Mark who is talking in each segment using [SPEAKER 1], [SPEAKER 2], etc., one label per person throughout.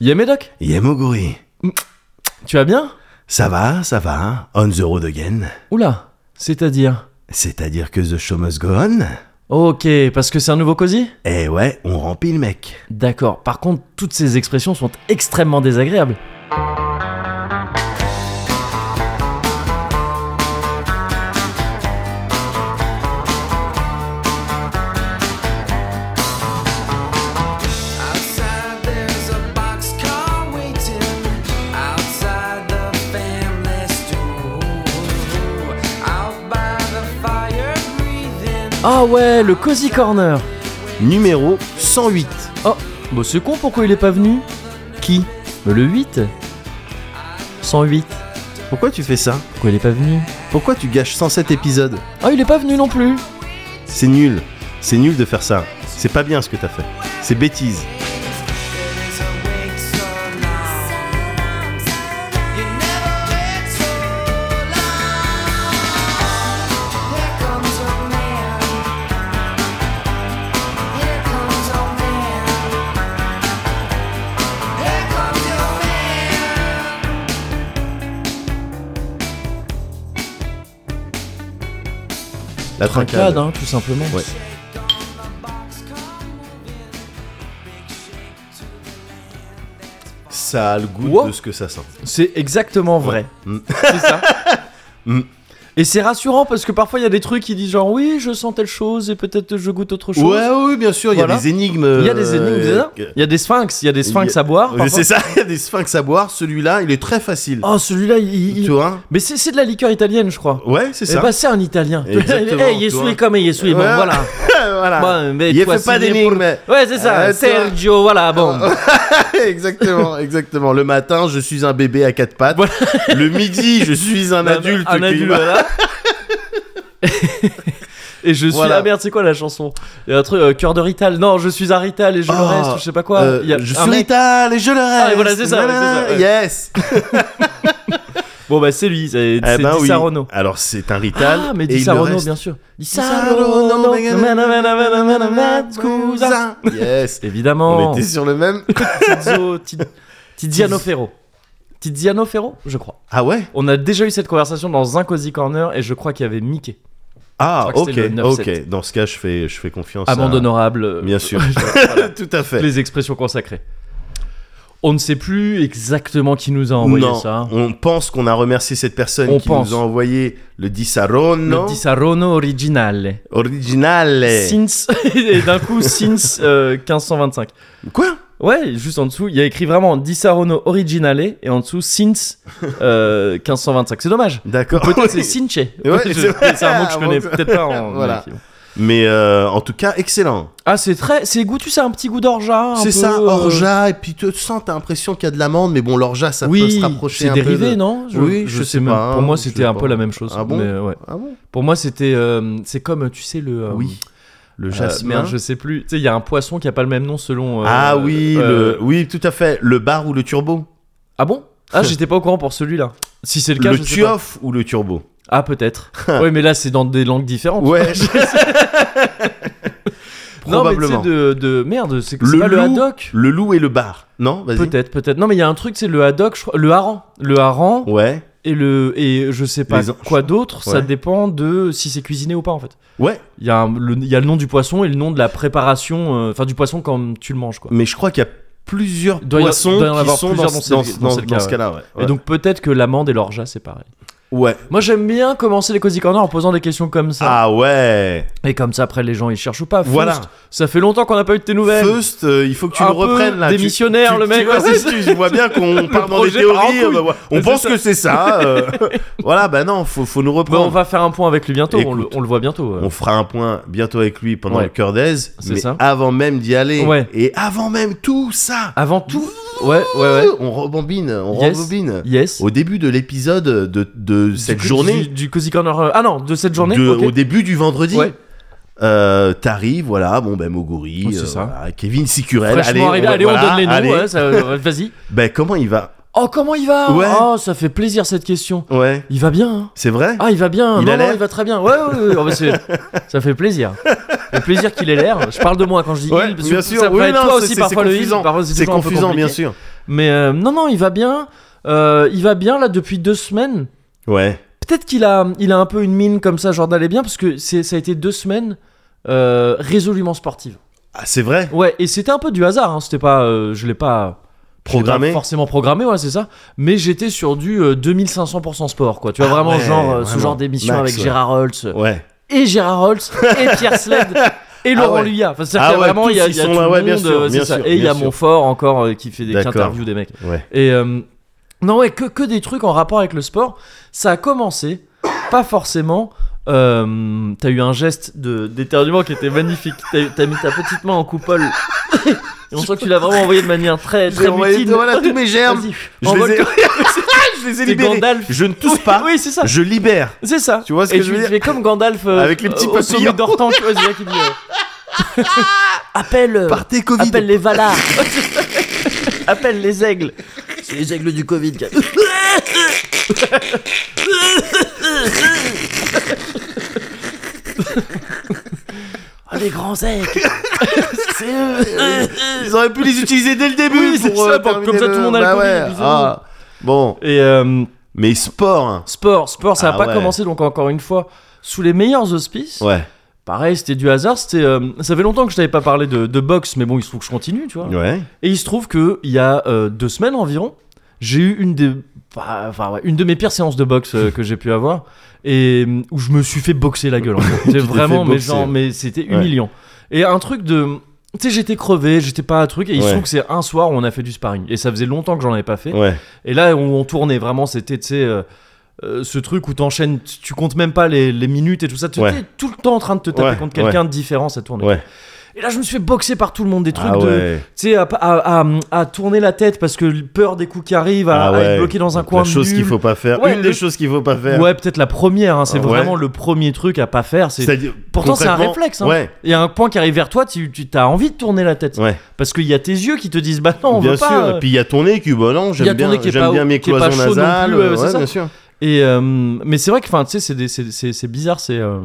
[SPEAKER 1] Yé Médoc,
[SPEAKER 2] Yamoguri.
[SPEAKER 1] tu vas bien
[SPEAKER 2] Ça va, ça va. On the road again.
[SPEAKER 1] Oula, c'est-à-dire
[SPEAKER 2] C'est-à-dire que the show must go on.
[SPEAKER 1] Ok, parce que c'est un nouveau cosy
[SPEAKER 2] Eh ouais, on remplit le mec.
[SPEAKER 1] D'accord, par contre, toutes ces expressions sont extrêmement désagréables.
[SPEAKER 3] Outside there's a boxcar waiting outside the family store. Out by the fire breathing.
[SPEAKER 1] Ah ouais, le cosy corner
[SPEAKER 2] Numéro 108.
[SPEAKER 1] Oh, bah c'est con, pourquoi il est pas venu Qui Bah, Le 8 108,
[SPEAKER 2] Pourquoi tu fais ça
[SPEAKER 1] pourquoi il est pas venu
[SPEAKER 2] Pourquoi tu gâches 107 épisodes
[SPEAKER 1] Ah, il est pas venu non plus
[SPEAKER 2] C'est nul. C'est nul de faire ça. C'est pas bien ce que t'as fait. C'est bêtise.
[SPEAKER 3] Is awake so long. You never wait so long. Here comes a man. Here comes a man. Here comes your man.
[SPEAKER 2] La
[SPEAKER 1] Trincade,
[SPEAKER 2] trincade.
[SPEAKER 1] hein, tout simplement.
[SPEAKER 2] Ouais. Ça a le goût
[SPEAKER 1] Wow.
[SPEAKER 2] de ce que ça sent.
[SPEAKER 1] C'est exactement vrai.
[SPEAKER 2] Mm.
[SPEAKER 1] C'est ça.
[SPEAKER 2] Mm.
[SPEAKER 1] Et c'est rassurant parce que parfois il y a des trucs qui disent genre oui je sens telle chose et peut-être je goûte autre chose.
[SPEAKER 2] Ouais, oui, bien sûr, il y
[SPEAKER 1] Voilà.
[SPEAKER 2] a des énigmes.
[SPEAKER 1] Il y a des énigmes, c'est ça
[SPEAKER 2] euh,
[SPEAKER 1] il y a des sphinx, il y a des sphinx à boire.
[SPEAKER 2] euh,
[SPEAKER 1] parfois.
[SPEAKER 2] C'est ça, il y a des sphinx à boire. Celui-là, il est très facile.
[SPEAKER 1] Oh celui-là il... il-
[SPEAKER 2] Tu vois
[SPEAKER 1] Mais c'est c'est de la liqueur italienne je crois.
[SPEAKER 2] Ouais, c'est
[SPEAKER 1] Eh
[SPEAKER 2] ça.
[SPEAKER 1] ben, c'est un italien.
[SPEAKER 2] Exactement,
[SPEAKER 1] Eh, il est
[SPEAKER 2] toi.
[SPEAKER 1] saoulé comme il est saoulé. Bon,
[SPEAKER 2] Ouais.
[SPEAKER 1] voilà.
[SPEAKER 2] voilà.
[SPEAKER 1] Bon, mais
[SPEAKER 2] il
[SPEAKER 1] toi,
[SPEAKER 2] fait pas
[SPEAKER 1] c'est né
[SPEAKER 2] d'énigmes.
[SPEAKER 1] pour- Ouais, c'est ça.
[SPEAKER 2] Euh, toi- Euh,
[SPEAKER 1] Sergio, voilà, bon.
[SPEAKER 2] exactement, exactement. Le matin, je suis un bébé à quatre pattes.
[SPEAKER 1] Voilà.
[SPEAKER 2] Le midi, je suis un adulte.
[SPEAKER 1] Un
[SPEAKER 2] qui-
[SPEAKER 1] adulte, voilà. Et je suis.
[SPEAKER 2] Voilà.
[SPEAKER 1] Ah merde, c'est quoi la chanson Il y a un truc, euh, cœur de Rital. Non, je suis un Rital et je le
[SPEAKER 2] Ah,
[SPEAKER 1] reste, ou je sais pas quoi.
[SPEAKER 2] Euh,
[SPEAKER 1] Il y a
[SPEAKER 2] je
[SPEAKER 1] un
[SPEAKER 2] suis
[SPEAKER 1] mec-
[SPEAKER 2] Rital et je le reste.
[SPEAKER 1] Ah, et voilà, c'est ça,
[SPEAKER 2] Nanana,
[SPEAKER 1] ouais, c'est ça, ouais.
[SPEAKER 2] Yes.
[SPEAKER 1] Bon, bah, c'est lui, c'est
[SPEAKER 2] Eh
[SPEAKER 1] c'est
[SPEAKER 2] ben
[SPEAKER 1] Di
[SPEAKER 2] oui.
[SPEAKER 1] Sarno.
[SPEAKER 2] Alors c'est un Rital.
[SPEAKER 1] Ah, mais
[SPEAKER 2] et
[SPEAKER 1] Di
[SPEAKER 2] il le
[SPEAKER 1] Sarno,
[SPEAKER 2] reste.
[SPEAKER 1] bien sûr. Di
[SPEAKER 2] Sarno,
[SPEAKER 1] Sarno, nanana, nanana, nanana, scusa.
[SPEAKER 2] Cousin. Yes.
[SPEAKER 1] Évidemment.
[SPEAKER 2] On était sur le même.
[SPEAKER 1] Tizio- Ti- Tiziano Ferro. Tiziano Ferro, je crois.
[SPEAKER 2] Ah ouais.
[SPEAKER 1] On a déjà eu cette conversation dans un Cozy Corner et je crois qu'il y avait Mickey.
[SPEAKER 2] Ah
[SPEAKER 1] Je crois que
[SPEAKER 2] ok
[SPEAKER 1] c'était le
[SPEAKER 2] ok.
[SPEAKER 1] 9-7.
[SPEAKER 2] Dans ce cas, je fais je fais confiance. à-
[SPEAKER 1] Amende honorable. euh,
[SPEAKER 2] Bien sûr.
[SPEAKER 1] voilà,
[SPEAKER 2] Tout à fait.
[SPEAKER 1] les expressions consacrées. On ne sait plus exactement qui nous a envoyé
[SPEAKER 2] Non,
[SPEAKER 1] ça. hein.
[SPEAKER 2] on pense qu'on a remercié cette personne
[SPEAKER 1] On
[SPEAKER 2] qui
[SPEAKER 1] pense.
[SPEAKER 2] nous a envoyé le
[SPEAKER 1] Le
[SPEAKER 2] Disaronno
[SPEAKER 1] Disaronno originale.
[SPEAKER 2] originale.
[SPEAKER 1] Since. et d'un coup, since euh, 1525.
[SPEAKER 2] Quoi
[SPEAKER 1] Ouais, juste en dessous, il y a écrit vraiment Disaronno originale et en dessous, since euh, 1525. C'est dommage.
[SPEAKER 2] D'accord.
[SPEAKER 1] Peut-être c'est
[SPEAKER 2] Ah Oui.
[SPEAKER 1] Sinche.
[SPEAKER 2] Ouais,
[SPEAKER 1] Je-
[SPEAKER 2] c'est-
[SPEAKER 1] c'est un mot que je
[SPEAKER 2] un
[SPEAKER 1] connais
[SPEAKER 2] mot-
[SPEAKER 1] peut-être pas hein, en.
[SPEAKER 2] Voilà. Mais euh, en tout cas, excellent.
[SPEAKER 1] Ah, c'est très. C'est goûtu, c'est un petit goût d'orgeat. un
[SPEAKER 2] C'est
[SPEAKER 1] peu,
[SPEAKER 2] ça,
[SPEAKER 1] euh,
[SPEAKER 2] orgeat, et puis tu te sens, t'as l'impression qu'il y a de l'amande, mais bon, l'orgeat, ça peut se
[SPEAKER 1] oui,
[SPEAKER 2] rapprocher
[SPEAKER 1] c'est
[SPEAKER 2] un
[SPEAKER 1] dérivé,
[SPEAKER 2] peu. de-
[SPEAKER 1] non
[SPEAKER 2] Oui, je sais
[SPEAKER 1] même-
[SPEAKER 2] pas,
[SPEAKER 1] Pour moi,
[SPEAKER 2] je
[SPEAKER 1] c'était
[SPEAKER 2] sais
[SPEAKER 1] un peu
[SPEAKER 2] pas.
[SPEAKER 1] la même chose.
[SPEAKER 2] Ah bon
[SPEAKER 1] mais, ouais.
[SPEAKER 2] Ah bon
[SPEAKER 1] Pour moi, c'était. euh, c'est comme, tu sais, le. euh,
[SPEAKER 2] Oui. Le
[SPEAKER 1] euh,
[SPEAKER 2] jasmin.
[SPEAKER 1] merde, je sais plus. Tu sais, il y a un poisson qui a pas le même nom selon. euh,
[SPEAKER 2] ah oui,
[SPEAKER 1] euh,
[SPEAKER 2] le... oui, tout à fait. Le bar ou le turbo
[SPEAKER 1] Ah bon Ah, j'étais pas au courant pour celui-là. Si c'est le cas,
[SPEAKER 2] Le
[SPEAKER 1] je sais pas.
[SPEAKER 2] tuof ou le turbo
[SPEAKER 1] Ah, peut-être. oui, mais là, c'est dans des langues différentes.
[SPEAKER 2] Ouais,
[SPEAKER 1] Non,
[SPEAKER 2] probablement.
[SPEAKER 1] mais tu sais, de, de. Merde, c'est c'est
[SPEAKER 2] Le
[SPEAKER 1] pas le
[SPEAKER 2] loup.
[SPEAKER 1] haddock
[SPEAKER 2] Le loup et le bar, non Vas-y.
[SPEAKER 1] Peut-être, peut-être. Non, mais il y a un truc, c'est le haddock, je crois- le hareng. Le hareng
[SPEAKER 2] Ouais,
[SPEAKER 1] et le et je sais pas
[SPEAKER 2] Les anges.
[SPEAKER 1] quoi d'autre, ça
[SPEAKER 2] Ouais.
[SPEAKER 1] dépend de si c'est cuisiné ou pas en fait.
[SPEAKER 2] ouais.
[SPEAKER 1] Il y, a un- le, il y a le nom du poisson et le nom de la préparation, euh, enfin du poisson quand tu le manges quoi.
[SPEAKER 2] Mais je crois qu'il y a plusieurs
[SPEAKER 1] Doit y-
[SPEAKER 2] poissons
[SPEAKER 1] doit y en avoir
[SPEAKER 2] qui sont
[SPEAKER 1] plusieurs
[SPEAKER 2] dans, ce-
[SPEAKER 1] dans ce-
[SPEAKER 2] dans-
[SPEAKER 1] dans ce
[SPEAKER 2] dans
[SPEAKER 1] cas,
[SPEAKER 2] ce
[SPEAKER 1] ouais.
[SPEAKER 2] cas-là. Ouais.
[SPEAKER 1] Et donc peut-être que l'amande et l'orgeat c'est pareil.
[SPEAKER 2] ouais.
[SPEAKER 1] Moi j'aime bien commencer les cosy corners en posant des questions comme ça.
[SPEAKER 2] Ah ouais.
[SPEAKER 1] Et comme ça après les gens ils cherchent ou pas. Faust,
[SPEAKER 2] Voilà.
[SPEAKER 1] Ça fait longtemps qu'on n'a pas eu de tes nouvelles.
[SPEAKER 2] Feust, euh, il faut que tu
[SPEAKER 1] Un
[SPEAKER 2] le
[SPEAKER 1] peu
[SPEAKER 2] reprennes là. Tu-
[SPEAKER 1] démissionnaire,
[SPEAKER 2] tu-
[SPEAKER 1] le
[SPEAKER 2] tu
[SPEAKER 1] mec.
[SPEAKER 2] vois,
[SPEAKER 1] Ouais,
[SPEAKER 2] c'est- tu- je vois bien qu'on part dans des
[SPEAKER 1] projet part en
[SPEAKER 2] théories.
[SPEAKER 1] couille.
[SPEAKER 2] euh, bah, on
[SPEAKER 1] C'est
[SPEAKER 2] pense
[SPEAKER 1] ça.
[SPEAKER 2] que c'est ça. euh, voilà, bah non, faut, faut nous
[SPEAKER 1] Bon, on
[SPEAKER 2] reprendre.
[SPEAKER 1] va faire un point avec lui bientôt, on, le,
[SPEAKER 2] Écoute.
[SPEAKER 1] on le voit bientôt.
[SPEAKER 2] on,
[SPEAKER 1] euh.
[SPEAKER 2] fera un point bientôt avec lui pendant
[SPEAKER 1] Ouais. Ah,
[SPEAKER 2] le cœur d'Aise.
[SPEAKER 1] C'est
[SPEAKER 2] Mais
[SPEAKER 1] ça.
[SPEAKER 2] avant même d'y aller.
[SPEAKER 1] Ouais.
[SPEAKER 2] Et avant même tout ça.
[SPEAKER 1] Avant tout, ouais, ouais, ouais.
[SPEAKER 2] On rebobine, on
[SPEAKER 1] Yes.
[SPEAKER 2] rebobine.
[SPEAKER 1] Yes.
[SPEAKER 2] Au début de l'épisode de, de cette
[SPEAKER 1] Du-
[SPEAKER 2] journée.
[SPEAKER 1] du, du cozy corner. euh, Ah non, de cette journée.
[SPEAKER 2] de-
[SPEAKER 1] ok.
[SPEAKER 2] Au début du vendredi.
[SPEAKER 1] Ouais.
[SPEAKER 2] Euh, T'arrives, voilà, bon ben Moguri,
[SPEAKER 1] Oh, c'est
[SPEAKER 2] euh,
[SPEAKER 1] ça.
[SPEAKER 2] voilà, Kevin Sicurel,
[SPEAKER 1] Fraîchement arrivé.
[SPEAKER 2] allez, va-
[SPEAKER 1] Allez,
[SPEAKER 2] voilà,
[SPEAKER 1] on donne les noms.
[SPEAKER 2] allez.
[SPEAKER 1] ouais, ça- euh, Vas-y.
[SPEAKER 2] Ben comment il va
[SPEAKER 1] Oh, comment il va
[SPEAKER 2] Ouais.
[SPEAKER 1] Oh, ça fait plaisir cette question.
[SPEAKER 2] Ouais,
[SPEAKER 1] Il va bien, hein
[SPEAKER 2] c'est vrai
[SPEAKER 1] Ah, il va bien.
[SPEAKER 2] Il
[SPEAKER 1] non,
[SPEAKER 2] a
[SPEAKER 1] non,
[SPEAKER 2] l'air
[SPEAKER 1] il va très bien. Ouais, ouais, ouais. Oh, bah, c'est- ça fait plaisir. Le plaisir qu'il ait l'air. Je parle de moi quand je dis
[SPEAKER 2] Ouais,
[SPEAKER 1] il. parce que
[SPEAKER 2] bien
[SPEAKER 1] ça
[SPEAKER 2] sûr,
[SPEAKER 1] peut
[SPEAKER 2] oui,
[SPEAKER 1] être
[SPEAKER 2] non,
[SPEAKER 1] toi
[SPEAKER 2] c'est-
[SPEAKER 1] aussi
[SPEAKER 2] c'est
[SPEAKER 1] parfois le il.
[SPEAKER 2] confusant.
[SPEAKER 1] parfois,
[SPEAKER 2] C'est
[SPEAKER 1] toujours un peu
[SPEAKER 2] confusant, bien
[SPEAKER 1] compliqué.
[SPEAKER 2] sûr.
[SPEAKER 1] Mais euh, non, non, il va bien. Euh, il va bien là depuis deux semaines.
[SPEAKER 2] Ouais.
[SPEAKER 1] Peut-être qu'il a, il a un peu une mine comme ça, genre d'aller bien, parce que c'est, ça a été deux semaines euh, résolument sportives.
[SPEAKER 2] Ah, c'est vrai
[SPEAKER 1] Ouais, et c'était un peu du hasard. hein, C'était pas, euh, je l'ai pas je l'ai
[SPEAKER 2] Programmé
[SPEAKER 1] pas forcément programmé, ouais, c'est ça. Mais j'étais sur du euh, 2500% sport, quoi. Tu vois
[SPEAKER 2] Ah
[SPEAKER 1] vraiment
[SPEAKER 2] ouais,
[SPEAKER 1] genre euh, ce
[SPEAKER 2] vraiment.
[SPEAKER 1] genre d'émission
[SPEAKER 2] Max,
[SPEAKER 1] avec
[SPEAKER 2] ouais.
[SPEAKER 1] Gérard Holtz
[SPEAKER 2] Ouais.
[SPEAKER 1] et Gérard Holtz et Pierre Sled et
[SPEAKER 2] Ah
[SPEAKER 1] Laurent
[SPEAKER 2] ouais.
[SPEAKER 1] Luya. Enfin, c'est-à-dire
[SPEAKER 2] Ah
[SPEAKER 1] qu'il y a
[SPEAKER 2] ouais,
[SPEAKER 1] vraiment, il y a,
[SPEAKER 2] tous,
[SPEAKER 1] il y a
[SPEAKER 2] ils
[SPEAKER 1] tout
[SPEAKER 2] sont là, ouais,
[SPEAKER 1] le
[SPEAKER 2] bien
[SPEAKER 1] monde,
[SPEAKER 2] sûr,
[SPEAKER 1] euh, c'est
[SPEAKER 2] bien
[SPEAKER 1] ça.
[SPEAKER 2] sûr,
[SPEAKER 1] Et il y a
[SPEAKER 2] bien sûr.
[SPEAKER 1] Montfort encore euh, qui fait des
[SPEAKER 2] D'accord.
[SPEAKER 1] interviews des mecs.
[SPEAKER 2] Ouais.
[SPEAKER 1] Et euh, non, ouais, que, que des trucs en rapport avec le sport. Ça a commencé, pas forcément. euh, t'as eu un geste de d'éternuement qui était magnifique. T'as, t'as mis ta petite main en coupole. Et on sent que tu l'as vraiment envoyé de manière très très
[SPEAKER 2] J'ai envoyé-
[SPEAKER 1] mutine.
[SPEAKER 2] voilà tous mes germes.
[SPEAKER 1] Vas-y,
[SPEAKER 2] Je
[SPEAKER 1] envole
[SPEAKER 2] les ai-
[SPEAKER 1] ton-
[SPEAKER 2] je les ai
[SPEAKER 1] T'es
[SPEAKER 2] libérés.
[SPEAKER 1] Gandalf.
[SPEAKER 2] Je ne touche pas.
[SPEAKER 1] Oui, c'est ça.
[SPEAKER 2] Je libère.
[SPEAKER 1] C'est ça.
[SPEAKER 2] Tu vois ce
[SPEAKER 1] Et
[SPEAKER 2] que
[SPEAKER 1] tu
[SPEAKER 2] je veux
[SPEAKER 1] fais comme Gandalf euh,
[SPEAKER 2] Avec les petits
[SPEAKER 1] au sommet
[SPEAKER 2] papillons.
[SPEAKER 1] d'Hortan, tu vois, c'est ça qu'il dit. euh. appelle, euh,
[SPEAKER 2] Partez Covid.
[SPEAKER 1] appelle les Valas. appelle les aigles. C'est les aigles du Covid. gars. Ah, les grands aigles. c'est eux.
[SPEAKER 2] Ils auraient pu les utiliser dès le début.
[SPEAKER 1] Oui, c'est
[SPEAKER 2] pour,
[SPEAKER 1] ça,
[SPEAKER 2] euh,
[SPEAKER 1] pour-
[SPEAKER 2] terminer
[SPEAKER 1] comme ça, tout le monde a le
[SPEAKER 2] Bah
[SPEAKER 1] Covid,
[SPEAKER 2] ouais,
[SPEAKER 1] évidemment.
[SPEAKER 2] ah. Bon,
[SPEAKER 1] Et euh,
[SPEAKER 2] mais sport. hein.
[SPEAKER 1] sport, sport, ça n'a
[SPEAKER 2] Ah
[SPEAKER 1] pas
[SPEAKER 2] ouais.
[SPEAKER 1] commencé donc encore une fois sous les meilleurs auspices.
[SPEAKER 2] Ouais.
[SPEAKER 1] Pareil, c'était du hasard. C'était, euh, ça fait longtemps que je t'avais pas parlé de, de boxe, mais bon, il se trouve que je continue, tu vois.
[SPEAKER 2] Ouais.
[SPEAKER 1] Et il se trouve que il y a euh, deux semaines environ, j'ai eu une des, bah, enfin, ouais, une de mes pires séances de boxe euh, que j'ai pu avoir, et euh, où je me suis fait boxer la gueule. en fait. C'est
[SPEAKER 2] t'es
[SPEAKER 1] vraiment,
[SPEAKER 2] fait
[SPEAKER 1] mais
[SPEAKER 2] boxer.
[SPEAKER 1] genre, mais c'était
[SPEAKER 2] Ouais.
[SPEAKER 1] humiliant. Et un truc de, tu sais, j'étais crevé, j'étais pas à truc, et il se
[SPEAKER 2] Ouais.
[SPEAKER 1] trouve que c'est un soir où on a fait du sparring, et ça faisait longtemps que j'en avais pas fait.
[SPEAKER 2] Ouais.
[SPEAKER 1] Et là où on tournait vraiment, c'était, tu sais, euh, euh, ce truc où t'enchaînes, tu tu comptes même pas les, les minutes et tout ça, tu
[SPEAKER 2] Ouais.
[SPEAKER 1] es tout le temps en train de te taper
[SPEAKER 2] Ouais,
[SPEAKER 1] contre quelqu'un de différent, ça tourne.
[SPEAKER 2] Ouais.
[SPEAKER 1] Et là, je me suis fait boxer par tout le monde, des trucs
[SPEAKER 2] Ah
[SPEAKER 1] de,
[SPEAKER 2] ouais.
[SPEAKER 1] tu sais, à, à- à- à tourner la tête parce que peur des coups qui arrivent, à, à
[SPEAKER 2] Ah
[SPEAKER 1] être
[SPEAKER 2] ouais.
[SPEAKER 1] bloqué dans un
[SPEAKER 2] La
[SPEAKER 1] coin.
[SPEAKER 2] chose
[SPEAKER 1] nul.
[SPEAKER 2] qu'il faut pas faire.
[SPEAKER 1] Ouais,
[SPEAKER 2] Une
[SPEAKER 1] le-
[SPEAKER 2] des choses qu'il faut pas faire. Ah
[SPEAKER 1] Ouais, peut-être la première, hein, c'est
[SPEAKER 2] Ouais.
[SPEAKER 1] vraiment le premier truc à pas faire. C'est...
[SPEAKER 2] C'est-à-dire.
[SPEAKER 1] Pourtant, c'est un
[SPEAKER 2] concrètement,
[SPEAKER 1] réflexe, hein.
[SPEAKER 2] Ouais.
[SPEAKER 1] Il y a un point qui arrive vers toi, tu, tu as envie de tourner la tête.
[SPEAKER 2] Ouais.
[SPEAKER 1] Parce qu'il y a tes yeux qui te disent, bah non, on
[SPEAKER 2] bien
[SPEAKER 1] veut
[SPEAKER 2] sûr.
[SPEAKER 1] pas. euh.
[SPEAKER 2] Et puis il y a ton nez qui, bah non,
[SPEAKER 1] y a ton
[SPEAKER 2] j'aime bien,
[SPEAKER 1] nez qui est
[SPEAKER 2] j'aime
[SPEAKER 1] pas-
[SPEAKER 2] bien mes
[SPEAKER 1] qui est pas
[SPEAKER 2] cloisons
[SPEAKER 1] chaud non
[SPEAKER 2] nasales.
[SPEAKER 1] plus, ouais, c'est
[SPEAKER 2] ouais,
[SPEAKER 1] ça.
[SPEAKER 2] bien sûr.
[SPEAKER 1] Et, euh, mais c'est vrai que, enfin, tu sais, c'est, des- c'est- c'est- c'est bizarre, c'est. euh,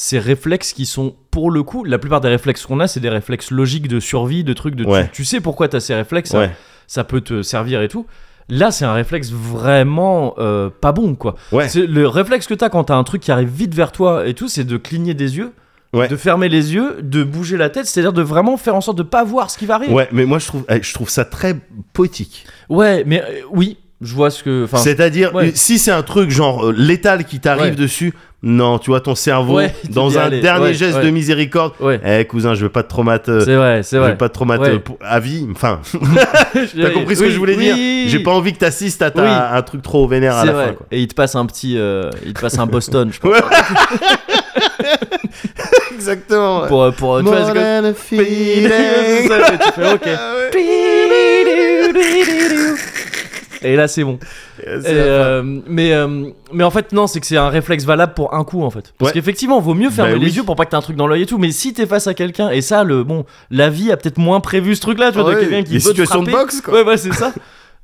[SPEAKER 1] Ces réflexes qui sont pour le coup, la plupart des réflexes qu'on a, c'est des réflexes logiques de survie, de trucs de tu-
[SPEAKER 2] Ouais.
[SPEAKER 1] tu, sais pourquoi t'as ces réflexes, hein.
[SPEAKER 2] Ouais.
[SPEAKER 1] ça peut te servir et tout. Là, c'est un réflexe vraiment euh, pas bon, quoi.
[SPEAKER 2] Ouais.
[SPEAKER 1] C'est le réflexe que t'as quand t'as un truc qui arrive vite vers toi et tout, c'est de cligner des yeux,
[SPEAKER 2] Ouais.
[SPEAKER 1] de fermer les yeux, de bouger la tête, c'est-à-dire de vraiment faire en sorte de pas voir ce qui va arriver.
[SPEAKER 2] Ouais, mais moi je trouve, eh, je trouve ça très poétique.
[SPEAKER 1] Ouais, mais euh, oui, je vois ce que. Enfin,
[SPEAKER 2] C'est-à-dire,
[SPEAKER 1] ouais.
[SPEAKER 2] si c'est un truc genre euh, létal qui
[SPEAKER 1] Ouais.
[SPEAKER 2] t'arrive dessus, non, tu vois ton cerveau
[SPEAKER 1] Ouais, tu dis,
[SPEAKER 2] dans un
[SPEAKER 1] allez,
[SPEAKER 2] dernier
[SPEAKER 1] ouais,
[SPEAKER 2] geste
[SPEAKER 1] ouais.
[SPEAKER 2] de miséricorde.
[SPEAKER 1] ouais,
[SPEAKER 2] Eh cousin, je veux pas de traumate, euh,
[SPEAKER 1] c'est vrai, c'est
[SPEAKER 2] je
[SPEAKER 1] vrai.
[SPEAKER 2] veux pas de traumate
[SPEAKER 1] Ouais.
[SPEAKER 2] euh, pour- à vie. Enfin, t'as compris ce que
[SPEAKER 1] Oui,
[SPEAKER 2] je voulais
[SPEAKER 1] oui,
[SPEAKER 2] dire.
[SPEAKER 1] oui, oui.
[SPEAKER 2] J'ai pas envie que t'assistes à ta-
[SPEAKER 1] Oui.
[SPEAKER 2] un truc trop vénère à
[SPEAKER 1] C'est
[SPEAKER 2] la
[SPEAKER 1] vrai.
[SPEAKER 2] fin. Quoi.
[SPEAKER 1] Et il te passe un petit, euh, il te passe un Boston, je pense,
[SPEAKER 2] Exactement.
[SPEAKER 1] pour, euh, pour, euh, tu vois, c'est comme- C'est ça, et tu fais, ok. Et là, c'est bon. Et, euh, mais, euh, mais en fait, non, c'est que c'est un réflexe valable pour un coup en fait. Parce
[SPEAKER 2] Ouais.
[SPEAKER 1] qu'effectivement, vaut mieux fermer
[SPEAKER 2] Bah
[SPEAKER 1] les
[SPEAKER 2] oui.
[SPEAKER 1] yeux pour pas que t'aies un truc dans l'œil et tout. Mais si t'es face à quelqu'un, et ça, le bon, la vie a peut-être moins prévu ce truc là, tu vois, de quelqu'un qui
[SPEAKER 2] Ah les
[SPEAKER 1] veut te
[SPEAKER 2] situations de
[SPEAKER 1] frapper.
[SPEAKER 2] boxe quoi.
[SPEAKER 1] Ouais, bah c'est ça.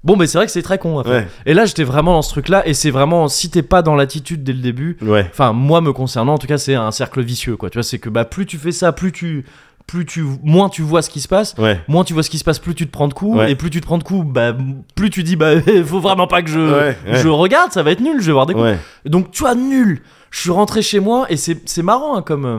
[SPEAKER 1] bon, mais c'est vrai que c'est très con. à faire.
[SPEAKER 2] Ouais.
[SPEAKER 1] Et là, j'étais vraiment dans ce truc là, et c'est vraiment si t'es pas dans l'attitude dès le début,
[SPEAKER 2] Ouais.
[SPEAKER 1] enfin moi me concernant en tout cas c'est un cercle vicieux quoi tu vois c'est que bah plus tu fais ça plus tu plus tu moins tu vois ce qui se passe
[SPEAKER 2] Ouais.
[SPEAKER 1] moins tu vois ce qui se passe plus tu te prends de coups
[SPEAKER 2] Ouais.
[SPEAKER 1] et plus tu te prends de coups bah plus tu dis bah faut vraiment pas que je
[SPEAKER 2] Ouais, ouais.
[SPEAKER 1] je regarde ça va être nul je vais voir des coups
[SPEAKER 2] Ouais.
[SPEAKER 1] donc tu vois nul je suis rentré chez moi et c'est c'est marrant hein, comme euh,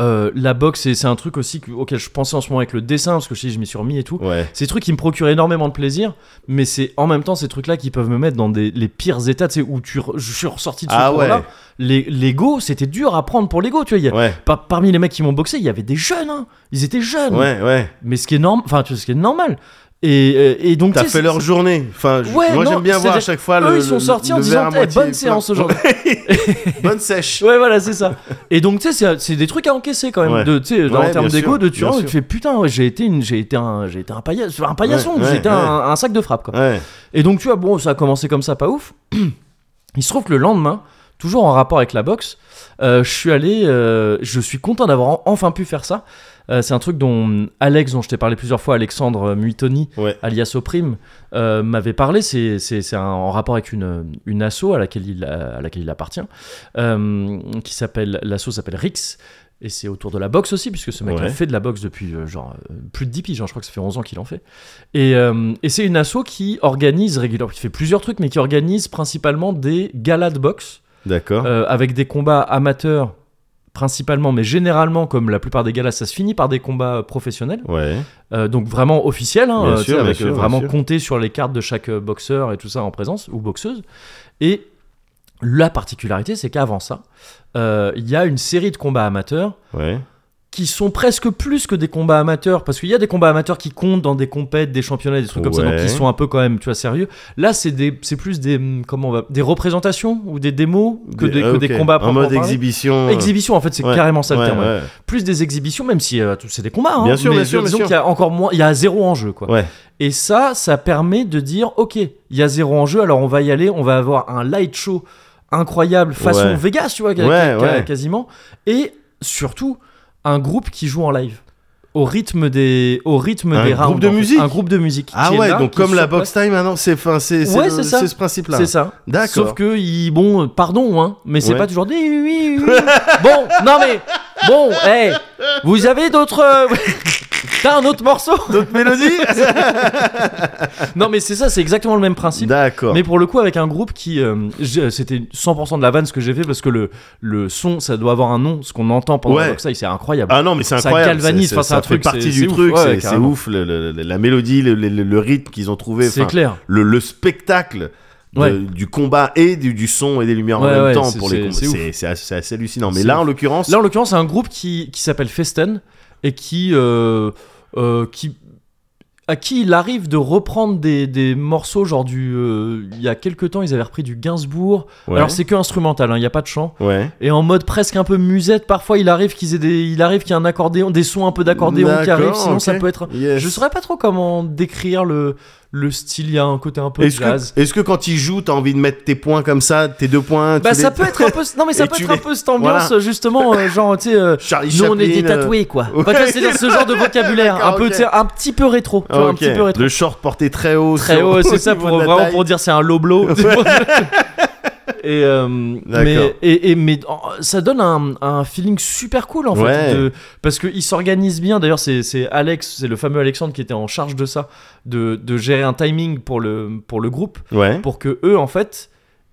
[SPEAKER 1] euh, la boxe et c'est un truc aussi que- auquel je pensais en ce moment avec le dessin parce que je sais je m'y suis remis et tout
[SPEAKER 2] Ouais.
[SPEAKER 1] ces trucs qui me procurent énormément de plaisir, mais c'est en même temps ces trucs-là qui peuvent me mettre dans des, les pires états, tu sais, où tu re- je suis ressorti de ce
[SPEAKER 2] Ah
[SPEAKER 1] cours-là.
[SPEAKER 2] ouais.
[SPEAKER 1] Les- L'ego, c'était dur à prendre pour l'ego, tu vois. il y a-
[SPEAKER 2] Ouais.
[SPEAKER 1] par- parmi les mecs qui m'ont boxé, il y avait des jeunes, hein. ils étaient jeunes,
[SPEAKER 2] Ouais. Ouais.
[SPEAKER 1] mais ce qui est, norm- enfin, tu vois, ce qui est normal. Et, euh, et donc,
[SPEAKER 2] T'as
[SPEAKER 1] tu sais,
[SPEAKER 2] fait leur journée. Enfin, je-
[SPEAKER 1] Ouais,
[SPEAKER 2] moi
[SPEAKER 1] non,
[SPEAKER 2] j'aime bien voir
[SPEAKER 1] c'est-à-dire
[SPEAKER 2] à chaque fois
[SPEAKER 1] eux,
[SPEAKER 2] le.
[SPEAKER 1] ils sont
[SPEAKER 2] le-
[SPEAKER 1] sortis en
[SPEAKER 2] le
[SPEAKER 1] disant,
[SPEAKER 2] verre à
[SPEAKER 1] Eh,
[SPEAKER 2] moitié
[SPEAKER 1] bonne
[SPEAKER 2] plein.
[SPEAKER 1] séance aujourd'hui.
[SPEAKER 2] bonne sèche.
[SPEAKER 1] Ouais, voilà, c'est ça. Et donc, tu sais, c'est- c'est des trucs à encaisser quand même.
[SPEAKER 2] Ouais.
[SPEAKER 1] De, tu sais, dans-
[SPEAKER 2] Ouais,
[SPEAKER 1] en termes
[SPEAKER 2] bien sûr,
[SPEAKER 1] d'ego, de tu
[SPEAKER 2] bien
[SPEAKER 1] vois, tu
[SPEAKER 2] sûr.
[SPEAKER 1] fais putain, ouais, j'ai été, une- j'ai été, un, j'ai été un, paillasson, un paillasson,
[SPEAKER 2] ouais,
[SPEAKER 1] j'ai été
[SPEAKER 2] ouais.
[SPEAKER 1] un, un sac de frappe, quoi.
[SPEAKER 2] Ouais.
[SPEAKER 1] Et donc, tu vois, bon, ça a commencé comme ça, pas ouf. Il se trouve que le lendemain, toujours en rapport avec la boxe, euh, je suis allé, euh, je suis content d'avoir en- enfin pu faire ça. Euh, c'est un truc dont Alex, dont je t'ai parlé plusieurs fois, Alexandre euh, Muitoni,
[SPEAKER 2] Ouais.
[SPEAKER 1] alias Oprime, euh, m'avait parlé. C'est, c'est, c'est un- en rapport avec une, une asso à laquelle il, à laquelle il appartient, euh, qui s'appelle, l'asso s'appelle Rix. Et c'est autour de la boxe aussi, puisque ce mec-là
[SPEAKER 2] Ouais.
[SPEAKER 1] fait de la boxe depuis euh, genre euh, plus de 10 piges, hein, je crois que ça fait 11 ans qu'il en fait. Et, euh, et c'est une asso qui organise régulièrement, qui fait plusieurs trucs, mais qui organise principalement des galas de boxe,
[SPEAKER 2] D'accord.
[SPEAKER 1] euh, avec des combats amateurs principalement, mais généralement, comme la plupart des galas, ça se finit par des combats euh, professionnels.
[SPEAKER 2] Ouais.
[SPEAKER 1] Euh, donc vraiment officiel, hein,
[SPEAKER 2] Bien
[SPEAKER 1] euh,
[SPEAKER 2] sûr,
[SPEAKER 1] tu sais,
[SPEAKER 2] bien
[SPEAKER 1] avec
[SPEAKER 2] sûr,
[SPEAKER 1] euh,
[SPEAKER 2] bien
[SPEAKER 1] vraiment
[SPEAKER 2] sûr.
[SPEAKER 1] compter sur les cartes de chaque euh, boxeur et tout ça en présence, ou boxeuse. Et la particularité, c'est qu'avant ça, euh, il y a une série de combats amateurs
[SPEAKER 2] Ouais.
[SPEAKER 1] qui sont presque plus que des combats amateurs, parce qu'il y a des combats amateurs qui comptent dans des compètes, des championnats, des trucs comme ça, donc
[SPEAKER 2] Ouais.
[SPEAKER 1] qui sont un peu quand même, tu vois, sérieux. Là, c'est des- c'est plus des, hum, comment on va, des représentations ou des démos que des,
[SPEAKER 2] Des- ah,
[SPEAKER 1] que des
[SPEAKER 2] ok.
[SPEAKER 1] combats à
[SPEAKER 2] En mode
[SPEAKER 1] proprement parler.
[SPEAKER 2] exhibition. euh.
[SPEAKER 1] Exhibition, en fait, c'est
[SPEAKER 2] Ouais,
[SPEAKER 1] carrément ça le
[SPEAKER 2] ouais,
[SPEAKER 1] terme. ouais.
[SPEAKER 2] ouais.
[SPEAKER 1] Plus des exhibitions, même si euh, tout- c'est des combats, hein,
[SPEAKER 2] Bien sûr,
[SPEAKER 1] mais
[SPEAKER 2] bien sûr,
[SPEAKER 1] disons
[SPEAKER 2] bien
[SPEAKER 1] qu'il y a encore moins, il y a zéro enjeu, quoi.
[SPEAKER 2] Ouais.
[SPEAKER 1] Et ça, ça permet de dire, ok, il y a zéro enjeu, alors on va y aller, on va avoir un light show incroyable façon
[SPEAKER 2] Ouais.
[SPEAKER 1] Vegas, tu vois, ca-
[SPEAKER 2] Ouais,
[SPEAKER 1] ca-
[SPEAKER 2] ouais.
[SPEAKER 1] quasiment. Et surtout, un groupe qui joue en live. Au rythme des, au rythme
[SPEAKER 2] Un
[SPEAKER 1] des
[SPEAKER 2] groupe
[SPEAKER 1] rounds,
[SPEAKER 2] de
[SPEAKER 1] en fait.
[SPEAKER 2] musique
[SPEAKER 1] Un groupe de musique.
[SPEAKER 2] Ah
[SPEAKER 1] qui est
[SPEAKER 2] ouais,
[SPEAKER 1] là,
[SPEAKER 2] donc
[SPEAKER 1] qui
[SPEAKER 2] comme la
[SPEAKER 1] sur place.
[SPEAKER 2] box time maintenant, c'est enfin, c'est c'est
[SPEAKER 1] Ouais,
[SPEAKER 2] le-
[SPEAKER 1] c'est ça.
[SPEAKER 2] c'est ce principe-là.
[SPEAKER 1] C'est ça.
[SPEAKER 2] D'accord.
[SPEAKER 1] Sauf que ils, bon, euh, pardon, hein, mais c'est
[SPEAKER 2] Ouais.
[SPEAKER 1] pas toujours des oui, oui, oui. bon, non mais bon, hey, vous avez d'autres, euh, t'as un autre morceau
[SPEAKER 2] D'autres mélodies
[SPEAKER 1] Non mais c'est ça, c'est exactement le même principe.
[SPEAKER 2] D'accord.
[SPEAKER 1] Mais pour le coup, avec un groupe qui. euh, j'ai- C'était 100% de la vanne ce que j'ai fait parce que le, le son, ça doit avoir un nom, ce qu'on entend pendant
[SPEAKER 2] Ouais.
[SPEAKER 1] la boxe, ça, c'est incroyable.
[SPEAKER 2] Ah non, mais c'est
[SPEAKER 1] Ça
[SPEAKER 2] incroyable.
[SPEAKER 1] galvanise,
[SPEAKER 2] c'est-
[SPEAKER 1] enfin,
[SPEAKER 2] ça-
[SPEAKER 1] c'est un
[SPEAKER 2] ça fait
[SPEAKER 1] truc, c'est-
[SPEAKER 2] partie
[SPEAKER 1] c'est
[SPEAKER 2] du
[SPEAKER 1] ouf,
[SPEAKER 2] truc,
[SPEAKER 1] ouais,
[SPEAKER 2] c'est- c'est
[SPEAKER 1] carrément.
[SPEAKER 2] ouf, le- le- le- la mélodie, le, le- le rythme qu'ils ont trouvé,
[SPEAKER 1] c'est
[SPEAKER 2] enfin,
[SPEAKER 1] clair.
[SPEAKER 2] le, le spectacle de-
[SPEAKER 1] Ouais.
[SPEAKER 2] du combat et du, du son et des lumières
[SPEAKER 1] Ouais,
[SPEAKER 2] en même
[SPEAKER 1] ouais,
[SPEAKER 2] temps
[SPEAKER 1] c'est-
[SPEAKER 2] pour les
[SPEAKER 1] c'est-
[SPEAKER 2] combats.
[SPEAKER 1] c'est ouf.
[SPEAKER 2] C'est c'est assez, c'est assez hallucinant. Mais
[SPEAKER 1] C'est
[SPEAKER 2] là,
[SPEAKER 1] ouf.
[SPEAKER 2] en l'occurrence,
[SPEAKER 1] Là, en l'occurrence, c'est un groupe qui, qui s'appelle Festen et qui. euh, euh, qui à qui il arrive de reprendre des, des morceaux genre du euh, il y a quelques temps ils avaient repris du Gainsbourg
[SPEAKER 2] ouais.
[SPEAKER 1] alors c'est que instrumental hein, il y a pas de chant
[SPEAKER 2] ouais.
[SPEAKER 1] et en mode presque un peu musette parfois il arrive qu'ils aient des il arrive qu'il y ait un accordéon des sons un peu d'accordéon qui
[SPEAKER 2] D'accord,
[SPEAKER 1] arrivent sinon ça
[SPEAKER 2] ok.
[SPEAKER 1] peut être
[SPEAKER 2] Yes.
[SPEAKER 1] Je saurais pas trop comment décrire le, le style. Il y a un côté un peu
[SPEAKER 2] Est-ce
[SPEAKER 1] jazz.
[SPEAKER 2] que, est-ce que quand ils jouent, t'as envie de mettre tes points comme ça, tes deux points tu
[SPEAKER 1] Bah,
[SPEAKER 2] les-
[SPEAKER 1] ça peut être un peu. Non, mais ça
[SPEAKER 2] Et
[SPEAKER 1] peut
[SPEAKER 2] tu
[SPEAKER 1] être un
[SPEAKER 2] les-
[SPEAKER 1] peu cette ambiance,
[SPEAKER 2] Voilà.
[SPEAKER 1] justement, euh, genre, tu sais. euh,
[SPEAKER 2] Charlie
[SPEAKER 1] nous, on est des
[SPEAKER 2] Chaplin, euh,
[SPEAKER 1] tatoués, quoi.
[SPEAKER 2] Ouais.
[SPEAKER 1] Enfin, tu vois, c'est-à-dire ce genre de vocabulaire. un,
[SPEAKER 2] D'accord,
[SPEAKER 1] peu,
[SPEAKER 2] ok.
[SPEAKER 1] tu sais, un petit peu rétro. tu vois,
[SPEAKER 2] euh, ok.
[SPEAKER 1] Un petit peu rétro.
[SPEAKER 2] Le short porté très haut.
[SPEAKER 1] Très
[SPEAKER 2] sur-
[SPEAKER 1] haut,
[SPEAKER 2] au
[SPEAKER 1] c'est ça,
[SPEAKER 2] niveau
[SPEAKER 1] pour,
[SPEAKER 2] de la
[SPEAKER 1] vraiment
[SPEAKER 2] taille.
[SPEAKER 1] pour dire c'est un low blow. Et, euh,
[SPEAKER 2] D'accord.
[SPEAKER 1] mais, et, et- mais oh, ça donne un, un feeling super cool en
[SPEAKER 2] Ouais.
[SPEAKER 1] fait. De, parce qu'ils s'organisent bien. D'ailleurs, c'est c'est Alex, c'est le fameux Alexandre qui était en charge de ça, de, de gérer un timing pour le, pour le groupe,
[SPEAKER 2] Ouais.
[SPEAKER 1] pour que eux, en fait,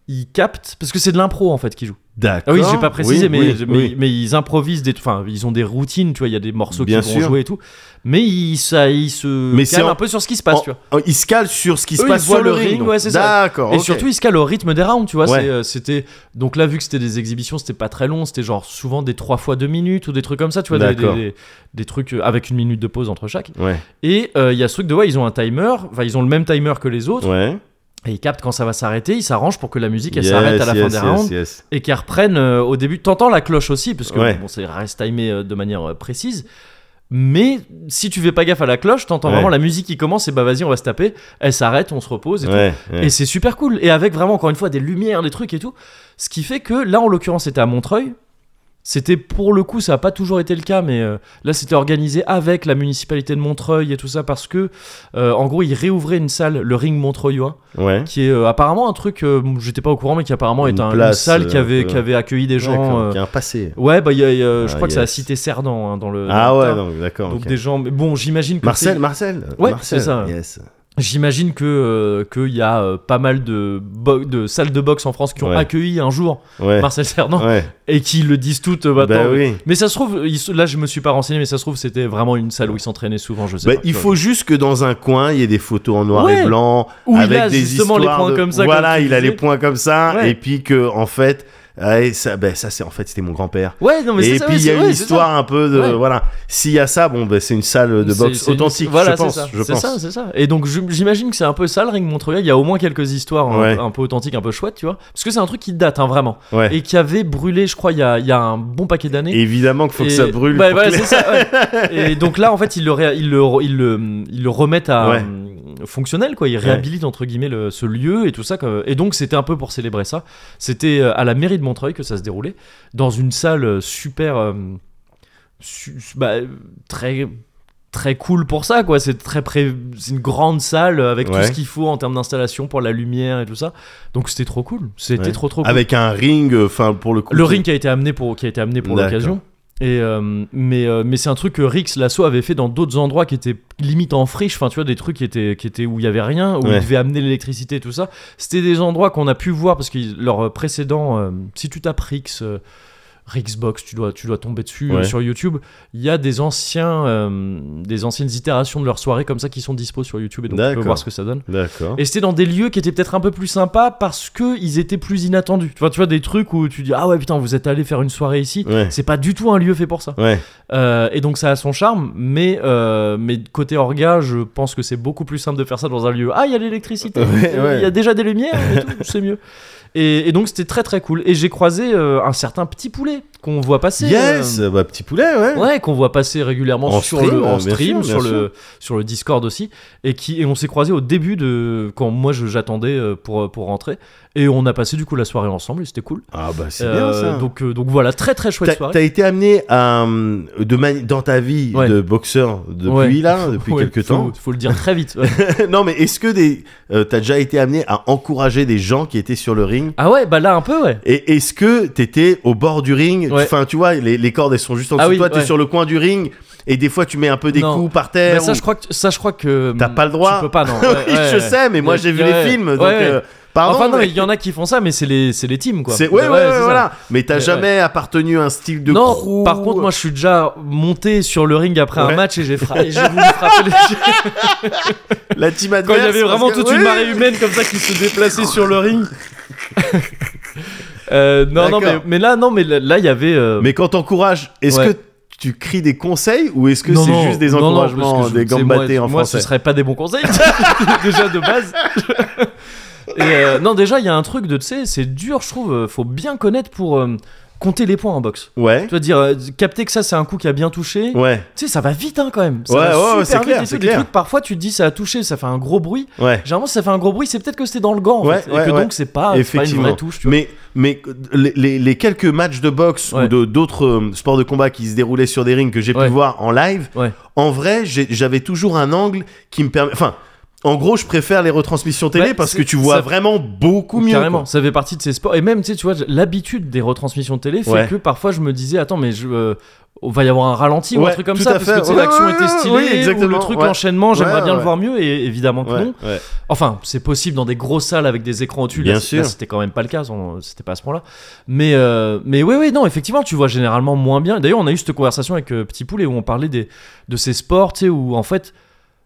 [SPEAKER 1] ils captent. Parce que c'est de l'impro en fait qu'ils jouent. Ah
[SPEAKER 2] D'accord.
[SPEAKER 1] oui, j'ai pas précisé,
[SPEAKER 2] Oui,
[SPEAKER 1] mais,
[SPEAKER 2] oui,
[SPEAKER 1] mais,
[SPEAKER 2] oui.
[SPEAKER 1] mais ils improvisent des. Enfin, ils ont des routines, tu vois, il y a des morceaux
[SPEAKER 2] Bien
[SPEAKER 1] qu'ils vont
[SPEAKER 2] sûr.
[SPEAKER 1] jouer et tout. Mais ils, ça, ils se
[SPEAKER 2] Mais c'est
[SPEAKER 1] calent
[SPEAKER 2] en-
[SPEAKER 1] un peu sur ce qui se passe,
[SPEAKER 2] En-
[SPEAKER 1] tu vois.
[SPEAKER 2] en- Ils se calent sur ce qui se
[SPEAKER 1] Eux,
[SPEAKER 2] passe
[SPEAKER 1] ils voient
[SPEAKER 2] sur le
[SPEAKER 1] le ring,
[SPEAKER 2] ring.
[SPEAKER 1] ouais, c'est ça.
[SPEAKER 2] D'accord.
[SPEAKER 1] Et
[SPEAKER 2] ok.
[SPEAKER 1] surtout, ils se calent au rythme des rounds, tu vois.
[SPEAKER 2] Ouais.
[SPEAKER 1] c'est, euh, C'était donc là, vu que c'était des exhibitions, c'était pas très long, c'était genre souvent des 3 fois 2 minutes ou des trucs comme ça, tu vois, des,
[SPEAKER 2] D'accord.
[SPEAKER 1] des- des- des trucs euh, avec une minute de pause entre chaque.
[SPEAKER 2] Ouais.
[SPEAKER 1] Et euh, il y a ce truc de ouais, ils ont un timer, enfin, ils ont le même timer que les autres,
[SPEAKER 2] Ouais.
[SPEAKER 1] et ils captent quand ça va s'arrêter, ils s'arrangent pour que la musique elle s'arrête à la
[SPEAKER 2] yes,
[SPEAKER 1] fin des
[SPEAKER 2] yes,
[SPEAKER 1] rounds
[SPEAKER 2] yes.
[SPEAKER 1] et qu'elles reprennent euh, au début. T'entends la cloche aussi, parce que
[SPEAKER 2] Ouais.
[SPEAKER 1] bon, c'est reste timé euh, de manière euh, précise. Mais si tu fais pas gaffe à la cloche, t'entends
[SPEAKER 2] Ouais.
[SPEAKER 1] vraiment la musique qui commence et bah vas-y, on va se taper. Elle s'arrête, on se repose et tout.
[SPEAKER 2] Ouais, ouais.
[SPEAKER 1] Et c'est super cool. Et avec vraiment, encore une fois, des lumières, des trucs et tout. Ce qui fait que là, en l'occurrence, c'était à Montreuil. C'était pour le coup, ça n'a pas toujours été le cas, mais euh, là, c'était organisé avec la municipalité de Montreuil et tout ça parce que, euh, en gros, ils réouvraient une salle, le Ring Montreuillois,
[SPEAKER 2] Ouais.
[SPEAKER 1] qui est euh, apparemment un truc, euh, bon, j'étais pas au courant, mais qui apparemment est
[SPEAKER 2] Une
[SPEAKER 1] un-
[SPEAKER 2] place,
[SPEAKER 1] une salle qui
[SPEAKER 2] euh,
[SPEAKER 1] avait,
[SPEAKER 2] un peu.
[SPEAKER 1] qui avait accueilli des gens.
[SPEAKER 2] D'accord,
[SPEAKER 1] euh,
[SPEAKER 2] qui a un passé.
[SPEAKER 1] Ouais, bah, il y a- il y a- je
[SPEAKER 2] Ah,
[SPEAKER 1] crois que c'est la
[SPEAKER 2] yes.
[SPEAKER 1] cité Cerdan hein, dans le. dans
[SPEAKER 2] Ah
[SPEAKER 1] le
[SPEAKER 2] ouais,
[SPEAKER 1] tas.
[SPEAKER 2] donc d'accord.
[SPEAKER 1] Donc
[SPEAKER 2] ok.
[SPEAKER 1] des gens, mais bon, j'imagine que.
[SPEAKER 2] Marcel,
[SPEAKER 1] c'est-
[SPEAKER 2] Marcel.
[SPEAKER 1] Ouais,
[SPEAKER 2] Marcel.
[SPEAKER 1] c'est ça.
[SPEAKER 2] Yes.
[SPEAKER 1] J'imagine que euh, qu'il y a euh, pas mal de, bo- de salles de boxe en France qui ont
[SPEAKER 2] Ouais.
[SPEAKER 1] accueilli un jour
[SPEAKER 2] Ouais.
[SPEAKER 1] Marcel Cerdan
[SPEAKER 2] Ouais.
[SPEAKER 1] et qui le disent toutes euh, maintenant.
[SPEAKER 2] Bah oui.
[SPEAKER 1] Mais ça se trouve, il se- là je me suis pas renseigné, mais ça se trouve c'était vraiment une salle où il s'entraînait souvent, je sais
[SPEAKER 2] Bah,
[SPEAKER 1] pas.
[SPEAKER 2] il
[SPEAKER 1] tu
[SPEAKER 2] faut juste que dans un coin, il y ait des photos en noir
[SPEAKER 1] Ouais.
[SPEAKER 2] et blanc,
[SPEAKER 1] Où il
[SPEAKER 2] avec
[SPEAKER 1] a
[SPEAKER 2] des
[SPEAKER 1] justement les
[SPEAKER 2] histoires
[SPEAKER 1] points
[SPEAKER 2] de-
[SPEAKER 1] comme ça,
[SPEAKER 2] Voilà,
[SPEAKER 1] comme tu
[SPEAKER 2] il a les
[SPEAKER 1] disais.
[SPEAKER 2] points comme ça,
[SPEAKER 1] Ouais.
[SPEAKER 2] et puis que en fait, ouais, ça, ben ça c'est en fait c'était mon grand-père.
[SPEAKER 1] vois. Ouais, non mais
[SPEAKER 2] et
[SPEAKER 1] c'est ça,
[SPEAKER 2] puis
[SPEAKER 1] ouais,
[SPEAKER 2] il y a
[SPEAKER 1] c'est-
[SPEAKER 2] une
[SPEAKER 1] ouais, c'est
[SPEAKER 2] histoire un peu de
[SPEAKER 1] Ouais.
[SPEAKER 2] voilà. S'il y a ça, bon ben c'est une salle de
[SPEAKER 1] C'est-
[SPEAKER 2] boxe
[SPEAKER 1] c'est une-
[SPEAKER 2] authentique,
[SPEAKER 1] voilà,
[SPEAKER 2] je
[SPEAKER 1] c'est
[SPEAKER 2] pense.
[SPEAKER 1] ça,
[SPEAKER 2] je
[SPEAKER 1] c'est
[SPEAKER 2] pense.
[SPEAKER 1] ça, c'est ça. Et donc je- j'imagine que c'est un peu ça le ring Montreuil. Il y a au moins quelques histoires hein,
[SPEAKER 2] Ouais.
[SPEAKER 1] un, peu authentiques, un peu chouettes, tu vois. Parce que c'est un truc qui date hein, vraiment
[SPEAKER 2] Ouais.
[SPEAKER 1] et qui avait brûlé, je crois, il y a, il y a un bon paquet d'années.
[SPEAKER 2] Évidemment qu'il faut que
[SPEAKER 1] Et-
[SPEAKER 2] ça brûle.
[SPEAKER 1] bah,
[SPEAKER 2] pour
[SPEAKER 1] voilà,
[SPEAKER 2] que les-
[SPEAKER 1] c'est ça, ouais. Et donc là, en fait, ils le, ré- ils le, ils le, ils le remettent à
[SPEAKER 2] Ouais.
[SPEAKER 1] euh, fonctionnel, quoi. Ils réhabilitent entre guillemets le- ce lieu et tout ça. quoi. Et donc, c'était un peu pour célébrer ça. C'était euh, à la mairie de Montreuil que ça se déroulait, dans une salle euh, super, euh, su- bah, euh, très très cool pour ça quoi c'est très pré- c'est une grande salle avec tout
[SPEAKER 2] Ouais.
[SPEAKER 1] ce qu'il faut en termes d'installation pour la lumière et tout ça donc c'était trop cool c'était
[SPEAKER 2] Ouais.
[SPEAKER 1] trop trop cool
[SPEAKER 2] Avec un ring, euh, enfin pour le coup.
[SPEAKER 1] le
[SPEAKER 2] qui-
[SPEAKER 1] ring qui a été amené pour qui a été amené pour
[SPEAKER 2] D'accord.
[SPEAKER 1] l'occasion Et, euh, mais euh, mais c'est un truc que Rix Lasso avait fait dans d'autres endroits qui étaient limite en friche, enfin tu vois des trucs qui étaient, qui étaient où il y avait rien, où
[SPEAKER 2] Ouais.
[SPEAKER 1] il devait amener l'électricité et tout ça. C'était des endroits qu'on a pu voir parce que leur euh, précédent, euh, si tu tapes Rix, euh, Rixbox, tu dois, tu dois tomber dessus euh,
[SPEAKER 2] Ouais.
[SPEAKER 1] sur YouTube. Il y a des anciens, euh, des anciennes itérations de leur soirée comme ça qui sont dispo sur YouTube et donc tu peux
[SPEAKER 2] D'accord.
[SPEAKER 1] voir ce que ça donne.
[SPEAKER 2] D'accord.
[SPEAKER 1] Et c'était dans des lieux qui étaient peut-être un peu plus sympas parce que ils étaient plus inattendus. Tu vois, tu vois des trucs où tu dis ah ouais putain vous êtes allé faire une soirée ici.
[SPEAKER 2] Ouais.
[SPEAKER 1] C'est pas du tout un lieu fait pour ça.
[SPEAKER 2] Ouais.
[SPEAKER 1] Euh, et donc ça a son charme, mais, euh, mais côté orga, je pense que c'est beaucoup plus simple de faire ça dans un lieu. Ah, il y a l'électricité,
[SPEAKER 2] Ouais,
[SPEAKER 1] euh, il y a
[SPEAKER 2] ouais.
[SPEAKER 1] déjà des lumières, et tout, c'est mieux. Et, et donc c'était très très cool. Et j'ai croisé euh, un certain petit poulet qu'on voit passer.
[SPEAKER 2] Yes,
[SPEAKER 1] euh,
[SPEAKER 2] bah, petit poulet, ouais.
[SPEAKER 1] Ouais, qu'on voit passer régulièrement
[SPEAKER 2] En
[SPEAKER 1] sur
[SPEAKER 2] stream,
[SPEAKER 1] le en
[SPEAKER 2] euh, bien
[SPEAKER 1] stream,
[SPEAKER 2] sûr, bien
[SPEAKER 1] sur le sur le Discord aussi, et qui et on s'est croisé au début de quand moi je- j'attendais euh, pour pour rentrer, et on a passé du coup la soirée ensemble, et c'était cool.
[SPEAKER 2] Ah bah c'est
[SPEAKER 1] Euh,
[SPEAKER 2] bien ça.
[SPEAKER 1] Donc euh, donc voilà, très très chouette
[SPEAKER 2] T'as
[SPEAKER 1] soirée.
[SPEAKER 2] t'as été amené à euh, de mani- dans ta vie
[SPEAKER 1] Ouais.
[SPEAKER 2] de boxeur depuis
[SPEAKER 1] Ouais.
[SPEAKER 2] là, depuis
[SPEAKER 1] Ouais,
[SPEAKER 2] quelques
[SPEAKER 1] faut-
[SPEAKER 2] temps.
[SPEAKER 1] Faut le dire très vite. ouais.
[SPEAKER 2] non mais est-ce que des euh, t'as déjà été amené à encourager des gens qui étaient sur le ring
[SPEAKER 1] Ah ouais, bah là un peu ouais.
[SPEAKER 2] et est-ce que t'étais au bord du ring
[SPEAKER 1] Ouais.
[SPEAKER 2] Enfin, tu vois, les, les cordes elles sont juste en dessous
[SPEAKER 1] Ah
[SPEAKER 2] de
[SPEAKER 1] oui,
[SPEAKER 2] toi, t'es
[SPEAKER 1] ouais.
[SPEAKER 2] sur le coin du ring et des fois tu mets un peu des
[SPEAKER 1] Non.
[SPEAKER 2] coups par
[SPEAKER 1] Mais
[SPEAKER 2] terre.
[SPEAKER 1] ça
[SPEAKER 2] ou-
[SPEAKER 1] je crois que ça je crois que
[SPEAKER 2] Eh
[SPEAKER 1] hum,
[SPEAKER 2] T'as pas le droit.
[SPEAKER 1] Tu peux pas non.
[SPEAKER 2] Oui,
[SPEAKER 1] Ouais, ouais,
[SPEAKER 2] je
[SPEAKER 1] ouais.
[SPEAKER 2] sais, mais moi
[SPEAKER 1] Ouais,
[SPEAKER 2] j'ai vu
[SPEAKER 1] ouais.
[SPEAKER 2] les films,
[SPEAKER 1] Ouais,
[SPEAKER 2] donc
[SPEAKER 1] ouais.
[SPEAKER 2] euh, pardon.
[SPEAKER 1] enfin non,
[SPEAKER 2] mais-
[SPEAKER 1] mais il y en a qui font ça, mais c'est les c'est les teams quoi.
[SPEAKER 2] C'est ouais, ouais, ouais,
[SPEAKER 1] c'est ça.
[SPEAKER 2] voilà. Mais t'as
[SPEAKER 1] Ouais,
[SPEAKER 2] jamais appartenu à un style de
[SPEAKER 1] non,
[SPEAKER 2] crew.
[SPEAKER 1] par contre, moi, je suis déjà monté sur le ring après un
[SPEAKER 2] Ouais.
[SPEAKER 1] match et j'ai fra- et j'ai voulu frapper les
[SPEAKER 2] la team
[SPEAKER 1] Quand
[SPEAKER 2] adverse.
[SPEAKER 1] il y avait vraiment
[SPEAKER 2] parce que-
[SPEAKER 1] toute une
[SPEAKER 2] Oui.
[SPEAKER 1] marée humaine comme ça qui se déplaçait sur le ring. Euh, non, non, mais,
[SPEAKER 2] D'accord.
[SPEAKER 1] mais là, non, mais là, là, il y avait. euh,
[SPEAKER 2] Mais quand t'encourages, est-ce
[SPEAKER 1] Ouais.
[SPEAKER 2] que tu cries des conseils ou est-ce que
[SPEAKER 1] non,
[SPEAKER 2] c'est
[SPEAKER 1] non,
[SPEAKER 2] juste des
[SPEAKER 1] non, non,
[SPEAKER 2] encouragements,
[SPEAKER 1] parce que je-
[SPEAKER 2] des
[SPEAKER 1] tu sais,
[SPEAKER 2] gambattés
[SPEAKER 1] moi,
[SPEAKER 2] en
[SPEAKER 1] moi,
[SPEAKER 2] français
[SPEAKER 1] ce serait pas des bons conseils, déjà de base. Et, euh, non, déjà, il y a un truc de, tu sais, c'est dur, je trouve. euh, Faut bien connaître pour euh, compter les points en boxe.
[SPEAKER 2] Ouais,
[SPEAKER 1] Tu vas dire, euh, capter que ça, c'est un coup qui a bien touché.
[SPEAKER 2] ouais,
[SPEAKER 1] Tu sais, ça va vite hein, quand même. Ça
[SPEAKER 2] Ouais,
[SPEAKER 1] va
[SPEAKER 2] ouais,
[SPEAKER 1] super
[SPEAKER 2] ouais, c'est
[SPEAKER 1] vite
[SPEAKER 2] clair,
[SPEAKER 1] et tout.
[SPEAKER 2] c'est
[SPEAKER 1] Des
[SPEAKER 2] clair.
[SPEAKER 1] trucs, parfois, tu te dis, ça a touché, ça fait un gros bruit.
[SPEAKER 2] ouais.
[SPEAKER 1] Généralement, si ça fait un gros bruit, c'est peut-être que c'était dans le gant. en
[SPEAKER 2] Ouais,
[SPEAKER 1] fait, et
[SPEAKER 2] ouais,
[SPEAKER 1] que
[SPEAKER 2] ouais.
[SPEAKER 1] donc, Ah, c'est pas, c'est pas une
[SPEAKER 2] Effectivement.
[SPEAKER 1] vraie touche. Tu vois.
[SPEAKER 2] Mais, mais les, les- les quelques matchs de boxe
[SPEAKER 1] Ouais.
[SPEAKER 2] ou de- d'autres euh, sports de combat qui se déroulaient sur des rings que j'ai
[SPEAKER 1] Ouais.
[SPEAKER 2] pu voir en live,
[SPEAKER 1] Ouais.
[SPEAKER 2] en vrai, j'ai- j'avais toujours un angle qui me permet. Enfin, en gros, je préfère les retransmissions télé
[SPEAKER 1] Ouais,
[SPEAKER 2] parce
[SPEAKER 1] c'est-
[SPEAKER 2] que tu vois
[SPEAKER 1] ça-
[SPEAKER 2] vraiment beaucoup mieux.
[SPEAKER 1] Carrément,
[SPEAKER 2] quoi.
[SPEAKER 1] ça fait partie de ces sports. Et même, tu sais, tu vois, l'habitude des retransmissions télé fait
[SPEAKER 2] Ouais.
[SPEAKER 1] que parfois, je me disais, attends, mais je. euh, on va y avoir un ralenti ou un
[SPEAKER 2] Ouais,
[SPEAKER 1] truc comme
[SPEAKER 2] tout
[SPEAKER 1] ça
[SPEAKER 2] à
[SPEAKER 1] parce
[SPEAKER 2] fait.
[SPEAKER 1] que tu sais,
[SPEAKER 2] Ouais,
[SPEAKER 1] l'action
[SPEAKER 2] ouais,
[SPEAKER 1] était
[SPEAKER 2] ouais,
[SPEAKER 1] stylée
[SPEAKER 2] ouais,
[SPEAKER 1] ou le
[SPEAKER 2] exactement,
[SPEAKER 1] truc
[SPEAKER 2] ouais.
[SPEAKER 1] l'enchaînement j'aimerais
[SPEAKER 2] Ouais,
[SPEAKER 1] bien le
[SPEAKER 2] ouais.
[SPEAKER 1] voir mieux et évidemment que
[SPEAKER 2] Ouais,
[SPEAKER 1] non
[SPEAKER 2] ouais.
[SPEAKER 1] enfin c'est possible dans des grosses salles avec des écrans au-dessus
[SPEAKER 2] Bien
[SPEAKER 1] là,
[SPEAKER 2] sûr.
[SPEAKER 1] là, c'était quand même pas le cas on- c'était pas à ce point là mais euh, mais oui oui non effectivement tu vois généralement moins bien d'ailleurs on a eu cette conversation avec euh, Petit Poulet où on parlait des de ces sports tu sais où en fait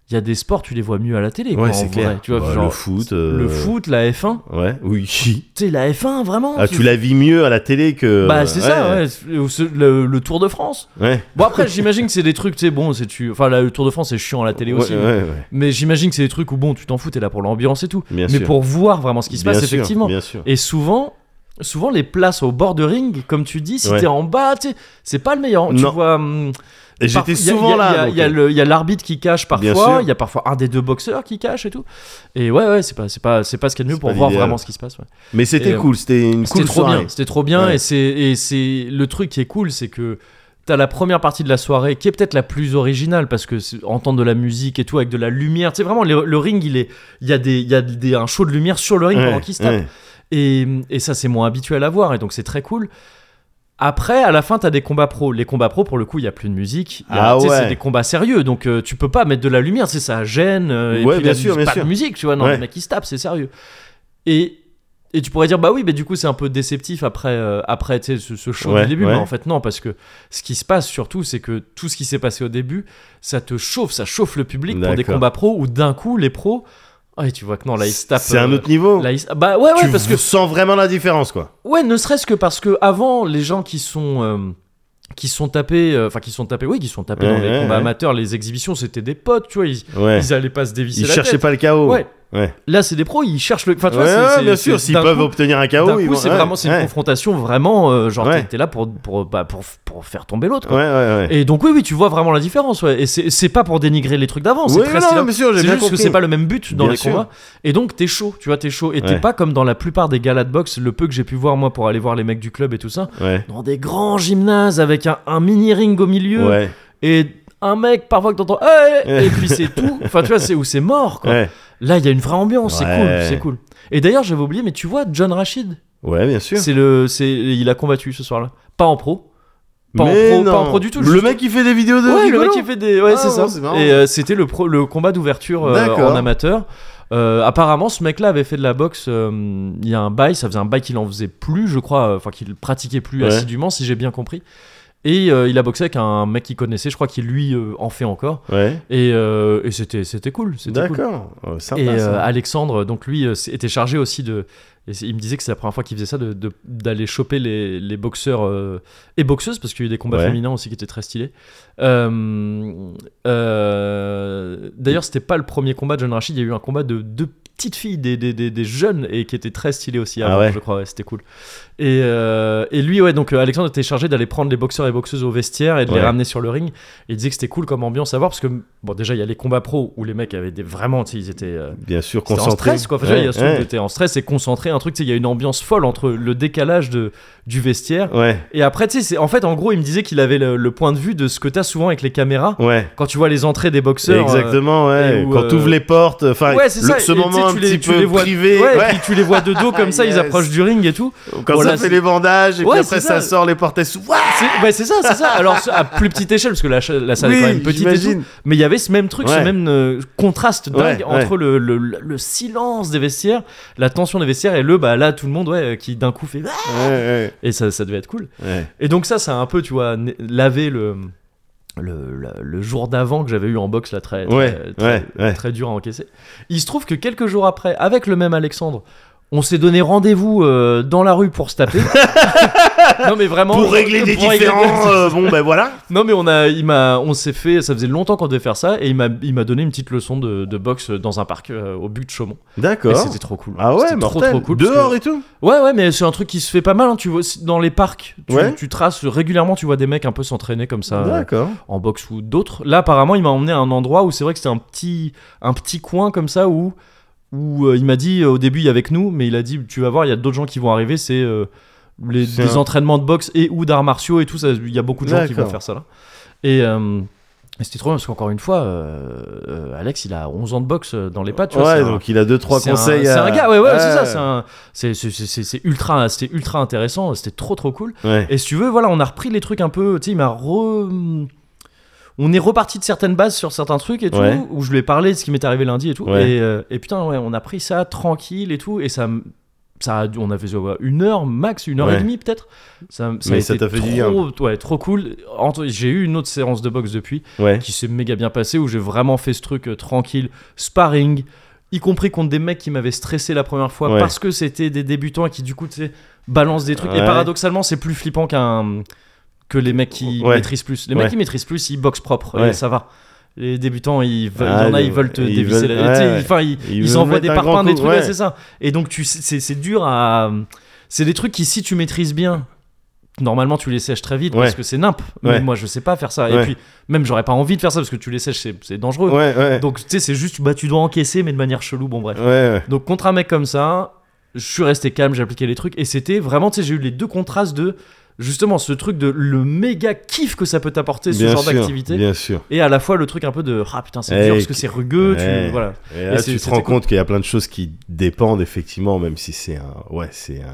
[SPEAKER 1] il y a des sports tu les vois mieux à la télé quoi,
[SPEAKER 2] Ouais,
[SPEAKER 1] en
[SPEAKER 2] c'est
[SPEAKER 1] vrai.
[SPEAKER 2] clair.
[SPEAKER 1] tu vois
[SPEAKER 2] Bah,
[SPEAKER 1] genre,
[SPEAKER 2] le foot, euh,
[SPEAKER 1] le foot la F1
[SPEAKER 2] Ouais, oui.
[SPEAKER 1] tu sais la F1 vraiment
[SPEAKER 2] Ah, tu la vis mieux à la télé que.
[SPEAKER 1] bah c'est ça
[SPEAKER 2] ouais.
[SPEAKER 1] ouais. Ou ce- le- le Tour de France
[SPEAKER 2] Ouais.
[SPEAKER 1] Bon après j'imagine que c'est des trucs, tu sais, bon, c'est tu... Enfin là, le Tour de France c'est chiant à la télé
[SPEAKER 2] Ouais,
[SPEAKER 1] aussi.
[SPEAKER 2] ouais,
[SPEAKER 1] mais-
[SPEAKER 2] ouais.
[SPEAKER 1] Mais j'imagine que c'est des trucs où bon, tu t'en fous, t'es là pour l'ambiance et tout.
[SPEAKER 2] Bien
[SPEAKER 1] mais
[SPEAKER 2] sûr.
[SPEAKER 1] pour voir vraiment ce qui se
[SPEAKER 2] Bien
[SPEAKER 1] passe
[SPEAKER 2] sûr,
[SPEAKER 1] effectivement.
[SPEAKER 2] Bien sûr.
[SPEAKER 1] Et souvent, souvent les places au bord de ring, comme tu dis, si
[SPEAKER 2] Ouais.
[SPEAKER 1] t'es en bas, tu sais, c'est pas le meilleur. Tu
[SPEAKER 2] Non.
[SPEAKER 1] vois. hum,
[SPEAKER 2] Et
[SPEAKER 1] par-
[SPEAKER 2] j'étais
[SPEAKER 1] y a-
[SPEAKER 2] souvent
[SPEAKER 1] y a-
[SPEAKER 2] là.
[SPEAKER 1] y a-
[SPEAKER 2] donc,
[SPEAKER 1] Il y a
[SPEAKER 2] euh,
[SPEAKER 1] le- il y a l'arbitre qui cache parfois,
[SPEAKER 2] sûr.
[SPEAKER 1] il y a parfois un des deux boxeurs qui cache et tout. Et ouais, ouais, c'est pas, c'est pas, c'est pas ce qu'il y a de mieux
[SPEAKER 2] C'est
[SPEAKER 1] pour
[SPEAKER 2] pas
[SPEAKER 1] voir
[SPEAKER 2] l'idéal.
[SPEAKER 1] vraiment ce qui se passe. ouais.
[SPEAKER 2] Mais c'était
[SPEAKER 1] Et, euh,
[SPEAKER 2] cool, c'était une
[SPEAKER 1] C'était
[SPEAKER 2] cool
[SPEAKER 1] trop
[SPEAKER 2] soirée.
[SPEAKER 1] bien, c'était trop bien
[SPEAKER 2] Ouais.
[SPEAKER 1] et c'est et c'est le truc qui est cool, c'est que t'as la première partie de la soirée qui est peut-être la plus originale parce que c'est- entendre de la musique et tout avec de la lumière, c'est vraiment le, le ring il est il y a des il y a des, un show de lumière sur le ring
[SPEAKER 2] Ouais,
[SPEAKER 1] pendant qu'il se tape
[SPEAKER 2] ouais.
[SPEAKER 1] et, et ça c'est moins habituel à voir et donc c'est très cool. Après, à la fin, t'as des combats pro. Les combats pro, pour le coup, il y a plus de musique. Il y a-
[SPEAKER 2] Ah
[SPEAKER 1] tu sais, C'est
[SPEAKER 2] ouais.
[SPEAKER 1] des combats sérieux, donc euh, tu peux pas mettre de la lumière, c'est ça gêne. euh, et
[SPEAKER 2] Ouais,
[SPEAKER 1] puis
[SPEAKER 2] bien
[SPEAKER 1] la
[SPEAKER 2] sûr,
[SPEAKER 1] musique-
[SPEAKER 2] bien
[SPEAKER 1] pas
[SPEAKER 2] sûr.
[SPEAKER 1] de musique, tu vois. Non,
[SPEAKER 2] Ouais.
[SPEAKER 1] le mec il se tape, c'est sérieux. Et et tu pourrais dire bah oui, mais du coup c'est un peu déceptif après euh, après tu sais, ce, ce show
[SPEAKER 2] Ouais,
[SPEAKER 1] du début.
[SPEAKER 2] ouais.
[SPEAKER 1] Mais en fait non, parce que ce qui se passe surtout, c'est que tout ce qui s'est passé au début, ça te chauffe, ça chauffe le public pour des
[SPEAKER 2] D'accord.
[SPEAKER 1] combats pro où d'un coup les pros, ah et tu vois que non là ils se tapent.
[SPEAKER 2] C'est
[SPEAKER 1] euh,
[SPEAKER 2] un autre niveau.
[SPEAKER 1] là, ils se- Bah ouais ouais
[SPEAKER 2] tu
[SPEAKER 1] parce que
[SPEAKER 2] sens vraiment la différence, quoi.
[SPEAKER 1] Ouais, ne serait-ce que parce que avant, les gens qui sont euh, qui sont tapés, euh, enfin qui sont tapés, oui, qui sont tapés dans
[SPEAKER 2] Ouais,
[SPEAKER 1] les
[SPEAKER 2] ouais,
[SPEAKER 1] combats
[SPEAKER 2] ouais.
[SPEAKER 1] amateurs, les exhibitions, c'était des potes, tu vois, ils,
[SPEAKER 2] Ouais.
[SPEAKER 1] ils allaient pas se dévisser
[SPEAKER 2] Ils
[SPEAKER 1] la
[SPEAKER 2] cherchaient
[SPEAKER 1] tête.
[SPEAKER 2] pas le chaos.
[SPEAKER 1] Ouais.
[SPEAKER 2] Ouais.
[SPEAKER 1] Là, c'est des pros, ils cherchent le. Enfin, tu vois,
[SPEAKER 2] Ouais,
[SPEAKER 1] c'est-
[SPEAKER 2] ouais,
[SPEAKER 1] c'est-
[SPEAKER 2] bien
[SPEAKER 1] c'est-
[SPEAKER 2] sûr, s'ils
[SPEAKER 1] d'un
[SPEAKER 2] peuvent
[SPEAKER 1] coup-
[SPEAKER 2] obtenir un
[SPEAKER 1] D'un
[SPEAKER 2] chaos, ils
[SPEAKER 1] coup,
[SPEAKER 2] vont.
[SPEAKER 1] c'est
[SPEAKER 2] ouais,
[SPEAKER 1] vraiment c'est une
[SPEAKER 2] ouais.
[SPEAKER 1] confrontation vraiment euh, genre
[SPEAKER 2] Ouais.
[SPEAKER 1] t'es- t'es là pour pour, bah, pour pour faire tomber l'autre.
[SPEAKER 2] Ouais,
[SPEAKER 1] quoi.
[SPEAKER 2] ouais, ouais.
[SPEAKER 1] Et donc oui oui tu vois vraiment la différence ouais. et c'est c'est pas pour dénigrer les trucs d'avant c'est
[SPEAKER 2] Oui,
[SPEAKER 1] très
[SPEAKER 2] non,
[SPEAKER 1] stylé.
[SPEAKER 2] bien sûr, j'ai
[SPEAKER 1] c'est
[SPEAKER 2] bien
[SPEAKER 1] juste que
[SPEAKER 2] compris.
[SPEAKER 1] c'est pas le même but dans
[SPEAKER 2] Bien
[SPEAKER 1] les
[SPEAKER 2] sûr.
[SPEAKER 1] combats et donc t'es chaud tu vois t'es chaud et t'es
[SPEAKER 2] Ouais.
[SPEAKER 1] pas comme dans la plupart des galas de boxe le peu que j'ai pu voir moi pour aller voir les mecs du club et tout ça
[SPEAKER 2] Ouais.
[SPEAKER 1] dans des grands gymnases avec un, un mini ring au milieu
[SPEAKER 2] Ouais.
[SPEAKER 1] et un mec parfois que t'entends Hey
[SPEAKER 2] Ouais.
[SPEAKER 1] et puis c'est tout enfin tu vois c'est où c'est mort quoi.
[SPEAKER 2] Ouais.
[SPEAKER 1] là il y a une vraie ambiance c'est cool
[SPEAKER 2] Ouais.
[SPEAKER 1] c'est cool et d'ailleurs j'avais oublié mais tu vois John Rachid
[SPEAKER 2] Ouais, bien sûr.
[SPEAKER 1] c'est le c'est il a combattu ce soir là pas en pro Pas en
[SPEAKER 2] Mais
[SPEAKER 1] pro-
[SPEAKER 2] non.
[SPEAKER 1] pas en pro du tout,
[SPEAKER 2] Le
[SPEAKER 1] juste-
[SPEAKER 2] mec qui fait des vidéos de.
[SPEAKER 1] Ouais, le
[SPEAKER 2] rigolo.
[SPEAKER 1] mec qui fait des. Ouais,
[SPEAKER 2] Ah,
[SPEAKER 1] c'est ça.
[SPEAKER 2] bon, c'est marrant.
[SPEAKER 1] Et euh, c'était le, pro- le combat d'ouverture euh,
[SPEAKER 2] D'accord.
[SPEAKER 1] en amateur. Euh, apparemment, ce mec-là avait fait de la boxe euh, il y a un bail. Ça faisait un bail qu'il en faisait plus, je crois. euh, Enfin, qu'il pratiquait plus
[SPEAKER 2] Ouais.
[SPEAKER 1] assidûment, si j'ai bien compris. Et euh, il a boxé avec un mec qu'il connaissait, je crois qu'il lui euh, en fait encore.
[SPEAKER 2] Ouais.
[SPEAKER 1] Et, euh, et c'était c'était cool. C'était cool.
[SPEAKER 2] D'accord. Oh, sympa,
[SPEAKER 1] Et euh,
[SPEAKER 2] ça.
[SPEAKER 1] Alexandre, donc lui, euh, s- était chargé aussi de. et c'est- il me disait que c'est la première fois qu'il faisait ça, de- de- d'aller choper les, les boxeurs euh, et boxeuses, parce qu'il y a eu des combats
[SPEAKER 2] Ouais.
[SPEAKER 1] féminins aussi qui étaient très stylés. Euh, euh, D'ailleurs, c'était pas le premier combat de John Rachid, il y a eu un combat de deux petites filles, des, des, des- des jeunes, et qui étaient très stylées aussi,
[SPEAKER 2] Ah
[SPEAKER 1] avant,
[SPEAKER 2] ouais.
[SPEAKER 1] je crois, ouais, c'était cool. Et, euh, et lui, ouais, donc euh, Alexandre était chargé d'aller prendre les boxeurs et boxeuses au vestiaire et de les
[SPEAKER 2] Ouais.
[SPEAKER 1] ramener sur le ring. Et il disait que c'était cool comme ambiance à voir, parce que, bon, déjà, il y a les combats pro où les mecs avaient des, vraiment, tu sais, ils étaient. euh,
[SPEAKER 2] Bien sûr,
[SPEAKER 1] c'était
[SPEAKER 2] concentré.
[SPEAKER 1] en stress quoi. Enfin,
[SPEAKER 2] Ouais,
[SPEAKER 1] il y a ce truc
[SPEAKER 2] ouais.
[SPEAKER 1] où t'es en stress et concentré, un truc, tu sais, il y a une ambiance folle entre le décalage de, du vestiaire.
[SPEAKER 2] Ouais,
[SPEAKER 1] Et après, tu sais, c'est- en fait, en gros, il me disait qu'il avait le, le point de vue de ce que t'as souvent avec les caméras.
[SPEAKER 2] ouais.
[SPEAKER 1] Quand tu vois les entrées des boxeurs. euh,
[SPEAKER 2] Exactement, ouais.
[SPEAKER 1] et où,
[SPEAKER 2] Quand
[SPEAKER 1] euh,
[SPEAKER 2] t'ouvres les portes, enfin,
[SPEAKER 1] ouais, c'est
[SPEAKER 2] le-
[SPEAKER 1] ça.
[SPEAKER 2] ce
[SPEAKER 1] et tu sais,
[SPEAKER 2] moment un
[SPEAKER 1] tu les-
[SPEAKER 2] petit
[SPEAKER 1] tu
[SPEAKER 2] peu
[SPEAKER 1] les vois-
[SPEAKER 2] privé,
[SPEAKER 1] ouais, et
[SPEAKER 2] ouais.
[SPEAKER 1] puis tu les vois de dos comme ça,
[SPEAKER 2] Yes.
[SPEAKER 1] ils approchent du ring et tout.
[SPEAKER 2] quand
[SPEAKER 1] Bon,
[SPEAKER 2] ça
[SPEAKER 1] là,
[SPEAKER 2] fait
[SPEAKER 1] c'est-
[SPEAKER 2] les bandages, et
[SPEAKER 1] Ouais,
[SPEAKER 2] puis
[SPEAKER 1] c'est
[SPEAKER 2] après ça.
[SPEAKER 1] ça.
[SPEAKER 2] sort, les portes elles s'ouvrent. Ouais,
[SPEAKER 1] C'est- Ouais, c'est ça, c'est ça. Alors, à plus petite échelle, parce que la, cha- la salle est quand même petite et tout.
[SPEAKER 2] j'imagine.
[SPEAKER 1] Mais il y avait ce même truc, ce
[SPEAKER 2] Ouais.
[SPEAKER 1] même euh, contraste dingue
[SPEAKER 2] Ouais,
[SPEAKER 1] entre Le, le, le- le silence des vestiaires, la tension des vestiaires et le bah là tout le monde ouais euh, qui d'un coup fait Ah
[SPEAKER 2] Ouais,
[SPEAKER 1] et ça, ça devait être cool.
[SPEAKER 2] ouais, ouais.
[SPEAKER 1] Et donc ça, ça a un peu tu vois né- lavé le le, la- le jour d'avant que j'avais eu en boxe là très très,
[SPEAKER 2] Ouais,
[SPEAKER 1] très,
[SPEAKER 2] ouais, ouais.
[SPEAKER 1] très dur à encaisser. Il se trouve que quelques jours après, avec le même Alexandre. On s'est donné rendez-vous euh, dans la rue pour se taper. non mais vraiment
[SPEAKER 2] Pour régler des
[SPEAKER 1] pour régler des-
[SPEAKER 2] différends, euh, bon ben voilà.
[SPEAKER 1] non mais on a, il m'a, on s'est fait, ça faisait longtemps qu'on devait faire ça et il m'a, il m'a donné une petite leçon de, de boxe dans un parc euh, au but de Chaumont. Et
[SPEAKER 2] D'accord.
[SPEAKER 1] c'était trop cool.
[SPEAKER 2] Ah ouais,
[SPEAKER 1] C'était trop
[SPEAKER 2] mortel.
[SPEAKER 1] trop cool. parce
[SPEAKER 2] Dehors
[SPEAKER 1] que-
[SPEAKER 2] et tout.
[SPEAKER 1] Ouais ouais mais c'est un truc qui se fait pas mal. hein, tu vois, c'est- dans les parcs, tu,
[SPEAKER 2] Ouais.
[SPEAKER 1] tu traces régulièrement, tu vois des mecs un peu s'entraîner comme ça euh,
[SPEAKER 2] D'accord.
[SPEAKER 1] en boxe ou d'autres. Là apparemment il m'a emmené à un endroit où c'est vrai que c'était un petit, un petit coin comme ça où où euh, il m'a dit euh, au début il y avait que nous mais il a dit tu vas voir il y a d'autres gens qui vont arriver c'est euh, les,
[SPEAKER 2] C'est
[SPEAKER 1] des
[SPEAKER 2] un-
[SPEAKER 1] entraînements de boxe et ou d'arts martiaux et tout ça il y a beaucoup de gens qui vont
[SPEAKER 2] D'accord.
[SPEAKER 1] faire ça là et euh, et c'était trop bien parce qu'encore une fois euh, euh, Alex il a 11 ans de boxe euh, dans les pattes tu vois, c'est
[SPEAKER 2] Ouais,
[SPEAKER 1] un-
[SPEAKER 2] donc il a deux trois
[SPEAKER 1] c'est un-
[SPEAKER 2] conseils.
[SPEAKER 1] c'est
[SPEAKER 2] à-
[SPEAKER 1] un gars ouais ouais
[SPEAKER 2] Ah,
[SPEAKER 1] c'est ça c'est un- c'est c'est- c'est- c'est- c'est ultra c'était ultra intéressant c'était trop trop cool
[SPEAKER 2] Ouais.
[SPEAKER 1] et si tu veux, voilà, on a repris les trucs un peu. Tu sais, il m'a re. On est reparti de certaines bases sur certains trucs et tout,
[SPEAKER 2] Ouais.
[SPEAKER 1] où je lui ai parlé de ce qui m'est arrivé lundi et tout.
[SPEAKER 2] Ouais.
[SPEAKER 1] Et, euh, et putain, ouais, on a pris ça tranquille et tout. Et ça. m- ça a dû- on a fait ça, ouais, une heure max, une heure
[SPEAKER 2] Ouais.
[SPEAKER 1] et demie peut-être. Ça, ça
[SPEAKER 2] Mais
[SPEAKER 1] a
[SPEAKER 2] ça
[SPEAKER 1] été
[SPEAKER 2] t'a fait
[SPEAKER 1] trop,
[SPEAKER 2] du bien.
[SPEAKER 1] Ouais, trop cool. Entre- J'ai eu une autre séance de boxe depuis
[SPEAKER 2] Ouais.
[SPEAKER 1] qui s'est méga bien passée où j'ai vraiment fait ce truc euh, tranquille, sparring, y compris contre des mecs qui m'avaient stressé la première fois
[SPEAKER 2] Ouais.
[SPEAKER 1] parce que c'était des débutants et qui du coup tu sais balancent des trucs. Et
[SPEAKER 2] Ouais.
[SPEAKER 1] paradoxalement, c'est plus flippant qu'un que les mecs qui
[SPEAKER 2] Ouais.
[SPEAKER 1] maîtrisent plus. Les
[SPEAKER 2] Ouais.
[SPEAKER 1] mecs qui maîtrisent plus, ils boxent propre
[SPEAKER 2] Ouais.
[SPEAKER 1] et ça va. Les débutants, ils veulent,
[SPEAKER 2] Ah,
[SPEAKER 1] il y en a,
[SPEAKER 2] les-
[SPEAKER 1] ils veulent te
[SPEAKER 2] ils
[SPEAKER 1] dévisser.
[SPEAKER 2] veulent-
[SPEAKER 1] la- tu sais,
[SPEAKER 2] ouais.
[SPEAKER 1] ils- Enfin, ils,
[SPEAKER 2] Ils
[SPEAKER 1] ils
[SPEAKER 2] veulent
[SPEAKER 1] envoient
[SPEAKER 2] mettre
[SPEAKER 1] des
[SPEAKER 2] un
[SPEAKER 1] parpaings,
[SPEAKER 2] grand
[SPEAKER 1] des
[SPEAKER 2] coup,
[SPEAKER 1] trucs,
[SPEAKER 2] ouais.
[SPEAKER 1] ouais, c'est ça. Et donc tu, c'est- c'est c'est dur à. C'est des trucs qui si tu maîtrises bien. Normalement, tu les sèches très vite parce
[SPEAKER 2] Ouais.
[SPEAKER 1] que c'est nimp.
[SPEAKER 2] Ouais.
[SPEAKER 1] Mais moi, je sais pas faire ça. Et
[SPEAKER 2] Ouais.
[SPEAKER 1] puis, même j'aurais pas envie de faire ça parce que tu les sèches, c'est c'est dangereux.
[SPEAKER 2] Ouais, ouais.
[SPEAKER 1] Donc tu sais, c'est juste bah tu dois encaisser mais de manière chelou. Bon bref.
[SPEAKER 2] Ouais, ouais.
[SPEAKER 1] Donc contre un mec comme ça, je suis resté calme, j'ai appliqué les trucs et c'était vraiment tu sais j'ai eu les deux contrastes de justement ce truc de le méga kiff que ça peut t'apporter ce
[SPEAKER 2] Bien
[SPEAKER 1] genre
[SPEAKER 2] sûr,
[SPEAKER 1] d'activité
[SPEAKER 2] Bien sûr.
[SPEAKER 1] et à la fois le truc un peu de ah putain c'est
[SPEAKER 2] Eh,
[SPEAKER 1] dur parce que
[SPEAKER 2] qui-
[SPEAKER 1] c'est rugueux,
[SPEAKER 2] Ouais.
[SPEAKER 1] tu voilà.
[SPEAKER 2] Et là,
[SPEAKER 1] c'est-
[SPEAKER 2] tu te
[SPEAKER 1] c'était
[SPEAKER 2] rends
[SPEAKER 1] cool.
[SPEAKER 2] compte qu'il y a plein de choses qui dépendent effectivement, même si c'est un, ouais, c'est un,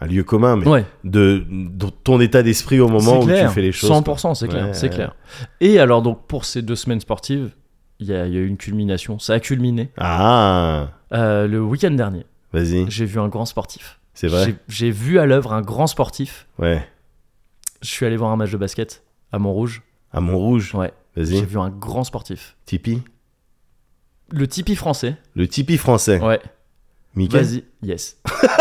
[SPEAKER 2] un lieu commun, mais
[SPEAKER 1] Ouais,
[SPEAKER 2] de, de ton état d'esprit au moment
[SPEAKER 1] c'est
[SPEAKER 2] où
[SPEAKER 1] clair.
[SPEAKER 2] tu fais les choses.
[SPEAKER 1] 100% c'est clair,
[SPEAKER 2] Ouais,
[SPEAKER 1] c'est
[SPEAKER 2] ouais.
[SPEAKER 1] clair. Et alors donc pour ces deux semaines sportives, il y, a il y a eu une culmination, ça a culminé
[SPEAKER 2] quoi. Ah,
[SPEAKER 1] Euh, le week-end dernier.
[SPEAKER 2] vas-y,
[SPEAKER 1] J'ai vu un grand sportif.
[SPEAKER 2] c'est vrai.
[SPEAKER 1] J'ai- J'ai vu à l'œuvre un grand sportif
[SPEAKER 2] Ouais.
[SPEAKER 1] Je suis allé voir un match de basket à Montrouge.
[SPEAKER 2] À Montrouge,
[SPEAKER 1] Ouais. J'ai
[SPEAKER 2] vas-y.
[SPEAKER 1] vu un grand sportif.
[SPEAKER 2] Tipeee.
[SPEAKER 1] Le Tipeee français.
[SPEAKER 2] Le Tipeee français.
[SPEAKER 1] Ouais.
[SPEAKER 2] Mickey.
[SPEAKER 1] Vas-y. Yes.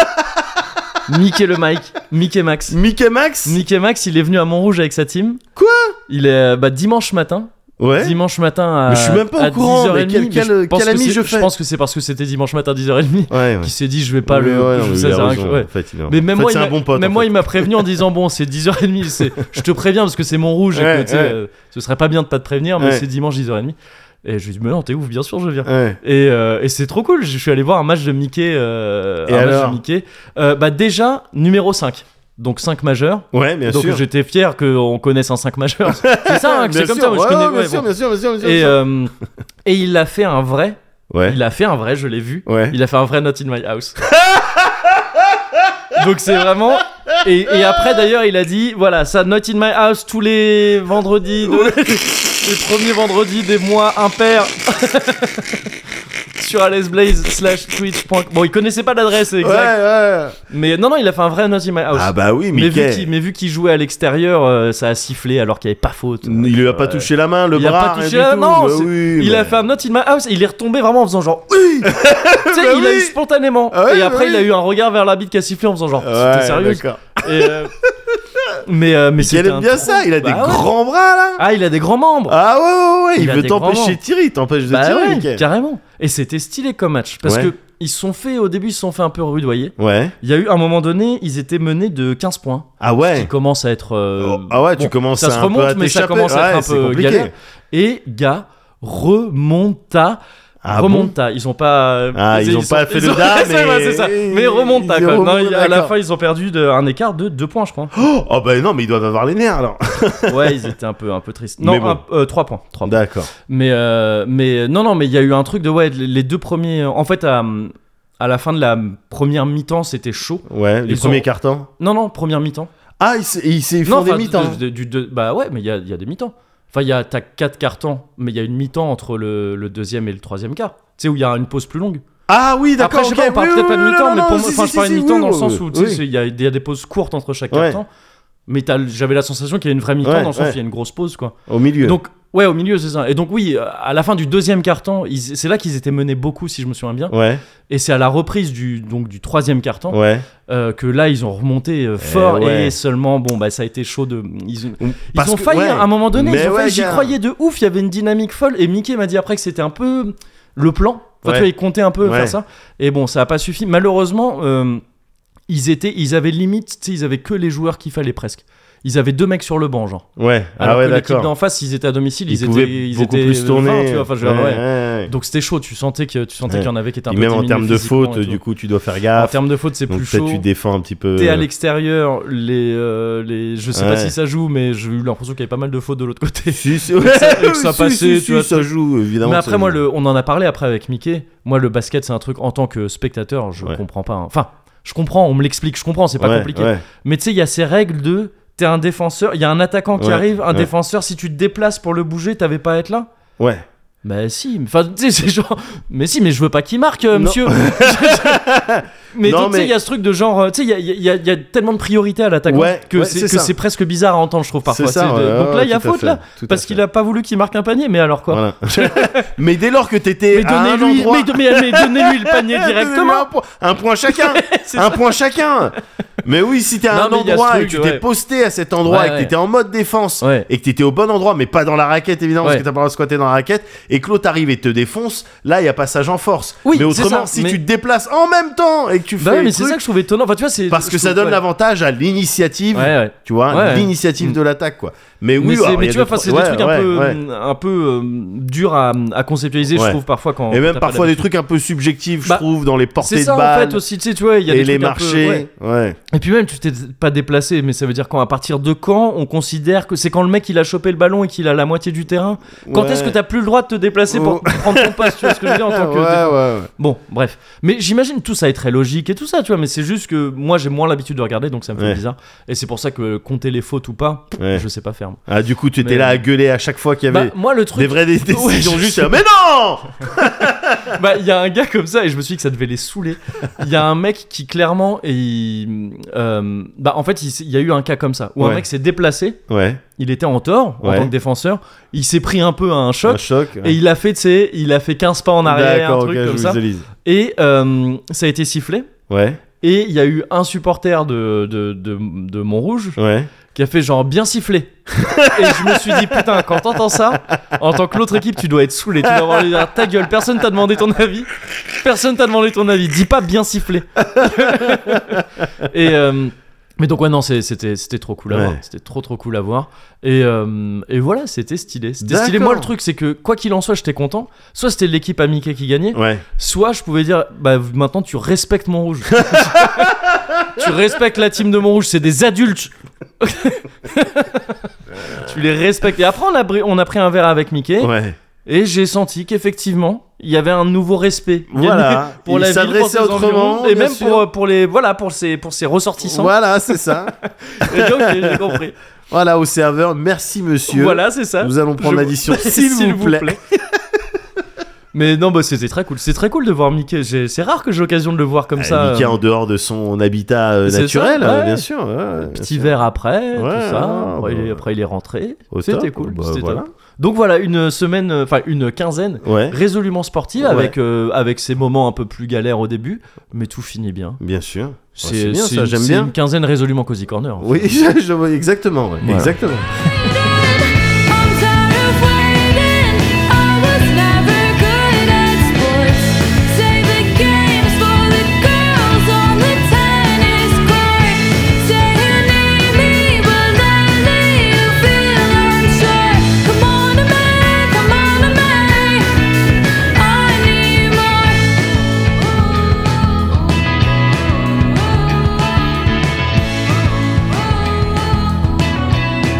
[SPEAKER 1] Mickey le Mike. Mickey Max.
[SPEAKER 2] Mickey Max.
[SPEAKER 1] Mickey Max, il est venu à Montrouge avec sa team.
[SPEAKER 2] Quoi
[SPEAKER 1] Il est bah, dimanche matin.
[SPEAKER 2] ouais.
[SPEAKER 1] Dimanche matin à.
[SPEAKER 2] Mais je suis même pas au
[SPEAKER 1] à
[SPEAKER 2] courant,
[SPEAKER 1] 10h30, je
[SPEAKER 2] mais quel- quel-
[SPEAKER 1] pense que
[SPEAKER 2] quel ami
[SPEAKER 1] c'est-
[SPEAKER 2] je fais
[SPEAKER 1] pense que c'est parce que c'était dimanche matin à 10h30
[SPEAKER 2] Ouais. ouais.
[SPEAKER 1] qu'il s'est dit je vais pas
[SPEAKER 2] Mais
[SPEAKER 1] le.
[SPEAKER 2] ouais, non,
[SPEAKER 1] je
[SPEAKER 2] mais
[SPEAKER 1] sais,
[SPEAKER 2] il a
[SPEAKER 1] c'est un-
[SPEAKER 2] raison,
[SPEAKER 1] ouais.
[SPEAKER 2] en fait, il a-
[SPEAKER 1] Mais même
[SPEAKER 2] en fait,
[SPEAKER 1] moi,
[SPEAKER 2] c'est
[SPEAKER 1] il
[SPEAKER 2] un
[SPEAKER 1] m'a-
[SPEAKER 2] bon pote.
[SPEAKER 1] même
[SPEAKER 2] en
[SPEAKER 1] moi,
[SPEAKER 2] fait.
[SPEAKER 1] il m'a prévenu en disant bon, c'est 10h30, c'est- je te préviens parce que c'est Montrouge et que
[SPEAKER 2] Ouais,
[SPEAKER 1] tu sais,
[SPEAKER 2] ouais.
[SPEAKER 1] euh, ce serait pas bien de pas te prévenir, mais
[SPEAKER 2] Ouais.
[SPEAKER 1] c'est dimanche 10h30. Et je lui ai dit mais non, t'es ouf, bien sûr, je viens.
[SPEAKER 2] Ouais.
[SPEAKER 1] Et, euh, et c'est trop cool, je suis allé voir un match de Mickey. euh,
[SPEAKER 2] Et
[SPEAKER 1] un match de
[SPEAKER 2] alors
[SPEAKER 1] Mickey. Euh, bah déjà, numéro 5. Donc 5 majeurs.
[SPEAKER 2] Ouais, bien
[SPEAKER 1] Donc
[SPEAKER 2] sûr.
[SPEAKER 1] j'étais fier qu'on connaisse un 5 majeur. C'est ça, hein, que c'est
[SPEAKER 2] Bien
[SPEAKER 1] comme
[SPEAKER 2] sûr,
[SPEAKER 1] ça, moi je
[SPEAKER 2] ouais,
[SPEAKER 1] connais.
[SPEAKER 2] ouais,
[SPEAKER 1] ouais,
[SPEAKER 2] Bien sûr,
[SPEAKER 1] bon.
[SPEAKER 2] bien sûr, bien sûr, bien
[SPEAKER 1] Et,
[SPEAKER 2] sûr.
[SPEAKER 1] euh, et il a fait un vrai.
[SPEAKER 2] Ouais.
[SPEAKER 1] Il a fait un vrai, je l'ai vu.
[SPEAKER 2] Ouais.
[SPEAKER 1] Il a fait un vrai Not in My House. Donc c'est vraiment Et, et après, d'ailleurs, il a dit voilà, ça Not in My House tous les vendredis, de- les premiers vendredis des mois impairs. Sur AlexBlaze slash twitch. Bon, il connaissait pas l'adresse
[SPEAKER 2] Ouais,
[SPEAKER 1] exacte,
[SPEAKER 2] ouais.
[SPEAKER 1] mais non, non, il a fait un vrai Not in My House.
[SPEAKER 2] Ah bah oui,
[SPEAKER 1] mais vu
[SPEAKER 2] Mickey.
[SPEAKER 1] qu'il- mais vu qu'il jouait à l'extérieur, euh, ça a sifflé alors qu'il n'y avait pas faute.
[SPEAKER 2] Il lui a pas
[SPEAKER 1] Ouais.
[SPEAKER 2] touché la main, le
[SPEAKER 1] Il a
[SPEAKER 2] bras,
[SPEAKER 1] pas touché
[SPEAKER 2] rien
[SPEAKER 1] la
[SPEAKER 2] du
[SPEAKER 1] main,
[SPEAKER 2] tout.
[SPEAKER 1] non,
[SPEAKER 2] Bah
[SPEAKER 1] c'est-
[SPEAKER 2] oui,
[SPEAKER 1] Il a
[SPEAKER 2] mais-
[SPEAKER 1] fait un not in my house et il est retombé vraiment en faisant genre oui. tu sais,
[SPEAKER 2] Bah
[SPEAKER 1] il a
[SPEAKER 2] oui.
[SPEAKER 1] eu spontanément.
[SPEAKER 2] Ah ouais,
[SPEAKER 1] et
[SPEAKER 2] bah
[SPEAKER 1] après, il a
[SPEAKER 2] oui.
[SPEAKER 1] eu un regard vers l'arbitre qui a sifflé en faisant genre c'était
[SPEAKER 2] Ouais,
[SPEAKER 1] sérieux.
[SPEAKER 2] d'accord.
[SPEAKER 1] Et, euh, mais euh, mais
[SPEAKER 2] Il
[SPEAKER 1] c'était
[SPEAKER 2] aime
[SPEAKER 1] un
[SPEAKER 2] bien
[SPEAKER 1] trou.
[SPEAKER 2] ça, il a
[SPEAKER 1] Bah
[SPEAKER 2] des
[SPEAKER 1] ouais.
[SPEAKER 2] grands bras là.
[SPEAKER 1] Ah, il a des grands membres.
[SPEAKER 2] Ah ouais, ouais, ouais,
[SPEAKER 1] Il
[SPEAKER 2] il,
[SPEAKER 1] a
[SPEAKER 2] veut
[SPEAKER 1] des grands
[SPEAKER 2] t'empêcher
[SPEAKER 1] membres.
[SPEAKER 2] de tirer, il t'empêche de
[SPEAKER 1] bah
[SPEAKER 2] tirer,
[SPEAKER 1] ouais,
[SPEAKER 2] Mickey.
[SPEAKER 1] carrément. Et c'était stylé comme match parce
[SPEAKER 2] Ouais.
[SPEAKER 1] que ils se sont fait au début, ils se sont fait un peu rudoyer.
[SPEAKER 2] Ouais.
[SPEAKER 1] Il y a eu un moment donné, ils étaient menés de 15 points.
[SPEAKER 2] Ah
[SPEAKER 1] qui
[SPEAKER 2] ouais.
[SPEAKER 1] commence à être. euh,
[SPEAKER 2] Oh, ah ouais, tu
[SPEAKER 1] bon,
[SPEAKER 2] commences
[SPEAKER 1] ça
[SPEAKER 2] à
[SPEAKER 1] se
[SPEAKER 2] un
[SPEAKER 1] remonte,
[SPEAKER 2] peu à
[SPEAKER 1] mais ça
[SPEAKER 2] t'échapper.
[SPEAKER 1] commence à être
[SPEAKER 2] Ouais,
[SPEAKER 1] un
[SPEAKER 2] c'est
[SPEAKER 1] peu euh,
[SPEAKER 2] compliqué.
[SPEAKER 1] galère. Et gars, remonta.
[SPEAKER 2] Ah bon
[SPEAKER 1] remonta, ils ont pas. euh,
[SPEAKER 2] Ah, ils ont pas fait
[SPEAKER 1] ils
[SPEAKER 2] le
[SPEAKER 1] ont-
[SPEAKER 2] dame,
[SPEAKER 1] c'est vrai,
[SPEAKER 2] et-
[SPEAKER 1] c'est ça.
[SPEAKER 2] et-
[SPEAKER 1] Mais remonta
[SPEAKER 2] ils
[SPEAKER 1] quoi.
[SPEAKER 2] ont
[SPEAKER 1] Non,
[SPEAKER 2] remonté,
[SPEAKER 1] à la
[SPEAKER 2] d'accord.
[SPEAKER 1] fin, ils ont perdu de- un écart de 2 points, je crois.
[SPEAKER 2] Oh, oh, bah non, mais ils doivent avoir les nerfs alors.
[SPEAKER 1] ouais, ils étaient un peu, un peu tristes.
[SPEAKER 2] Mais
[SPEAKER 1] Non,
[SPEAKER 2] bon.
[SPEAKER 1] 3 points. trois points.
[SPEAKER 2] D'accord.
[SPEAKER 1] Mais, euh, mais non, non, mais il y a eu un truc de ouais, les deux premiers. En fait, à, à la fin de la première mi-temps, c'était chaud.
[SPEAKER 2] Ouais, les
[SPEAKER 1] Ils
[SPEAKER 2] premiers
[SPEAKER 1] ont-
[SPEAKER 2] cartons.
[SPEAKER 1] Non, non, première mi-temps.
[SPEAKER 2] Ah, ils, se- ils, se- ils font des
[SPEAKER 1] enfin,
[SPEAKER 2] mi-temps.
[SPEAKER 1] de- de- du- de- bah ouais, mais il y a, il y a des mi-temps. Enfin, il y a t'as quatre cartons, mais il y a une mi-temps entre le, le deuxième et le troisième quart. Tu sais où il y a une pause plus longue.
[SPEAKER 2] Ah oui, d'accord.
[SPEAKER 1] Après, je sais
[SPEAKER 2] ok,
[SPEAKER 1] pas, on parle
[SPEAKER 2] oui,
[SPEAKER 1] peut-être
[SPEAKER 2] oui,
[SPEAKER 1] pas de
[SPEAKER 2] oui,
[SPEAKER 1] mi-temps,
[SPEAKER 2] non,
[SPEAKER 1] mais
[SPEAKER 2] non,
[SPEAKER 1] pour
[SPEAKER 2] si,
[SPEAKER 1] moi,
[SPEAKER 2] si,
[SPEAKER 1] enfin, je
[SPEAKER 2] si,
[SPEAKER 1] parle
[SPEAKER 2] si,
[SPEAKER 1] de mi-temps
[SPEAKER 2] oui,
[SPEAKER 1] dans le
[SPEAKER 2] oui,
[SPEAKER 1] sens où tu sais,
[SPEAKER 2] oui.
[SPEAKER 1] c'est- il y, a il y a des pauses courtes entre chaque
[SPEAKER 2] Ouais.
[SPEAKER 1] carton. Mais t'as- j'avais la sensation qu'il y a une vraie mi-temps
[SPEAKER 2] Ouais,
[SPEAKER 1] dans le sens où
[SPEAKER 2] ouais.
[SPEAKER 1] il y a une grosse pause, quoi.
[SPEAKER 2] Au milieu.
[SPEAKER 1] Donc ouais, au milieu, c'est ça. Et donc oui, euh, à la fin du deuxième carton, ils- c'est là qu'ils étaient menés beaucoup, si je me souviens bien.
[SPEAKER 2] Ouais,
[SPEAKER 1] Et c'est à la reprise du donc du troisième carton
[SPEAKER 2] ouais.
[SPEAKER 1] euh, que là ils ont remonté euh, fort
[SPEAKER 2] Eh ouais. Mm.
[SPEAKER 1] et seulement bon bah ça a été chaud de ils, ont- ils
[SPEAKER 2] Parce
[SPEAKER 1] ont
[SPEAKER 2] que-
[SPEAKER 1] failli
[SPEAKER 2] ouais.
[SPEAKER 1] à un moment donné
[SPEAKER 2] Mais
[SPEAKER 1] ils ont
[SPEAKER 2] ouais,
[SPEAKER 1] failli, j'y
[SPEAKER 2] gars.
[SPEAKER 1] croyais de ouf il y avait une dynamique folle et Mickey m'a dit après que c'était un peu le plan enfin
[SPEAKER 2] Ouais.
[SPEAKER 1] tu vois ils comptaient un peu
[SPEAKER 2] Ouais.
[SPEAKER 1] faire ça et bon ça a pas suffi malheureusement euh, ils étaient ils avaient limite tu sais ils avaient que les joueurs qu'il fallait presque ils avaient deux mecs sur le banc genre
[SPEAKER 2] Ouais,
[SPEAKER 1] alors
[SPEAKER 2] ah ouais,
[SPEAKER 1] que l'équipe
[SPEAKER 2] d'accord.
[SPEAKER 1] d'en face ils étaient à domicile ils,
[SPEAKER 2] pouvaient
[SPEAKER 1] étaient ils
[SPEAKER 2] beaucoup
[SPEAKER 1] étaient
[SPEAKER 2] plus tourner.
[SPEAKER 1] 20, tu vois, enfin, je veux
[SPEAKER 2] Ouais,
[SPEAKER 1] dire, ouais.
[SPEAKER 2] ouais.
[SPEAKER 1] donc c'était chaud tu sentais que tu sentais
[SPEAKER 2] Ouais.
[SPEAKER 1] qu'il y en avait qui étaient un
[SPEAKER 2] Et
[SPEAKER 1] peu
[SPEAKER 2] même en
[SPEAKER 1] diminués
[SPEAKER 2] termes de
[SPEAKER 1] physiquement
[SPEAKER 2] faute,
[SPEAKER 1] et tout.
[SPEAKER 2] du coup, tu dois faire
[SPEAKER 1] en
[SPEAKER 2] gaffe.
[SPEAKER 1] termes de faute c'est
[SPEAKER 2] Donc
[SPEAKER 1] plus
[SPEAKER 2] peut-être
[SPEAKER 1] chaud
[SPEAKER 2] tu défends un petit peu.
[SPEAKER 1] T'es à l'extérieur, les, euh, les, je sais pas
[SPEAKER 2] Euh. Ouais.
[SPEAKER 1] si ça joue, mais j'ai eu l'impression qu'il y avait pas mal de fautes de l'autre côté.
[SPEAKER 2] Si, si,
[SPEAKER 1] ça- et que ça
[SPEAKER 2] si,
[SPEAKER 1] passait,
[SPEAKER 2] si,
[SPEAKER 1] tu
[SPEAKER 2] si,
[SPEAKER 1] vois,
[SPEAKER 2] ça joue, évidemment.
[SPEAKER 1] mais
[SPEAKER 2] ça
[SPEAKER 1] après, moi,
[SPEAKER 2] joue.
[SPEAKER 1] le, on en a parlé après avec Mickey. Moi, le basket, c'est un truc en tant que spectateur, je
[SPEAKER 2] Ouais.
[SPEAKER 1] comprends pas. hein. Enfin, je comprends, on me l'explique, je comprends, c'est pas
[SPEAKER 2] Ouais,
[SPEAKER 1] compliqué.
[SPEAKER 2] ouais.
[SPEAKER 1] Mais tu sais, il y a ces règles de t'es un défenseur, il y a un attaquant qui
[SPEAKER 2] Ouais,
[SPEAKER 1] arrive, un
[SPEAKER 2] ouais.
[SPEAKER 1] défenseur, si tu te déplaces pour le bouger, t'avais pas à être là.
[SPEAKER 2] Ouais.
[SPEAKER 1] Bah si, mais- enfin tu sais c'est genre mais si mais je veux pas qu'il marque euh,
[SPEAKER 2] Non.
[SPEAKER 1] monsieur. mais
[SPEAKER 2] Non,
[SPEAKER 1] donc, tu sais
[SPEAKER 2] mais-
[SPEAKER 1] il y a ce truc de genre euh, tu sais il y a, il y a- il y a tellement de priorité à l'attaquant
[SPEAKER 2] Ouais,
[SPEAKER 1] que
[SPEAKER 2] ouais,
[SPEAKER 1] c'est
[SPEAKER 2] c'est
[SPEAKER 1] que
[SPEAKER 2] ça.
[SPEAKER 1] c'est presque bizarre à entendre je trouve parfois.
[SPEAKER 2] C'est ça,
[SPEAKER 1] tu sais, de-
[SPEAKER 2] ouais,
[SPEAKER 1] donc là
[SPEAKER 2] ouais,
[SPEAKER 1] il y a
[SPEAKER 2] tout à
[SPEAKER 1] faute
[SPEAKER 2] fait,
[SPEAKER 1] là
[SPEAKER 2] tout à
[SPEAKER 1] parce
[SPEAKER 2] fait.
[SPEAKER 1] qu'il a pas voulu qu'il marque un panier mais alors quoi.
[SPEAKER 2] Voilà. mais dès lors que t'étais
[SPEAKER 1] Mais
[SPEAKER 2] à un
[SPEAKER 1] donnez-lui
[SPEAKER 2] endroit...
[SPEAKER 1] mais, mais- mais donnez-lui le panier
[SPEAKER 2] Donnez-lui un
[SPEAKER 1] directement.
[SPEAKER 2] point, un point chacun
[SPEAKER 1] C'est
[SPEAKER 2] Un point chacun Mais oui, si t'es à
[SPEAKER 1] Non, mais
[SPEAKER 2] un
[SPEAKER 1] il y a ce
[SPEAKER 2] endroit et
[SPEAKER 1] truc,
[SPEAKER 2] que tu
[SPEAKER 1] ouais.
[SPEAKER 2] t'es posté à cet endroit
[SPEAKER 1] Ouais,
[SPEAKER 2] et que
[SPEAKER 1] ouais.
[SPEAKER 2] t'étais en mode défense
[SPEAKER 1] Ouais.
[SPEAKER 2] et que t'étais au bon endroit mais pas dans la raquette évidemment parce
[SPEAKER 1] Ouais.
[SPEAKER 2] que t'as pas le droit de squatter dans la raquette et que l'autre arrive et te défonce, là il y a passage en force.
[SPEAKER 1] Oui,
[SPEAKER 2] mais
[SPEAKER 1] c'est ça,
[SPEAKER 2] autrement, si
[SPEAKER 1] mais-
[SPEAKER 2] tu te déplaces en même temps et que tu fais...
[SPEAKER 1] Bah ouais,
[SPEAKER 2] le
[SPEAKER 1] mais c'est
[SPEAKER 2] truc,
[SPEAKER 1] ça que je trouve étonnant. Enfin tu vois c'est
[SPEAKER 2] Parce que
[SPEAKER 1] je
[SPEAKER 2] ça
[SPEAKER 1] trouve-
[SPEAKER 2] donne
[SPEAKER 1] ouais.
[SPEAKER 2] l'avantage à l'initiative,
[SPEAKER 1] Ouais ouais.
[SPEAKER 2] tu vois,
[SPEAKER 1] Ouais.
[SPEAKER 2] l'initiative
[SPEAKER 1] Mm.
[SPEAKER 2] de l'attaque quoi. Mais oui,
[SPEAKER 1] Mais, c'est-
[SPEAKER 2] alors,
[SPEAKER 1] mais
[SPEAKER 2] il y a
[SPEAKER 1] tu vois,
[SPEAKER 2] des
[SPEAKER 1] enfin, c'est
[SPEAKER 2] fois-
[SPEAKER 1] des trucs un
[SPEAKER 2] ouais,
[SPEAKER 1] peu, hum, mm,
[SPEAKER 2] ouais.
[SPEAKER 1] un peu euh, durs à, à conceptualiser, je
[SPEAKER 2] Ouais.
[SPEAKER 1] trouve parfois quand.
[SPEAKER 2] Et
[SPEAKER 1] quand
[SPEAKER 2] même
[SPEAKER 1] t'as pas
[SPEAKER 2] parfois des trucs un peu subjectifs,
[SPEAKER 1] Bah,
[SPEAKER 2] je trouve, dans les portées
[SPEAKER 1] C'est ça
[SPEAKER 2] de balles
[SPEAKER 1] en fait aussi, tu sais, tu vois, il y a
[SPEAKER 2] et
[SPEAKER 1] des
[SPEAKER 2] les
[SPEAKER 1] trucs un peu- ouais.
[SPEAKER 2] marchés. ouais.
[SPEAKER 1] Et puis même, tu t'es pas déplacé, mais ça veut dire quand à partir de quand on considère que c'est quand le mec il a chopé le ballon et qu'il a la moitié du terrain. Quand
[SPEAKER 2] Ouais.
[SPEAKER 1] est-ce que t'as plus le droit de te déplacer pour
[SPEAKER 2] Oh.
[SPEAKER 1] prendre ton passe, tu vois ce que je veux dire en tant que.
[SPEAKER 2] Ah, Ouais,
[SPEAKER 1] défenseur.
[SPEAKER 2] ouais, ouais.
[SPEAKER 1] Bon, bref. Mais j'imagine tout ça est très logique et tout ça, tu vois. Mais c'est juste que moi j'ai moins l'habitude de regarder, donc ça me fait
[SPEAKER 2] Ouais.
[SPEAKER 1] bizarre. Et c'est pour ça que compter les fautes ou pas,
[SPEAKER 2] Ouais.
[SPEAKER 1] je sais pas faire.
[SPEAKER 2] Ah, du coup, tu étais
[SPEAKER 1] Mais-
[SPEAKER 2] là à gueuler à chaque fois qu'il y
[SPEAKER 1] Bah,
[SPEAKER 2] avait
[SPEAKER 1] moi le truc.
[SPEAKER 2] des vraies dé- décisions
[SPEAKER 1] Ouais, je-
[SPEAKER 2] juste. Mais non
[SPEAKER 1] Bah, il y a un gars comme ça, et je me suis dit que ça devait les saouler. Il y a un mec qui, clairement, est- il, euh, bah, en fait, il, s- il y a eu un cas comme ça, où un
[SPEAKER 2] Ouais.
[SPEAKER 1] mec s'est déplacé,
[SPEAKER 2] Ouais,
[SPEAKER 1] il était en tort, en
[SPEAKER 2] Ouais.
[SPEAKER 1] tant que défenseur, il s'est pris un peu à un
[SPEAKER 2] un
[SPEAKER 1] choc,
[SPEAKER 2] choc.
[SPEAKER 1] et il a fait, tu sais, il a fait 15 pas en arrière, un
[SPEAKER 2] D'accord,
[SPEAKER 1] truc
[SPEAKER 2] ok,
[SPEAKER 1] comme
[SPEAKER 2] je
[SPEAKER 1] ça,
[SPEAKER 2] visualise.
[SPEAKER 1] et euh, ça a été sifflé.
[SPEAKER 2] Ouais,
[SPEAKER 1] Et il y a eu un supporter de, de, de, de Montrouge
[SPEAKER 2] ouais.
[SPEAKER 1] qui a fait genre bien sifflé. et je me suis dit, putain, quand t'entends ça, en tant que l'autre équipe, tu dois être saoulé. Tu dois avoir envie de dire, ta gueule, personne t'a demandé ton avis. Personne t'a demandé ton avis. Dis pas bien sifflé. et. euh, mais donc ouais non c'est- c'était c'était trop cool à
[SPEAKER 2] Ouais.
[SPEAKER 1] voir c'était trop trop cool à voir et, euh, et voilà c'était stylé c'était stylé
[SPEAKER 2] D'accord.
[SPEAKER 1] moi le truc c'est que quoi qu'il en soit j'étais content soit c'était l'équipe amicale qui gagnait
[SPEAKER 2] Ouais.
[SPEAKER 1] soit je pouvais dire bah maintenant tu respectes mon rouge tu respectes la team de mon rouge c'est des adultes tu les respectes et après on a, bri- on a pris un verre avec Mickey
[SPEAKER 2] Ouais.
[SPEAKER 1] et j'ai senti qu'effectivement il y avait un nouveau respect gagné
[SPEAKER 2] Voilà.
[SPEAKER 1] pour
[SPEAKER 2] Il
[SPEAKER 1] la ville, pour
[SPEAKER 2] s'adressait
[SPEAKER 1] ses
[SPEAKER 2] autrement,
[SPEAKER 1] environs, et
[SPEAKER 2] bien
[SPEAKER 1] même
[SPEAKER 2] sûr.
[SPEAKER 1] pour, euh, pour les voilà pour ses pour ses ressortissants.
[SPEAKER 2] Voilà, c'est ça.
[SPEAKER 1] Et donc, j'ai j'ai compris.
[SPEAKER 2] voilà, au serveur, merci monsieur.
[SPEAKER 1] Voilà, c'est ça.
[SPEAKER 2] Nous allons prendre
[SPEAKER 1] Je-
[SPEAKER 2] l'addition, s'il vous plaît.
[SPEAKER 1] Mais non, bah c'était très cool. C'est très cool de voir Mickey. J'ai- C'est rare que j'ai l'occasion de le voir comme
[SPEAKER 2] Euh,
[SPEAKER 1] ça.
[SPEAKER 2] Mickey
[SPEAKER 1] euh,
[SPEAKER 2] en dehors de son habitat euh,
[SPEAKER 1] C'est ça,
[SPEAKER 2] naturel, euh,
[SPEAKER 1] ouais.
[SPEAKER 2] bien sûr. ouais, ouais, bien
[SPEAKER 1] Petit
[SPEAKER 2] sûr.
[SPEAKER 1] verre après,
[SPEAKER 2] Ouais,
[SPEAKER 1] tout ça.
[SPEAKER 2] ouais,
[SPEAKER 1] après, il est,
[SPEAKER 2] bah,
[SPEAKER 1] après, il est rentré.
[SPEAKER 2] Au
[SPEAKER 1] C'était
[SPEAKER 2] top,
[SPEAKER 1] cool.
[SPEAKER 2] bah,
[SPEAKER 1] c'était
[SPEAKER 2] voilà.
[SPEAKER 1] top. Donc voilà, une semaine, euh, enfin une quinzaine
[SPEAKER 2] Ouais,
[SPEAKER 1] résolument sportive
[SPEAKER 2] Ouais.
[SPEAKER 1] avec, euh, avec ses moments un peu plus galères au début, mais tout finit bien.
[SPEAKER 2] bien sûr.
[SPEAKER 1] C'est
[SPEAKER 2] c'est bien,
[SPEAKER 1] c'est
[SPEAKER 2] ça,
[SPEAKER 1] une-
[SPEAKER 2] j'aime
[SPEAKER 1] c'est
[SPEAKER 2] bien.
[SPEAKER 1] une quinzaine résolument Cozy Corner.
[SPEAKER 2] Oui, je, je vois exactement. ouais,
[SPEAKER 1] Voilà.
[SPEAKER 2] Exactement.
[SPEAKER 4] I'm tired of waiting. I was never good at sports. Save the games for the girls on the tennis court. Say you need me, but lately you feel unsure. Come on to me, come on to me. I need more.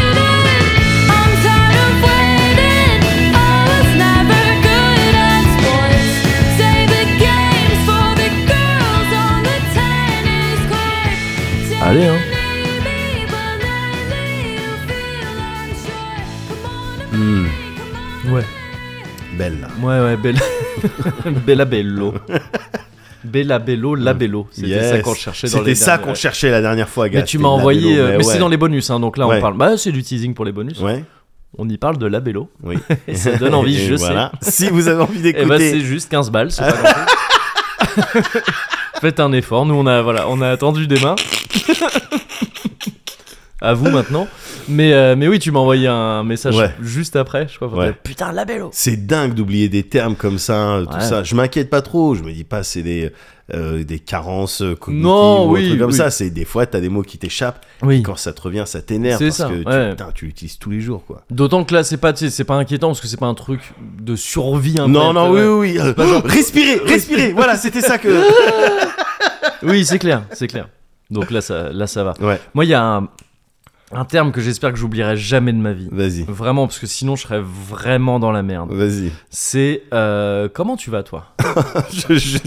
[SPEAKER 4] I'm tired of waiting. I was never good at sports. Save the games for the girls on the tennis court.
[SPEAKER 1] Allez, hein.
[SPEAKER 2] Hmm,
[SPEAKER 1] Ouais.
[SPEAKER 2] belle.
[SPEAKER 1] Ouais, ouais, Bella, Bella Bello. Bella Bello, la Bello. C'était
[SPEAKER 2] Mm. Yes.
[SPEAKER 1] ça qu'on cherchait dans les
[SPEAKER 2] C'était ça
[SPEAKER 1] dernières-
[SPEAKER 2] qu'on cherchait la dernière fois, gars.
[SPEAKER 1] Mais tu m'as envoyé. euh, mais c'est dans les bonus, hein, donc là on
[SPEAKER 2] Ouais.
[SPEAKER 1] parle. Bah, c'est du teasing pour les bonus.
[SPEAKER 2] Ouais,
[SPEAKER 1] On y parle de la Bello.
[SPEAKER 2] oui.
[SPEAKER 1] Et ça donne envie,
[SPEAKER 2] Et
[SPEAKER 1] je
[SPEAKER 2] voilà. Ah, Si vous avez envie
[SPEAKER 1] sais. Et bah, c'est
[SPEAKER 2] d'écouter.
[SPEAKER 1] juste 15 balles, c'est pas grand-chose. Faites un effort, nous on a, voilà, on a attendu des mains. à vous maintenant. Mais, euh, mais oui, tu m'as envoyé un message
[SPEAKER 2] Ouais.
[SPEAKER 1] juste après, je crois. pour
[SPEAKER 2] Ouais.
[SPEAKER 1] dire, Putain, la Bello
[SPEAKER 2] C'est dingue d'oublier des termes comme ça, euh, tout
[SPEAKER 1] Ouais.
[SPEAKER 2] ça. Je m'inquiète pas trop. Je me dis pas c'est des euh, des carences euh, cognitives
[SPEAKER 1] Non,
[SPEAKER 2] ou un
[SPEAKER 1] oui,
[SPEAKER 2] truc comme
[SPEAKER 1] oui.
[SPEAKER 2] ça. C'est des fois t'as des mots qui t'échappent.
[SPEAKER 1] Oui.
[SPEAKER 2] Quand ça te revient, ça t'énerve
[SPEAKER 1] C'est
[SPEAKER 2] parce
[SPEAKER 1] ça,
[SPEAKER 2] que tu-
[SPEAKER 1] ouais.
[SPEAKER 2] putain, tu l'utilises tous les jours, quoi.
[SPEAKER 1] D'autant que là, c'est pas, tu sais, c'est pas inquiétant parce que c'est pas un truc de survie. hein, peut-être,
[SPEAKER 2] Non, non,
[SPEAKER 1] ouais.
[SPEAKER 2] oui, oui, oui.
[SPEAKER 1] pas genre-
[SPEAKER 2] Respirez, respirez. voilà, c'était ça que.
[SPEAKER 1] Oui, c'est clair, c'est clair. Donc là, ça, là, ça va.
[SPEAKER 2] Ouais,
[SPEAKER 1] Moi, il y a un, un terme que j'espère que j'oublierai jamais de ma vie.
[SPEAKER 2] vas-y,
[SPEAKER 1] Vraiment, parce que sinon, je serais vraiment dans la merde.
[SPEAKER 2] vas-y.
[SPEAKER 1] C'est euh, comment tu vas, toi
[SPEAKER 2] Je- je-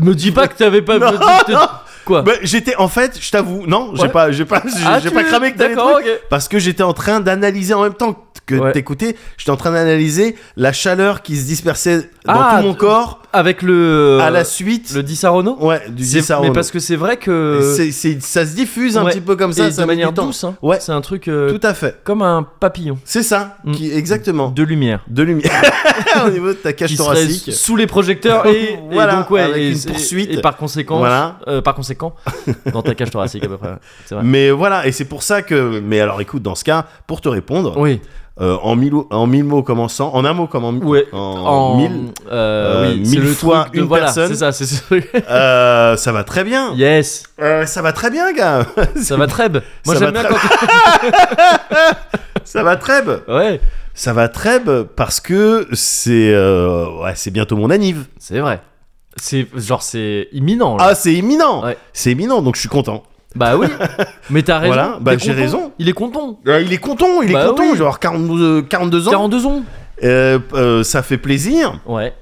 [SPEAKER 1] Me dis pas que t'avais pas.
[SPEAKER 2] Non,
[SPEAKER 1] me dis que t'es-
[SPEAKER 2] non.
[SPEAKER 1] Quoi
[SPEAKER 2] Bah, j'étais en fait, je t'avoue, non, j'ai
[SPEAKER 1] Ouais.
[SPEAKER 2] pas, j'ai pas, j'ai
[SPEAKER 1] Ah,
[SPEAKER 2] j'ai
[SPEAKER 1] tu-
[SPEAKER 2] pas cramé que t'as les
[SPEAKER 1] D'accord,
[SPEAKER 2] trucs.
[SPEAKER 1] ok.
[SPEAKER 2] Parce que j'étais en train d'analyser en même temps que
[SPEAKER 1] Ouais.
[SPEAKER 2] t'écoutais, j'étais en train d'analyser la chaleur qui se dispersait dans
[SPEAKER 1] Ah,
[SPEAKER 2] tout mon
[SPEAKER 1] t-
[SPEAKER 2] corps
[SPEAKER 1] Avec le. euh,
[SPEAKER 2] à la suite.
[SPEAKER 1] Le Dissarono
[SPEAKER 2] Ouais, du
[SPEAKER 1] C'est-
[SPEAKER 2] Disaronno.
[SPEAKER 1] Mais parce que c'est vrai
[SPEAKER 2] Et
[SPEAKER 1] que.
[SPEAKER 2] c'est- c'est- ça se diffuse un
[SPEAKER 1] Ouais.
[SPEAKER 2] petit peu comme ça,
[SPEAKER 1] et
[SPEAKER 2] ça
[SPEAKER 1] de
[SPEAKER 2] met
[SPEAKER 1] manière
[SPEAKER 2] du temps.
[SPEAKER 1] douce. hein.
[SPEAKER 2] Ouais.
[SPEAKER 1] C'est un truc euh,
[SPEAKER 2] Tout à fait.
[SPEAKER 1] comme un papillon
[SPEAKER 2] C'est ça,
[SPEAKER 1] Mm.
[SPEAKER 2] qui exactement.
[SPEAKER 1] de
[SPEAKER 2] De,
[SPEAKER 1] lumière.
[SPEAKER 2] lumière au niveau de ta cage
[SPEAKER 1] qui serait
[SPEAKER 2] thoracique.
[SPEAKER 1] sous les projecteurs et, et
[SPEAKER 2] Voilà,
[SPEAKER 1] donc ouais,
[SPEAKER 2] avec
[SPEAKER 1] et,
[SPEAKER 2] une
[SPEAKER 1] et-
[SPEAKER 2] poursuite.
[SPEAKER 1] et par conséquent
[SPEAKER 2] Voilà.
[SPEAKER 1] euh, par conséquent dans ta cage thoracique à peu près c'est vrai
[SPEAKER 2] Mais voilà, et c'est pour ça que. Mais alors écoute, dans ce cas, pour te répondre,
[SPEAKER 1] oui
[SPEAKER 2] euh, en, mille, en mille mots commençant, en un mot comment
[SPEAKER 1] Ouais.
[SPEAKER 2] en,
[SPEAKER 1] en
[SPEAKER 2] mille,
[SPEAKER 1] euh,
[SPEAKER 2] euh,
[SPEAKER 1] oui,
[SPEAKER 2] mille
[SPEAKER 1] c'est le
[SPEAKER 2] fois
[SPEAKER 1] truc de-
[SPEAKER 2] une
[SPEAKER 1] voilà,
[SPEAKER 2] personne.
[SPEAKER 1] c'est ça c'est ce truc.
[SPEAKER 2] euh, ça va très bien.
[SPEAKER 1] yes
[SPEAKER 2] Euh, ça va très bien, gars.
[SPEAKER 1] ça va très bien moi
[SPEAKER 2] Ça
[SPEAKER 1] j'aime
[SPEAKER 2] va
[SPEAKER 1] bien
[SPEAKER 2] très-
[SPEAKER 1] quand
[SPEAKER 2] ça va très bien.
[SPEAKER 1] ouais
[SPEAKER 2] Ça va très bien parce que c'est euh, ouais, c'est bientôt mon anniv.
[SPEAKER 1] c'est vrai c'est genre c'est imminent là.
[SPEAKER 2] Ah, c'est imminent.
[SPEAKER 1] Ouais.
[SPEAKER 2] C'est imminent, donc je suis content.
[SPEAKER 1] bah oui mais t'as raison
[SPEAKER 2] Voilà, bah,
[SPEAKER 1] t'es
[SPEAKER 2] j'ai
[SPEAKER 1] content.
[SPEAKER 2] raison.
[SPEAKER 1] il est content
[SPEAKER 2] Euh, il est content, il est
[SPEAKER 1] Bah
[SPEAKER 2] content.
[SPEAKER 1] oui.
[SPEAKER 2] Genre 42, 42 ans.
[SPEAKER 1] 42 ans
[SPEAKER 2] Euh, euh, ça fait plaisir.
[SPEAKER 1] ouais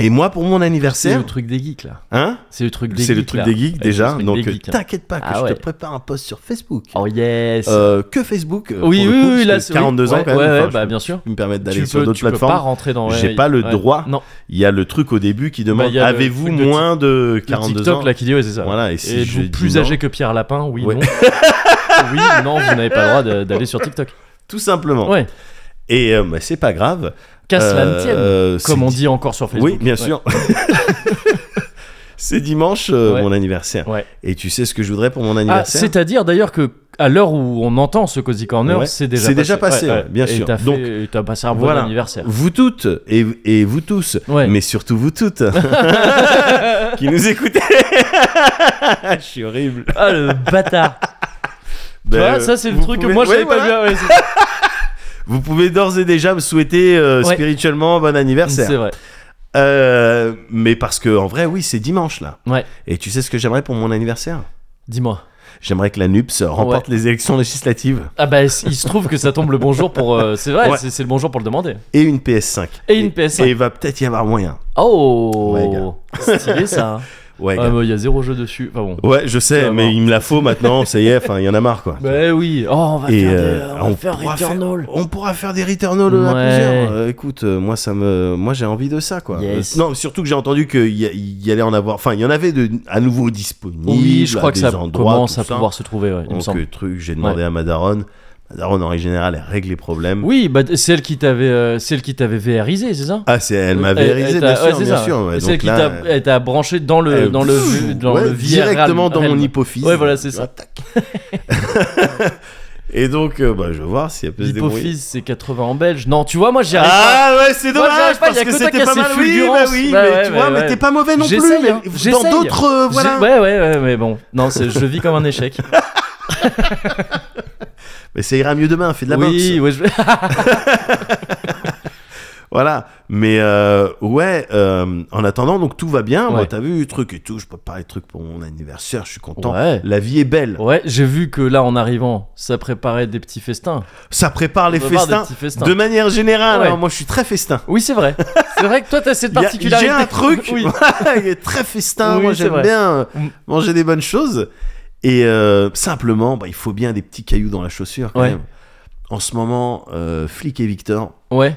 [SPEAKER 2] Et moi, pour mon
[SPEAKER 1] c'est le
[SPEAKER 2] anniversaire,
[SPEAKER 1] truc des geeks là
[SPEAKER 2] hein,
[SPEAKER 1] c'est le truc des
[SPEAKER 2] c'est le
[SPEAKER 1] geeks,
[SPEAKER 2] truc
[SPEAKER 1] là.
[SPEAKER 2] des geeks
[SPEAKER 1] Ouais,
[SPEAKER 2] déjà.
[SPEAKER 1] c'est le truc
[SPEAKER 2] donc
[SPEAKER 1] des
[SPEAKER 2] euh,
[SPEAKER 1] geeks, hein.
[SPEAKER 2] t'inquiète pas que
[SPEAKER 1] Ah
[SPEAKER 2] je
[SPEAKER 1] ouais.
[SPEAKER 2] te prépare un post sur Facebook.
[SPEAKER 1] oh yes
[SPEAKER 2] Euh, que Facebook. euh,
[SPEAKER 1] oui
[SPEAKER 2] pour le
[SPEAKER 1] oui
[SPEAKER 2] coup,
[SPEAKER 1] oui
[SPEAKER 2] parce
[SPEAKER 1] là
[SPEAKER 2] que
[SPEAKER 1] c'est-
[SPEAKER 2] 42 ans
[SPEAKER 1] ouais,
[SPEAKER 2] quand même.
[SPEAKER 1] ouais,
[SPEAKER 2] enfin,
[SPEAKER 1] ouais,
[SPEAKER 2] je
[SPEAKER 1] bah
[SPEAKER 2] peux
[SPEAKER 1] bien sûr
[SPEAKER 2] me permettre
[SPEAKER 1] tu
[SPEAKER 2] d'aller sur
[SPEAKER 1] peux-
[SPEAKER 2] d'autres
[SPEAKER 1] tu peux
[SPEAKER 2] plateformes.
[SPEAKER 1] pas rentrer dans. ouais,
[SPEAKER 2] J'ai
[SPEAKER 1] il-
[SPEAKER 2] pas le
[SPEAKER 1] ouais.
[SPEAKER 2] droit.
[SPEAKER 1] Non.
[SPEAKER 2] il y a le truc au début qui
[SPEAKER 1] Bah,
[SPEAKER 2] demande
[SPEAKER 1] il y a le
[SPEAKER 2] avez-vous
[SPEAKER 1] truc de
[SPEAKER 2] moins de
[SPEAKER 1] Le
[SPEAKER 2] 42
[SPEAKER 1] TikTok
[SPEAKER 2] ans
[SPEAKER 1] là qui dit ouais c'est ça.
[SPEAKER 2] Voilà, et si
[SPEAKER 1] Et
[SPEAKER 2] je
[SPEAKER 1] vous
[SPEAKER 2] dis
[SPEAKER 1] plus
[SPEAKER 2] non,
[SPEAKER 1] âgé que Pierre Lapin, oui
[SPEAKER 2] Ouais.
[SPEAKER 1] non. oui non, vous n'avez pas le droit de- d'aller sur TikTok.
[SPEAKER 2] tout simplement.
[SPEAKER 1] Ouais.
[SPEAKER 2] Et euh, bah, c'est pas grave.
[SPEAKER 1] Qu'à cela ne
[SPEAKER 2] Euh,
[SPEAKER 1] tienne.
[SPEAKER 2] euh,
[SPEAKER 1] Comme
[SPEAKER 2] c'est
[SPEAKER 1] on
[SPEAKER 2] di-
[SPEAKER 1] dit encore sur Facebook.
[SPEAKER 2] Oui, bien
[SPEAKER 1] Ouais.
[SPEAKER 2] sûr. c'est dimanche euh,
[SPEAKER 1] Ouais.
[SPEAKER 2] mon anniversaire.
[SPEAKER 1] Ouais.
[SPEAKER 2] Et tu sais ce que je voudrais pour mon
[SPEAKER 1] Ah,
[SPEAKER 2] anniversaire
[SPEAKER 1] c'est-à-dire d'ailleurs que à l'heure où on entend ce Cozy Corner,
[SPEAKER 2] Ouais.
[SPEAKER 1] c'est déjà
[SPEAKER 2] C'est déjà passé,
[SPEAKER 1] Ouais,
[SPEAKER 2] ouais, bien
[SPEAKER 1] Et
[SPEAKER 2] sûr.
[SPEAKER 1] t'as fait-
[SPEAKER 2] Donc,
[SPEAKER 1] et t'as passé un bon
[SPEAKER 2] voilà.
[SPEAKER 1] anniversaire.
[SPEAKER 2] Vous toutes et, et vous tous,
[SPEAKER 1] Ouais.
[SPEAKER 2] mais surtout vous toutes qui nous écoutez. je suis horrible.
[SPEAKER 1] Ah le bâtard. Tu
[SPEAKER 2] Ben,
[SPEAKER 1] vois, ça c'est le
[SPEAKER 2] vous
[SPEAKER 1] truc que
[SPEAKER 2] pouvez-
[SPEAKER 1] moi je
[SPEAKER 2] ouais,
[SPEAKER 1] savais
[SPEAKER 2] voilà.
[SPEAKER 1] pas bien. ouais, c'est-
[SPEAKER 2] Vous pouvez d'ores et déjà me souhaiter euh,
[SPEAKER 1] Ouais.
[SPEAKER 2] spirituellement bon
[SPEAKER 1] c'est
[SPEAKER 2] anniversaire.
[SPEAKER 1] vrai.
[SPEAKER 2] Euh, mais parce que en vrai, oui, c'est dimanche là.
[SPEAKER 1] Ouais.
[SPEAKER 2] Et tu sais ce que j'aimerais pour mon anniversaire
[SPEAKER 1] Dis-moi.
[SPEAKER 2] J'aimerais que la NUPS remporte les élections législatives
[SPEAKER 1] Ah bah il se trouve que ça tombe le bonjour pour. euh, c'est vrai,
[SPEAKER 2] Ouais.
[SPEAKER 1] c'est c'est le bonjour pour le demander.
[SPEAKER 2] et une PS5.
[SPEAKER 1] Et une PS5.
[SPEAKER 2] Et il va peut-être y avoir moyen. Ouais,
[SPEAKER 1] Oh,
[SPEAKER 2] gars.
[SPEAKER 1] stylé ça. hein.
[SPEAKER 2] Ouais.
[SPEAKER 1] Il
[SPEAKER 2] gars.
[SPEAKER 1] y a zéro jeu dessus. Enfin Ah bon.
[SPEAKER 2] Ouais, je
[SPEAKER 1] Ça
[SPEAKER 2] sais,
[SPEAKER 1] va.
[SPEAKER 2] mais il me la faut maintenant, ça y est, enfin, il y en a marre quoi.
[SPEAKER 1] Bah oui. Oh, on va
[SPEAKER 2] Et
[SPEAKER 1] faire, des-
[SPEAKER 2] euh,
[SPEAKER 1] on va faire
[SPEAKER 2] pourra
[SPEAKER 1] Returnal.
[SPEAKER 2] on pourra faire des Returnal à
[SPEAKER 1] Ouais.
[SPEAKER 2] plusieurs. Euh, écoute, euh, moi ça me, moi j'ai envie de ça quoi.
[SPEAKER 1] Yes.
[SPEAKER 2] Euh, non, surtout que j'ai entendu qu'il y, a- il y allait en avoir, enfin il y en avait de à nouveau disponibles.
[SPEAKER 1] Oui, je
[SPEAKER 2] à
[SPEAKER 1] crois que
[SPEAKER 2] des
[SPEAKER 1] ça
[SPEAKER 2] endroits,
[SPEAKER 1] commence
[SPEAKER 2] tout
[SPEAKER 1] à
[SPEAKER 2] ça.
[SPEAKER 1] pouvoir se trouver, ouais, il me
[SPEAKER 2] Donc euh,
[SPEAKER 1] semble.
[SPEAKER 2] le truc, j'ai demandé à Madaron. Madaron en général elle règle les problèmes.
[SPEAKER 1] Oui, bah, celle qui t'avait, euh, celle qui t'avait VRisé, c'est ça
[SPEAKER 2] Ah c'est, elle m'a
[SPEAKER 1] Elle-
[SPEAKER 2] vérisé
[SPEAKER 1] elle
[SPEAKER 2] bien
[SPEAKER 1] t'a- ouais,
[SPEAKER 2] sûr,
[SPEAKER 1] c'est
[SPEAKER 2] bien
[SPEAKER 1] ça.
[SPEAKER 2] sûr. ouais.
[SPEAKER 1] Celle
[SPEAKER 2] Donc
[SPEAKER 1] qui
[SPEAKER 2] là,
[SPEAKER 1] t'a, elle t'a branché dans le,
[SPEAKER 2] elle-
[SPEAKER 1] Euh, dans le, vu- dans
[SPEAKER 2] Euh, Ouais,
[SPEAKER 1] le VR
[SPEAKER 2] directement dans
[SPEAKER 1] realm.
[SPEAKER 2] mon hypophyse.
[SPEAKER 1] Ouais, voilà, c'est ça.
[SPEAKER 2] Et donc, euh, bah, je vais voir si elle peut se débrouiller.
[SPEAKER 1] L'hypophyse, c'est 80 en belge. Non, tu vois, moi j'y arrive pas.
[SPEAKER 2] Ah ouais, c'est
[SPEAKER 1] Moi, j'arrive
[SPEAKER 2] dommage
[SPEAKER 1] pas,
[SPEAKER 2] parce
[SPEAKER 1] y a
[SPEAKER 2] que
[SPEAKER 1] que toi qui
[SPEAKER 2] c'était
[SPEAKER 1] as
[SPEAKER 2] pas
[SPEAKER 1] ces
[SPEAKER 2] mal. Oui,
[SPEAKER 1] fulgurances.
[SPEAKER 2] bah oui,
[SPEAKER 1] Bah
[SPEAKER 2] mais
[SPEAKER 1] ouais,
[SPEAKER 2] tu
[SPEAKER 1] mais
[SPEAKER 2] vois, mais
[SPEAKER 1] ouais.
[SPEAKER 2] t'es pas mauvais non plus.
[SPEAKER 1] J'essaye,
[SPEAKER 2] Mais
[SPEAKER 1] hein,
[SPEAKER 2] dans
[SPEAKER 1] j'essaye.
[SPEAKER 2] d'autres, euh,
[SPEAKER 1] J'ai-
[SPEAKER 2] voilà.
[SPEAKER 1] Ouais, ouais, ouais, mais bon. Non, c'est, je vis comme un échec.
[SPEAKER 2] Mais ça ira mieux demain. Fais de la
[SPEAKER 1] oui,
[SPEAKER 2] boxe.
[SPEAKER 1] ouais, je...
[SPEAKER 2] Voilà. Mais euh, ouais. euh, en attendant, donc tout va bien. Moi,
[SPEAKER 1] Ouais.
[SPEAKER 2] t'as vu truc et tout. Je prépare les trucs pour mon anniversaire. Je suis content.
[SPEAKER 1] ouais.
[SPEAKER 2] La vie est belle.
[SPEAKER 1] Ouais, j'ai vu que là, en arrivant, ça préparait des petits festins.
[SPEAKER 2] Ça prépare les
[SPEAKER 1] On va voir des
[SPEAKER 2] festins.
[SPEAKER 1] petits festins.
[SPEAKER 2] De manière générale,
[SPEAKER 1] Ouais.
[SPEAKER 2] hein, moi, je suis très festin.
[SPEAKER 1] Oui, c'est vrai. C'est vrai que toi, t'as cette
[SPEAKER 2] Il y a-
[SPEAKER 1] particularité.
[SPEAKER 2] J'ai un truc
[SPEAKER 1] oui.
[SPEAKER 2] il est très festin.
[SPEAKER 1] Oui,
[SPEAKER 2] moi,
[SPEAKER 1] c'est
[SPEAKER 2] j'aime
[SPEAKER 1] vrai.
[SPEAKER 2] bien euh,
[SPEAKER 1] Mm.
[SPEAKER 2] manger des bonnes choses. Et euh, simplement, bah, il faut bien des petits cailloux dans la chaussure. Quand
[SPEAKER 1] Ouais.
[SPEAKER 2] même. En ce moment, euh, Flic et Victor,
[SPEAKER 1] Ouais.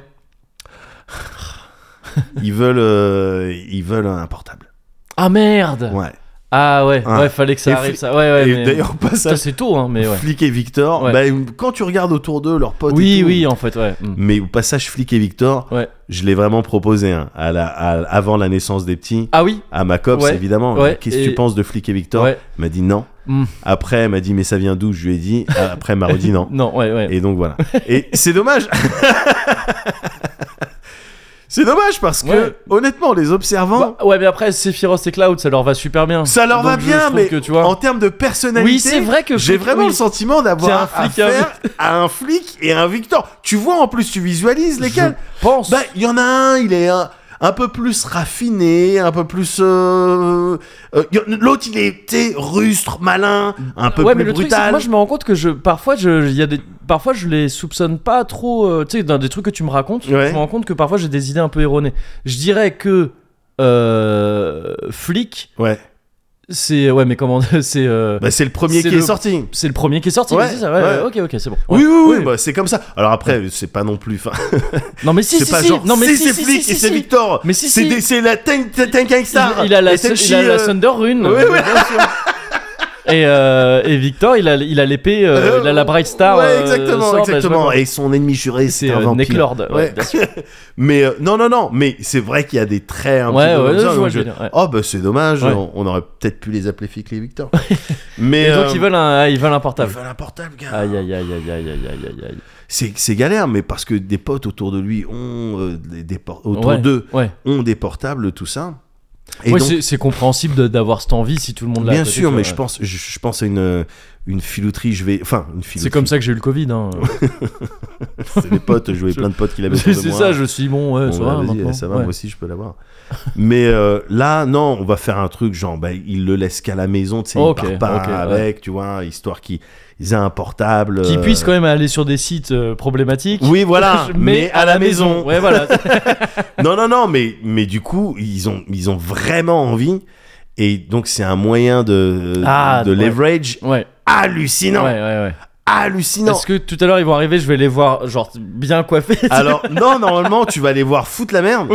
[SPEAKER 2] ils veulent, euh, ils veulent un portable.
[SPEAKER 1] Ah merde
[SPEAKER 2] Ouais.
[SPEAKER 1] Ah ouais,
[SPEAKER 2] Ouais.
[SPEAKER 1] ouais, fallait que ça
[SPEAKER 2] Et
[SPEAKER 1] arrive
[SPEAKER 2] fli-
[SPEAKER 1] ça. Ouais, ouais.
[SPEAKER 2] et
[SPEAKER 1] mais-
[SPEAKER 2] d'ailleurs, pas ça.
[SPEAKER 1] ça c'est tôt, hein, mais ouais.
[SPEAKER 2] Flic et Victor,
[SPEAKER 1] Ouais.
[SPEAKER 2] bah, quand tu regardes autour d'eux, leurs potes. et
[SPEAKER 1] Oui,
[SPEAKER 2] tout,
[SPEAKER 1] oui, en fait, ouais. Mm.
[SPEAKER 2] Mais au passage, Flic et Victor,
[SPEAKER 1] Ouais.
[SPEAKER 2] je l'ai vraiment proposé hein, à la, à- avant la naissance des petits.
[SPEAKER 1] Ah oui
[SPEAKER 2] À ma copse,
[SPEAKER 1] Ouais.
[SPEAKER 2] évidemment.
[SPEAKER 1] Ouais.
[SPEAKER 2] Qu'est-ce que
[SPEAKER 1] Et-
[SPEAKER 2] tu penses de Flic et Victor
[SPEAKER 1] Ouais.
[SPEAKER 2] Elle m'a dit non.
[SPEAKER 1] Mm.
[SPEAKER 2] Après, elle m'a dit, mais ça vient d'où Je lui ai dit. ah, Après, elle m'a redit non.
[SPEAKER 1] Non, ouais, ouais.
[SPEAKER 2] Et donc voilà. Et c'est dommage. c'est dommage parce que,
[SPEAKER 1] Ouais.
[SPEAKER 2] honnêtement, les observants,
[SPEAKER 1] Bah, ouais, mais après, Sephiroth et Cloud, ça leur va super bien.
[SPEAKER 2] ça leur
[SPEAKER 1] Donc,
[SPEAKER 2] va
[SPEAKER 1] je
[SPEAKER 2] bien,
[SPEAKER 1] trouve
[SPEAKER 2] mais
[SPEAKER 1] que, tu vois...
[SPEAKER 2] en termes de personnalité.
[SPEAKER 1] Oui, c'est vrai que
[SPEAKER 2] J'ai
[SPEAKER 1] flic-
[SPEAKER 2] vraiment
[SPEAKER 1] oui.
[SPEAKER 2] le sentiment d'avoir
[SPEAKER 1] C'est un flic hein, et un
[SPEAKER 2] affaire à un flic et un Victor. Tu vois, en plus, tu visualises lesquels.
[SPEAKER 1] Je pense.
[SPEAKER 2] Bah, il y en a un, il est un, un peu plus raffiné, un peu plus. euh, euh, y en- L'autre, il est tu sais, rustre, malin, un peu
[SPEAKER 1] ouais,
[SPEAKER 2] plus
[SPEAKER 1] mais le truc, c'est que
[SPEAKER 2] brutal.
[SPEAKER 1] moi, je me rends compte que je, parfois, je, il y a des, parfois, je les soupçonne pas trop. euh, tu sais, dans des trucs que tu me racontes,
[SPEAKER 2] Ouais.
[SPEAKER 1] je me rends compte que parfois, j'ai des idées un peu erronées. Je dirais que euh, flic,
[SPEAKER 2] Ouais.
[SPEAKER 1] c'est, ouais, mais comment, c'est, euh,
[SPEAKER 2] Bah, c'est le premier
[SPEAKER 1] C'est
[SPEAKER 2] qui est
[SPEAKER 1] le-
[SPEAKER 2] sorti.
[SPEAKER 1] c'est le premier qui est sorti.
[SPEAKER 2] Ouais,
[SPEAKER 1] mais c'est ça, ouais,
[SPEAKER 2] ouais.
[SPEAKER 1] ouais, Ok, ok, c'est bon.
[SPEAKER 2] Oui,
[SPEAKER 1] Ouais.
[SPEAKER 2] oui, oui, bah, c'est comme ça. Alors après, c'est pas non plus. enfin,
[SPEAKER 1] Non, mais si,
[SPEAKER 2] c'est
[SPEAKER 1] si,
[SPEAKER 2] pas
[SPEAKER 1] si.
[SPEAKER 2] genre.
[SPEAKER 1] non, mais
[SPEAKER 2] c'est
[SPEAKER 1] si,
[SPEAKER 2] c'est
[SPEAKER 1] si,
[SPEAKER 2] Flick
[SPEAKER 1] si,
[SPEAKER 2] et
[SPEAKER 1] si,
[SPEAKER 2] c'est
[SPEAKER 1] si.
[SPEAKER 2] Victor.
[SPEAKER 1] Mais si,
[SPEAKER 2] c'est
[SPEAKER 1] si.
[SPEAKER 2] des- C'est la Tank Star.
[SPEAKER 1] Il, il a la,
[SPEAKER 2] Et Tenchi,
[SPEAKER 1] il a la
[SPEAKER 2] euh,
[SPEAKER 1] Thunder Rune.
[SPEAKER 2] ouais, ouais.
[SPEAKER 1] bien sûr. Et, euh, et Victor, il a il a l'épée, euh, il a la Bright Star.
[SPEAKER 2] Ouais,
[SPEAKER 1] euh, sword,
[SPEAKER 2] exactement,
[SPEAKER 1] là, je sais pas
[SPEAKER 2] exactement.
[SPEAKER 1] comment.
[SPEAKER 2] Et son ennemi juré, c'est
[SPEAKER 1] C'est
[SPEAKER 2] un
[SPEAKER 1] euh,
[SPEAKER 2] vampire.
[SPEAKER 1] Necklord. ouais,
[SPEAKER 2] Ouais.
[SPEAKER 1] bien sûr.
[SPEAKER 2] Mais euh, non, non, non. Mais c'est vrai qu'il y a des traits un
[SPEAKER 1] Ouais,
[SPEAKER 2] petit peu
[SPEAKER 1] ouais,
[SPEAKER 2] comme
[SPEAKER 1] je
[SPEAKER 2] ça,
[SPEAKER 1] vois
[SPEAKER 2] donc
[SPEAKER 1] le
[SPEAKER 2] je-
[SPEAKER 1] délire, ouais.
[SPEAKER 2] Oh, bah c'est dommage.
[SPEAKER 1] Ouais.
[SPEAKER 2] On, on aurait peut-être pu les appeler Flick et Victor. Mais
[SPEAKER 1] Et donc
[SPEAKER 2] euh,
[SPEAKER 1] ils veulent un, ah, ils veulent un
[SPEAKER 2] ils
[SPEAKER 1] portable.
[SPEAKER 2] veulent un portable, gars.
[SPEAKER 1] Aïe aïe aïe aïe aïe aïe aïe aïe aïe.
[SPEAKER 2] C'est c'est galère, mais parce que des potes autour de lui ont euh, des, des por- autour
[SPEAKER 1] Ouais,
[SPEAKER 2] d'eux
[SPEAKER 1] Ouais.
[SPEAKER 2] ont des portables, tout ça. Et
[SPEAKER 1] Ouais,
[SPEAKER 2] donc,
[SPEAKER 1] c'est- c'est compréhensible de- d'avoir cette envie si tout le monde l'a.
[SPEAKER 2] Bien
[SPEAKER 1] peut-être
[SPEAKER 2] sûr,
[SPEAKER 1] que,
[SPEAKER 2] mais
[SPEAKER 1] ouais.
[SPEAKER 2] je pense, je, je pense à une, euh, une filouterie. Je vais, enfin, une filouterie.
[SPEAKER 1] C'est comme ça que j'ai eu le Covid. Hein.
[SPEAKER 2] C'est des potes. Je voyais plein de potes qui l'avaient autour
[SPEAKER 1] c'est
[SPEAKER 2] de
[SPEAKER 1] c'est
[SPEAKER 2] bah, moi.
[SPEAKER 1] ça, je suis bon. Ouais,
[SPEAKER 2] Bon,
[SPEAKER 1] ça
[SPEAKER 2] bah,
[SPEAKER 1] va.
[SPEAKER 2] vas-y,
[SPEAKER 1] maintenant.
[SPEAKER 2] ça va,
[SPEAKER 1] Ouais.
[SPEAKER 2] moi aussi je peux l'avoir. mais euh, là, non, on va faire un truc genre, bah, il le laisse qu'à la maison, tu sais,
[SPEAKER 1] Ok,
[SPEAKER 2] il part pas
[SPEAKER 1] ok, ouais.
[SPEAKER 2] avec, tu vois, histoire qu'ils aient un portable.
[SPEAKER 1] Qui
[SPEAKER 2] euh,
[SPEAKER 1] puisse quand même aller sur des sites euh, problématiques.
[SPEAKER 2] Oui, voilà,
[SPEAKER 1] Je-
[SPEAKER 2] mais à la maison.
[SPEAKER 1] Ouais, voilà.
[SPEAKER 2] Non, non, non, mais, mais du coup, ils ont, ils ont vraiment envie. Et donc, c'est un moyen de,
[SPEAKER 1] Ah,
[SPEAKER 2] de
[SPEAKER 1] ouais.
[SPEAKER 2] leverage
[SPEAKER 1] ouais.
[SPEAKER 2] hallucinant.
[SPEAKER 1] Ouais, ouais, ouais.
[SPEAKER 2] Hallucinant.
[SPEAKER 1] Est-ce que tout à l'heure ils vont arriver, je vais les voir genre bien coiffés.
[SPEAKER 2] Alors, non, normalement, tu vas les voir foutre la merde.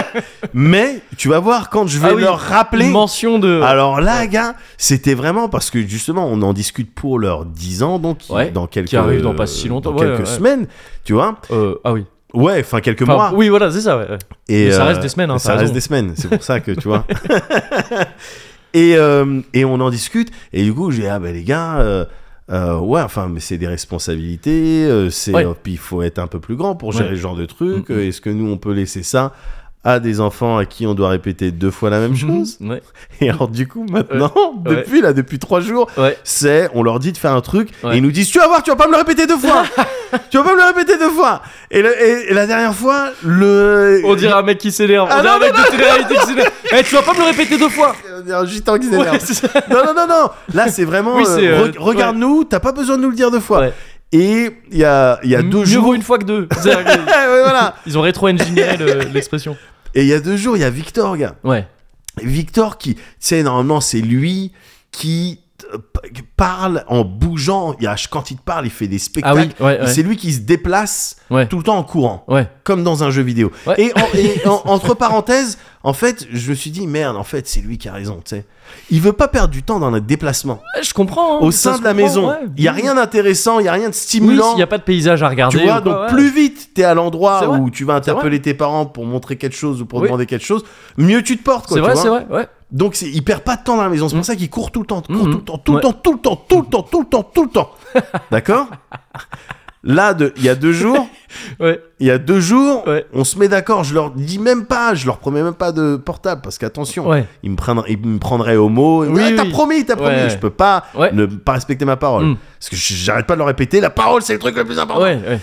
[SPEAKER 2] mais tu vas voir quand je vais
[SPEAKER 1] Ah oui,
[SPEAKER 2] leur rappeler.
[SPEAKER 1] Une mention de.
[SPEAKER 2] Alors là, gars, c'était vraiment parce que justement, on en discute pour leurs 10 ans, donc
[SPEAKER 1] Ouais,
[SPEAKER 2] dans quelques,
[SPEAKER 1] qui arrive dans pas si longtemps,
[SPEAKER 2] dans
[SPEAKER 1] ouais,
[SPEAKER 2] quelques
[SPEAKER 1] ouais.
[SPEAKER 2] semaines, tu vois.
[SPEAKER 1] Euh, ah oui.
[SPEAKER 2] Ouais, enfin quelques
[SPEAKER 1] Enfin,
[SPEAKER 2] mois.
[SPEAKER 1] Oui, voilà, c'est ça. Ouais. ouais.
[SPEAKER 2] Et euh,
[SPEAKER 1] mais ça reste des semaines, hein,
[SPEAKER 2] ça
[SPEAKER 1] t'as
[SPEAKER 2] reste
[SPEAKER 1] raison.
[SPEAKER 2] des semaines. C'est pour ça que tu vois. et euh, et on en discute. Et du coup, j'ai ah ben les gars. euh, euh, ouais, enfin, mais c'est des responsabilités, euh, c'est
[SPEAKER 1] Ouais.
[SPEAKER 2] euh, puis il faut être un peu plus grand pour gérer
[SPEAKER 1] Ouais.
[SPEAKER 2] ce genre de truc.
[SPEAKER 1] Mm, mm.
[SPEAKER 2] euh, Est-ce que nous on peut laisser ça à des enfants à qui on doit répéter deux fois la même chose.
[SPEAKER 1] Ouais.
[SPEAKER 2] Et alors du coup maintenant,
[SPEAKER 1] Ouais.
[SPEAKER 2] depuis là, depuis trois jours,
[SPEAKER 1] Ouais.
[SPEAKER 2] c'est on leur dit de faire un truc
[SPEAKER 1] Ouais.
[SPEAKER 2] et ils nous disent tu vas voir, tu vas pas me le répéter deux fois, tu vas pas me le répéter deux fois. Et, le- et- et la dernière fois, le
[SPEAKER 1] On dirait un mec qui s'énerve.
[SPEAKER 2] Ah
[SPEAKER 1] on dirait
[SPEAKER 2] non,
[SPEAKER 1] un mec de télé-réalité qui s'énerve. Eh, tu vas pas me le répéter deux fois.
[SPEAKER 2] On dirait Euh, juste un qui s'énerve.
[SPEAKER 1] Ouais, c'est ça.
[SPEAKER 2] Non non non non, là c'est vraiment
[SPEAKER 1] Oui, c'est,
[SPEAKER 2] euh,
[SPEAKER 1] euh,
[SPEAKER 2] re- regarde-nous, t'as pas besoin de nous le dire deux fois.
[SPEAKER 1] Ouais.
[SPEAKER 2] Et il y a il y a deux
[SPEAKER 1] Mieux
[SPEAKER 2] jours,
[SPEAKER 1] vaut une fois que deux. C'est-à-dire
[SPEAKER 2] Ouais,
[SPEAKER 1] que-
[SPEAKER 2] ouais, voilà.
[SPEAKER 1] Ils ont rétro-engineeré le- l'expression.
[SPEAKER 2] Et il y a deux jours, il y a Victor, gars.
[SPEAKER 1] Ouais.
[SPEAKER 2] Victor qui, tu sais, normalement, c'est lui qui euh, p- parle en bougeant. Il y a- quand il te parle, il fait des
[SPEAKER 1] Ah oui,
[SPEAKER 2] spectacles.
[SPEAKER 1] ouais,
[SPEAKER 2] Et C'est
[SPEAKER 1] ouais.
[SPEAKER 2] lui qui se déplace
[SPEAKER 1] Ouais.
[SPEAKER 2] tout le temps en courant,
[SPEAKER 1] Ouais.
[SPEAKER 2] comme dans un jeu vidéo.
[SPEAKER 1] Ouais.
[SPEAKER 2] Et, en- et en- entre parenthèses, en fait, je me suis dit, merde, en fait, c'est lui qui a raison, tu sais. Il veut pas perdre du temps dans notre déplacement.
[SPEAKER 1] Ouais, Je comprends. hein,
[SPEAKER 2] Au
[SPEAKER 1] ça
[SPEAKER 2] sein
[SPEAKER 1] se
[SPEAKER 2] de la
[SPEAKER 1] comprend,
[SPEAKER 2] maison,
[SPEAKER 1] ouais.
[SPEAKER 2] il y a rien d'intéressant, il y a rien
[SPEAKER 1] Oui,
[SPEAKER 2] de stimulant.
[SPEAKER 1] s'il n'y a pas de paysage à regarder.
[SPEAKER 2] Tu vois,
[SPEAKER 1] ou
[SPEAKER 2] donc
[SPEAKER 1] quoi, ouais.
[SPEAKER 2] plus vite t'es à
[SPEAKER 1] C'est
[SPEAKER 2] l'endroit
[SPEAKER 1] vrai.
[SPEAKER 2] où tu vas
[SPEAKER 1] C'est vrai.
[SPEAKER 2] interpeller tes parents pour montrer quelque chose ou pour
[SPEAKER 1] Oui.
[SPEAKER 2] demander quelque chose, mieux tu te portes. quoi,
[SPEAKER 1] C'est
[SPEAKER 2] tu
[SPEAKER 1] vrai,
[SPEAKER 2] vois.
[SPEAKER 1] c'est vrai. Ouais.
[SPEAKER 2] Donc c'est- il perd pas de temps dans la maison. C'est
[SPEAKER 1] Mhm.
[SPEAKER 2] pour ça qu'il court tout le temps, court
[SPEAKER 1] Mhm.
[SPEAKER 2] tout le temps, tout le
[SPEAKER 1] Ouais.
[SPEAKER 2] temps, tout le temps, tout le temps, tout le temps, tout le temps. D'accord Là, de- il y a deux jours,
[SPEAKER 1] Ouais.
[SPEAKER 2] il y a deux jours,
[SPEAKER 1] Ouais.
[SPEAKER 2] on se met d'accord. Je leur dis même pas, je leur promets même pas de portable parce qu'attention,
[SPEAKER 1] Ouais.
[SPEAKER 2] ils me prendraient, ils me prendraient au mot. Ils me
[SPEAKER 1] Oui,
[SPEAKER 2] disent, Ah,
[SPEAKER 1] oui.
[SPEAKER 2] T'as promis, t'as promis.
[SPEAKER 1] Ouais.
[SPEAKER 2] Je peux pas
[SPEAKER 1] Ouais.
[SPEAKER 2] ne pas respecter ma parole
[SPEAKER 1] Mhm.
[SPEAKER 2] parce que j'arrête pas de leur répéter. La parole, c'est le truc le plus important.
[SPEAKER 1] Ouais. ouais.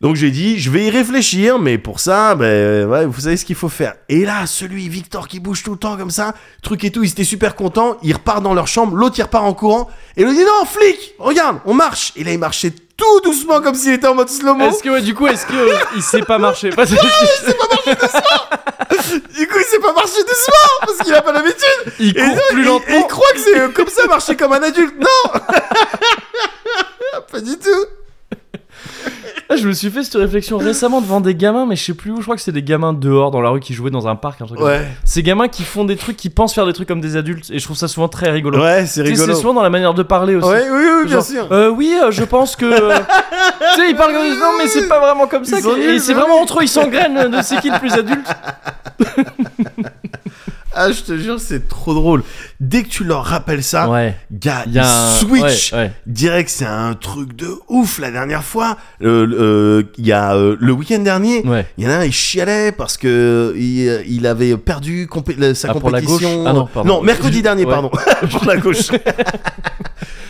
[SPEAKER 2] Donc j'ai dit, je vais y réfléchir, mais pour ça, ben, ouais, vous savez ce qu'il faut faire. Et là, celui, Victor, qui bouge tout le temps comme ça, truc et tout, ils étaient super contents, ils repartent dans leur chambre, l'autre il repart en courant, et l'autre dit, non, flic, regarde, on marche. Et là, il marchait tout doucement comme s'il était en mode slow-mo.
[SPEAKER 1] Est-ce que ouais, du coup, est-ce que euh, il sait pas
[SPEAKER 2] Ah
[SPEAKER 1] marcher Parce que-
[SPEAKER 2] Du coup, il s'est pas marché doucement, parce qu'il a pas l'habitude.
[SPEAKER 1] Il
[SPEAKER 2] Et,
[SPEAKER 1] court plus
[SPEAKER 2] et-
[SPEAKER 1] lentement.
[SPEAKER 2] et il croit que c'est euh, comme ça, marcher comme un adulte. Non Pas du tout.
[SPEAKER 1] Ah, je me suis fait cette réflexion récemment devant des gamins, mais je sais plus où. Je crois que c'est des gamins dehors dans la rue qui jouaient dans un parc, un truc. comme ça.
[SPEAKER 2] Ouais,
[SPEAKER 1] Ces gamins qui font des trucs, qui pensent faire des trucs comme des adultes, et je trouve ça souvent très rigolo.
[SPEAKER 2] ouais, c'est
[SPEAKER 1] Tu sais, C'est
[SPEAKER 2] rigolo.
[SPEAKER 1] souvent dans la manière de parler aussi.
[SPEAKER 2] Ouais, oui, oui, bien
[SPEAKER 1] Genre,
[SPEAKER 2] sûr.
[SPEAKER 1] euh, oui, euh, je pense que. euh, tu sais, ils parlent comme Non, mais c'est pas vraiment comme ça.
[SPEAKER 2] Ils sont
[SPEAKER 1] que-
[SPEAKER 2] nuls, hein.
[SPEAKER 1] Et c'est
[SPEAKER 2] mais
[SPEAKER 1] vraiment
[SPEAKER 2] oui.
[SPEAKER 1] entre eux, ils s'engrainent de c'est qui le plus adulte.
[SPEAKER 2] Ah, je te jure, c'est trop drôle. Dès que tu leur rappelles ça,
[SPEAKER 1] ouais,
[SPEAKER 2] gars,
[SPEAKER 1] il y a un.
[SPEAKER 2] ils switch.
[SPEAKER 1] ouais, ouais.
[SPEAKER 2] Direct, c'est un truc de ouf. La dernière fois, euh, euh, il y a euh, le week-end dernier,
[SPEAKER 1] Ouais.
[SPEAKER 2] il y en a un, il chialait parce que euh, il, euh, il avait perdu compé- la- sa
[SPEAKER 1] Ah, pour la
[SPEAKER 2] compétition.
[SPEAKER 1] gauche Ah non, pardon.
[SPEAKER 2] mercredi
[SPEAKER 1] Je-
[SPEAKER 2] dernier,
[SPEAKER 1] ouais.
[SPEAKER 2] pardon. pour la gauche.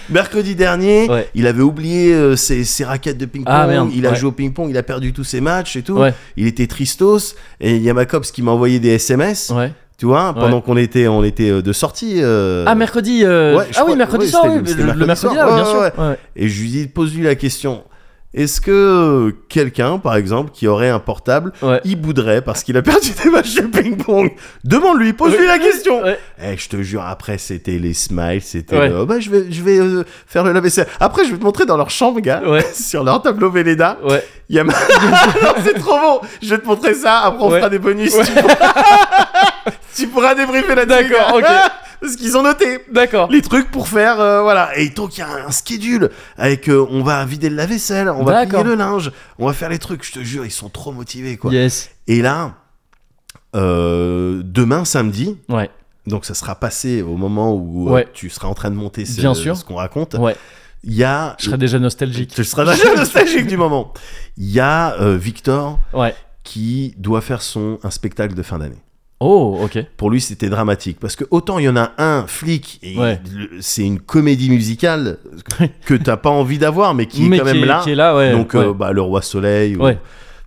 [SPEAKER 2] mercredi dernier,
[SPEAKER 1] Ouais.
[SPEAKER 2] il avait oublié euh, ses, ses raquettes de ping-pong.
[SPEAKER 1] Ah, merde,
[SPEAKER 2] il a
[SPEAKER 1] ouais.
[SPEAKER 2] joué au ping-pong, il a perdu tous ses matchs et tout.
[SPEAKER 1] Ouais.
[SPEAKER 2] Il était tristos. Et il y a ma copse qui m'a envoyé des SMS.
[SPEAKER 1] Ouais.
[SPEAKER 2] Tu vois, pendant qu'on était, on était euh, de sortie. euh,
[SPEAKER 1] Ah, mercredi. euh,
[SPEAKER 2] ouais, je
[SPEAKER 1] ah
[SPEAKER 2] crois-
[SPEAKER 1] oui, mercredi
[SPEAKER 2] ouais,
[SPEAKER 1] soir,
[SPEAKER 2] c'était-
[SPEAKER 1] oui,
[SPEAKER 2] c'était
[SPEAKER 1] le, le mercredi,
[SPEAKER 2] mercredi soir.
[SPEAKER 1] là,
[SPEAKER 2] Ouais,
[SPEAKER 1] bien sûr.
[SPEAKER 2] ouais,
[SPEAKER 1] ouais.
[SPEAKER 2] Et je lui dis, pose-lui la question. Est-ce que euh, quelqu'un, par exemple, qui aurait un portable,
[SPEAKER 1] Ouais.
[SPEAKER 2] il bouderait parce qu'il a perdu des matchs de ping-pong Demande-lui, pose-lui la question.
[SPEAKER 1] Ouais.
[SPEAKER 2] Eh, je te jure, après, c'était les smiles, c'était
[SPEAKER 1] Ouais.
[SPEAKER 2] le, oh, bah, je vais, je vais euh, faire le lave-vaisselle. Après, je vais te montrer dans leur chambre, gars,
[SPEAKER 1] Ouais.
[SPEAKER 2] sur leur tableau Véleda.
[SPEAKER 1] Ouais.
[SPEAKER 2] Il y a ma- Non, c'est trop bon. Je vais te montrer ça. Après, on
[SPEAKER 1] Ouais.
[SPEAKER 2] fera des bonus. Tu, pourras... tu pourras débriefer là-dessus.
[SPEAKER 1] D'accord,
[SPEAKER 2] gars.
[SPEAKER 1] ok.
[SPEAKER 2] Parce qu'ils ont noté
[SPEAKER 1] D'accord.
[SPEAKER 2] les trucs pour faire euh, voilà et donc il y a un schedule avec euh, on va vider la vaisselle on va
[SPEAKER 1] D'accord.
[SPEAKER 2] plier le linge on va faire les trucs je te jure ils sont trop motivés quoi
[SPEAKER 1] Yes.
[SPEAKER 2] et là euh, demain samedi
[SPEAKER 1] Ouais.
[SPEAKER 2] donc ça sera passé au moment où euh,
[SPEAKER 1] Ouais.
[SPEAKER 2] tu seras en train de monter ce,
[SPEAKER 1] Bien sûr.
[SPEAKER 2] ce qu'on raconte
[SPEAKER 1] Ouais.
[SPEAKER 2] il y a
[SPEAKER 1] Je serais déjà nostalgique.
[SPEAKER 2] tu seras déjà nostalgique du moment il y a euh, Victor
[SPEAKER 1] Ouais.
[SPEAKER 2] qui doit faire son un spectacle de fin d'année
[SPEAKER 1] Oh, ok.
[SPEAKER 2] pour lui c'était dramatique parce que autant il y en a un flic et
[SPEAKER 1] Ouais.
[SPEAKER 2] le- c'est une comédie musicale que t'as pas envie d'avoir mais qui
[SPEAKER 1] Mais
[SPEAKER 2] est quand même là
[SPEAKER 1] Qui est là, ouais.
[SPEAKER 2] donc
[SPEAKER 1] ouais.
[SPEAKER 2] euh, bah, le roi soleil ou-
[SPEAKER 1] Ouais.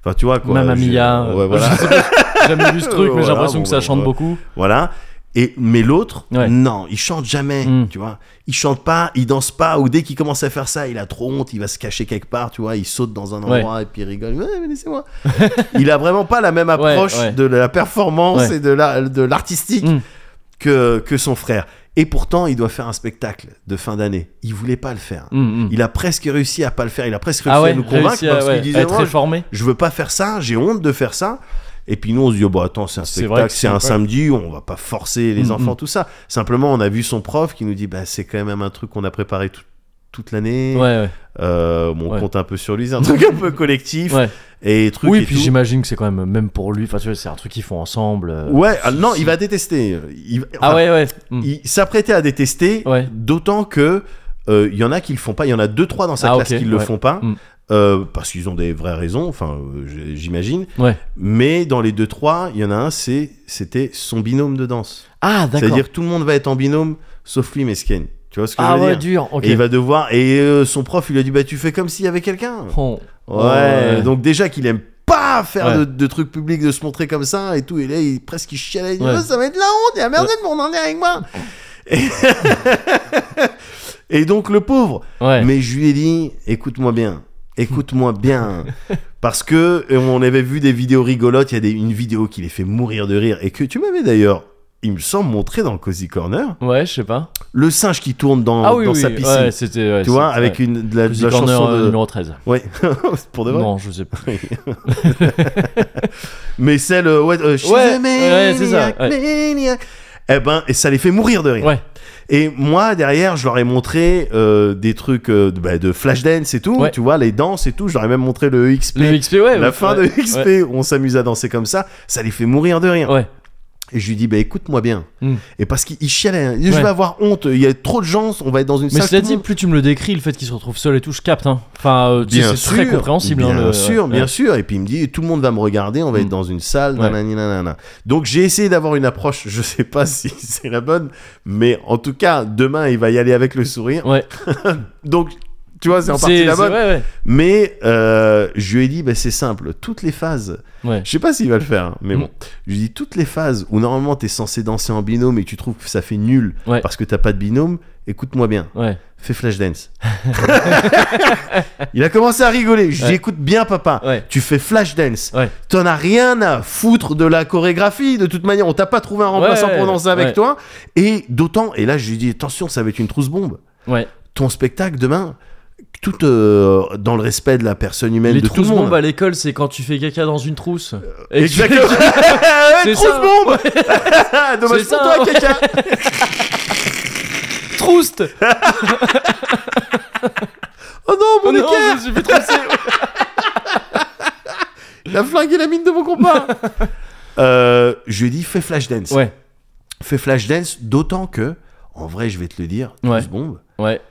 [SPEAKER 2] enfin tu vois quoi
[SPEAKER 1] Mamma
[SPEAKER 2] je-
[SPEAKER 1] Mia.
[SPEAKER 2] ouais,
[SPEAKER 1] euh,
[SPEAKER 2] voilà
[SPEAKER 1] je sais pas, j'ai jamais vu ce truc, mais
[SPEAKER 2] Voilà,
[SPEAKER 1] j'ai l'impression
[SPEAKER 2] bon,
[SPEAKER 1] que ça
[SPEAKER 2] bah,
[SPEAKER 1] chante
[SPEAKER 2] ouais.
[SPEAKER 1] beaucoup.
[SPEAKER 2] voilà et mais l'autre
[SPEAKER 1] Ouais.
[SPEAKER 2] non il chante jamais
[SPEAKER 1] Mm.
[SPEAKER 2] tu vois il chante pas il danse pas ou dès qu'il commence à faire ça il a trop honte il va se cacher quelque part tu vois il saute dans un
[SPEAKER 1] Ouais.
[SPEAKER 2] endroit et puis il rigole ouais, mais laissez-moi il a vraiment pas la même approche
[SPEAKER 1] ouais.
[SPEAKER 2] de la performance
[SPEAKER 1] Ouais.
[SPEAKER 2] et de la de l'artistique
[SPEAKER 1] Mm.
[SPEAKER 2] que, que son frère. Et pourtant, il doit faire un spectacle de fin d'année. Il voulait pas le faire.
[SPEAKER 1] Hum, hum.
[SPEAKER 2] Il a presque réussi à pas le faire. Il a presque réussi
[SPEAKER 1] Ah ouais,
[SPEAKER 2] à nous convaincre
[SPEAKER 1] réussi à,
[SPEAKER 2] parce
[SPEAKER 1] ouais,
[SPEAKER 2] qu'il disait
[SPEAKER 1] à être
[SPEAKER 2] Moi,
[SPEAKER 1] réformé.
[SPEAKER 2] je veux pas faire ça, j'ai honte de faire ça. Et puis nous, on se dit, bon, attends, c'est un
[SPEAKER 1] C'est vrai
[SPEAKER 2] spectacle,
[SPEAKER 1] que
[SPEAKER 2] c'est
[SPEAKER 1] c'est
[SPEAKER 2] un
[SPEAKER 1] pas-
[SPEAKER 2] samedi, on va pas forcer les
[SPEAKER 1] Mm,
[SPEAKER 2] enfants,
[SPEAKER 1] mm.
[SPEAKER 2] tout ça. Simplement, on a vu son prof qui nous dit, bah, c'est quand même un truc qu'on a préparé tout- toute l'année.
[SPEAKER 1] Ouais, ouais.
[SPEAKER 2] Euh, bon, on
[SPEAKER 1] Ouais.
[SPEAKER 2] compte un peu sur lui, c'est un truc un peu collectif.
[SPEAKER 1] Ouais.
[SPEAKER 2] Et truc
[SPEAKER 1] Oui,
[SPEAKER 2] et
[SPEAKER 1] puis
[SPEAKER 2] tout.
[SPEAKER 1] j'imagine que c'est quand même, même pour lui, enfin tu vois, c'est un truc qu'ils font ensemble. euh.
[SPEAKER 2] Ouais, ah, non, il va détester. Il-
[SPEAKER 1] Ah
[SPEAKER 2] enfin,
[SPEAKER 1] ouais, ouais. Hum.
[SPEAKER 2] il s'apprêtait à détester,
[SPEAKER 1] Ouais.
[SPEAKER 2] d'autant que euh, il y en a qui le font pas. Il y en a deux trois dans sa
[SPEAKER 1] Ah,
[SPEAKER 2] classe
[SPEAKER 1] ok,
[SPEAKER 2] qui le
[SPEAKER 1] ouais.
[SPEAKER 2] font pas.
[SPEAKER 1] Mm.
[SPEAKER 2] euh, parce qu'ils ont des vraies raisons, enfin, euh, j- j'imagine.
[SPEAKER 1] Ouais.
[SPEAKER 2] Mais dans les deux, trois, il y en a un, c'est, c'était son binôme de danse.
[SPEAKER 1] Ah, d'accord.
[SPEAKER 2] C'est-à-dire, tout le monde va être en binôme, sauf lui, Mesken. Tu vois ce que
[SPEAKER 1] Ah
[SPEAKER 2] je veux
[SPEAKER 1] ouais,
[SPEAKER 2] dire?
[SPEAKER 1] dur. Ok.
[SPEAKER 2] Et il va devoir. Et euh, son prof, il lui a dit Bah, tu fais comme s'il y avait quelqu'un.
[SPEAKER 1] Oh.
[SPEAKER 2] Ouais, donc déjà qu'il aime pas faire
[SPEAKER 1] Ouais.
[SPEAKER 2] de, de trucs publics, de se montrer comme ça et tout. Et là, il presque il chialait. Il dit,
[SPEAKER 1] Ouais.
[SPEAKER 2] Oh, ça va être la honte, il y a merde de mon en est avec moi. Et... et donc, le pauvre.
[SPEAKER 1] Ouais.
[SPEAKER 2] Mais je lui ai dit Écoute-moi bien. Écoute-moi bien. Parce que euh, on avait vu des vidéos rigolotes. Il y a des- une vidéo qui les fait mourir de rire. Et que tu m'avais d'ailleurs, il me semble, montré dans le Cozy Corner.
[SPEAKER 1] Ouais, je sais pas.
[SPEAKER 2] Le singe qui tourne dans,
[SPEAKER 1] Ah oui,
[SPEAKER 2] dans
[SPEAKER 1] oui.
[SPEAKER 2] sa piscine.
[SPEAKER 1] Ouais, c'était. ouais,
[SPEAKER 2] tu vois,
[SPEAKER 1] c'est-
[SPEAKER 2] avec
[SPEAKER 1] ouais.
[SPEAKER 2] une, de la, de
[SPEAKER 1] Cozy
[SPEAKER 2] la
[SPEAKER 1] Corner,
[SPEAKER 2] chanson
[SPEAKER 1] euh,
[SPEAKER 2] de. Ah
[SPEAKER 1] numéro 13.
[SPEAKER 2] Ouais, pour de vrai.
[SPEAKER 1] Non, je sais pas.
[SPEAKER 2] Mais celle, euh, ouais, euh, She's
[SPEAKER 1] Ouais,
[SPEAKER 2] a
[SPEAKER 1] ouais, c'est ça,
[SPEAKER 2] maniac, maniac. Eh ben, et ça les fait mourir de rire.
[SPEAKER 1] Ouais.
[SPEAKER 2] Et moi, derrière, je leur ai montré euh, des trucs euh, de, bah, de Flashdance et tout,
[SPEAKER 1] Ouais.
[SPEAKER 2] tu vois, les danses et tout. Je leur ai même montré le XP,
[SPEAKER 1] Le XP, ouais.
[SPEAKER 2] la
[SPEAKER 1] ouais,
[SPEAKER 2] fin
[SPEAKER 1] ouais,
[SPEAKER 2] de XP,
[SPEAKER 1] ouais,
[SPEAKER 2] où on s'amuse à danser comme ça. Ça les fait mourir de rire.
[SPEAKER 1] Ouais.
[SPEAKER 2] Et je lui dis, bah écoute-moi bien.
[SPEAKER 1] Mm.
[SPEAKER 2] Et parce qu'il il chialait, hein. Il dit, je
[SPEAKER 1] Ouais.
[SPEAKER 2] vais avoir honte, il y a trop de gens, on va être dans une
[SPEAKER 1] Mais
[SPEAKER 2] salle.
[SPEAKER 1] cela
[SPEAKER 2] tout le
[SPEAKER 1] dit,
[SPEAKER 2] monde-
[SPEAKER 1] plus tu me le décris, le fait qu'il se retrouve seul et tout, je capte. Hein. Enfin, euh, tu sais,
[SPEAKER 2] Bien
[SPEAKER 1] c'est très
[SPEAKER 2] sûr,
[SPEAKER 1] compréhensible.
[SPEAKER 2] Bien
[SPEAKER 1] hein, le-
[SPEAKER 2] sûr,
[SPEAKER 1] ouais.
[SPEAKER 2] bien sûr. Et puis il me dit, tout le monde va me regarder, on va
[SPEAKER 1] Mm.
[SPEAKER 2] être dans une salle.
[SPEAKER 1] Ouais.
[SPEAKER 2] nanani, nanana. Donc j'ai essayé d'avoir une approche, je sais pas si c'est la bonne, mais en tout cas, demain, il va y aller avec le sourire.
[SPEAKER 1] Ouais.
[SPEAKER 2] Donc, tu vois, c'est en
[SPEAKER 1] C'est-
[SPEAKER 2] partie la
[SPEAKER 1] c'est-
[SPEAKER 2] bonne.
[SPEAKER 1] Ouais,
[SPEAKER 2] Mais euh, je lui ai dit, bah, c'est simple, toutes les phases
[SPEAKER 1] ouais. ouais.
[SPEAKER 2] je sais pas s'il va le faire, hein, mais
[SPEAKER 1] Mm.
[SPEAKER 2] bon. Je lui dis toutes les phases où normalement t'es censé danser en binôme et tu trouves que ça fait nul
[SPEAKER 1] Ouais.
[SPEAKER 2] parce que t'as pas de binôme, écoute-moi bien,
[SPEAKER 1] Ouais.
[SPEAKER 2] fais Flashdance. Il a commencé à rigoler. Je lui
[SPEAKER 1] Ouais.
[SPEAKER 2] dis écoute bien papa,
[SPEAKER 1] Ouais.
[SPEAKER 2] tu fais Flashdance.
[SPEAKER 1] Ouais.
[SPEAKER 2] T'en as rien à foutre de la chorégraphie. De toute manière, on t'a pas trouvé un remplaçant
[SPEAKER 1] Ouais,
[SPEAKER 2] pour danser avec
[SPEAKER 1] ouais.
[SPEAKER 2] toi. Et d'autant, et là je lui dis attention, ça va être une trousse bombe.
[SPEAKER 1] ouais.
[SPEAKER 2] Ton spectacle demain, tout euh, dans le respect de la personne humaine,
[SPEAKER 1] Les
[SPEAKER 2] de tout le
[SPEAKER 1] trousses
[SPEAKER 2] monde.
[SPEAKER 1] bombes à l'école, c'est quand tu fais caca dans une trousse. Et tu-
[SPEAKER 2] Exactement.
[SPEAKER 1] C'est
[SPEAKER 2] Trousse
[SPEAKER 1] ça.
[SPEAKER 2] bombe. Dommage
[SPEAKER 1] C'est
[SPEAKER 2] pour
[SPEAKER 1] ça,
[SPEAKER 2] toi,
[SPEAKER 1] ouais.
[SPEAKER 2] caca.
[SPEAKER 1] Trouste
[SPEAKER 2] Oh non, mon
[SPEAKER 1] Non, je
[SPEAKER 2] équerre
[SPEAKER 1] me suis fait trousser.
[SPEAKER 2] Il a flingué la mine de mon compas Euh, Je lui ai dit, fais Flashdance.
[SPEAKER 1] Ouais,
[SPEAKER 2] Fais Flashdance, d'autant que, en vrai, je vais te le dire,
[SPEAKER 1] Ouais.
[SPEAKER 2] Trousse bombe,
[SPEAKER 1] ouais,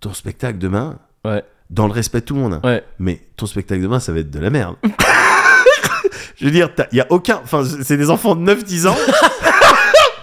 [SPEAKER 2] ton spectacle demain,
[SPEAKER 1] ouais,
[SPEAKER 2] dans le respect de tout le monde, hein,
[SPEAKER 1] ouais.
[SPEAKER 2] mais ton spectacle demain, ça va être de la merde. je veux dire, t'as- il y a aucun... Enfin, c'est des enfants de 9-10 ans.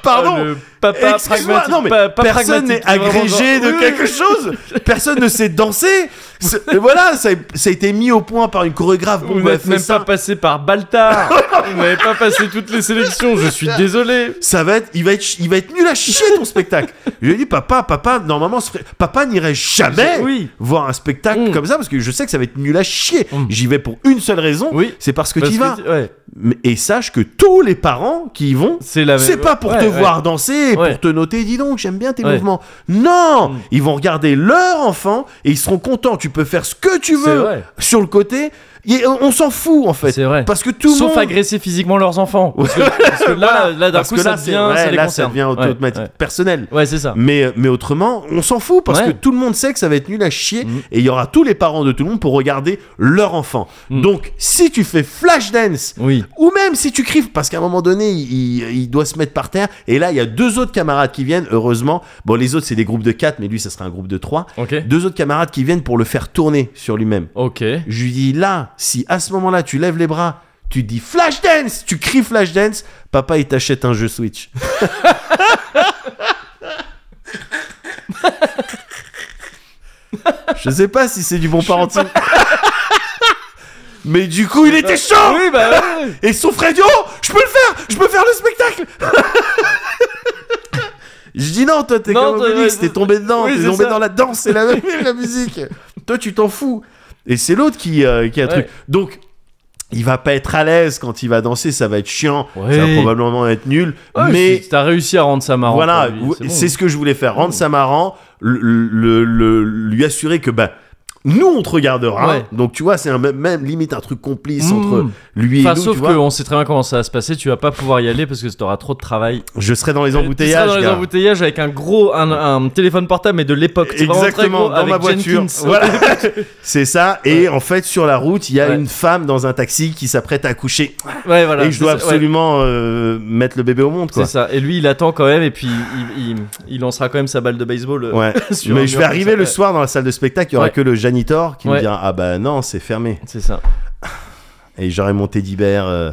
[SPEAKER 2] Pardon
[SPEAKER 1] Ah, le papa
[SPEAKER 2] Excuse-moi,
[SPEAKER 1] pragmatique.
[SPEAKER 2] non mais
[SPEAKER 1] pa- pas
[SPEAKER 2] personne
[SPEAKER 1] pragmatique,
[SPEAKER 2] n'est
[SPEAKER 1] vraiment
[SPEAKER 2] agrégé
[SPEAKER 1] genre-
[SPEAKER 2] de
[SPEAKER 1] Oui,
[SPEAKER 2] quelque chose. Personne ne sait danser. C'est- Voilà, ça, a- ça a été mis au point par une chorégraphe. Bon,
[SPEAKER 1] Vous
[SPEAKER 2] bah,
[SPEAKER 1] n'êtes
[SPEAKER 2] fais
[SPEAKER 1] même
[SPEAKER 2] ça.
[SPEAKER 1] pas passé par Baltar Vous n'avez pas passé toutes les sélections, je suis désolé
[SPEAKER 2] ça va être, il va être, ch- il va être nul à chier ton spectacle. Je lui ai dit, papa, papa, normalement, ce serait- papa n'irait jamais
[SPEAKER 1] Oui.
[SPEAKER 2] voir un spectacle
[SPEAKER 1] Mm.
[SPEAKER 2] comme ça parce que je sais que ça va être nul à chier.
[SPEAKER 1] Mm.
[SPEAKER 2] J'y vais pour une seule raison,
[SPEAKER 1] Oui.
[SPEAKER 2] c'est parce que
[SPEAKER 1] Parce
[SPEAKER 2] tu y vas.
[SPEAKER 1] ouais,
[SPEAKER 2] Mais- Et sache que tous les parents qui y vont,
[SPEAKER 1] c'est la
[SPEAKER 2] c'est pas pour
[SPEAKER 1] Ouais,
[SPEAKER 2] te
[SPEAKER 1] ouais.
[SPEAKER 2] voir danser et
[SPEAKER 1] Ouais.
[SPEAKER 2] pour te noter, dis donc, j'aime bien tes
[SPEAKER 1] Ouais.
[SPEAKER 2] mouvements. Non,
[SPEAKER 1] Mm.
[SPEAKER 2] ils vont regarder leur enfant et ils seront contents. Tu peux faire ce que tu
[SPEAKER 1] C'est
[SPEAKER 2] veux
[SPEAKER 1] vrai.
[SPEAKER 2] sur le côté. Et on on s'en fout en fait.
[SPEAKER 1] C'est vrai.
[SPEAKER 2] Parce que tout le
[SPEAKER 1] Sauf
[SPEAKER 2] monde
[SPEAKER 1] agresser physiquement leurs enfants. Parce que, parce que là,
[SPEAKER 2] Voilà.
[SPEAKER 1] là d'un
[SPEAKER 2] Parce
[SPEAKER 1] coup,
[SPEAKER 2] que
[SPEAKER 1] ça
[SPEAKER 2] là, c'est-
[SPEAKER 1] devient,
[SPEAKER 2] ouais,
[SPEAKER 1] ça les
[SPEAKER 2] là, ça
[SPEAKER 1] concerne.
[SPEAKER 2] devient
[SPEAKER 1] Ouais,
[SPEAKER 2] automatique
[SPEAKER 1] ouais.
[SPEAKER 2] personnel.
[SPEAKER 1] Ouais, c'est ça.
[SPEAKER 2] Mais, mais autrement, on s'en fout parce
[SPEAKER 1] Ouais.
[SPEAKER 2] que tout le monde sait que ça va être nul à chier
[SPEAKER 1] Mhm.
[SPEAKER 2] et il y aura tous les parents de tout le monde pour regarder leur enfant.
[SPEAKER 1] Mhm.
[SPEAKER 2] Donc, si tu fais flash dance
[SPEAKER 1] Oui.
[SPEAKER 2] ou même si tu crives, parce qu'à un moment donné, il, il- il doit se mettre par terre et là, il y a deux autres camarades qui viennent, heureusement. Bon, les autres, c'est des groupes de quatre, mais lui, ça serait un groupe de trois.
[SPEAKER 1] Ok.
[SPEAKER 2] Deux autres camarades qui viennent pour le faire tourner sur lui-même.
[SPEAKER 1] Ok.
[SPEAKER 2] Je lui dis là, si à ce moment-là tu lèves les bras, tu dis flash dance, tu cries flash dance, papa il t'achète un jeu Switch. Je sais pas si c'est du bon parenting. Mais du coup, il était chaud
[SPEAKER 1] Oui, bah ouais, ouais.
[SPEAKER 2] et son frère dit Oh, je peux le faire Je peux faire le spectacle Je dis non, toi, t'es
[SPEAKER 1] Non,
[SPEAKER 2] comme
[SPEAKER 1] toi,
[SPEAKER 2] Obélix,
[SPEAKER 1] ouais,
[SPEAKER 2] t'es tombé dedans,
[SPEAKER 1] oui,
[SPEAKER 2] t'es
[SPEAKER 1] c'est
[SPEAKER 2] tombé
[SPEAKER 1] ça.
[SPEAKER 2] dans la danse et la, la musique. Toi, tu t'en fous. Et c'est l'autre qui, euh, qui a le
[SPEAKER 1] Ouais.
[SPEAKER 2] truc. Donc, il va pas être à l'aise quand il va danser, ça va être chiant, ça va
[SPEAKER 1] Ouais.
[SPEAKER 2] probablement être nul.
[SPEAKER 1] Ouais,
[SPEAKER 2] mais
[SPEAKER 1] si t'as réussi à rendre ça marrant.
[SPEAKER 2] voilà,
[SPEAKER 1] pour lui,
[SPEAKER 2] ou-
[SPEAKER 1] bon.
[SPEAKER 2] c'est ce que je voulais faire, rendre
[SPEAKER 1] Oh.
[SPEAKER 2] ça marrant, le, le- le- lui assurer que bah nous on te regardera.
[SPEAKER 1] Ouais.
[SPEAKER 2] Donc tu vois, c'est un même, même limite un truc complice
[SPEAKER 1] Mmh.
[SPEAKER 2] entre lui et
[SPEAKER 1] Enfin,
[SPEAKER 2] nous.
[SPEAKER 1] sauf
[SPEAKER 2] tu vois.
[SPEAKER 1] qu'on sait très bien comment ça va se passer, tu vas pas pouvoir y aller parce que t'auras trop de travail.
[SPEAKER 2] Je serai dans les
[SPEAKER 1] Tu
[SPEAKER 2] embouteillages.
[SPEAKER 1] seras dans les
[SPEAKER 2] gars.
[SPEAKER 1] embouteillages avec un gros un, un téléphone portable mais de l'époque. C'est vraiment très
[SPEAKER 2] Exactement,
[SPEAKER 1] gros,
[SPEAKER 2] dans
[SPEAKER 1] avec
[SPEAKER 2] ma voiture.
[SPEAKER 1] Jenkins.
[SPEAKER 2] Voilà. c'est ça. Et
[SPEAKER 1] Ouais.
[SPEAKER 2] en fait, sur la route, il y a
[SPEAKER 1] Ouais.
[SPEAKER 2] une femme dans un taxi qui s'apprête à coucher.
[SPEAKER 1] Ouais, voilà.
[SPEAKER 2] et je dois
[SPEAKER 1] C'est ça, ouais.
[SPEAKER 2] absolument euh, mettre le bébé au monde, quoi.
[SPEAKER 1] C'est ça. Et lui, il attend quand même, et puis il, il- il lancera quand même sa balle de baseball. euh,
[SPEAKER 2] Ouais.
[SPEAKER 1] Sur un
[SPEAKER 2] Mais je
[SPEAKER 1] mur comme
[SPEAKER 2] vais arriver
[SPEAKER 1] ça,
[SPEAKER 2] le
[SPEAKER 1] ouais.
[SPEAKER 2] soir dans la salle de spectacle, il y aura
[SPEAKER 1] Ouais.
[SPEAKER 2] que le janitor qui me
[SPEAKER 1] Ouais.
[SPEAKER 2] dit Ah bah non, c'est fermé.
[SPEAKER 1] C'est ça.
[SPEAKER 2] Et j'aurais mon teddy bear euh,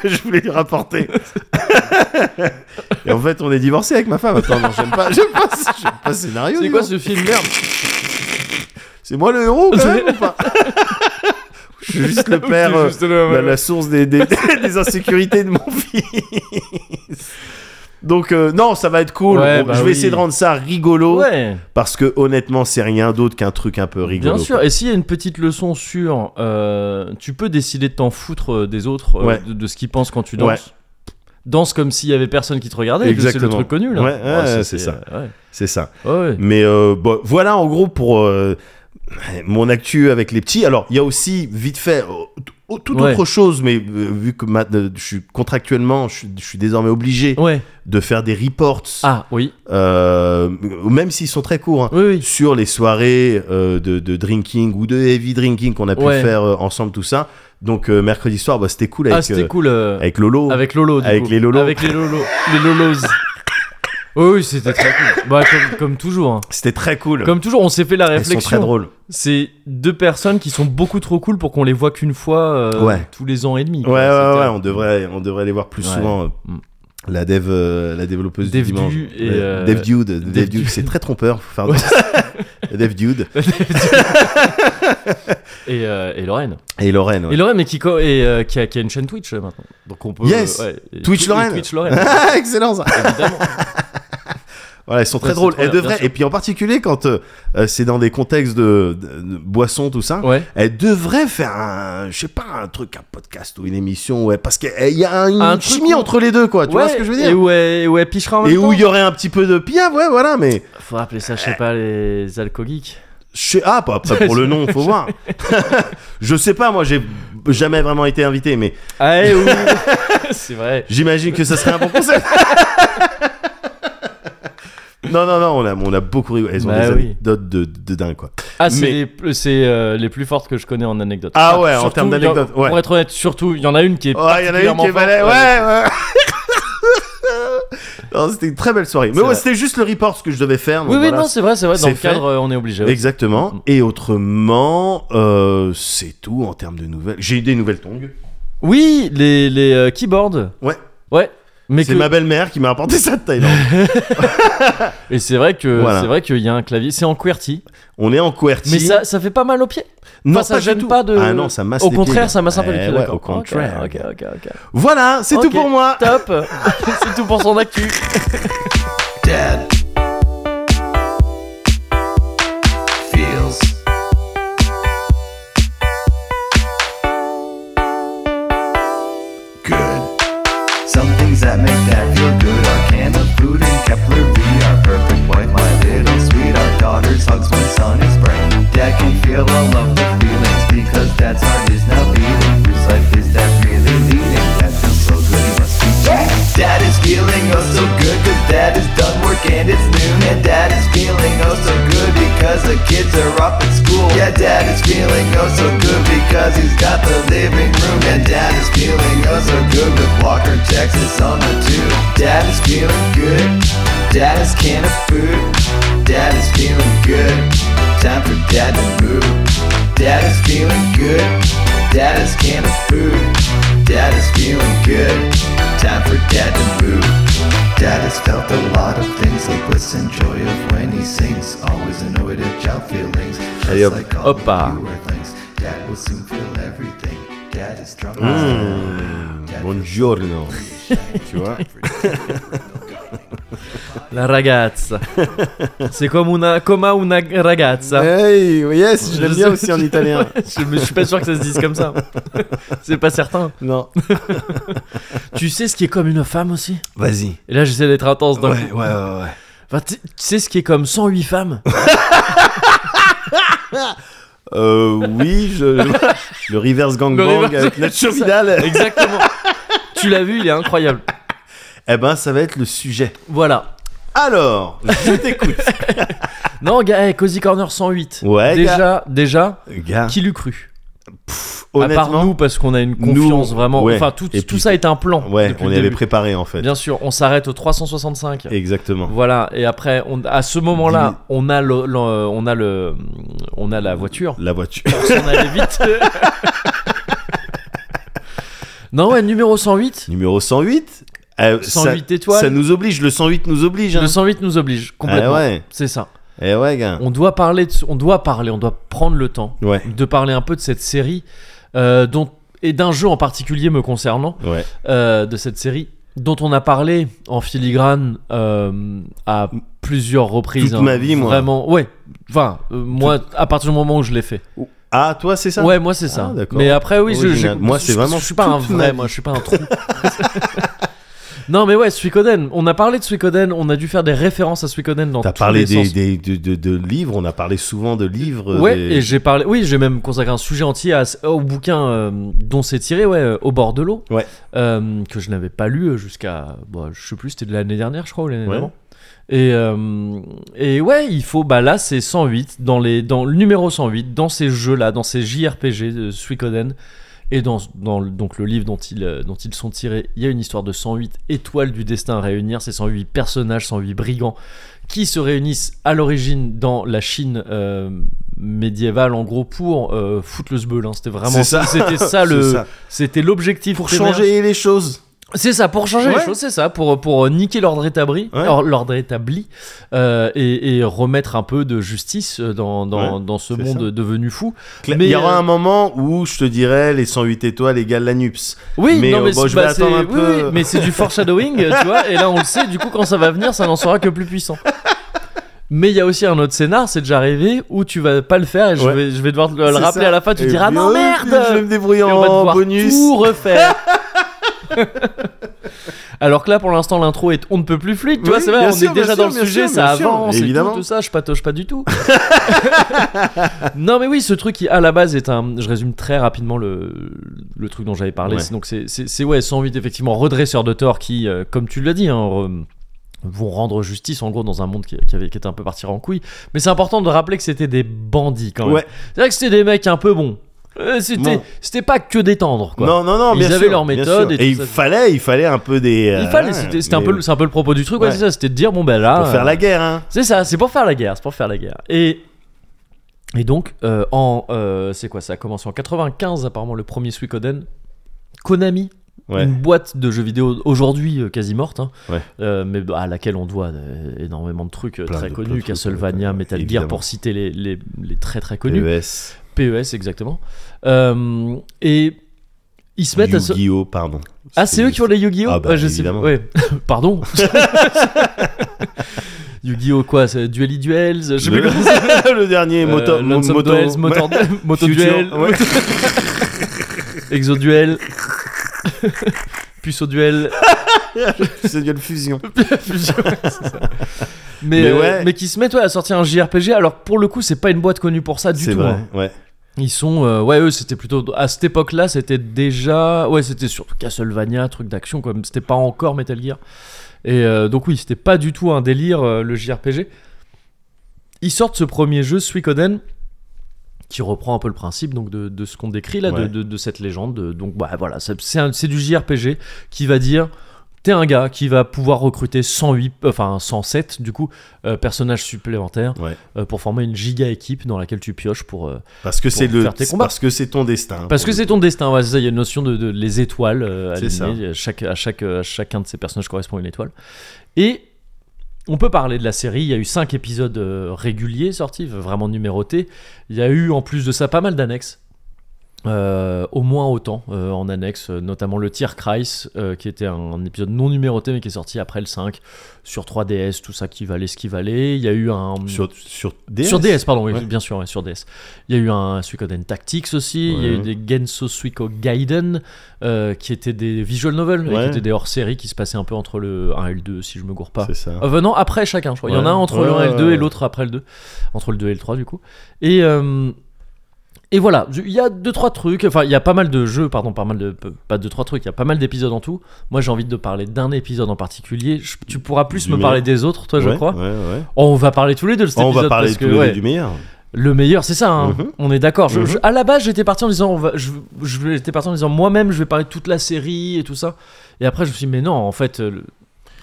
[SPEAKER 2] que je voulais lui rapporter. Et en fait, on est divorcé avec ma femme. Attends, non, j'aime pas, j'aime pas, ce- j'aime pas ce scénario.
[SPEAKER 1] C'est
[SPEAKER 2] dis
[SPEAKER 1] quoi
[SPEAKER 2] donc.
[SPEAKER 1] ce film Merde
[SPEAKER 2] C'est moi le héros quand même ou pas Je suis juste le père, euh,
[SPEAKER 1] Juste le-
[SPEAKER 2] la, la source des, des- des insécurités de mon fils. Donc euh, non, ça va être cool.
[SPEAKER 1] Ouais,
[SPEAKER 2] On-
[SPEAKER 1] bah
[SPEAKER 2] je vais
[SPEAKER 1] oui.
[SPEAKER 2] essayer de rendre ça rigolo
[SPEAKER 1] Ouais,
[SPEAKER 2] parce que honnêtement, c'est rien d'autre qu'un truc un peu rigolo.
[SPEAKER 1] bien sûr. Et s'il y a une petite leçon sur. euh, tu peux décider de t'en foutre euh, des autres, euh,
[SPEAKER 2] Ouais.
[SPEAKER 1] de, de ce qu'ils pensent quand tu
[SPEAKER 2] Ouais.
[SPEAKER 1] danses. Danse comme s'il y avait personne qui te regardait. C'est le
[SPEAKER 2] Exactement.
[SPEAKER 1] truc connu là.
[SPEAKER 2] Ouais, ouais, c'est ça.
[SPEAKER 1] Ouais. euh,
[SPEAKER 2] C'est ça.
[SPEAKER 1] Ouais, ouais.
[SPEAKER 2] Mais euh, bon, voilà en gros pour euh, mon actu avec les petits. Alors, il y a aussi vite fait euh, tout
[SPEAKER 1] Ouais.
[SPEAKER 2] autre chose, mais euh, vu que ma- euh, je suis contractuellement, je suis, je suis désormais obligé
[SPEAKER 1] Ouais.
[SPEAKER 2] de faire des reports,
[SPEAKER 1] Ah oui.
[SPEAKER 2] euh, même s'ils sont très courts. hein,
[SPEAKER 1] Oui, oui.
[SPEAKER 2] Sur les soirées euh, de, de drinking ou de heavy drinking qu'on a pu
[SPEAKER 1] Ouais.
[SPEAKER 2] faire euh, ensemble, tout ça. Donc, euh, mercredi soir, bah, c'était cool
[SPEAKER 1] Ah,
[SPEAKER 2] avec,
[SPEAKER 1] c'était
[SPEAKER 2] euh,
[SPEAKER 1] cool. euh,
[SPEAKER 2] avec Lolo.
[SPEAKER 1] Avec Lolo, du
[SPEAKER 2] Avec
[SPEAKER 1] coup.
[SPEAKER 2] les lolos.
[SPEAKER 1] Avec les lolos. les lolos. Oui, oui, c'était très cool. Bah, comme, comme toujours. hein.
[SPEAKER 2] C'était très cool.
[SPEAKER 1] Comme toujours, on s'est fait la
[SPEAKER 2] Elles sont très
[SPEAKER 1] réflexion.
[SPEAKER 2] drôles.
[SPEAKER 1] C'est deux personnes qui sont beaucoup trop cool pour qu'on les voit qu'une fois euh,
[SPEAKER 2] Ouais.
[SPEAKER 1] tous les ans et demi.
[SPEAKER 2] Ouais,
[SPEAKER 1] quoi.
[SPEAKER 2] ouais,
[SPEAKER 1] C'était-
[SPEAKER 2] ouais, on devrait, on devrait les voir plus
[SPEAKER 1] Ouais.
[SPEAKER 2] souvent. euh,
[SPEAKER 1] Mm.
[SPEAKER 2] La dev, euh, la développeuse
[SPEAKER 1] Dev
[SPEAKER 2] du dimanche.
[SPEAKER 1] Du et,
[SPEAKER 2] Ouais,
[SPEAKER 1] euh,
[SPEAKER 2] Dev Dude, Dev
[SPEAKER 1] Dev
[SPEAKER 2] Dude,
[SPEAKER 1] Du.
[SPEAKER 2] c'est très trompeur. Faut faire
[SPEAKER 1] Ouais.
[SPEAKER 2] attention. Dev Dude
[SPEAKER 1] Et, euh, et Lorraine.
[SPEAKER 2] et Lorraine. ouais.
[SPEAKER 1] Et Lorraine, mais qui, co- et, euh, qui, a, qui a une chaîne Twitch euh, maintenant. Donc on peut.
[SPEAKER 2] Yes.
[SPEAKER 1] euh, ouais, et
[SPEAKER 2] Twitch
[SPEAKER 1] Twi- et
[SPEAKER 2] Lorraine.
[SPEAKER 1] Twitch Lorraine,
[SPEAKER 2] Ah, excellent ça.
[SPEAKER 1] évidemment.
[SPEAKER 2] Voilà, ils sont très
[SPEAKER 1] Ouais, c'est
[SPEAKER 2] drôles.
[SPEAKER 1] trop
[SPEAKER 2] Elles
[SPEAKER 1] bien,
[SPEAKER 2] devraient,
[SPEAKER 1] bien sûr.
[SPEAKER 2] et puis en particulier quand euh, euh, c'est dans des contextes de, de- de boissons, tout ça,
[SPEAKER 1] Ouais.
[SPEAKER 2] elles devraient faire un, je sais pas, un truc, un podcast ou une émission, ouais, parce qu'il y a une
[SPEAKER 1] Un truc
[SPEAKER 2] chimie
[SPEAKER 1] où-
[SPEAKER 2] entre les deux, quoi. Tu vois
[SPEAKER 1] Ouais,
[SPEAKER 2] ce que je veux
[SPEAKER 1] Et
[SPEAKER 2] dire
[SPEAKER 1] où elle, où elle pichera en
[SPEAKER 2] Et
[SPEAKER 1] même
[SPEAKER 2] où
[SPEAKER 1] temps.
[SPEAKER 2] il y aurait un petit peu de pia, ouais, voilà, mais.
[SPEAKER 1] Faut appeler ça, je sais pas, les alcooliques.
[SPEAKER 2] Je sais- ah, pas, pas pour le nom, faut voir. je sais pas, moi, j'ai jamais vraiment été invité, mais
[SPEAKER 1] Ah, eh oui. C'est vrai.
[SPEAKER 2] j'imagine que ça serait un bon concept. non, non, non, on a, on a beaucoup rigolé. Elles ont
[SPEAKER 1] Bah
[SPEAKER 2] des
[SPEAKER 1] oui.
[SPEAKER 2] anecdotes de, de dingue, quoi.
[SPEAKER 1] Ah, c'est
[SPEAKER 2] Mais-
[SPEAKER 1] les, pl- c'est, euh, les plus fortes que je connais en anecdote.
[SPEAKER 2] Ah ouais, en
[SPEAKER 1] surtout,
[SPEAKER 2] termes d'anecdotes,
[SPEAKER 1] il y en-
[SPEAKER 2] ouais. Oh,
[SPEAKER 1] Pour être honnête, surtout, il y en a une qui est.
[SPEAKER 2] Ouais, il y en a une qui est
[SPEAKER 1] particulièrement
[SPEAKER 2] balai. Ouais,
[SPEAKER 1] forte,
[SPEAKER 2] ouais. Non, c'était une très belle soirée. Mais
[SPEAKER 1] C'est
[SPEAKER 2] ouais,
[SPEAKER 1] vrai.
[SPEAKER 2] c'était juste le report ce que je devais faire. donc
[SPEAKER 1] Oui, oui,
[SPEAKER 2] voilà,
[SPEAKER 1] non, c'est vrai, c'est vrai. Dans
[SPEAKER 2] c'est
[SPEAKER 1] le cadre, euh, on est obligé. ouais. Mm.
[SPEAKER 2] Exactement. Et autrement, euh, c'est tout en termes de nouvelles. J'ai eu des nouvelles tongs.
[SPEAKER 1] Oui, les, les euh, keyboards.
[SPEAKER 2] Ouais.
[SPEAKER 1] Ouais. Mais
[SPEAKER 2] C'est
[SPEAKER 1] que-
[SPEAKER 2] ma belle-mère qui m'a apporté ça de Thaïlande.
[SPEAKER 1] Et c'est vrai que
[SPEAKER 2] Voilà.
[SPEAKER 1] c'est vrai qu'il y a un clavier. C'est en QWERTY.
[SPEAKER 2] On est en QWERTY.
[SPEAKER 1] Mais ça, ça fait pas mal aux pieds.
[SPEAKER 2] non,
[SPEAKER 1] enfin, ça
[SPEAKER 2] pas du
[SPEAKER 1] gêne
[SPEAKER 2] tout.
[SPEAKER 1] pas de-
[SPEAKER 2] Ah non, ça masse
[SPEAKER 1] Au
[SPEAKER 2] les
[SPEAKER 1] contraire,
[SPEAKER 2] pieds.
[SPEAKER 1] ça m'a un peu
[SPEAKER 2] Eh
[SPEAKER 1] les pieds.
[SPEAKER 2] ouais,
[SPEAKER 1] d'accord.
[SPEAKER 2] au contraire.
[SPEAKER 1] Ok, ok, ok. ok.
[SPEAKER 2] Voilà, c'est
[SPEAKER 1] Ok.
[SPEAKER 2] tout pour moi.
[SPEAKER 1] Top. c'est tout pour son actu.
[SPEAKER 5] Dad feels good. Some things that make that feel good are can of food and Kepler V. Our perfect wife, my little sweet. Our daughter's hugs when sun is bright. Dad can feel all of the feelings because dad's heart is now beating. Whose life is that really leading? That feels so good, he must be Dad is feeling oh so good cause dad is done work and it's noon And dad is feeling oh so good because the kids are up at school Yeah dad is feeling oh so good because he's got the living room And dad is feeling oh so good with Walker Texas on the tube Dad is feeling good Dad is can of food Dad is feeling good Time for dad to move Dad is feeling good Dad is can of food Dad is feeling good Time for dad to move. Dad has felt a lot of things, like listen joy of when he sings. Always annoyed at child feelings, just
[SPEAKER 2] Allez, hop.
[SPEAKER 5] like all
[SPEAKER 1] Hoppa.
[SPEAKER 5] the fewer things. Dad will soon feel everything. Dad is drunk.
[SPEAKER 2] Hmm. Buongiorno. tu vois
[SPEAKER 1] La ragazza. c'est comme una, comme una ragazza.
[SPEAKER 2] Hey, yes, je l'aime
[SPEAKER 1] Je
[SPEAKER 2] bien
[SPEAKER 1] sais-
[SPEAKER 2] aussi en italien.
[SPEAKER 1] je, me- je suis pas sûr que ça se dise comme ça. c'est pas certain.
[SPEAKER 2] Non.
[SPEAKER 1] Tu sais ce qui est comme une femme aussi
[SPEAKER 2] Vas-y.
[SPEAKER 1] Et là, j'essaie d'être intense
[SPEAKER 2] Ouais,
[SPEAKER 1] d'un
[SPEAKER 2] ouais,
[SPEAKER 1] coup.
[SPEAKER 2] ouais, ouais.
[SPEAKER 1] Enfin, tu tu sais ce qui est comme 108 femmes
[SPEAKER 2] Euh, oui, je... le reverse gangbang
[SPEAKER 1] reverse-
[SPEAKER 2] avec Nacho Vidal.
[SPEAKER 1] Exactement. tu l'as vu, il est incroyable.
[SPEAKER 2] Eh ben, ça va être le sujet.
[SPEAKER 1] Voilà.
[SPEAKER 2] Alors, je t'écoute.
[SPEAKER 1] Non, gars, eh, Cozy Corner 108.
[SPEAKER 2] Ouais,
[SPEAKER 1] déjà, déjà,
[SPEAKER 2] Gars,
[SPEAKER 1] qui l'eût cru À
[SPEAKER 2] Pff,
[SPEAKER 1] part
[SPEAKER 2] honnêtement,
[SPEAKER 1] nous, parce qu'on a une
[SPEAKER 2] nous,
[SPEAKER 1] confiance vraiment.
[SPEAKER 2] ouais.
[SPEAKER 1] Enfin, tout,
[SPEAKER 2] Et
[SPEAKER 1] tout
[SPEAKER 2] puis-
[SPEAKER 1] ça est un plan.
[SPEAKER 2] ouais,
[SPEAKER 1] depuis
[SPEAKER 2] on
[SPEAKER 1] le
[SPEAKER 2] y avait
[SPEAKER 1] début.
[SPEAKER 2] préparé en fait.
[SPEAKER 1] Bien sûr, on s'arrête au 365.
[SPEAKER 2] Exactement.
[SPEAKER 1] Voilà, et après, on, à ce moment-là, on a le, le- on a le, on a la voiture.
[SPEAKER 2] La voiture.
[SPEAKER 1] Pour s'en aller vite. non, ouais, numéro 108.
[SPEAKER 2] Numéro 108. euh,
[SPEAKER 1] 108
[SPEAKER 2] ça,
[SPEAKER 1] étoiles.
[SPEAKER 2] Ça nous oblige, le 108 nous oblige. Hein.
[SPEAKER 1] Le 108 nous oblige
[SPEAKER 2] Eh
[SPEAKER 1] complètement.
[SPEAKER 2] ouais,
[SPEAKER 1] C'est ça.
[SPEAKER 2] eh ouais, gars.
[SPEAKER 1] On doit parler, de ce- on doit parler, on doit prendre le temps
[SPEAKER 2] Ouais,
[SPEAKER 1] de parler un peu de cette série euh, dont et d'un jeu en particulier me concernant
[SPEAKER 2] ouais.
[SPEAKER 1] euh, de cette série dont on a parlé en filigrane euh, à plusieurs reprises.
[SPEAKER 2] Toute ma vie, moi.
[SPEAKER 1] Vraiment, ouais. Enfin, euh, moi, à partir du moment où je l'ai fait.
[SPEAKER 2] Ah, toi, c'est ça
[SPEAKER 1] Ouais, moi c'est ça.
[SPEAKER 2] Ah, d'accord.
[SPEAKER 1] mais après oui, je,
[SPEAKER 2] Original.
[SPEAKER 1] je-
[SPEAKER 2] Moi,
[SPEAKER 1] je-
[SPEAKER 2] c'est vraiment
[SPEAKER 1] Je suis pas un
[SPEAKER 2] toute ma
[SPEAKER 1] vrai,
[SPEAKER 2] vie.
[SPEAKER 1] moi je suis pas un trou. non mais ouais, Suikoden. On a parlé de Suikoden. On a dû faire des références à Suikoden dans.
[SPEAKER 2] T'as
[SPEAKER 1] tous
[SPEAKER 2] parlé
[SPEAKER 1] les
[SPEAKER 2] des,
[SPEAKER 1] sens.
[SPEAKER 2] des- de, de- de livres, on a parlé souvent de livres.
[SPEAKER 1] Ouais,
[SPEAKER 2] des-
[SPEAKER 1] et j'ai parlé. Oui, j'ai même consacré un sujet entier à, au bouquin euh, dont c'est tiré, ouais, euh, au bord de l'eau.
[SPEAKER 2] Ouais.
[SPEAKER 1] Euh, que je n'avais pas lu jusqu'à, bon, je sais plus, c'était de l'année dernière, je crois, ou l'année
[SPEAKER 2] Ouais.
[SPEAKER 1] d'avant. Et euh, et ouais, il faut. Bah là, c'est 108 dans les dans le numéro 108 dans ces jeux là, dans ces JRPG de Suikoden. Et dans, dans le- donc le livre dont ils, euh, dont ils sont tirés, il y a une histoire de 108 étoiles du destin à réunir, ces 108 personnages, 108 brigands, qui se réunissent à l'origine dans la Chine euh, médiévale, en gros, pour euh, foutre le sbeul. hein. C'était vraiment
[SPEAKER 2] C'est ça.
[SPEAKER 1] C'était ça,
[SPEAKER 2] C'est
[SPEAKER 1] le,
[SPEAKER 2] ça.
[SPEAKER 1] c'était l'objectif
[SPEAKER 2] Pour
[SPEAKER 1] primaire.
[SPEAKER 2] changer les choses.
[SPEAKER 1] C'est ça, pour changer les
[SPEAKER 2] Ouais.
[SPEAKER 1] choses, c'est ça, pour, pour euh, niquer l'ordre établi,
[SPEAKER 2] Ouais.
[SPEAKER 1] or- l'ordre établi euh, et, et remettre un peu de justice euh, dans, dans, dans ce
[SPEAKER 2] c'est
[SPEAKER 1] monde
[SPEAKER 2] ça.
[SPEAKER 1] devenu fou.
[SPEAKER 2] Cla-
[SPEAKER 1] Mais,
[SPEAKER 2] il y aura
[SPEAKER 1] euh,
[SPEAKER 2] un moment où je te dirais les 108 étoiles égale la NUPS.
[SPEAKER 1] Oui,
[SPEAKER 2] Mais,
[SPEAKER 1] non,
[SPEAKER 2] euh,
[SPEAKER 1] mais
[SPEAKER 2] bon,
[SPEAKER 1] c'est-
[SPEAKER 2] je vais
[SPEAKER 1] bah,
[SPEAKER 2] attendre
[SPEAKER 1] c'est-
[SPEAKER 2] un
[SPEAKER 1] oui,
[SPEAKER 2] peu.
[SPEAKER 1] oui, mais c'est du foreshadowing, euh, tu vois, et là on le sait, du coup quand ça va venir, ça n'en sera que plus puissant. Mais il y a aussi un autre scénar, c'est déjà arrivé, où tu vas pas le faire et je,
[SPEAKER 2] Ouais.
[SPEAKER 1] vais, je vais devoir te le,
[SPEAKER 2] C'est
[SPEAKER 1] rappeler
[SPEAKER 2] ça.
[SPEAKER 1] à la fin, tu
[SPEAKER 2] Et
[SPEAKER 1] diras
[SPEAKER 2] puis,
[SPEAKER 1] non
[SPEAKER 2] oh,
[SPEAKER 1] merde
[SPEAKER 2] Je vais me débrouiller
[SPEAKER 1] Et on va
[SPEAKER 2] en
[SPEAKER 1] devoir
[SPEAKER 2] bonus.
[SPEAKER 1] tout refaire. Alors que là, pour l'instant, l'intro est on ne peut plus fluide. Tu
[SPEAKER 2] Oui,
[SPEAKER 1] vois, c'est vrai,
[SPEAKER 2] bien
[SPEAKER 1] on
[SPEAKER 2] sûr,
[SPEAKER 1] est déjà
[SPEAKER 2] bien
[SPEAKER 1] dans
[SPEAKER 2] sûr,
[SPEAKER 1] le
[SPEAKER 2] bien
[SPEAKER 1] sujet,
[SPEAKER 2] sûr,
[SPEAKER 1] ça
[SPEAKER 2] bien sûr,
[SPEAKER 1] avance, et tout,
[SPEAKER 2] évidemment.
[SPEAKER 1] tout, ça. Je patoche pas du tout. non, mais oui, ce truc qui à la base est un. Je résume très rapidement le, le truc dont j'avais parlé.
[SPEAKER 2] Ouais.
[SPEAKER 1] C'est- Donc c'est c'est- c'est, ouais 108 effectivement redresseur de tort qui, euh, comme tu l'as dit, hein, re- vont rendre justice en gros dans un monde qui, qui avait, qui était un peu parti en couille. Mais c'est important de rappeler que c'était des bandits quand même.
[SPEAKER 2] Ouais.
[SPEAKER 1] C'est vrai que c'était des mecs un peu bons. Euh, c'était,
[SPEAKER 2] Bon.
[SPEAKER 1] c'était pas que des tendres, quoi.
[SPEAKER 2] Non, non, non,
[SPEAKER 1] Ils
[SPEAKER 2] bien
[SPEAKER 1] avaient
[SPEAKER 2] sûr,
[SPEAKER 1] leur
[SPEAKER 2] bien
[SPEAKER 1] méthode
[SPEAKER 2] sûr.
[SPEAKER 1] et
[SPEAKER 2] Et
[SPEAKER 1] tout
[SPEAKER 2] il
[SPEAKER 1] ça.
[SPEAKER 2] fallait, il fallait un peu des.
[SPEAKER 1] Il
[SPEAKER 2] euh,
[SPEAKER 1] fallait, c'était, c'était un
[SPEAKER 2] mais
[SPEAKER 1] peu, le- c'est un peu le propos du truc, ouais,
[SPEAKER 2] Ouais.
[SPEAKER 1] c'est ça, c'était de dire, bon ben là.
[SPEAKER 2] Pour faire
[SPEAKER 1] euh,
[SPEAKER 2] la guerre, hein.
[SPEAKER 1] C'est ça, c'est pour faire la guerre, c'est pour faire la guerre. Et, et donc, euh, en. euh, c'est quoi Ça a commencé en 95, apparemment, le premier Suikoden. Konami,
[SPEAKER 2] Ouais.
[SPEAKER 1] une boîte de jeux vidéo aujourd'hui euh, quasi morte, hein,
[SPEAKER 2] Ouais.
[SPEAKER 1] euh, mais bah, à laquelle on doit euh, énormément de trucs euh,
[SPEAKER 2] Plein
[SPEAKER 1] très
[SPEAKER 2] de- plein de
[SPEAKER 1] connus,
[SPEAKER 2] trucs,
[SPEAKER 1] Castlevania,
[SPEAKER 2] euh,
[SPEAKER 1] Metal Gear,
[SPEAKER 2] évidemment.
[SPEAKER 1] pour citer les, les, les très très
[SPEAKER 2] E
[SPEAKER 1] connus.
[SPEAKER 2] PES.
[SPEAKER 1] PES, exactement. Euh, et ils se mettent à se.
[SPEAKER 2] Yu-Gi-Oh, pardon.
[SPEAKER 1] Ah, c'est eux qui ont les Yu-Gi-Oh
[SPEAKER 2] Ah bah,
[SPEAKER 1] Ouais, je sais.
[SPEAKER 2] évidemment.
[SPEAKER 1] Ouais. Pardon. Yu-Gi-Oh quoi c'est Duelly Duels Je sais plus
[SPEAKER 2] le,
[SPEAKER 1] comment
[SPEAKER 2] le dernier, moto,
[SPEAKER 1] euh, Lots of
[SPEAKER 2] moto,
[SPEAKER 1] Duels, Motor- Moto Duel,
[SPEAKER 2] Future, ouais.
[SPEAKER 1] Exo Duel, Puceau Duel.
[SPEAKER 2] c'est du fusion.
[SPEAKER 1] Fusion, c'est ça. Mais,
[SPEAKER 2] Mais
[SPEAKER 1] euh,
[SPEAKER 2] ouais.
[SPEAKER 1] mais qui se mettent ouais, à sortir un JRPG alors que pour le coup c'est pas une boîte connue pour ça du
[SPEAKER 2] C'est
[SPEAKER 1] tout
[SPEAKER 2] vrai,
[SPEAKER 1] hein.
[SPEAKER 2] ouais.
[SPEAKER 1] Ils sont, euh, ouais, eux, c'était plutôt à cette époque-là, c'était déjà, ouais, c'était surtout Castlevania, truc d'action, quoi. C'était pas encore Metal Gear. Et euh, donc oui, c'était pas du tout un délire euh, le JRPG. Ils sortent ce premier jeu, Suikoden, qui reprend un peu le principe donc de, de ce qu'on décrit là, de-
[SPEAKER 2] Ouais.
[SPEAKER 1] de, de cette légende. de- donc bah, voilà, c'est- c'est un- c'est du JRPG qui va dire. T'es un gars qui va pouvoir recruter 108, euh, enfin 107 du coup, euh, personnages supplémentaires
[SPEAKER 2] Ouais.
[SPEAKER 1] euh, pour former une giga équipe dans laquelle tu pioches pour, euh,
[SPEAKER 2] Parce que c'est
[SPEAKER 1] Pour
[SPEAKER 2] le,
[SPEAKER 1] faire tes combats.
[SPEAKER 2] parce que c'est ton destin.
[SPEAKER 1] parce que
[SPEAKER 2] pour le
[SPEAKER 1] c'est ton destin, ouais, c'est ça, il y a une notion de, de- les étoiles euh,
[SPEAKER 2] C'est ça.
[SPEAKER 1] alignées, chaque, à, chaque, euh, à chacun de ces personnages correspond une étoile. Et on peut parler de la série, il y a eu 5 épisodes euh, réguliers sortis, vraiment numérotés. Il y a eu en plus de ça pas mal d'annexes. Euh, au moins autant euh, en annexe, euh, notamment le Tier Christ, euh, qui était un, un épisode non numéroté mais qui est sorti après le 5 sur 3DS, tout ça qui valait ce qui valait. Il y a eu un.
[SPEAKER 2] Sur, sur DS.
[SPEAKER 1] Sur DS, pardon, oui,
[SPEAKER 2] Ouais.
[SPEAKER 1] bien sûr, ouais, sur DS. Il y a eu un Suikoden Tactics aussi, il y a eu
[SPEAKER 2] Ouais.
[SPEAKER 1] des Genso Suiko Gaiden, euh, qui étaient des visual novels, et
[SPEAKER 2] Ouais.
[SPEAKER 1] qui étaient des hors-séries qui se passaient un peu entre le 1 et le 2, si je me gourre pas.
[SPEAKER 2] C'est ça.
[SPEAKER 1] Euh, venant après chacun, je crois. Il y en a
[SPEAKER 2] Ouais.
[SPEAKER 1] un entre le
[SPEAKER 2] Ouais,
[SPEAKER 1] 1 et le
[SPEAKER 2] ouais,
[SPEAKER 1] 2 et
[SPEAKER 2] ouais.
[SPEAKER 1] l'autre après le 2. Entre le 2 et le 3, du coup. Et, euh, et voilà, il y a 2-3 trucs. Enfin, il y a pas mal de jeux, pardon, pas mal de. Pas 2-3 trucs, il y a pas mal d'épisodes en tout. Moi, j'ai envie de parler d'un épisode en particulier. Je- tu pourras plus
[SPEAKER 2] Du
[SPEAKER 1] me
[SPEAKER 2] meilleur.
[SPEAKER 1] parler des autres, toi, je
[SPEAKER 2] Ouais,
[SPEAKER 1] crois. Oh,
[SPEAKER 2] Ouais, ouais.
[SPEAKER 1] On va parler tous les deux de cet
[SPEAKER 2] on
[SPEAKER 1] épisode.
[SPEAKER 2] va parler
[SPEAKER 1] parce
[SPEAKER 2] tous
[SPEAKER 1] que,
[SPEAKER 2] les deux
[SPEAKER 1] ouais.
[SPEAKER 2] du meilleur.
[SPEAKER 1] le meilleur, c'est ça. hein.
[SPEAKER 2] Mhm.
[SPEAKER 1] On est d'accord. Je-
[SPEAKER 2] Mhm.
[SPEAKER 1] je- À la base, j'étais parti en disant, on va, je, je- j'étais parti en disant, moi-même, je vais parler de toute la série et tout ça. Et après, je me suis dit, mais non, en fait, euh, le-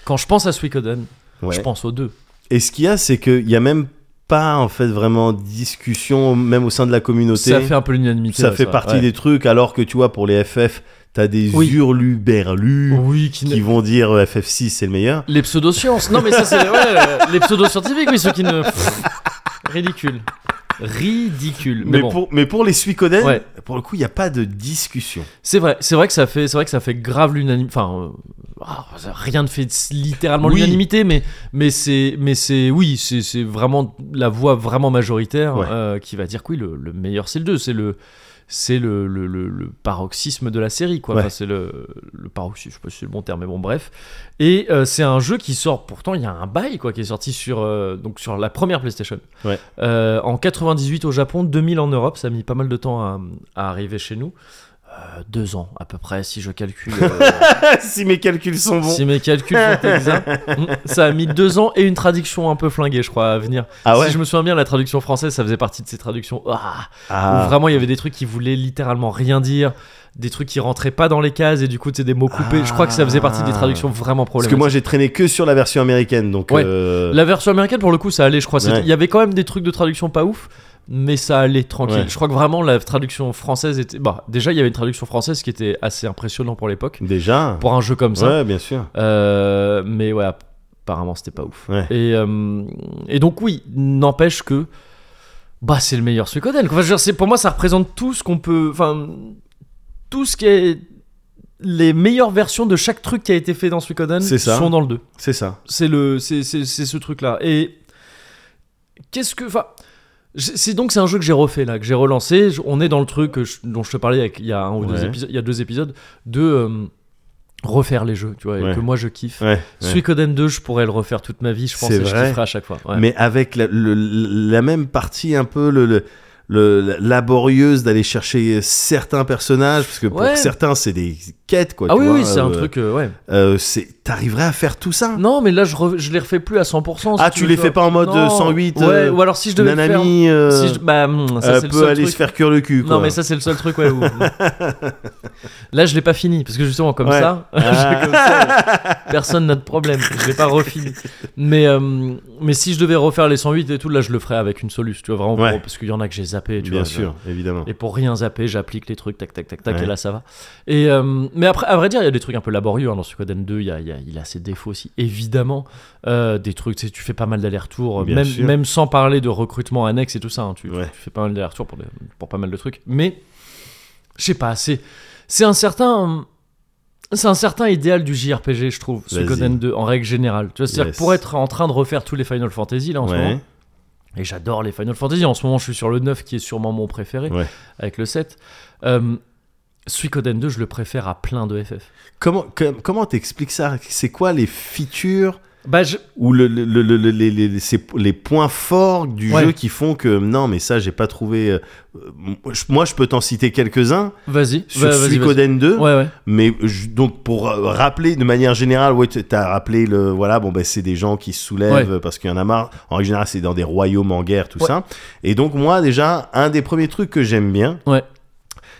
[SPEAKER 1] quand je pense à Suikoden,
[SPEAKER 2] Ouais.
[SPEAKER 1] je pense aux deux.
[SPEAKER 2] Et ce qu'il y a, c'est qu'il n'y a même pas en fait vraiment discussion, même au sein de la communauté.
[SPEAKER 1] Ça fait un peu l'unanimité.
[SPEAKER 2] Ça
[SPEAKER 1] ouais,
[SPEAKER 2] fait partie
[SPEAKER 1] ouais.
[SPEAKER 2] des trucs, alors que tu vois, pour les FF, t'as des
[SPEAKER 1] Oui.
[SPEAKER 2] hurluberlus
[SPEAKER 1] Oui, qui,
[SPEAKER 2] qui
[SPEAKER 1] ne-
[SPEAKER 2] vont dire euh, FF6 c'est le meilleur.
[SPEAKER 1] Les pseudosciences. Non, mais ça, c'est. ouais, euh, les pseudoscientifiques, oui, ceux qui ne. Pff, ridicule. Ridicule. Mais,
[SPEAKER 2] Mais,
[SPEAKER 1] bon,
[SPEAKER 2] pour, mais pour les Suikoden,
[SPEAKER 1] Ouais.
[SPEAKER 2] pour le coup, il n'y a pas de discussion.
[SPEAKER 1] c'est vrai, c'est vrai que ça fait, c'est vrai que ça fait grave l'unanimité. Enfin, euh, ah, ça- rien ne fait s- littéralement
[SPEAKER 2] Oui.
[SPEAKER 1] l'unanimité, mais mais c'est, mais c'est, oui, c'est, c'est vraiment la voix vraiment majoritaire
[SPEAKER 2] Ouais.
[SPEAKER 1] euh, qui va dire que oui, le, le meilleur c'est le 2 c'est le, c'est le, le, le- le paroxysme de la série, quoi.
[SPEAKER 2] Ouais.
[SPEAKER 1] Enfin, c'est le, le paroxysme, je sais pas si c'est le bon terme, mais bon, bref. Et euh, c'est un jeu qui sort, pourtant il y a un bail quoi, qui est sorti sur, euh, donc sur la première PlayStation.
[SPEAKER 2] Ouais.
[SPEAKER 1] Euh, en 98 au Japon, 2000 en Europe, ça a mis pas mal de temps à, à arriver chez nous. Euh, deux ans à peu près, si je calcule. euh,
[SPEAKER 2] si mes calculs sont bons.
[SPEAKER 1] si mes calculs sont exacts. Mm, ça a mis deux ans et une traduction un peu flinguée, je crois, à venir.
[SPEAKER 2] Ah ouais
[SPEAKER 1] Si je me souviens bien, la traduction française, ça faisait partie de ces traductions. Ah, où
[SPEAKER 2] Ah.
[SPEAKER 1] vraiment, il y avait des trucs qui voulaient littéralement rien dire, des trucs qui rentraient pas dans les cases et du coup, c'est des mots coupés. Je crois que ça faisait partie des traductions vraiment
[SPEAKER 2] Parce
[SPEAKER 1] problématiques.
[SPEAKER 2] que moi, j'ai traîné que sur la version américaine, donc.
[SPEAKER 1] Ouais.
[SPEAKER 2] euh,
[SPEAKER 1] La version américaine, pour le coup, ça allait, je crois. C'était-
[SPEAKER 2] Ouais.
[SPEAKER 1] Il y avait quand même des trucs de traduction pas ouf, mais ça allait tranquille.
[SPEAKER 2] Ouais.
[SPEAKER 1] Je crois que vraiment la traduction française était. Bah, déjà, il y avait une traduction française qui était assez impressionnante pour l'époque,
[SPEAKER 2] Déjà.
[SPEAKER 1] pour un jeu comme ça.
[SPEAKER 2] Ouais, bien sûr.
[SPEAKER 1] Euh, mais ouais, apparemment, c'était pas ouf.
[SPEAKER 2] Ouais.
[SPEAKER 1] Et, euh, et donc, oui, n'empêche que. Bah, c'est le meilleur Suikoden. Enfin, je veux dire, c'est- pour moi, ça représente tout ce qu'on peut. Enfin, tout ce qui est. Les meilleures versions de chaque truc qui a été fait dans Suikoden
[SPEAKER 2] C'est ça.
[SPEAKER 1] sont dans le 2
[SPEAKER 2] C'est ça.
[SPEAKER 1] c'est le c'est c'est- c'est ce truc là et qu'est-ce que enfin j- c'est donc c'est un jeu que j'ai refait là que j'ai relancé Je- on est dans le truc que je- dont je te parlais avec- il y a un ou deux
[SPEAKER 2] Ouais.
[SPEAKER 1] épisodes il y a deux épisodes de euh, refaire les jeux tu vois et
[SPEAKER 2] Ouais.
[SPEAKER 1] que moi je kiffe
[SPEAKER 2] Ouais. ouais.
[SPEAKER 1] Suikoden 2 je pourrais le refaire toute ma vie je pense
[SPEAKER 2] C'est
[SPEAKER 1] et je
[SPEAKER 2] vrai.
[SPEAKER 1] kifferais à chaque fois ouais.
[SPEAKER 2] mais avec la, le- la même partie un peu le, le- le- laborieuse d'aller chercher certains personnages parce que pour
[SPEAKER 1] Ouais.
[SPEAKER 2] certains c'est des quêtes quoi
[SPEAKER 1] ah
[SPEAKER 2] tu
[SPEAKER 1] oui
[SPEAKER 2] vois,
[SPEAKER 1] oui c'est un
[SPEAKER 2] euh,
[SPEAKER 1] truc euh, ouais
[SPEAKER 2] euh, c'est t'arriverais à faire tout ça
[SPEAKER 1] non mais là je, re- je les refais plus à 100% si
[SPEAKER 2] ah
[SPEAKER 1] tu
[SPEAKER 2] tu
[SPEAKER 1] veux,
[SPEAKER 2] les
[SPEAKER 1] tu
[SPEAKER 2] fais
[SPEAKER 1] vois.
[SPEAKER 2] pas en mode
[SPEAKER 1] Non.
[SPEAKER 2] 108
[SPEAKER 1] ouais
[SPEAKER 2] euh,
[SPEAKER 1] ou alors si je devais le faire
[SPEAKER 2] nanami euh,
[SPEAKER 1] si je- bah hum, ça
[SPEAKER 2] euh,
[SPEAKER 1] c'est le
[SPEAKER 2] peut
[SPEAKER 1] seul
[SPEAKER 2] aller
[SPEAKER 1] truc.
[SPEAKER 2] se faire cuire le cul quoi.
[SPEAKER 1] Non, mais ça, c'est le seul truc, ouais. où- Là, je l'ai pas fini, parce que justement, comme
[SPEAKER 2] Ouais.
[SPEAKER 1] ça,
[SPEAKER 2] Ah.
[SPEAKER 1] comme ça, personne n'a de problème. Je l'ai pas refini. Mais, euh, mais si je devais refaire les 108 et tout, là, je le ferais avec une soluce, tu vois, vraiment, pour-
[SPEAKER 2] Ouais.
[SPEAKER 1] parce qu'il y en a que j'ai zappé, tu
[SPEAKER 2] bien
[SPEAKER 1] vois,
[SPEAKER 2] sûr évidemment
[SPEAKER 1] et pour rien zapper, j'applique les trucs, tac, tac, tac, tac,
[SPEAKER 2] Ouais.
[SPEAKER 1] et là ça va. Et, euh, mais après, à vrai dire, il y a des trucs un peu laborieux hein, dans Suikoden 2, il, y a, il, y a, il a ses défauts aussi, évidemment. Euh, des trucs, tu sais, tu fais pas mal d'allers-retours,
[SPEAKER 2] Bien
[SPEAKER 1] même,
[SPEAKER 2] sûr.
[SPEAKER 1] même sans parler de recrutement annexe et tout ça, hein, tu, tu-
[SPEAKER 2] Ouais.
[SPEAKER 1] tu fais pas mal d'allers-retours pour, des- pour pas mal de trucs. Mais, je sais pas, c'est c'est un certain. C'est un certain idéal du JRPG, je trouve,
[SPEAKER 2] Vas-y.
[SPEAKER 1] Suikoden 2, en règle générale. Tu vois, c'est-à-dire
[SPEAKER 2] Yes.
[SPEAKER 1] que pour être en train de refaire tous les Final Fantasy, là, en ce moment,
[SPEAKER 2] ouais
[SPEAKER 1] et j'adore les Final Fantasy. En ce moment, je suis sur le 9 qui est sûrement mon préféré,
[SPEAKER 2] Ouais.
[SPEAKER 1] avec le 7. Euh, Suikoden 2, je le préfère à plein de FF.
[SPEAKER 2] comment com- comment t'expliques ça c'est quoi les features
[SPEAKER 1] Bah, je-
[SPEAKER 2] ou le, le- le- le- le- les, les- ces- les points forts du
[SPEAKER 1] Ouais.
[SPEAKER 2] jeu qui font que non mais ça j'ai pas trouvé euh, euh, je- moi je peux t'en citer quelques-uns
[SPEAKER 1] vas-y.
[SPEAKER 2] sur
[SPEAKER 1] vas-y, vas-y.
[SPEAKER 2] Suikoden 2
[SPEAKER 1] Ouais, ouais.
[SPEAKER 2] mais je- donc pour euh, rappeler de manière générale ouais tu- t'as rappelé le voilà bon ben c'est des gens qui se soulèvent
[SPEAKER 1] Ouais.
[SPEAKER 2] euh, parce qu'il y en a marre en règle générale c'est dans des royaumes en guerre tout
[SPEAKER 1] Ouais.
[SPEAKER 2] ça et donc moi déjà un des premiers trucs que j'aime bien
[SPEAKER 1] Ouais.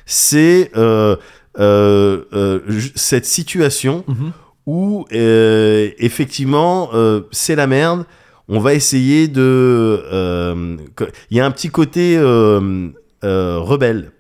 [SPEAKER 2] c'est euh, euh, euh, ju- cette situation
[SPEAKER 1] Mhm.
[SPEAKER 2] où euh, effectivement euh, c'est la merde. On va essayer de. euh, que- Il y a un petit côté euh, euh, rebelle.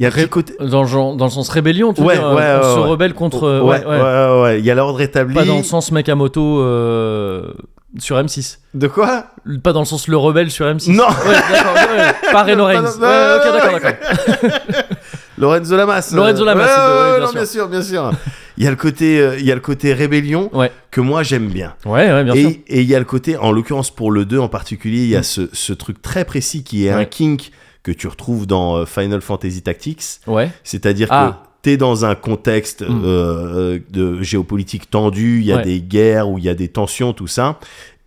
[SPEAKER 2] Il y a un
[SPEAKER 1] Ré-
[SPEAKER 2] petit côté.
[SPEAKER 1] Dans, le genre- dans le sens rébellion, tu veux
[SPEAKER 2] Ouais,
[SPEAKER 1] dire,
[SPEAKER 2] ouais,
[SPEAKER 1] euh, on
[SPEAKER 2] ouais,
[SPEAKER 1] se
[SPEAKER 2] ouais.
[SPEAKER 1] rebelle contre. euh,
[SPEAKER 2] ouais,
[SPEAKER 1] ouais, ouais.
[SPEAKER 2] ouais, ouais. Il y a l'ordre établi.
[SPEAKER 1] Pas dans le sens mec à moto euh, sur M6.
[SPEAKER 2] De quoi
[SPEAKER 1] Pas dans le sens le rebelle sur M6.
[SPEAKER 2] Non.
[SPEAKER 1] Ouais, d'accord. ouais, ouais. Pas Reno Reigns.
[SPEAKER 2] Non, non,
[SPEAKER 1] Ouais, ouais, ok,
[SPEAKER 2] non,
[SPEAKER 1] d'accord,
[SPEAKER 2] non,
[SPEAKER 1] d'accord.
[SPEAKER 2] Lorenzo Lamas.
[SPEAKER 1] Lorenzo
[SPEAKER 2] euh,
[SPEAKER 1] Lamas,
[SPEAKER 2] ouais,
[SPEAKER 1] c'est de-
[SPEAKER 2] ouais,
[SPEAKER 1] ouais,
[SPEAKER 2] ouais,
[SPEAKER 1] bien
[SPEAKER 2] non,
[SPEAKER 1] sûr.
[SPEAKER 2] bien sûr, bien sûr. Il y a le côté, euh, il y a le côté rébellion
[SPEAKER 1] Ouais.
[SPEAKER 2] que moi j'aime bien.
[SPEAKER 1] Ouais, ouais, bien sûr. Mm.
[SPEAKER 2] Et et il y a le côté, en l'occurrence pour le 2 en particulier, il y a ce, ce truc très précis qui est un
[SPEAKER 1] Ouais.
[SPEAKER 2] kink que tu retrouves dans euh, Final Fantasy Tactics.
[SPEAKER 1] Ouais.
[SPEAKER 2] C'est-à-dire
[SPEAKER 1] Ah.
[SPEAKER 2] que t'es dans un contexte
[SPEAKER 1] Mm.
[SPEAKER 2] euh, de géopolitique tendu, il y a
[SPEAKER 1] Ouais.
[SPEAKER 2] des guerres où il y a des tensions, tout ça.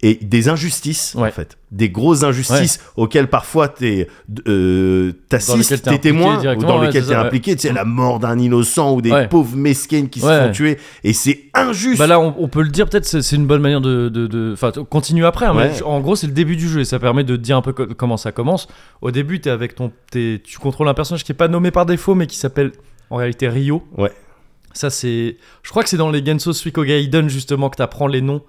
[SPEAKER 2] et des injustices en
[SPEAKER 1] Ouais.
[SPEAKER 2] fait, des grosses injustices auxquelles parfois t'es euh,
[SPEAKER 1] lesquelles
[SPEAKER 2] t'assistes,
[SPEAKER 1] t'es
[SPEAKER 2] t'es
[SPEAKER 1] impliqué
[SPEAKER 2] témoin ou
[SPEAKER 1] directement,
[SPEAKER 2] dans
[SPEAKER 1] ouais,
[SPEAKER 2] lesquelles
[SPEAKER 1] c'est
[SPEAKER 2] t'es
[SPEAKER 1] ça, ouais.
[SPEAKER 2] impliqué, tu sais la mort d'un innocent ou des
[SPEAKER 1] Ouais.
[SPEAKER 2] pauvres mesquines qui se
[SPEAKER 1] Ouais.
[SPEAKER 2] font tuer et c'est injuste.
[SPEAKER 1] Bah là, on, on peut le dire, peut-être c'est c'est une bonne manière de. de- de- Enfin, t- continue après. hein, mais
[SPEAKER 2] Ouais.
[SPEAKER 1] en gros, c'est le début du jeu et ça permet de dire un peu co- comment ça commence. Au début, t'es avec ton, t'es- tu contrôles un personnage qui est pas nommé par défaut, mais qui s'appelle en réalité Ryo.
[SPEAKER 2] Ouais.
[SPEAKER 1] Ça, c'est. Je crois que c'est dans les Genso Suikogaiden justement que t'apprends les noms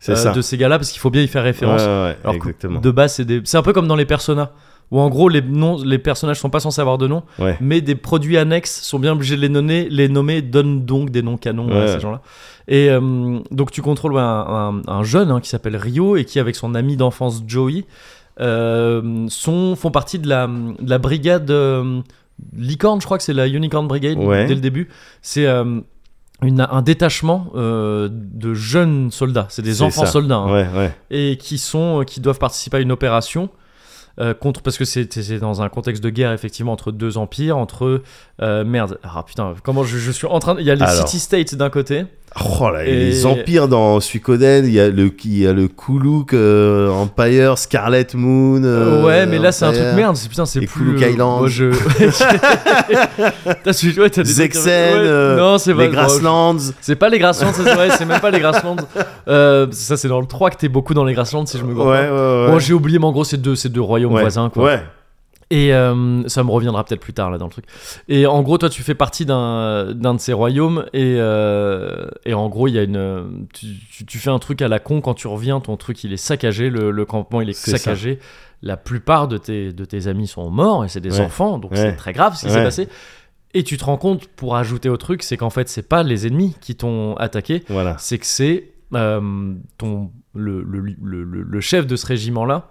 [SPEAKER 2] c'est
[SPEAKER 1] euh,
[SPEAKER 2] ça.
[SPEAKER 1] de ces gars-là parce qu'il faut bien y faire référence.
[SPEAKER 2] Ouais, ouais, ouais,
[SPEAKER 1] Alors que
[SPEAKER 2] exactement.
[SPEAKER 1] De base, c'est des... c'est un peu comme dans les personas, où en gros, les, noms, les personnages sont pas censés avoir de nom,
[SPEAKER 2] Ouais.
[SPEAKER 1] mais des produits annexes sont bien obligés de les nommer, les nommer donnent donc des noms canons à
[SPEAKER 2] Ouais.
[SPEAKER 1] ces gens-là. Et euh, donc, tu contrôles ouais, un, un- un jeune hein, qui s'appelle Rio et qui, avec son ami d'enfance Joey, euh, sont, font partie de la, de la brigade euh, Licorne, je crois que c'est la Unicorn Brigade
[SPEAKER 2] Ouais.
[SPEAKER 1] dès le début. C'est. euh, une- un détachement euh, de jeunes soldats, c'est des
[SPEAKER 2] C'est
[SPEAKER 1] enfants
[SPEAKER 2] ça.
[SPEAKER 1] soldats. hein
[SPEAKER 2] Ouais, ouais.
[SPEAKER 1] et qui sont euh, qui doivent participer à une opération euh, contre parce que c'est c'est dans un contexte de guerre effectivement entre deux empires entre euh, merde ah putain comment je, je suis en train de- il y a les
[SPEAKER 2] Alors.
[SPEAKER 1] city states d'un côté
[SPEAKER 2] Oh là, et
[SPEAKER 1] Et-
[SPEAKER 2] les empires dans Suikoden, il y a le il y a le Kuluk euh, Empire, Scarlet Moon. euh,
[SPEAKER 1] ouais mais là c'est un truc
[SPEAKER 2] Empire,
[SPEAKER 1] merde c'est putain c'est
[SPEAKER 2] et
[SPEAKER 1] plus euh,
[SPEAKER 2] Kuluk Island.
[SPEAKER 1] moi, je t'as celui ouais, t'as des trucs-
[SPEAKER 2] Zexen,
[SPEAKER 1] ouais,
[SPEAKER 2] euh,
[SPEAKER 1] non c'est pas
[SPEAKER 2] Les Grasslands.
[SPEAKER 1] c'est pas les Grasslands ça, c'est vrai c'est même pas les Grasslands Euh, ça c'est dans le 3 que t'es beaucoup dans les Grasslands si je me
[SPEAKER 2] Ouais,
[SPEAKER 1] gourre
[SPEAKER 2] ouais,
[SPEAKER 1] pas.
[SPEAKER 2] ouais.
[SPEAKER 1] Bon, j'ai oublié mais en gros c'est deux c'est deux royaumes
[SPEAKER 2] Ouais,
[SPEAKER 1] voisins quoi
[SPEAKER 2] Ouais.
[SPEAKER 1] Et euh, ça me reviendra peut-être plus tard là dans le truc. Et en gros, toi, tu fais partie d'un d'un de ces royaumes et, euh, et en gros, il y a une tu, tu- tu fais un truc à la con quand tu reviens, ton truc il est saccagé, le, le campement il est
[SPEAKER 2] C'est ça.
[SPEAKER 1] saccagé. La plupart de tes de tes amis sont morts et c'est des
[SPEAKER 2] Ouais.
[SPEAKER 1] enfants, donc
[SPEAKER 2] Ouais.
[SPEAKER 1] c'est très grave ce qui s'est
[SPEAKER 2] Ouais.
[SPEAKER 1] passé. Et tu te rends compte, pour ajouter au truc, c'est qu'en fait, c'est pas les ennemis qui t'ont attaqué,
[SPEAKER 2] Voilà.
[SPEAKER 1] c'est que c'est euh, ton le, le, le, le- le chef de ce régiment là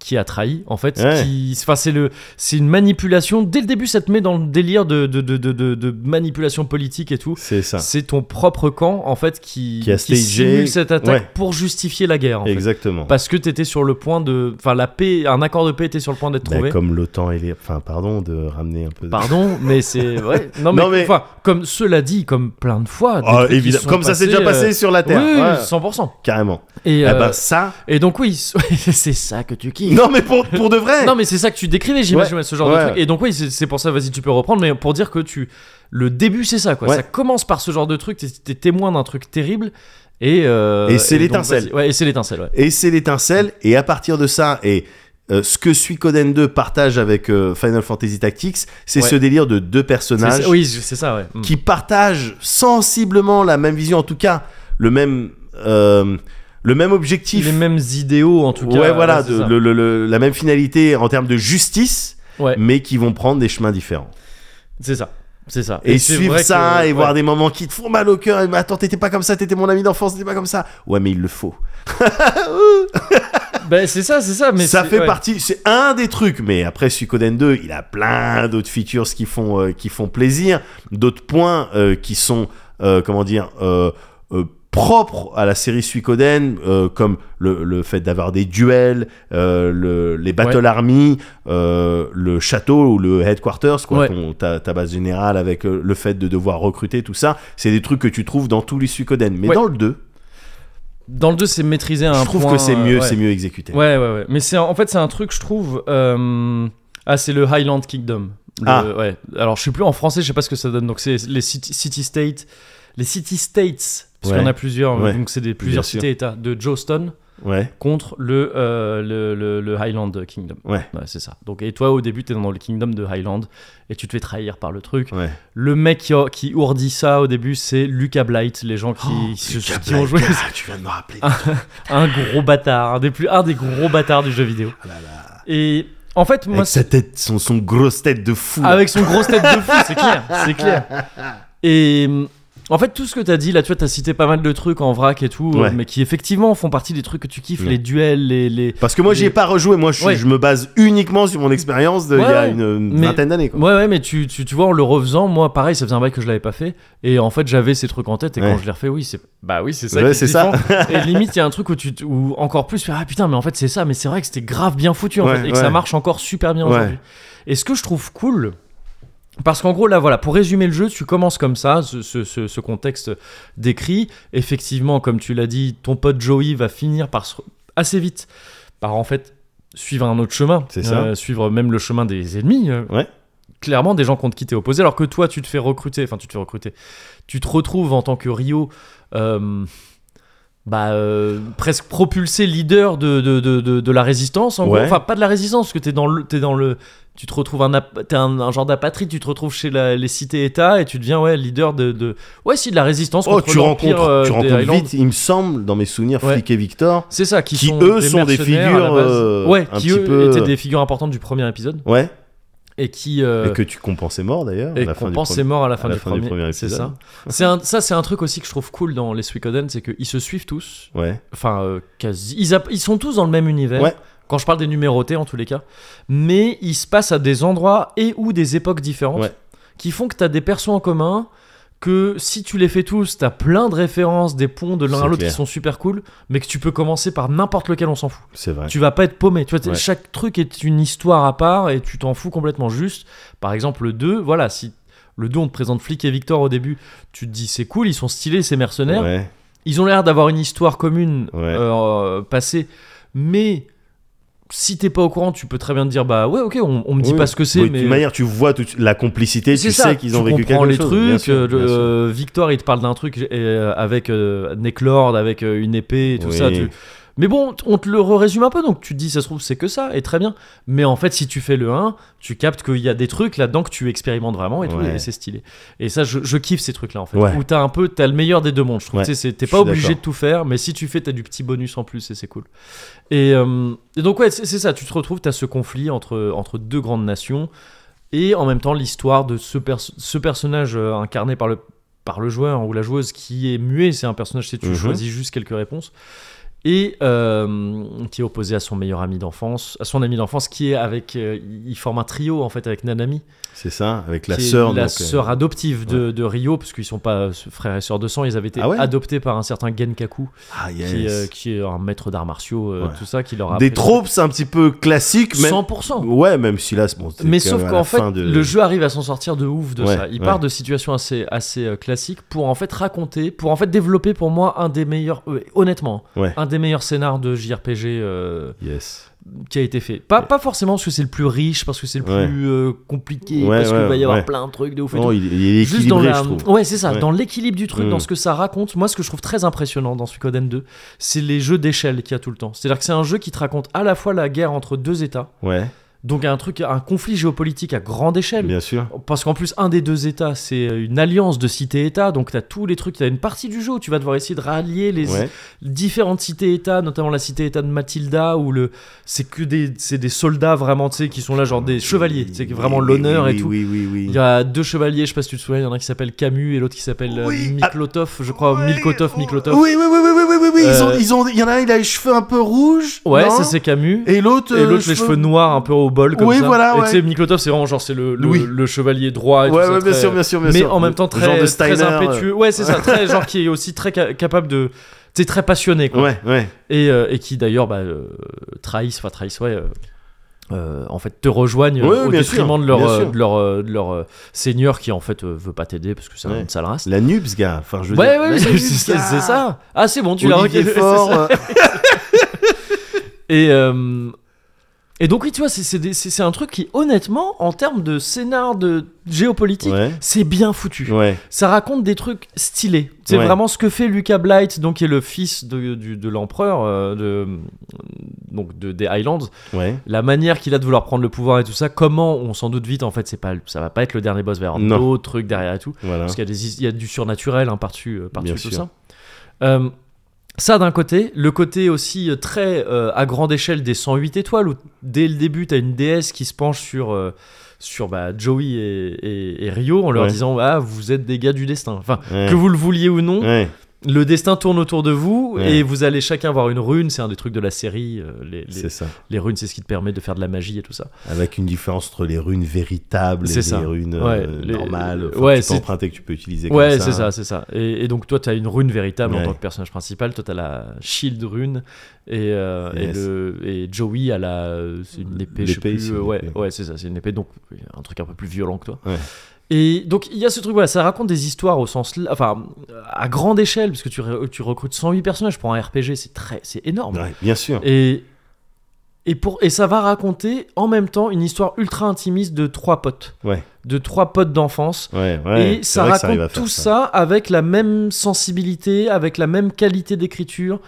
[SPEAKER 1] qui a trahi en fait
[SPEAKER 2] Ouais.
[SPEAKER 1] qui enfin, c'est le c'est une manipulation dès le début ça te met dans le délire de de, de, de, de- de manipulation politique et tout
[SPEAKER 2] C'est ça.
[SPEAKER 1] c'est ton propre camp en fait qui
[SPEAKER 2] Qui a stagé-
[SPEAKER 1] simule cette attaque
[SPEAKER 2] Ouais.
[SPEAKER 1] pour justifier la guerre en fait.
[SPEAKER 2] Exactement.
[SPEAKER 1] parce que t'étais sur le point de enfin la paix un accord de paix était sur le point d'être
[SPEAKER 2] Bah,
[SPEAKER 1] trouvé
[SPEAKER 2] comme l'OTAN et les. Enfin, pardon de ramener un peu. de-
[SPEAKER 1] Pardon, mais c'est ouais. Non
[SPEAKER 2] Non,
[SPEAKER 1] mais
[SPEAKER 2] mais-
[SPEAKER 1] enfin, comme cela dit, comme plein de fois. des
[SPEAKER 2] Ah,
[SPEAKER 1] trucs qui
[SPEAKER 2] évidemment.
[SPEAKER 1] sont
[SPEAKER 2] Comme ça s'est déjà
[SPEAKER 1] passés,
[SPEAKER 2] passé sur la
[SPEAKER 1] euh,
[SPEAKER 2] Terre.
[SPEAKER 1] oui, oui,
[SPEAKER 2] Ouais,
[SPEAKER 1] 100%.
[SPEAKER 2] Carrément.
[SPEAKER 1] Et,
[SPEAKER 2] Ah
[SPEAKER 1] euh,
[SPEAKER 2] bah ça.
[SPEAKER 1] et donc oui, c'est ça que tu kiffes.
[SPEAKER 2] Non, mais pour, pour de vrai.
[SPEAKER 1] Non, mais c'est ça que tu décrivais, j'imagine,
[SPEAKER 2] Ouais,
[SPEAKER 1] ce genre
[SPEAKER 2] ouais.
[SPEAKER 1] de truc. Et donc oui, c'est c'est pour ça, vas-y, tu peux reprendre, mais pour dire que tu... Le début, c'est ça, quoi.
[SPEAKER 2] Ouais.
[SPEAKER 1] Ça commence par ce genre de truc, t'es t'es témoin d'un truc terrible, et... euh,
[SPEAKER 2] Et c'est
[SPEAKER 1] donc,
[SPEAKER 2] l'étincelle.
[SPEAKER 1] vas-y. Ouais, et c'est l'étincelle, ouais.
[SPEAKER 2] Et c'est l'étincelle. Et à partir de ça, et euh, ce que Suikoden 2 partage avec euh, Final Fantasy Tactics, c'est
[SPEAKER 1] Ouais.
[SPEAKER 2] ce délire de deux
[SPEAKER 1] C'est
[SPEAKER 2] personnages
[SPEAKER 1] ça- Oui, c'est ça, ouais. Mm.
[SPEAKER 2] qui partagent sensiblement la même vision, en tout cas le même euh, le même objectif.
[SPEAKER 1] Les mêmes idéaux, en tout cas.
[SPEAKER 2] ouais, voilà,
[SPEAKER 1] c'est
[SPEAKER 2] de-
[SPEAKER 1] ça.
[SPEAKER 2] le- le- le- la même finalité en termes de justice,
[SPEAKER 1] Ouais,
[SPEAKER 2] mais qui vont prendre des chemins différents.
[SPEAKER 1] c'est ça. C'est ça.
[SPEAKER 2] Et,
[SPEAKER 1] c'est
[SPEAKER 2] suivre
[SPEAKER 1] vrai
[SPEAKER 2] ça,
[SPEAKER 1] que-
[SPEAKER 2] et
[SPEAKER 1] ouais.
[SPEAKER 2] voir des moments qui te font mal au cœur, et mais attends, t'étais pas comme ça, t'étais mon ami d'enfance, t'étais pas comme ça. Ouais, mais il le faut.
[SPEAKER 1] Ben, c'est ça, c'est ça, mais...
[SPEAKER 2] ça
[SPEAKER 1] c'est-
[SPEAKER 2] fait
[SPEAKER 1] ouais.
[SPEAKER 2] partie, c'est un des trucs, mais après Suikoden 2, il a plein d'autres features qui font, euh, qui font plaisir, d'autres points euh, qui sont, euh, comment dire, euh, euh, propres à la série Suikoden, euh, comme le, le fait d'avoir des duels, euh, le- les Battle Army, euh, le château ou le headquarters, quoi,
[SPEAKER 1] Ouais.
[SPEAKER 2] ton- ta, ta base générale avec euh, le fait de devoir recruter, tout ça, c'est des trucs que tu trouves dans tous les Suikoden. Mais
[SPEAKER 1] Ouais.
[SPEAKER 2] dans le 2,
[SPEAKER 1] Dans le 2, c'est maîtriser un
[SPEAKER 2] je trouve
[SPEAKER 1] point,
[SPEAKER 2] que c'est
[SPEAKER 1] euh,
[SPEAKER 2] mieux,
[SPEAKER 1] ouais.
[SPEAKER 2] c'est mieux exécuté.
[SPEAKER 1] Ouais, ouais, ouais. Mais c'est en fait, c'est un truc, je trouve. euh, Ah, c'est le Highland Kingdom. Le-
[SPEAKER 2] Ah.
[SPEAKER 1] Ouais. Alors, je suis plus en français, je sais pas ce que ça donne. Donc, c'est les city, city States. Les City States, parce
[SPEAKER 2] Ouais.
[SPEAKER 1] qu'il y en a plusieurs. euh,
[SPEAKER 2] Ouais.
[SPEAKER 1] Donc, c'est des plusieurs
[SPEAKER 2] sûr.
[SPEAKER 1] cités-états de Joeston
[SPEAKER 2] Ouais,
[SPEAKER 1] contre le, euh, le, le- le Highland Kingdom.
[SPEAKER 2] Ouais.
[SPEAKER 1] c'est ça. Donc, et toi, au début, t'es dans le Kingdom de Highland et tu te fais trahir par le truc.
[SPEAKER 2] ouais.
[SPEAKER 1] Le mec qui, a- qui ourdit ça au début, c'est Lucas Blight, les gens qui, qui-
[SPEAKER 2] Oh, Lucas
[SPEAKER 1] qui ont joué.
[SPEAKER 2] Black, ah, tu viens de me rappeler.
[SPEAKER 1] un gros bâtard, un des, plus, un des gros bâtards du jeu vidéo.
[SPEAKER 2] Ah
[SPEAKER 1] Et en fait, moi,
[SPEAKER 2] avec sa tête, son, son grosse tête de fou. là.
[SPEAKER 1] Avec son grosse tête de fou, c'est clair, c'est clair. Et euh, en fait, tout ce que t'as dit, là, tu vois, t'as cité pas mal de trucs en vrac et tout,
[SPEAKER 2] Ouais.
[SPEAKER 1] mais qui effectivement font partie des trucs que tu kiffes,
[SPEAKER 2] Ouais.
[SPEAKER 1] les duels, les... les...
[SPEAKER 2] Parce que moi, j'y ai
[SPEAKER 1] Mais-
[SPEAKER 2] pas rejoué. Moi, je, suis-
[SPEAKER 1] Ouais.
[SPEAKER 2] je me base uniquement sur mon expérience de il y a
[SPEAKER 1] Ouais,
[SPEAKER 2] une, une
[SPEAKER 1] mais-
[SPEAKER 2] vingtaine d'années. quoi.
[SPEAKER 1] Ouais, ouais, mais tu, tu, tu vois, en le refaisant, moi, pareil, ça faisait un bail que je l'avais pas fait, et en fait, j'avais ces trucs en tête, et
[SPEAKER 2] Ouais.
[SPEAKER 1] quand je les refais, oui, c'est... Bah oui, c'est ça.
[SPEAKER 2] Ouais,
[SPEAKER 1] qui est
[SPEAKER 2] c'est ça.
[SPEAKER 1] kiffant. et limite, il y a un truc où tu... t- Où encore plus, tu fais, ah putain, mais en fait, c'est ça, mais c'est vrai que c'était grave bien foutu, en
[SPEAKER 2] Ouais,
[SPEAKER 1] fait, et que ça
[SPEAKER 2] ouais.
[SPEAKER 1] marche encore super bien
[SPEAKER 2] Ouais.
[SPEAKER 1] aujourd'hui. Et ce que je trouve cool... Parce qu'en gros, là, voilà, pour résumer le jeu, tu commences comme ça, ce, ce- ce- ce contexte décrit. Effectivement, comme tu l'as dit, ton pote Joey va finir par se- assez vite par en fait suivre un autre chemin.
[SPEAKER 2] C'est ça.
[SPEAKER 1] Euh, suivre même le chemin des ennemis. euh,
[SPEAKER 2] Ouais.
[SPEAKER 1] Clairement, des gens contre qui t'es opposé, alors que toi, tu te fais recruter. Enfin, tu te fais recruter. Tu te retrouves en tant que Rio. euh, bah, euh, presque propulsé leader de, de, de, de, de la résistance en
[SPEAKER 2] Ouais.
[SPEAKER 1] gros. enfin pas de la résistance parce que t'es dans le t'es dans le tu te retrouves un, ap- t'es un, un genre d'apatride, tu te retrouves chez la- les cités-États et tu deviens ouais, leader de, de- Ouais, si, de la résistance
[SPEAKER 2] Oh,
[SPEAKER 1] contre
[SPEAKER 2] tu
[SPEAKER 1] l'Empire,
[SPEAKER 2] rencontres,
[SPEAKER 1] euh,
[SPEAKER 2] tu
[SPEAKER 1] des
[SPEAKER 2] rencontres
[SPEAKER 1] Highlands.
[SPEAKER 2] vite, il me semble, dans mes souvenirs,
[SPEAKER 1] Ouais.
[SPEAKER 2] Flick et Victor.
[SPEAKER 1] C'est ça, qui,
[SPEAKER 2] qui,
[SPEAKER 1] sont
[SPEAKER 2] eux,
[SPEAKER 1] des
[SPEAKER 2] sont des
[SPEAKER 1] mercenaires à la
[SPEAKER 2] figures,
[SPEAKER 1] base.
[SPEAKER 2] euh,
[SPEAKER 1] ouais,
[SPEAKER 2] un
[SPEAKER 1] qui
[SPEAKER 2] petit
[SPEAKER 1] eux
[SPEAKER 2] peu-
[SPEAKER 1] étaient des figures importantes du premier épisode
[SPEAKER 2] Ouais.
[SPEAKER 1] et qui... euh,
[SPEAKER 2] Et que tu compenses mort d'ailleurs.
[SPEAKER 1] et
[SPEAKER 2] à la fin
[SPEAKER 1] qu'on
[SPEAKER 2] du
[SPEAKER 1] pense
[SPEAKER 2] premier.
[SPEAKER 1] est mort à la fin,
[SPEAKER 2] à la
[SPEAKER 1] du,
[SPEAKER 2] fin du
[SPEAKER 1] premier,
[SPEAKER 2] premier
[SPEAKER 1] c'est ça.
[SPEAKER 2] épisode.
[SPEAKER 1] C'est un, ça, c'est un truc aussi que je trouve cool dans les Suikoden, c'est qu'ils se suivent tous,
[SPEAKER 2] Ouais.
[SPEAKER 1] enfin euh, quasi ils, app- ils sont tous dans le même univers
[SPEAKER 2] Ouais.
[SPEAKER 1] quand je parle des numérotés en tous les cas mais ils se passent à des endroits et ou des époques différentes
[SPEAKER 2] Ouais.
[SPEAKER 1] qui font que tu as des persos en commun que si tu les fais tous, t'as plein de références des ponts de l'un à
[SPEAKER 2] C'est
[SPEAKER 1] l'autre qui
[SPEAKER 2] clair.
[SPEAKER 1] sont super cool, mais que tu peux commencer par n'importe lequel, on s'en fout.
[SPEAKER 2] C'est vrai.
[SPEAKER 1] Tu vas pas être paumé. Tu vois, t'es-
[SPEAKER 2] Ouais.
[SPEAKER 1] chaque truc est une histoire à part et tu t'en fous complètement juste. Par exemple, le 2, voilà, si le 2, on te présente Flick et Victor au début, tu te dis c'est cool, ils sont stylés, ces mercenaires.
[SPEAKER 2] Ouais.
[SPEAKER 1] Ils ont l'air d'avoir une histoire commune
[SPEAKER 2] Ouais.
[SPEAKER 1] euh, passée, mais si t'es pas au courant, tu peux très bien te dire bah ouais ok, on, on me dit
[SPEAKER 2] Oui.
[SPEAKER 1] pas ce que c'est,
[SPEAKER 2] Oui, De
[SPEAKER 1] mais
[SPEAKER 2] toute manière, tu vois tout de suite la complicité,
[SPEAKER 1] c'est
[SPEAKER 2] tu
[SPEAKER 1] ça.
[SPEAKER 2] sais qu'ils ont
[SPEAKER 1] tu
[SPEAKER 2] vécu quelque
[SPEAKER 1] comprends les
[SPEAKER 2] chose.
[SPEAKER 1] trucs.
[SPEAKER 2] bien sûr,
[SPEAKER 1] euh,
[SPEAKER 2] bien sûr.
[SPEAKER 1] euh, Victor, il te parle d'un truc euh, avec euh, Necklord, avec euh, une épée et tout
[SPEAKER 2] Oui.
[SPEAKER 1] ça. tu- Mais bon, t- on te le résume un peu, donc tu te dis ça se trouve c'est que ça, et très bien. Mais en fait, si tu fais le 1, tu captes qu'il y a des trucs là-dedans que tu expérimentes vraiment et tout,
[SPEAKER 2] Ouais.
[SPEAKER 1] et c'est stylé. Et ça, je, je kiffe ces trucs-là en fait.
[SPEAKER 2] Ouais.
[SPEAKER 1] Où t'as un peu, t'as le meilleur des deux mondes, je trouve.
[SPEAKER 2] Ouais.
[SPEAKER 1] Tu sais, c'est- T'es
[SPEAKER 2] Je
[SPEAKER 1] pas
[SPEAKER 2] suis
[SPEAKER 1] obligé
[SPEAKER 2] d'accord.
[SPEAKER 1] de tout faire, mais si tu fais, t'as du petit bonus en plus et c'est cool. Et, euh, et donc, ouais, c'est c'est ça, tu te retrouves, t'as ce conflit entre, entre deux grandes nations et en même temps l'histoire de ce, perso- ce personnage euh, incarné par le, par le joueur ou la joueuse qui est muet, c'est un personnage, si tu
[SPEAKER 2] Mhm.
[SPEAKER 1] choisis juste quelques réponses, et euh, qui est opposé à son meilleur ami d'enfance, à son ami d'enfance qui est avec, euh, il forme un trio en fait avec Nanami,
[SPEAKER 2] C'est ça, avec la
[SPEAKER 1] qui est
[SPEAKER 2] sœur.
[SPEAKER 1] la
[SPEAKER 2] donc, euh,
[SPEAKER 1] sœur adoptive de, de Rio, parce qu'ils sont pas euh, frères et sœurs de sang, ils avaient été
[SPEAKER 2] Ah ouais
[SPEAKER 1] adoptés par un certain Genkaku,
[SPEAKER 2] Ah, yes.
[SPEAKER 1] qui, euh, qui est un maître d'arts martiaux, euh,
[SPEAKER 2] Ouais.
[SPEAKER 1] tout ça, qui leur a
[SPEAKER 2] Des
[SPEAKER 1] appris-
[SPEAKER 2] tropes un petit peu classiques, même.
[SPEAKER 1] 100%.
[SPEAKER 2] Ouais, même si là, c'est bon, c'est
[SPEAKER 1] Mais
[SPEAKER 2] quand
[SPEAKER 1] sauf
[SPEAKER 2] même à
[SPEAKER 1] qu'en
[SPEAKER 2] la
[SPEAKER 1] fait,
[SPEAKER 2] fin de-
[SPEAKER 1] le jeu arrive à s'en sortir de ouf de
[SPEAKER 2] Ouais,
[SPEAKER 1] ça. Il
[SPEAKER 2] ouais.
[SPEAKER 1] part de situations assez, assez euh, classiques pour en fait raconter, pour en fait développer pour moi un des meilleurs, euh, honnêtement,
[SPEAKER 2] Ouais.
[SPEAKER 1] un des meilleurs scénars de JRPG euh,
[SPEAKER 2] Yes.
[SPEAKER 1] qui a été fait. Pas, pas forcément parce que c'est le plus riche, parce que c'est le
[SPEAKER 2] Ouais.
[SPEAKER 1] plus euh, compliqué,
[SPEAKER 2] Ouais,
[SPEAKER 1] parce qu'il
[SPEAKER 2] ouais,
[SPEAKER 1] va y avoir
[SPEAKER 2] ouais.
[SPEAKER 1] plein de trucs de ouf. et
[SPEAKER 2] Non,
[SPEAKER 1] tout.
[SPEAKER 2] il, il est
[SPEAKER 1] Juste dans
[SPEAKER 2] équilibré,
[SPEAKER 1] la-
[SPEAKER 2] je trouve.
[SPEAKER 1] ouais c'est ça
[SPEAKER 2] Ouais.
[SPEAKER 1] dans l'équilibre du truc
[SPEAKER 2] Mm.
[SPEAKER 1] dans ce que ça raconte moi ce que je trouve très impressionnant dans Suikoden 2 c'est les jeux d'échelle qu'il y a tout le temps c'est à dire que c'est un jeu qui te raconte à la fois la guerre entre deux états
[SPEAKER 2] Ouais,
[SPEAKER 1] donc un truc un conflit géopolitique à grande échelle
[SPEAKER 2] bien sûr.
[SPEAKER 1] parce qu'en plus, un des deux États, c'est euh, une alliance de cités-États, donc t'as tous les trucs, t'as une partie du jeu où tu vas devoir essayer de rallier les
[SPEAKER 2] Ouais.
[SPEAKER 1] différentes cités-États, notamment la cité-État de Matilda, où le c'est que des, c'est des soldats vraiment, tu sais, qui sont là, genre des chevaliers, c'est
[SPEAKER 2] Oui,
[SPEAKER 1] vraiment
[SPEAKER 2] oui,
[SPEAKER 1] l'honneur
[SPEAKER 2] oui,
[SPEAKER 1] et tout.
[SPEAKER 2] Oui, oui, oui.
[SPEAKER 1] Il y a deux chevaliers, je sais pas si tu te souviens, il y en a un qui s'appelle Camus et l'autre qui s'appelle euh,
[SPEAKER 2] Oui, ah,
[SPEAKER 1] Miklotov, je crois,
[SPEAKER 2] Ouais, Oh.
[SPEAKER 1] Milkotov, Miklotov.
[SPEAKER 2] Oui, oui, oui, oui, oui, oui, oui, oui. Ils ont,
[SPEAKER 1] Euh,
[SPEAKER 2] ils ont, il y en a un, il a les cheveux un peu rouges.
[SPEAKER 1] Ouais,
[SPEAKER 2] non
[SPEAKER 1] ça c'est Camus.
[SPEAKER 2] Et l'autre,
[SPEAKER 1] Et
[SPEAKER 2] euh,
[SPEAKER 1] l'autre, les cheveux noirs un peu au bol comme
[SPEAKER 2] Oui,
[SPEAKER 1] ça.
[SPEAKER 2] voilà,
[SPEAKER 1] et
[SPEAKER 2] ouais.
[SPEAKER 1] tu sais, Miklotov, c'est vraiment genre, c'est le, le,
[SPEAKER 2] Oui.
[SPEAKER 1] le chevalier droit. Et
[SPEAKER 2] Ouais,
[SPEAKER 1] tout ça,
[SPEAKER 2] ouais, bien
[SPEAKER 1] très-
[SPEAKER 2] sûr, bien sûr, bien
[SPEAKER 1] mais
[SPEAKER 2] sûr.
[SPEAKER 1] en même temps très,
[SPEAKER 2] Genre de Steiner, euh.
[SPEAKER 1] très impétueux. Ouais, c'est ça, très genre qui est aussi très ca- capable de. T'es très passionné,
[SPEAKER 2] euh,
[SPEAKER 1] quoi.
[SPEAKER 2] Ouais, ouais.
[SPEAKER 1] Et, euh, et qui d'ailleurs bah, euh, trahissent, enfin trahissent, ouais. euh, euh, en fait, te rejoignent euh,
[SPEAKER 2] Ouais,
[SPEAKER 1] au
[SPEAKER 2] bien
[SPEAKER 1] détriment
[SPEAKER 2] sûr,
[SPEAKER 1] de leur,
[SPEAKER 2] bien
[SPEAKER 1] euh,
[SPEAKER 2] sûr.
[SPEAKER 1] de leur, euh, de leur euh, seigneur qui en fait euh, veut pas t'aider parce que c'est
[SPEAKER 2] Ouais.
[SPEAKER 1] une sale race.
[SPEAKER 2] La Nubs, gars. Enfin, je veux
[SPEAKER 1] Ouais,
[SPEAKER 2] dire,
[SPEAKER 1] ouais,
[SPEAKER 2] la
[SPEAKER 1] c'est
[SPEAKER 2] Nubs,
[SPEAKER 1] c'est-
[SPEAKER 2] gars.
[SPEAKER 1] c'est ça. Ah, c'est bon, tu l'as
[SPEAKER 2] Olivier
[SPEAKER 1] reconnu.
[SPEAKER 2] Faure, euh,
[SPEAKER 1] Et, euh, et donc, oui, tu vois, c'est- c'est des- c'est c'est un truc qui, honnêtement, en termes de scénar de géopolitique,
[SPEAKER 2] Ouais.
[SPEAKER 1] c'est bien foutu.
[SPEAKER 2] Ouais.
[SPEAKER 1] Ça raconte des trucs stylés. C'est
[SPEAKER 2] Ouais.
[SPEAKER 1] vraiment ce que fait Lucas Blight, donc qui est le fils de, du- de l'empereur euh, de, donc de- des Highlands.
[SPEAKER 2] Ouais.
[SPEAKER 1] La manière qu'il a de vouloir prendre le pouvoir et tout ça, comment on s'en doute vite, en fait, c'est pas, ça va pas être le dernier boss, il va y avoir
[SPEAKER 2] Non.
[SPEAKER 1] d'autres trucs derrière et tout.
[SPEAKER 2] Voilà.
[SPEAKER 1] Parce qu'il y a, des is- il y a du surnaturel hein, par-dessus euh, par-dessus
[SPEAKER 2] Bien
[SPEAKER 1] tout
[SPEAKER 2] sûr.
[SPEAKER 1] ça. Euh, ça d'un côté, le côté aussi euh, très euh, à grande échelle des 108 étoiles, où dès le début, tu as une déesse qui se penche sur, euh, sur bah, Joey et, et- et Rio en leur
[SPEAKER 2] Ouais.
[SPEAKER 1] disant Ah, vous êtes des gars du destin. Enfin,
[SPEAKER 2] Ouais.
[SPEAKER 1] que vous le vouliez ou non,
[SPEAKER 2] Ouais.
[SPEAKER 1] le destin tourne autour de vous
[SPEAKER 2] Ouais.
[SPEAKER 1] et vous allez chacun voir une rune. C'est un des trucs de la série. euh, les, les-
[SPEAKER 2] C'est ça.
[SPEAKER 1] les runes, c'est ce qui te permet de faire de la magie et tout ça.
[SPEAKER 2] Avec une différence entre les runes véritables et
[SPEAKER 1] C'est ça.
[SPEAKER 2] les runes
[SPEAKER 1] Ouais,
[SPEAKER 2] euh,
[SPEAKER 1] les-
[SPEAKER 2] normales. Enfin,
[SPEAKER 1] ouais,
[SPEAKER 2] que tu peux
[SPEAKER 1] c'est-
[SPEAKER 2] emprunter, que tu peux utiliser comme
[SPEAKER 1] Ouais,
[SPEAKER 2] ça.
[SPEAKER 1] c'est ça, c'est ça. Et, et donc toi, tu as une rune véritable
[SPEAKER 2] Ouais.
[SPEAKER 1] en tant que personnage principal. Toi, t'as la shield rune et, euh, et
[SPEAKER 2] Yes.
[SPEAKER 1] le et Joey a la euh, c'est une épée. je sais
[SPEAKER 2] L'épée,
[SPEAKER 1] plus,
[SPEAKER 2] c'est
[SPEAKER 1] euh,
[SPEAKER 2] une
[SPEAKER 1] ouais,
[SPEAKER 2] épée.
[SPEAKER 1] ouais, c'est ça, c'est une épée. Donc un truc un peu plus violent que toi.
[SPEAKER 2] Ouais.
[SPEAKER 1] Et donc il y a ce truc voilà, ça raconte des histoires au sens, l- enfin à grande échelle parce que tu re- tu recrutes 108 personnages pour un RPG, c'est très, c'est énorme.
[SPEAKER 2] Ouais, bien sûr.
[SPEAKER 1] Et et pour et ça va raconter en même temps une histoire ultra intimiste de trois potes,
[SPEAKER 2] Ouais.
[SPEAKER 1] de trois potes d'enfance
[SPEAKER 2] Ouais, ouais.
[SPEAKER 1] et
[SPEAKER 2] C'est
[SPEAKER 1] ça
[SPEAKER 2] vrai que
[SPEAKER 1] raconte
[SPEAKER 2] arrive à faire
[SPEAKER 1] tout ça. avec la même sensibilité, avec la même qualité d'écriture.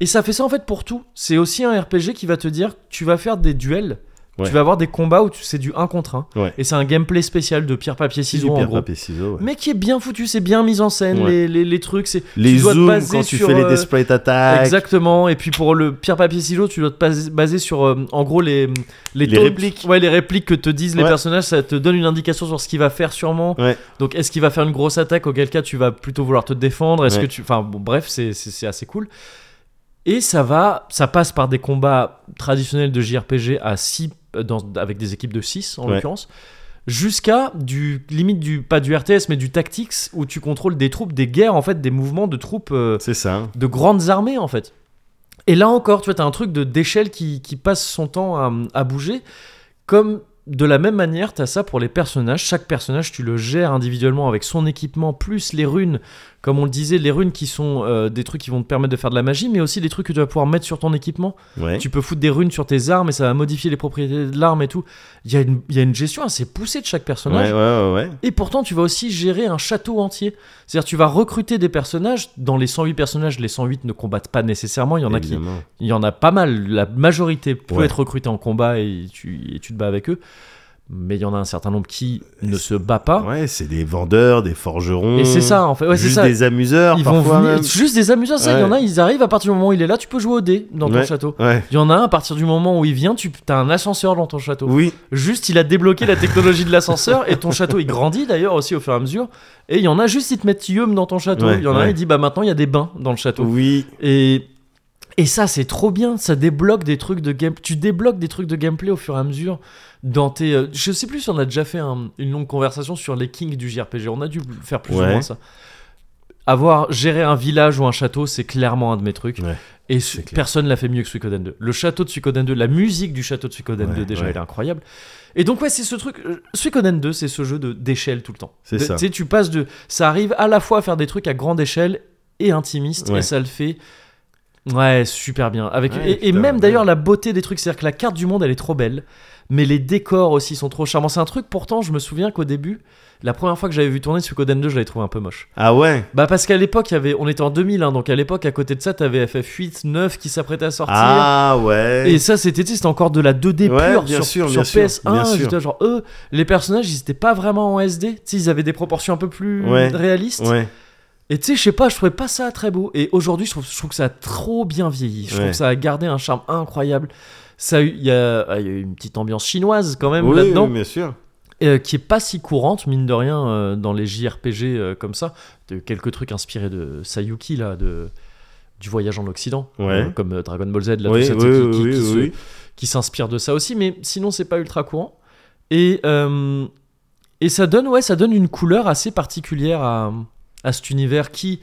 [SPEAKER 1] Et ça fait ça en fait pour tout. C'est aussi un RPG qui va te dire tu vas faire des duels,
[SPEAKER 2] Ouais.
[SPEAKER 1] tu vas avoir des combats où tu- c'est du 1 contre 1.
[SPEAKER 2] Ouais.
[SPEAKER 1] Et c'est un gameplay spécial de pierre, papier,
[SPEAKER 2] C'est du
[SPEAKER 1] ciseaux en
[SPEAKER 2] pierre,
[SPEAKER 1] gros.
[SPEAKER 2] papier, ciseaux, ouais.
[SPEAKER 1] Mais qui est bien foutu, c'est bien mis en scène,
[SPEAKER 2] Ouais.
[SPEAKER 1] les, les- les trucs. c'est
[SPEAKER 2] Les
[SPEAKER 1] tu dois te
[SPEAKER 2] zooms
[SPEAKER 1] baser
[SPEAKER 2] quand tu
[SPEAKER 1] sur,
[SPEAKER 2] fais les
[SPEAKER 1] euh,
[SPEAKER 2] display attack.
[SPEAKER 1] Exactement. Et puis pour le pierre papier ciseaux, tu dois te pas- baser sur euh, en gros les les,
[SPEAKER 2] Les
[SPEAKER 1] taux-
[SPEAKER 2] répliques.
[SPEAKER 1] Ouais, les répliques que te disent les
[SPEAKER 2] Ouais.
[SPEAKER 1] personnages, ça te donne une indication sur ce qu'il va faire sûrement.
[SPEAKER 2] Ouais.
[SPEAKER 1] Donc est-ce qu'il va faire une grosse attaque auquel cas tu vas plutôt vouloir te défendre Est-ce
[SPEAKER 2] Ouais.
[SPEAKER 1] que tu enfin bon, bref, c'est c'est c'est assez cool. Et ça va, ça passe par des combats traditionnels de JRPG à 6 avec des équipes de 6 en
[SPEAKER 2] Ouais.
[SPEAKER 1] l'occurrence jusqu'à du limite du pas du RTS mais du tactics où tu contrôles des troupes, des guerres en fait, des mouvements de troupes euh,
[SPEAKER 2] C'est ça.
[SPEAKER 1] de grandes armées en fait. Et là encore, tu vois, t'as un truc de d'échelle qui, qui passe son temps à, à bouger. Comme de la même manière, t'as ça pour les personnages. Chaque personnage, tu le gères individuellement avec son équipement, plus les runes. Comme on le disait, les runes qui sont euh, des trucs qui vont te permettre de faire de la magie, mais aussi des trucs que tu vas pouvoir mettre sur ton équipement.
[SPEAKER 2] Ouais.
[SPEAKER 1] Tu peux foutre des runes sur tes armes et ça va modifier les propriétés de l'arme et tout. Il y, a une- il y a une gestion assez poussée de chaque personnage.
[SPEAKER 2] Ouais, ouais, ouais, ouais.
[SPEAKER 1] Et pourtant, tu vas aussi gérer un château entier. C'est-à-dire, tu vas recruter des personnages. Dans les 108 personnages, les 108 ne combattent pas nécessairement. Il y en a qui,
[SPEAKER 2] Évidemment.
[SPEAKER 1] il y en a pas mal. La majorité peut
[SPEAKER 2] Ouais.
[SPEAKER 1] être recrutée en combat et tu, et tu te bats avec eux. Mais il y en a un certain nombre qui ne se bat pas.
[SPEAKER 2] Ouais, c'est des vendeurs, des forgerons.
[SPEAKER 1] Ah. Et c'est ça, en fait. Ouais, c'est
[SPEAKER 2] juste
[SPEAKER 1] ça.
[SPEAKER 2] des amuseurs,
[SPEAKER 1] Ils vont
[SPEAKER 2] parfois.
[SPEAKER 1] venir.
[SPEAKER 2] même.
[SPEAKER 1] Juste des amuseurs. Ça, il y en a. Ils arrivent à partir du moment où il est là. Tu peux jouer au dé dans ton
[SPEAKER 2] Ouais.
[SPEAKER 1] château.
[SPEAKER 2] Ouais.
[SPEAKER 1] Il y en a un à partir du moment où il vient. Tu as un ascenseur dans ton château.
[SPEAKER 2] Oui.
[SPEAKER 1] Juste, il a débloqué la technologie de l'ascenseur et ton château il grandit d'ailleurs aussi au fur et à mesure. Et il y en a juste, ils te mettent yum dans ton château.
[SPEAKER 2] Ouais,
[SPEAKER 1] il y en a un,
[SPEAKER 2] ouais.
[SPEAKER 1] il dit bah maintenant il y a des bains dans le château.
[SPEAKER 2] Oui.
[SPEAKER 1] Et, et ça, c'est trop bien. Ça débloque des trucs de game. Tu débloques des trucs de gameplay au fur et à mesure dans tes. euh, Je sais plus si on a déjà fait un- une longue conversation sur les kings du JRPG. On a dû faire plus
[SPEAKER 2] Ouais.
[SPEAKER 1] ou moins ça. Avoir géré un village ou un château, c'est clairement un de mes trucs.
[SPEAKER 2] Ouais.
[SPEAKER 1] Et
[SPEAKER 2] C'est clair.
[SPEAKER 1] personne l'a fait mieux que Suikoden 2. Le château de Suikoden 2, la musique du château de Suikoden
[SPEAKER 2] Ouais,
[SPEAKER 1] 2 déjà,
[SPEAKER 2] ouais.
[SPEAKER 1] elle est incroyable. Et donc ouais, c'est ce truc. euh, Suikoden 2, c'est ce jeu de d'échelle tout le temps.
[SPEAKER 2] C'est
[SPEAKER 1] De-
[SPEAKER 2] ça.
[SPEAKER 1] Tu sais, tu passes de, ça arrive à la fois à faire des trucs à grande échelle et intimiste,
[SPEAKER 2] Ouais.
[SPEAKER 1] et ça le fait. Ouais, super bien. Avec
[SPEAKER 2] Ouais,
[SPEAKER 1] et, et
[SPEAKER 2] putain,
[SPEAKER 1] même
[SPEAKER 2] ouais.
[SPEAKER 1] d'ailleurs la beauté des trucs, c'est-à-dire que la carte du monde, elle est trop belle, mais les décors aussi sont trop charmants. C'est un truc. Pourtant, je me souviens qu'au début, la première fois que j'avais vu tourner Suikoden 2, je l'avais trouvé un peu moche.
[SPEAKER 2] Ah ouais.
[SPEAKER 1] Bah parce qu'à l'époque, il y avait, on était en 2000, hein, donc à l'époque, à côté de ça, t'avais FF8, 9 qui s'apprêtait à sortir.
[SPEAKER 2] Ah ouais.
[SPEAKER 1] Et ça, c'était tu sais, c'était encore de la 2D
[SPEAKER 2] Ouais,
[SPEAKER 1] pure
[SPEAKER 2] bien
[SPEAKER 1] sur,
[SPEAKER 2] sûr,
[SPEAKER 1] sur
[SPEAKER 2] bien sûr,
[SPEAKER 1] PS1.
[SPEAKER 2] bien sûr.
[SPEAKER 1] j'étais genre, eux, les personnages, ils étaient pas vraiment en SD. Tu sais, ils avaient des proportions un peu plus
[SPEAKER 2] Ouais.
[SPEAKER 1] réalistes.
[SPEAKER 2] Ouais.
[SPEAKER 1] Et tu sais, je sais pas, je trouvais pas ça très beau. Et aujourd'hui, je trouve, je trouve que ça a trop bien vieilli. Je trouve
[SPEAKER 2] Ouais.
[SPEAKER 1] que ça a gardé un charme incroyable. Ça, a eu- il y, a, ah, il y a eu une petite ambiance chinoise quand même
[SPEAKER 2] Oui,
[SPEAKER 1] là-dedans,
[SPEAKER 2] oui, bien sûr.
[SPEAKER 1] euh, qui est pas si courante mine de rien euh, dans les JRPG euh, comme ça. De quelques trucs inspirés de Sayuki là, de du voyage en Occident,
[SPEAKER 2] Ouais.
[SPEAKER 1] euh, comme euh, Dragon Ball Z là,
[SPEAKER 2] oui,
[SPEAKER 1] tout ça,
[SPEAKER 2] oui,
[SPEAKER 1] tu sais, qui-
[SPEAKER 2] oui,
[SPEAKER 1] qui-
[SPEAKER 2] oui,
[SPEAKER 1] qui se-
[SPEAKER 2] oui.
[SPEAKER 1] qui s'inspire de ça aussi, mais sinon c'est pas ultra courant. Et, euh, et ça donne ouais, ça donne une couleur assez particulière à, à cet univers qui,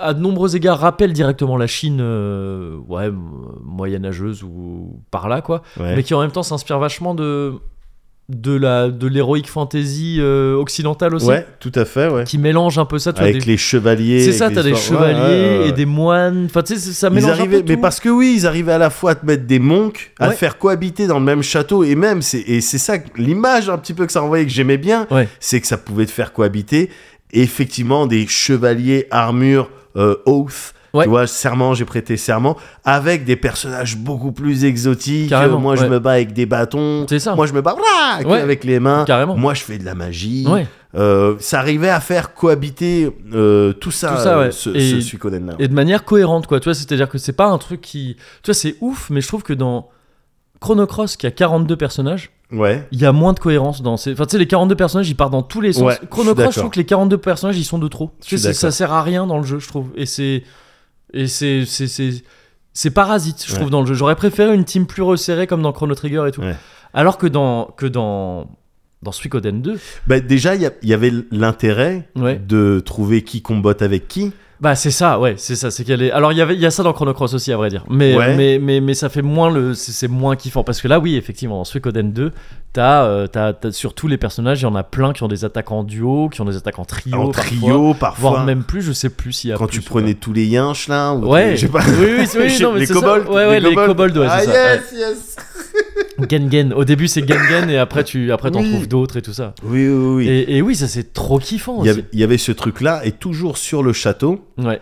[SPEAKER 1] à de nombreux égards, rappelle directement la Chine, euh, ouais, m- moyenâgeuse ou par là quoi,
[SPEAKER 2] Ouais.
[SPEAKER 1] mais qui en même temps s'inspire vachement de de la de l'héroïque fantasy euh, occidentale aussi,
[SPEAKER 2] Ouais, tout à fait, ouais.
[SPEAKER 1] qui mélange un peu ça. tu vois,
[SPEAKER 2] Avec
[SPEAKER 1] des-
[SPEAKER 2] les chevaliers.
[SPEAKER 1] C'est ça,
[SPEAKER 2] avec
[SPEAKER 1] t'as
[SPEAKER 2] les
[SPEAKER 1] des
[SPEAKER 2] histoires- ouais,
[SPEAKER 1] chevaliers
[SPEAKER 2] ouais, ouais.
[SPEAKER 1] et des moines. Enfin, tu sais, c'est- ça
[SPEAKER 2] Ils
[SPEAKER 1] mélange
[SPEAKER 2] arrivaient,
[SPEAKER 1] un peu
[SPEAKER 2] mais
[SPEAKER 1] tout.
[SPEAKER 2] parce que oui, ils arrivaient à la fois à te mettre des monks, à
[SPEAKER 1] Ouais.
[SPEAKER 2] te faire cohabiter dans le même château, et même, c'est, et c'est ça, que- l'image un petit peu que ça renvoyait, que j'aimais bien,
[SPEAKER 1] Ouais.
[SPEAKER 2] c'est que ça pouvait te faire cohabiter, et effectivement, des chevaliers, armures, euh, oath,
[SPEAKER 1] Ouais.
[SPEAKER 2] tu vois, serment, j'ai prêté serment, avec des personnages beaucoup plus exotiques,
[SPEAKER 1] Carrément,
[SPEAKER 2] Euh, moi je
[SPEAKER 1] ouais.
[SPEAKER 2] me bats avec des bâtons,
[SPEAKER 1] C'est ça.
[SPEAKER 2] moi je me bats ouah,
[SPEAKER 1] Ouais.
[SPEAKER 2] avec les mains,
[SPEAKER 1] Carrément.
[SPEAKER 2] moi je fais de la magie,
[SPEAKER 1] Ouais.
[SPEAKER 2] Euh, ça arrivait à faire cohabiter euh, tout ça,
[SPEAKER 1] Tout ça,
[SPEAKER 2] euh,
[SPEAKER 1] ouais.
[SPEAKER 2] ce,
[SPEAKER 1] Et-
[SPEAKER 2] ce Suikoden-là.
[SPEAKER 1] Et de manière cohérente, quoi. Tu vois, c'est-à-dire que c'est pas un truc qui. Tu vois, c'est ouf, mais je trouve que dans Chrono Cross, qui a 42 personnages,
[SPEAKER 2] Ouais.
[SPEAKER 1] il y a moins de cohérence dans ces. Enfin, tu sais, les 42 personnages, ils partent dans tous les sens.
[SPEAKER 2] Ouais, je suis
[SPEAKER 1] Chrono Cross, je
[SPEAKER 2] d'accord.
[SPEAKER 1] trouve que les 42 personnages, ils sont de trop.
[SPEAKER 2] Je
[SPEAKER 1] Tu
[SPEAKER 2] suis
[SPEAKER 1] sais, c'est- ça
[SPEAKER 2] d'accord.
[SPEAKER 1] sert à rien dans le jeu, je trouve. Et c'est. Et c'est. c'est- C'est c'est parasite, je
[SPEAKER 2] Ouais.
[SPEAKER 1] trouve, dans le jeu. J'aurais préféré une team plus resserrée, comme dans Chrono Trigger et tout.
[SPEAKER 2] Ouais.
[SPEAKER 1] Alors que dans. Que dans. Dans Suikoden 2,
[SPEAKER 2] Bah, déjà, il y, a- il y avait l'intérêt
[SPEAKER 1] Ouais.
[SPEAKER 2] de trouver qui combotte avec qui.
[SPEAKER 1] bah c'est ça, ouais, c'est ça, c'est qu'elle est. Alors il y avait, il y a ça dans Chrono Cross aussi, à vrai dire. Mais
[SPEAKER 2] Ouais.
[SPEAKER 1] mais, mais mais ça fait moins le, c'est c'est moins kiffant parce que là, oui, effectivement, dans Suikoden 2, t'as euh, t'as- t'as- sur tous les personnages, il y en a plein qui ont des attaques en duo, qui ont des attaques en trio,
[SPEAKER 2] en
[SPEAKER 1] parfois.
[SPEAKER 2] trio, parfois.
[SPEAKER 1] voire même plus, je sais plus s'il y a
[SPEAKER 2] quand
[SPEAKER 1] plus,
[SPEAKER 2] tu prenais tous les yinches là.
[SPEAKER 1] ou
[SPEAKER 2] Ou
[SPEAKER 1] pas. Ouais.
[SPEAKER 2] tous les- je sais pas.
[SPEAKER 1] Oui, oui, oui, oui, non, mais
[SPEAKER 2] les
[SPEAKER 1] c'est ça.
[SPEAKER 2] kobolds.
[SPEAKER 1] Ouais, ouais, les kobolds, ouais,
[SPEAKER 2] ah,
[SPEAKER 1] c'est ça.
[SPEAKER 2] yes, yes.
[SPEAKER 1] ouais. Gengen. Au début, c'est Gengen et après tu après t'en
[SPEAKER 2] Oui.
[SPEAKER 1] trouves d'autres et tout ça.
[SPEAKER 2] Oui, oui, oui.
[SPEAKER 1] Et, et oui, ça c'est trop kiffant
[SPEAKER 2] Il
[SPEAKER 1] aussi.
[SPEAKER 2] y avait- il y avait ce truc là, et toujours sur le château.
[SPEAKER 1] Ouais.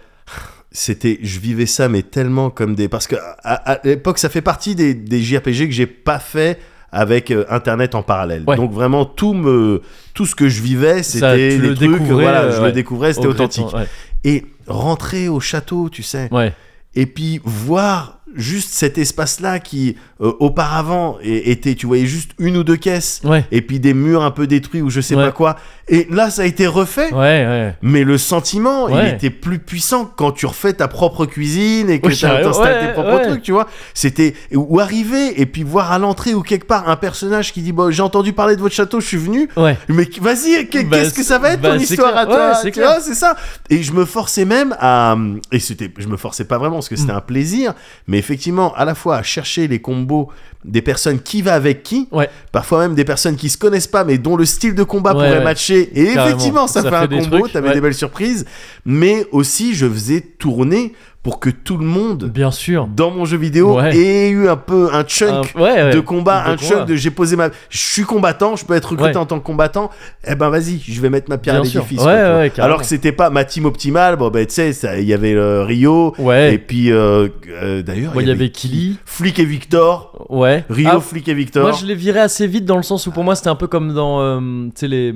[SPEAKER 2] c'était je vivais ça mais tellement comme des parce que à, à l'époque ça fait partie des, des JRPG que j'ai pas fait avec euh, internet en parallèle
[SPEAKER 1] Ouais.
[SPEAKER 2] donc vraiment tout me tout ce que je vivais
[SPEAKER 1] Ça,
[SPEAKER 2] c'était
[SPEAKER 1] tu
[SPEAKER 2] des
[SPEAKER 1] le
[SPEAKER 2] trucs
[SPEAKER 1] découvrais,
[SPEAKER 2] voilà
[SPEAKER 1] euh,
[SPEAKER 2] je
[SPEAKER 1] ouais.
[SPEAKER 2] le découvrais c'était
[SPEAKER 1] Au Crétan,
[SPEAKER 2] authentique
[SPEAKER 1] Ouais.
[SPEAKER 2] et rentrer au château tu sais
[SPEAKER 1] Ouais.
[SPEAKER 2] et puis voir juste cet espace là qui euh, auparavant é- était tu voyais juste une ou deux caisses
[SPEAKER 1] Ouais.
[SPEAKER 2] et puis des murs un peu détruits ou je sais
[SPEAKER 1] Ouais.
[SPEAKER 2] pas quoi et là ça a été refait
[SPEAKER 1] Ouais. Ouais.
[SPEAKER 2] mais le sentiment,
[SPEAKER 1] Ouais.
[SPEAKER 2] il était plus puissant que quand tu refais ta propre cuisine et que
[SPEAKER 1] Oui,
[SPEAKER 2] tu
[SPEAKER 1] carrément,
[SPEAKER 2] t'installes
[SPEAKER 1] ouais,
[SPEAKER 2] tes propres
[SPEAKER 1] ouais.
[SPEAKER 2] trucs, tu vois. C'était ou arriver et puis voir à l'entrée ou quelque part un personnage qui dit bah, j'ai entendu parler de votre château, je suis venu.
[SPEAKER 1] Ouais.
[SPEAKER 2] Mais qu- vas-y, qu'est-
[SPEAKER 1] Bah,
[SPEAKER 2] qu'est-ce que ça va être
[SPEAKER 1] bah,
[SPEAKER 2] ton
[SPEAKER 1] c'est
[SPEAKER 2] histoire
[SPEAKER 1] clair.
[SPEAKER 2] à toi
[SPEAKER 1] Ouais, c'est
[SPEAKER 2] tu
[SPEAKER 1] clair.
[SPEAKER 2] vois, c'est ça. Et je me forçais même à et c'était je me forçais pas vraiment parce que c'était
[SPEAKER 1] Mm.
[SPEAKER 2] un plaisir, mais effectivement à la fois à chercher les combos des personnes qui va avec qui,
[SPEAKER 1] Ouais.
[SPEAKER 2] parfois même des personnes qui se connaissent pas mais dont le style de combat
[SPEAKER 1] Ouais,
[SPEAKER 2] pourrait
[SPEAKER 1] ouais.
[SPEAKER 2] matcher et
[SPEAKER 1] Carrément.
[SPEAKER 2] effectivement ça,
[SPEAKER 1] Ça fait
[SPEAKER 2] fait, un
[SPEAKER 1] des
[SPEAKER 2] combo,
[SPEAKER 1] trucs,
[SPEAKER 2] t'avais
[SPEAKER 1] ouais.
[SPEAKER 2] des belles surprises, mais aussi je faisais tourner pour que tout le monde
[SPEAKER 1] Bien sûr.
[SPEAKER 2] dans mon jeu vidéo
[SPEAKER 1] Ouais.
[SPEAKER 2] ait eu un peu un chunk
[SPEAKER 1] Un- ouais, ouais.
[SPEAKER 2] de combat,
[SPEAKER 1] De
[SPEAKER 2] un
[SPEAKER 1] combat.
[SPEAKER 2] chunk de j'ai posé ma. Je suis combattant, je peux être recruté
[SPEAKER 1] Ouais.
[SPEAKER 2] en tant que combattant. Eh ben vas-y, je vais mettre ma pierre
[SPEAKER 1] Bien
[SPEAKER 2] à
[SPEAKER 1] sûr.
[SPEAKER 2] l'édifice.
[SPEAKER 1] Ouais,
[SPEAKER 2] quoi, tu
[SPEAKER 1] ouais,
[SPEAKER 2] vois.
[SPEAKER 1] ouais, carrément.
[SPEAKER 2] Alors que c'était pas ma team optimale. Bon ben tu sais, ça- il y avait euh, Rio
[SPEAKER 1] Ouais.
[SPEAKER 2] et puis euh, euh, d'ailleurs
[SPEAKER 1] Ouais, il y avait Kili.
[SPEAKER 2] Flic et Victor,
[SPEAKER 1] Ouais.
[SPEAKER 2] Rio,
[SPEAKER 1] Ah,
[SPEAKER 2] Flic et
[SPEAKER 1] moi,
[SPEAKER 2] Victor.
[SPEAKER 1] je les virais assez vite dans le sens où pour moi, c'était un peu comme dans. euh, tu sais, les.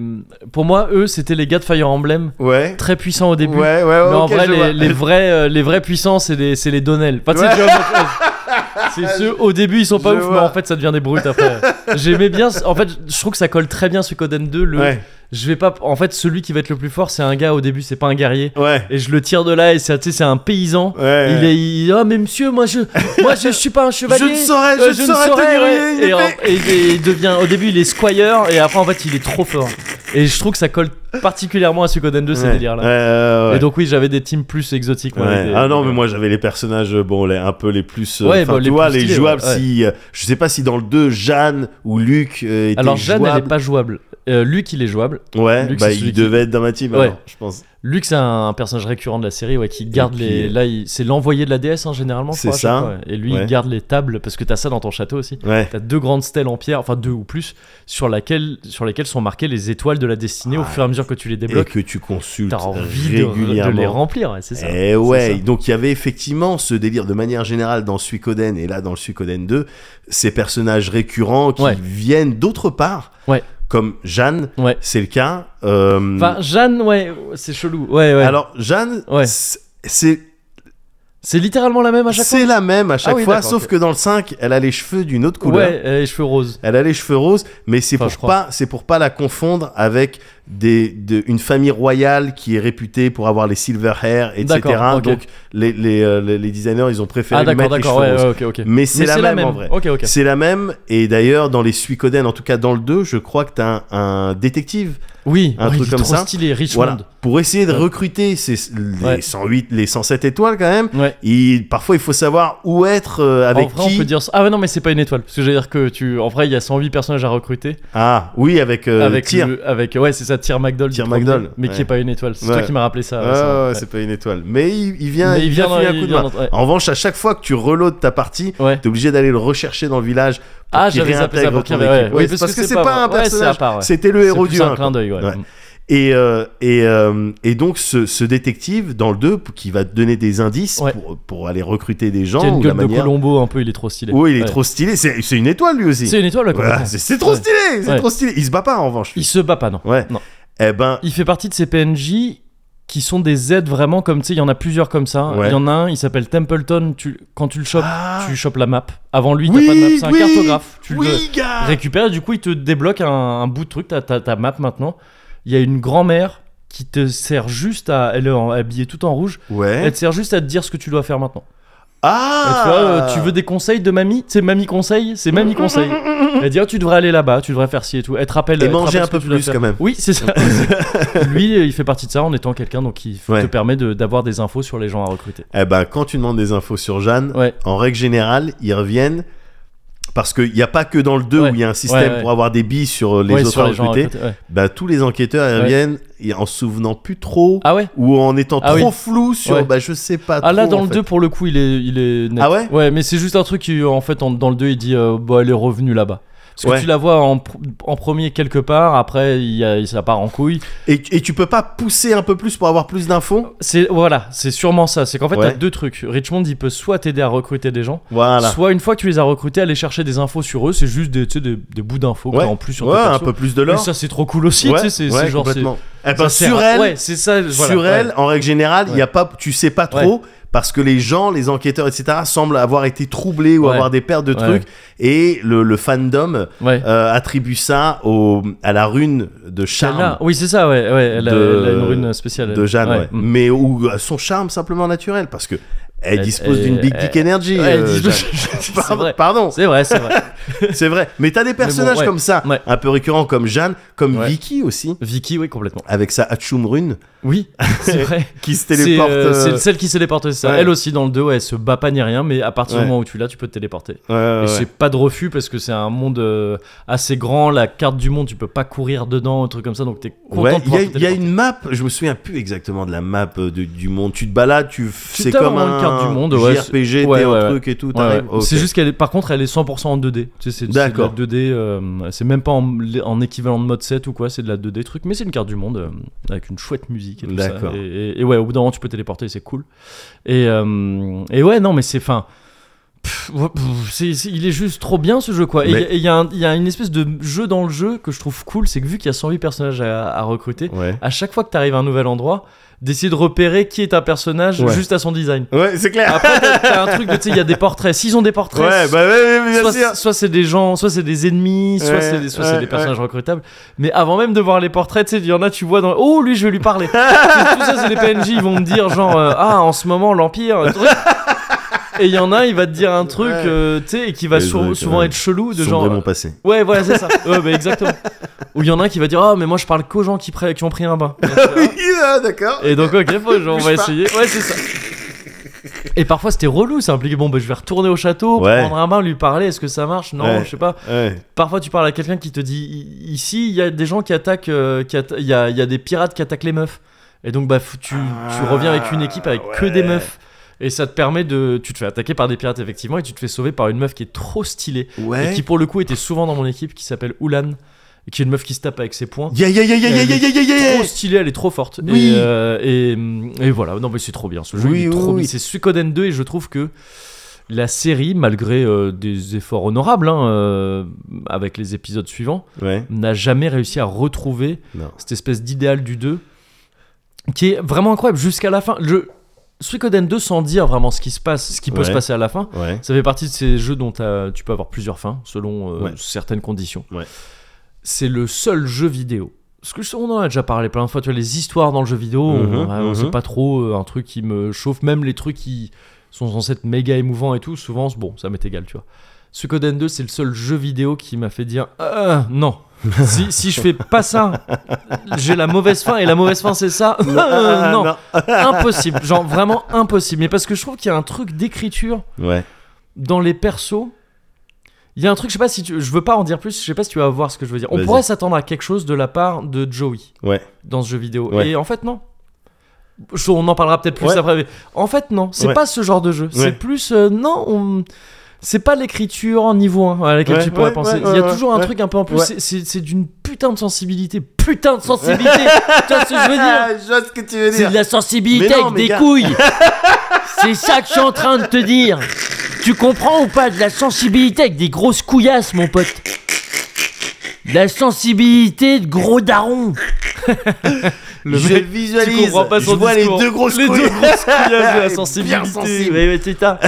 [SPEAKER 1] Pour moi, eux, c'était les gars de Fire Emblem.
[SPEAKER 2] Ouais.
[SPEAKER 1] Très puissants au début.
[SPEAKER 2] Ouais, ouais, ouais.
[SPEAKER 1] mais en
[SPEAKER 2] ok,
[SPEAKER 1] vrai,
[SPEAKER 2] je vois.
[SPEAKER 1] les, les vrais, euh, les vrais puissants, c'est les, c'est les Donnell. Enfin, tu sais,
[SPEAKER 2] Ouais.
[SPEAKER 1] tu vois, moi, c'est ceux au début ils sont pas
[SPEAKER 2] Je
[SPEAKER 1] ouf,
[SPEAKER 2] vois.
[SPEAKER 1] mais en fait ça devient des brutes après. J'aimais bien, en fait, je trouve que ça colle très bien Suikoden 2. Le,
[SPEAKER 2] Ouais,
[SPEAKER 1] je vais pas, en fait, celui qui va être le plus fort, c'est un gars au début, c'est pas un guerrier.
[SPEAKER 2] ouais.
[SPEAKER 1] Et je le tire de là et c'est, tu sais, c'est un paysan.
[SPEAKER 2] Ouais.
[SPEAKER 1] Il est, il- oh mais monsieur, moi je, moi je, je suis pas un chevalier.
[SPEAKER 2] Euh. Je ne saurais, je
[SPEAKER 1] Euh,
[SPEAKER 2] ne saurais tenir
[SPEAKER 1] ouais.
[SPEAKER 2] une
[SPEAKER 1] et, en-
[SPEAKER 2] épée.
[SPEAKER 1] et- et il devient, au début il est squire et après en fait il est trop fort. Et je trouve que ça colle particulièrement à Suikoden 2 ces
[SPEAKER 2] Ouais.
[SPEAKER 1] délires là.
[SPEAKER 2] Ouais, ouais, ouais.
[SPEAKER 1] Et donc oui j'avais des teams plus exotiques. moi,
[SPEAKER 2] Ouais.
[SPEAKER 1] avec des-
[SPEAKER 2] Ah non, mais moi j'avais les personnages, euh, bon, les, un peu les plus. euh,
[SPEAKER 1] Ouais,
[SPEAKER 2] enfin,
[SPEAKER 1] bah,
[SPEAKER 2] tu
[SPEAKER 1] les
[SPEAKER 2] vois,
[SPEAKER 1] plus
[SPEAKER 2] les
[SPEAKER 1] stylés,
[SPEAKER 2] jouables,
[SPEAKER 1] ouais.
[SPEAKER 2] si. euh, je sais pas si dans le 2, Jeanne ou Luc euh, étaient
[SPEAKER 1] Alors Jeanne elle est
[SPEAKER 2] jouables.
[SPEAKER 1] pas jouable. Euh, Luc il est jouable.
[SPEAKER 2] Ouais,
[SPEAKER 1] Luc,
[SPEAKER 2] bah
[SPEAKER 1] c'est
[SPEAKER 2] il
[SPEAKER 1] celui qui-
[SPEAKER 2] devait être dans ma team,
[SPEAKER 1] Ouais.
[SPEAKER 2] alors, je pense.
[SPEAKER 1] Luc c'est un personnage récurrent de la série ouais qui garde
[SPEAKER 2] puis,
[SPEAKER 1] les,
[SPEAKER 2] euh,
[SPEAKER 1] là il- c'est l'envoyé de la déesse hein, généralement. je
[SPEAKER 2] C'est
[SPEAKER 1] crois, à chaque
[SPEAKER 2] ça.
[SPEAKER 1] fois, ouais. Et lui
[SPEAKER 2] Ouais.
[SPEAKER 1] il garde les tables parce que t'as ça dans ton château aussi.
[SPEAKER 2] Ouais.
[SPEAKER 1] T'as deux grandes stèles en pierre, enfin deux ou plus, sur, laquelle, sur lesquelles sont marquées les étoiles de la destinée au
[SPEAKER 2] Ouais.
[SPEAKER 1] fur et à mesure que tu les
[SPEAKER 2] Et
[SPEAKER 1] débloques.
[SPEAKER 2] que tu consultes
[SPEAKER 1] T'as envie de- de,
[SPEAKER 2] régulièrement.
[SPEAKER 1] les remplir, ouais, c'est ça.
[SPEAKER 2] Eh
[SPEAKER 1] C'est
[SPEAKER 2] ouais,
[SPEAKER 1] ça.
[SPEAKER 2] donc il y avait effectivement ce délire de manière générale dans Suikoden et là dans le Suikoden 2, ces personnages récurrents qui
[SPEAKER 1] Ouais.
[SPEAKER 2] viennent d'autre part,
[SPEAKER 1] Ouais.
[SPEAKER 2] comme Jeanne,
[SPEAKER 1] Ouais.
[SPEAKER 2] c'est le cas. euh,
[SPEAKER 1] Enfin, Jeanne, ouais, c'est chelou. Ouais, ouais.
[SPEAKER 2] Alors Jeanne,
[SPEAKER 1] Ouais.
[SPEAKER 2] c'est- c'est
[SPEAKER 1] c'est littéralement la même à chaque fois.
[SPEAKER 2] C'est la même à chaque
[SPEAKER 1] Ah oui,
[SPEAKER 2] fois,
[SPEAKER 1] d'accord,
[SPEAKER 2] sauf
[SPEAKER 1] ok.
[SPEAKER 2] que dans le 5, elle a les cheveux d'une autre couleur.
[SPEAKER 1] Ouais, euh, les cheveux roses.
[SPEAKER 2] Elle a les cheveux roses, mais c'est
[SPEAKER 1] Enfin, je
[SPEAKER 2] pour
[SPEAKER 1] crois.
[SPEAKER 2] pas, c'est pour pas la confondre avec des, de- une famille royale qui est réputée pour avoir les silver hair, etc.
[SPEAKER 1] D'accord, ok.
[SPEAKER 2] Donc les, les, euh, les- les designers, ils ont préféré
[SPEAKER 1] Ah,
[SPEAKER 2] lui
[SPEAKER 1] d'accord,
[SPEAKER 2] mettre les cheveux
[SPEAKER 1] d'accord, ouais,
[SPEAKER 2] roses.
[SPEAKER 1] ouais, ok, ok.
[SPEAKER 2] Mais c'est la, même en vrai.
[SPEAKER 1] Ok, ok.
[SPEAKER 2] C'est la même, et d'ailleurs dans les Suikoden, en tout cas dans le 2, je crois que t'as un, un détective
[SPEAKER 1] Oui,
[SPEAKER 2] un
[SPEAKER 1] ouais,
[SPEAKER 2] truc
[SPEAKER 1] il est
[SPEAKER 2] comme
[SPEAKER 1] trop
[SPEAKER 2] ça.
[SPEAKER 1] stylé,
[SPEAKER 2] voilà,
[SPEAKER 1] Richmond.
[SPEAKER 2] pour essayer de
[SPEAKER 1] Ouais.
[SPEAKER 2] recruter ces, les
[SPEAKER 1] Ouais.
[SPEAKER 2] 108, les 107 étoiles quand même.
[SPEAKER 1] Ouais.
[SPEAKER 2] Il, parfois, il faut savoir où être, euh, avec
[SPEAKER 1] en vrai,
[SPEAKER 2] qui.
[SPEAKER 1] on peut dire ça. Ah, ouais, non, mais c'est pas une étoile. Parce que j'allais dire que tu. En vrai, il y a 108 personnages à recruter.
[SPEAKER 2] Ah, oui, avec, euh,
[SPEAKER 1] avec,
[SPEAKER 2] Tyr.
[SPEAKER 1] le- avec. Ouais, c'est ça, Tyr McDoll.
[SPEAKER 2] Tyr
[SPEAKER 1] du premier,
[SPEAKER 2] McDoll,
[SPEAKER 1] Mais qui
[SPEAKER 2] ouais.
[SPEAKER 1] est pas une étoile. C'est
[SPEAKER 2] Ouais.
[SPEAKER 1] toi qui m'as rappelé ça.
[SPEAKER 2] Ah,
[SPEAKER 1] ouais, ça,
[SPEAKER 2] ouais,
[SPEAKER 1] ouais.
[SPEAKER 2] c'est pas une étoile. Mais il, il vient,
[SPEAKER 1] Mais
[SPEAKER 2] il vient
[SPEAKER 1] dans-
[SPEAKER 2] filer un
[SPEAKER 1] il
[SPEAKER 2] coup de
[SPEAKER 1] vient
[SPEAKER 2] main.
[SPEAKER 1] dans- ouais.
[SPEAKER 2] En revanche, à chaque fois que tu reloads ta partie,
[SPEAKER 1] Ouais.
[SPEAKER 2] t'es obligé d'aller le rechercher dans le village.
[SPEAKER 1] Ah,
[SPEAKER 2] qu'il
[SPEAKER 1] j'avais zappé ça
[SPEAKER 2] réintègre
[SPEAKER 1] pour
[SPEAKER 2] ton
[SPEAKER 1] qu'il y avait-
[SPEAKER 2] équipe.
[SPEAKER 1] ouais.
[SPEAKER 2] Ouais,
[SPEAKER 1] Oui,
[SPEAKER 2] parce que c'est pas un
[SPEAKER 1] vrai. Ouais, c'est à
[SPEAKER 2] personnage.
[SPEAKER 1] part, ouais.
[SPEAKER 2] C'était le
[SPEAKER 1] C'est
[SPEAKER 2] héros
[SPEAKER 1] plus
[SPEAKER 2] du
[SPEAKER 1] un
[SPEAKER 2] 1,
[SPEAKER 1] clin d'œil, ouais.
[SPEAKER 2] Ouais. Et, euh, et, euh, et donc, ce, ce détective, dans le 2, qui va te donner des indices
[SPEAKER 1] Ouais.
[SPEAKER 2] pour, pour aller recruter des gens.
[SPEAKER 1] Qui a une
[SPEAKER 2] ou la
[SPEAKER 1] gueule de
[SPEAKER 2] manière...
[SPEAKER 1] Colombo un peu, il est trop stylé.
[SPEAKER 2] Oui, il est
[SPEAKER 1] Ouais.
[SPEAKER 2] trop stylé. C'est c'est une étoile, lui aussi.
[SPEAKER 1] C'est une étoile, là,
[SPEAKER 2] Voilà,
[SPEAKER 1] complètement.
[SPEAKER 2] c'est c'est trop
[SPEAKER 1] Ouais.
[SPEAKER 2] stylé. C'est
[SPEAKER 1] Ouais.
[SPEAKER 2] trop stylé. Il se bat pas, en revanche.
[SPEAKER 1] Il se bat pas, non.
[SPEAKER 2] Ouais.
[SPEAKER 1] Non.
[SPEAKER 2] Eh ben,
[SPEAKER 1] Il fait partie de ces PNJ qui sont des aides vraiment comme tu sais, il y en a plusieurs comme ça. Il
[SPEAKER 2] Ouais.
[SPEAKER 1] y en a un, il s'appelle Templeton. Tu, quand tu le chopes,
[SPEAKER 2] Ah.
[SPEAKER 1] tu chopes la map. Avant lui,
[SPEAKER 2] Oui,
[SPEAKER 1] t'as pas de map, c'est un
[SPEAKER 2] oui,
[SPEAKER 1] cartographe. Tu le
[SPEAKER 2] Oui, gars
[SPEAKER 1] récupères et du coup, il te débloque un, un bout de truc. T'as t'as ta map maintenant. Il y a une grand-mère qui te sert juste à. Elle est en- habillée tout en rouge.
[SPEAKER 2] Ouais.
[SPEAKER 1] Elle te sert juste à te dire ce que tu dois faire maintenant. Et tu vois,
[SPEAKER 2] Ah
[SPEAKER 1] euh, tu veux des conseils de mamie C'est mamie conseil C'est mamie conseil. Elle dit, oh, tu devrais aller là-bas, tu devrais faire ci et tout. Elle te rappelle.
[SPEAKER 2] Et
[SPEAKER 1] elle te
[SPEAKER 2] manger
[SPEAKER 1] rappelle
[SPEAKER 2] un
[SPEAKER 1] ce que
[SPEAKER 2] peu
[SPEAKER 1] tu dois
[SPEAKER 2] plus,
[SPEAKER 1] faire.
[SPEAKER 2] quand même.
[SPEAKER 1] Oui, c'est ça. Lui, euh, il fait partie de ça en étant quelqu'un donc qui f-
[SPEAKER 2] Ouais.
[SPEAKER 1] te permet de- d'avoir des infos sur les gens à recruter.
[SPEAKER 2] Eh ben, quand tu demandes des infos sur Jeanne,
[SPEAKER 1] Ouais.
[SPEAKER 2] en règle générale, ils reviennent. Parce qu'il n'y a pas que dans le 2
[SPEAKER 1] Ouais.
[SPEAKER 2] où il y a un système
[SPEAKER 1] Ouais, ouais.
[SPEAKER 2] pour avoir des billes sur les
[SPEAKER 1] Ouais,
[SPEAKER 2] autres
[SPEAKER 1] sur les gens à
[SPEAKER 2] recrutés.
[SPEAKER 1] recruter, ouais.
[SPEAKER 2] Bah, tous les enquêteurs ils
[SPEAKER 1] Ouais.
[SPEAKER 2] reviennent et en se souvenant plus trop
[SPEAKER 1] Ah ouais
[SPEAKER 2] ou en étant
[SPEAKER 1] Ah
[SPEAKER 2] trop
[SPEAKER 1] oui.
[SPEAKER 2] flou sur
[SPEAKER 1] Ouais.
[SPEAKER 2] bah, je sais pas.
[SPEAKER 1] Ah là,
[SPEAKER 2] trop,
[SPEAKER 1] dans
[SPEAKER 2] en
[SPEAKER 1] le
[SPEAKER 2] fait.
[SPEAKER 1] 2, pour le coup, il est, il est net.
[SPEAKER 2] Ah ouais
[SPEAKER 1] Ouais, mais c'est juste un truc qui, en fait, en- dans le 2, il dit euh, Bah, elle est revenue là-bas. Parce que
[SPEAKER 2] Ouais.
[SPEAKER 1] tu la vois en, pr- en premier quelque part, après, il y a, ça part en couille.
[SPEAKER 2] Et, et tu peux pas pousser un peu plus pour avoir plus d'infos
[SPEAKER 1] C'est voilà, c'est sûrement ça. C'est qu'en fait,
[SPEAKER 2] Ouais.
[SPEAKER 1] t'as deux trucs. Richmond, il peut soit t'aider à recruter des gens,
[SPEAKER 2] Voilà.
[SPEAKER 1] soit une fois que tu les as recrutés, aller chercher des infos sur eux. C'est juste des, tu sais, des, des bouts d'infos quoi,
[SPEAKER 2] Ouais,
[SPEAKER 1] en plus sur
[SPEAKER 2] Ouais,
[SPEAKER 1] tes
[SPEAKER 2] un
[SPEAKER 1] persos.
[SPEAKER 2] peu plus de
[SPEAKER 1] Mais
[SPEAKER 2] l'or.
[SPEAKER 1] ça, c'est trop cool aussi. tu sais, c'est c'est genre. c'est-
[SPEAKER 2] complètement. Eh ben,
[SPEAKER 1] ça sert
[SPEAKER 2] sur
[SPEAKER 1] à-
[SPEAKER 2] elle,
[SPEAKER 1] ouais, c'est ça. voilà,
[SPEAKER 2] sur elle,
[SPEAKER 1] ouais.
[SPEAKER 2] en règle générale, il
[SPEAKER 1] Ouais.
[SPEAKER 2] y a pas, tu sais pas trop parce que les gens, les enquêteurs, etc., semblent avoir été troublés ou
[SPEAKER 1] Ouais.
[SPEAKER 2] avoir des pertes de
[SPEAKER 1] Ouais.
[SPEAKER 2] trucs. Et le, le fandom
[SPEAKER 1] Ouais.
[SPEAKER 2] euh, attribue ça au, à la rune de
[SPEAKER 1] Elle a-
[SPEAKER 2] charme
[SPEAKER 1] Oui, c'est ça, ouais. ouais elle, a,
[SPEAKER 2] De-
[SPEAKER 1] elle a une rune spéciale.
[SPEAKER 2] de
[SPEAKER 1] elle.
[SPEAKER 2] Jeanne,
[SPEAKER 1] Ouais.
[SPEAKER 2] ouais.
[SPEAKER 1] Mm.
[SPEAKER 2] mais ou à son charme simplement naturel parce que elle
[SPEAKER 1] Elle-
[SPEAKER 2] dispose
[SPEAKER 1] elle-
[SPEAKER 2] d'une big
[SPEAKER 1] elle-
[SPEAKER 2] dick energy.
[SPEAKER 1] Ouais, elle
[SPEAKER 2] euh,
[SPEAKER 1] dispose-
[SPEAKER 2] Jeanne.
[SPEAKER 1] C'est
[SPEAKER 2] Pardon,
[SPEAKER 1] vrai.
[SPEAKER 2] pardon,
[SPEAKER 1] C'est vrai, c'est vrai.
[SPEAKER 2] c'est vrai. Mais t'as des personnages
[SPEAKER 1] ouais.
[SPEAKER 2] comme ça,
[SPEAKER 1] Ouais.
[SPEAKER 2] un peu récurrents comme Jeanne, comme
[SPEAKER 1] Ouais.
[SPEAKER 2] Vicky aussi,
[SPEAKER 1] Vicky, oui, complètement.
[SPEAKER 2] avec sa Hachum rune
[SPEAKER 1] Oui, c'est vrai.
[SPEAKER 2] qui se
[SPEAKER 1] C'est
[SPEAKER 2] téléporte.
[SPEAKER 1] euh,
[SPEAKER 2] euh,
[SPEAKER 1] c'est celle qui se téléporte, c'est ça.
[SPEAKER 2] ouais.
[SPEAKER 1] Elle aussi, dans le 2, ouais, elle se bat pas ni rien, mais à partir
[SPEAKER 2] Ouais.
[SPEAKER 1] du moment où tu l'as, tu peux te téléporter.
[SPEAKER 2] ouais, ouais,
[SPEAKER 1] Et
[SPEAKER 2] ouais.
[SPEAKER 1] c'est pas de refus parce que c'est un monde euh, assez grand, la carte du monde, tu peux pas courir dedans, un truc comme ça, donc t'es content
[SPEAKER 2] Ouais,
[SPEAKER 1] de
[SPEAKER 2] il y,
[SPEAKER 1] pouvoir
[SPEAKER 2] a-
[SPEAKER 1] te
[SPEAKER 2] il y a
[SPEAKER 1] téléporter.
[SPEAKER 2] une map, je me souviens plus exactement de la map euh, de- du monde. Tu te balades, tu, f-
[SPEAKER 1] Tu
[SPEAKER 2] c'est
[SPEAKER 1] tapes
[SPEAKER 2] comme
[SPEAKER 1] dans le
[SPEAKER 2] un
[SPEAKER 1] carte du monde, ouais,
[SPEAKER 2] JRPG,
[SPEAKER 1] c'est- ouais,
[SPEAKER 2] t'es un
[SPEAKER 1] ouais,
[SPEAKER 2] truc et tout.
[SPEAKER 1] Ouais,
[SPEAKER 2] t'arrives,
[SPEAKER 1] ouais.
[SPEAKER 2] ok.
[SPEAKER 1] C'est juste qu'elle est, par contre, elle est 100% en 2D. Tu sais, c'est- c'est de la
[SPEAKER 2] D'accord.
[SPEAKER 1] 2D, euh, c'est même pas en, en équivalent de mode 7 ou quoi, c'est de la 2D truc, mais c'est une carte du monde euh, avec une chouette musique et tout ça.
[SPEAKER 2] D'accord.
[SPEAKER 1] Et, et- et ouais, au bout d'un moment, tu peux téléporter, c'est cool. Et, euh, et ouais, non, mais c'est fin. pff, ouais, pff, c'est- c'est- il est juste trop bien ce jeu quoi. Et il
[SPEAKER 2] Mais-
[SPEAKER 1] y a- et il y, a un- il y a une espèce de jeu dans le jeu que je trouve cool, c'est que vu qu'il y a 108 personnages à, à recruter,
[SPEAKER 2] Ouais.
[SPEAKER 1] à chaque fois que tu arrives à un nouvel endroit, d'essayer de repérer qui est un personnage
[SPEAKER 2] Ouais.
[SPEAKER 1] juste à son design.
[SPEAKER 2] Ouais, c'est clair.
[SPEAKER 1] Après, t'as- t'as un truc de, tu sais, il y a des portraits. S'ils ont des portraits,
[SPEAKER 2] ouais, bah ouais, ouais, bien
[SPEAKER 1] soit,
[SPEAKER 2] sûr.
[SPEAKER 1] soit c'est des gens, soit c'est des ennemis, soit
[SPEAKER 2] Ouais,
[SPEAKER 1] c'est des, soit
[SPEAKER 2] ouais,
[SPEAKER 1] c'est des personnages recrutables. Mais avant même de voir les portraits, tu sais, il y en a, tu vois dans. Oh, lui, je vais lui parler. Tout ça, c'est des PNJ, ils vont me dire, genre, euh, ah, en ce moment, l'Empire. un truc. Et il y en a, il va te dire un truc,
[SPEAKER 2] Ouais.
[SPEAKER 1] euh, tu sais, et qui va
[SPEAKER 2] Les
[SPEAKER 1] sou-
[SPEAKER 2] trucs,
[SPEAKER 1] souvent
[SPEAKER 2] ouais.
[SPEAKER 1] être chelou, de
[SPEAKER 2] Sombrer
[SPEAKER 1] genre. euh,
[SPEAKER 2] mon passé.
[SPEAKER 1] Ouais, voilà, c'est ça. Ouais, bah, exactement. Ou il y en a un qui va dire, ah, mais moi, je parle qu'aux gens qui, pre- qui ont pris un bain.
[SPEAKER 2] Oui, ah, d'accord.
[SPEAKER 1] Et donc, ok, bon, genre, on va
[SPEAKER 2] Bouge pas.
[SPEAKER 1] essayer. Ouais, c'est ça. Et parfois c'était relou, ça impliquait bon, bah, je vais retourner au château,
[SPEAKER 2] Ouais.
[SPEAKER 1] prendre un bain, lui parler, est-ce que ça marche Non,
[SPEAKER 2] Ouais.
[SPEAKER 1] je sais pas.
[SPEAKER 2] Ouais.
[SPEAKER 1] Parfois tu parles à quelqu'un qui te dit I- ici, il y a des gens qui attaquent, euh, qui atta- il y, a, il y a des pirates qui attaquent les meufs. Et donc bah, faut- tu, tu reviens avec une équipe avec que des
[SPEAKER 2] ouais.
[SPEAKER 1] meufs. Et ça te permet de. Tu te fais attaquer par des pirates effectivement, et tu te fais sauver par une meuf qui est trop stylée. Et
[SPEAKER 2] Ouais.
[SPEAKER 1] qui pour le coup était souvent dans mon équipe, qui s'appelle Ulan, et qui est une meuf qui se tape avec ses poings
[SPEAKER 2] Yeah, yeah, yeah, yeah, yeah,
[SPEAKER 1] Elle est
[SPEAKER 2] yeah, yeah, yeah,
[SPEAKER 1] trop stylée, elle est trop forte.
[SPEAKER 2] Eh. Oui.
[SPEAKER 1] Et, euh, et, et voilà, non mais c'est trop bien ce jeu,
[SPEAKER 2] Oui,
[SPEAKER 1] il est
[SPEAKER 2] oui,
[SPEAKER 1] trop
[SPEAKER 2] oui.
[SPEAKER 1] bien. C'est Suikoden 2 et je trouve que la série, malgré euh, des efforts honorables hein, euh, avec les épisodes suivants,
[SPEAKER 2] Ouais.
[SPEAKER 1] n'a jamais réussi à retrouver
[SPEAKER 2] Non.
[SPEAKER 1] cette espèce d'idéal du 2 qui est vraiment incroyable jusqu'à la fin. Le Suikoden 2 sans dire vraiment ce qui se passe, ce qui peut
[SPEAKER 2] Ouais.
[SPEAKER 1] se passer à la fin,
[SPEAKER 2] Ouais.
[SPEAKER 1] ça fait partie de ces jeux dont t'as- tu peux avoir plusieurs fins selon euh,
[SPEAKER 2] Ouais.
[SPEAKER 1] certaines conditions.
[SPEAKER 2] Ouais.
[SPEAKER 1] C'est le seul jeu vidéo. Parce que je- on en a déjà parlé plein de fois. Tu vois, les histoires dans le jeu vidéo, on-
[SPEAKER 2] Mhm,
[SPEAKER 1] ouais, on
[SPEAKER 2] mhm.
[SPEAKER 1] sait pas trop euh, un truc qui me chauffe. Même les trucs qui sont censés être méga émouvants et tout, souvent, c'est- bon, ça m'est égal, tu vois. Suikoden 2, c'est le seul jeu vidéo qui m'a fait dire Ah, non. si, si je fais pas ça, j'ai la mauvaise fin et la mauvaise fin c'est ça.
[SPEAKER 2] Ah,
[SPEAKER 1] Euh, non, impossible. Genre vraiment impossible. Mais parce que je trouve qu'il y a un truc d'écriture
[SPEAKER 2] non. Ouais.
[SPEAKER 1] dans les persos, il y a un truc, je sais pas si tu, je veux pas en dire plus, je sais pas si tu vas voir ce que je veux dire. On
[SPEAKER 2] Vas-y.
[SPEAKER 1] pourrait s'attendre à quelque chose de la part de Joey
[SPEAKER 2] Ouais.
[SPEAKER 1] dans ce jeu vidéo.
[SPEAKER 2] Ouais.
[SPEAKER 1] Et en fait, non. Je- On en parlera peut-être plus
[SPEAKER 2] Ouais.
[SPEAKER 1] après. mais En fait, non, c'est
[SPEAKER 2] Ouais.
[SPEAKER 1] pas ce genre de jeu.
[SPEAKER 2] Ouais.
[SPEAKER 1] C'est plus. euh, non, on- c'est pas l'écriture en niveau 1 à laquelle
[SPEAKER 2] Ouais,
[SPEAKER 1] tu pourrais
[SPEAKER 2] ouais,
[SPEAKER 1] penser.
[SPEAKER 2] ouais,
[SPEAKER 1] Il y a
[SPEAKER 2] ouais,
[SPEAKER 1] toujours un
[SPEAKER 2] ouais.
[SPEAKER 1] truc un peu en plus.
[SPEAKER 2] Ouais.
[SPEAKER 1] C'est- C'est c'est d'une putain de sensibilité. Putain de sensibilité Tu vois ce que je veux dire
[SPEAKER 2] Ah, je vois ce que tu veux
[SPEAKER 1] c'est
[SPEAKER 2] dire.
[SPEAKER 1] de la sensibilité
[SPEAKER 2] Mais non,
[SPEAKER 1] avec
[SPEAKER 2] mais
[SPEAKER 1] des
[SPEAKER 2] gars.
[SPEAKER 1] couilles. C'est ça que je suis en train de te dire. Tu comprends ou pas De la sensibilité avec des grosses couillasses, mon pote. De la sensibilité de gros daron. Le
[SPEAKER 2] je
[SPEAKER 1] mec,
[SPEAKER 2] visualise.
[SPEAKER 1] tu comprends pas son
[SPEAKER 2] je vois
[SPEAKER 1] discours.
[SPEAKER 2] les deux grosses
[SPEAKER 1] Les
[SPEAKER 2] couilles.
[SPEAKER 1] deux grosses couilles, la
[SPEAKER 2] Bien
[SPEAKER 1] sensibilité.
[SPEAKER 2] sensible.
[SPEAKER 1] Ouais, ouais, t'es ta-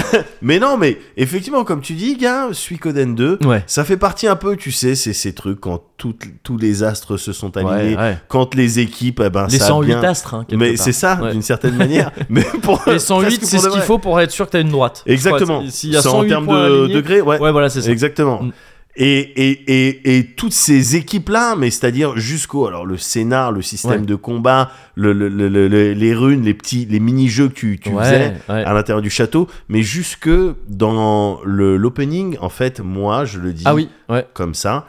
[SPEAKER 2] Mais non, mais effectivement, comme tu dis, gars, Suikoden 2,
[SPEAKER 1] Ouais.
[SPEAKER 2] ça fait partie un peu, tu sais, c'est ces trucs quand toutes- tous les astres se sont alignés,
[SPEAKER 1] Ouais, ouais.
[SPEAKER 2] quand les équipes, eh ben,
[SPEAKER 1] Les
[SPEAKER 2] ça a
[SPEAKER 1] 108
[SPEAKER 2] bien...
[SPEAKER 1] astres, hein, quelque
[SPEAKER 2] Mais
[SPEAKER 1] part.
[SPEAKER 2] c'est ça,
[SPEAKER 1] Ouais.
[SPEAKER 2] d'une certaine manière. mais pour,
[SPEAKER 1] Les 108,
[SPEAKER 2] presque
[SPEAKER 1] c'est
[SPEAKER 2] pour
[SPEAKER 1] ce
[SPEAKER 2] de
[SPEAKER 1] qu'il
[SPEAKER 2] vrai.
[SPEAKER 1] faut pour être sûr que t'as une droite. je crois.
[SPEAKER 2] Exactement.
[SPEAKER 1] S'il y a
[SPEAKER 2] C'est
[SPEAKER 1] 108
[SPEAKER 2] en termes
[SPEAKER 1] points
[SPEAKER 2] de
[SPEAKER 1] alignés-
[SPEAKER 2] degrés, ouais.
[SPEAKER 1] Ouais, voilà, c'est ça.
[SPEAKER 2] Exactement.
[SPEAKER 1] Mm.
[SPEAKER 2] Et, et, et, et toutes ces équipes-là, mais c'est-à-dire jusqu'au alors le scénar, le système
[SPEAKER 1] Ouais.
[SPEAKER 2] de combat, le, le- le- le- le- les runes, les petits, les mini-jeux que tu, tu faisais
[SPEAKER 1] ouais, ouais.
[SPEAKER 2] à l'intérieur du château, mais jusque dans le- l'opening, en fait, moi, je le dis
[SPEAKER 1] Ah oui, ouais.
[SPEAKER 2] comme ça,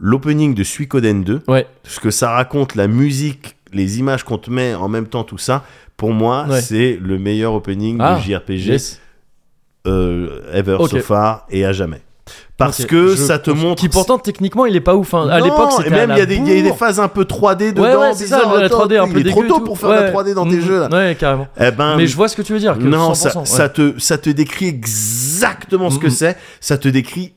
[SPEAKER 2] l'opening de Suikoden 2,
[SPEAKER 1] Ouais.
[SPEAKER 2] ce que ça raconte, la musique, les images qu'on te met en même temps, tout ça, pour moi,
[SPEAKER 1] Ouais.
[SPEAKER 2] c'est le meilleur opening
[SPEAKER 1] Ah,
[SPEAKER 2] de JRPG
[SPEAKER 1] Yes.
[SPEAKER 2] euh, ever
[SPEAKER 1] Ok.
[SPEAKER 2] so far et à jamais. Parce
[SPEAKER 1] Ok,
[SPEAKER 2] que
[SPEAKER 1] je
[SPEAKER 2] ça te
[SPEAKER 1] comprends.
[SPEAKER 2] montre.
[SPEAKER 1] Qui pourtant, techniquement, il est pas ouf. hein. À
[SPEAKER 2] Non,
[SPEAKER 1] l'époque, c'était.
[SPEAKER 2] et même
[SPEAKER 1] à
[SPEAKER 2] il y,
[SPEAKER 1] la
[SPEAKER 2] a des- il y a des
[SPEAKER 1] bourre.
[SPEAKER 2] phases un peu 3D dedans.
[SPEAKER 1] Ouais, ouais, c'est ça,
[SPEAKER 2] bizarre,
[SPEAKER 1] la
[SPEAKER 2] attends,
[SPEAKER 1] 3D un
[SPEAKER 2] il
[SPEAKER 1] peu
[SPEAKER 2] est
[SPEAKER 1] dégueu.
[SPEAKER 2] trop tôt
[SPEAKER 1] et tout.
[SPEAKER 2] pour faire
[SPEAKER 1] Ouais.
[SPEAKER 2] la 3D dans tes
[SPEAKER 1] Mhm.
[SPEAKER 2] jeux là.
[SPEAKER 1] Ouais, carrément.
[SPEAKER 2] Eh ben,
[SPEAKER 1] Mais je vois ce que tu veux dire. que
[SPEAKER 2] non,
[SPEAKER 1] 100%,
[SPEAKER 2] ça,
[SPEAKER 1] ouais.
[SPEAKER 2] ça te, ça te décrit exactement ce que
[SPEAKER 1] Mhm.
[SPEAKER 2] c'est. Ça te décrit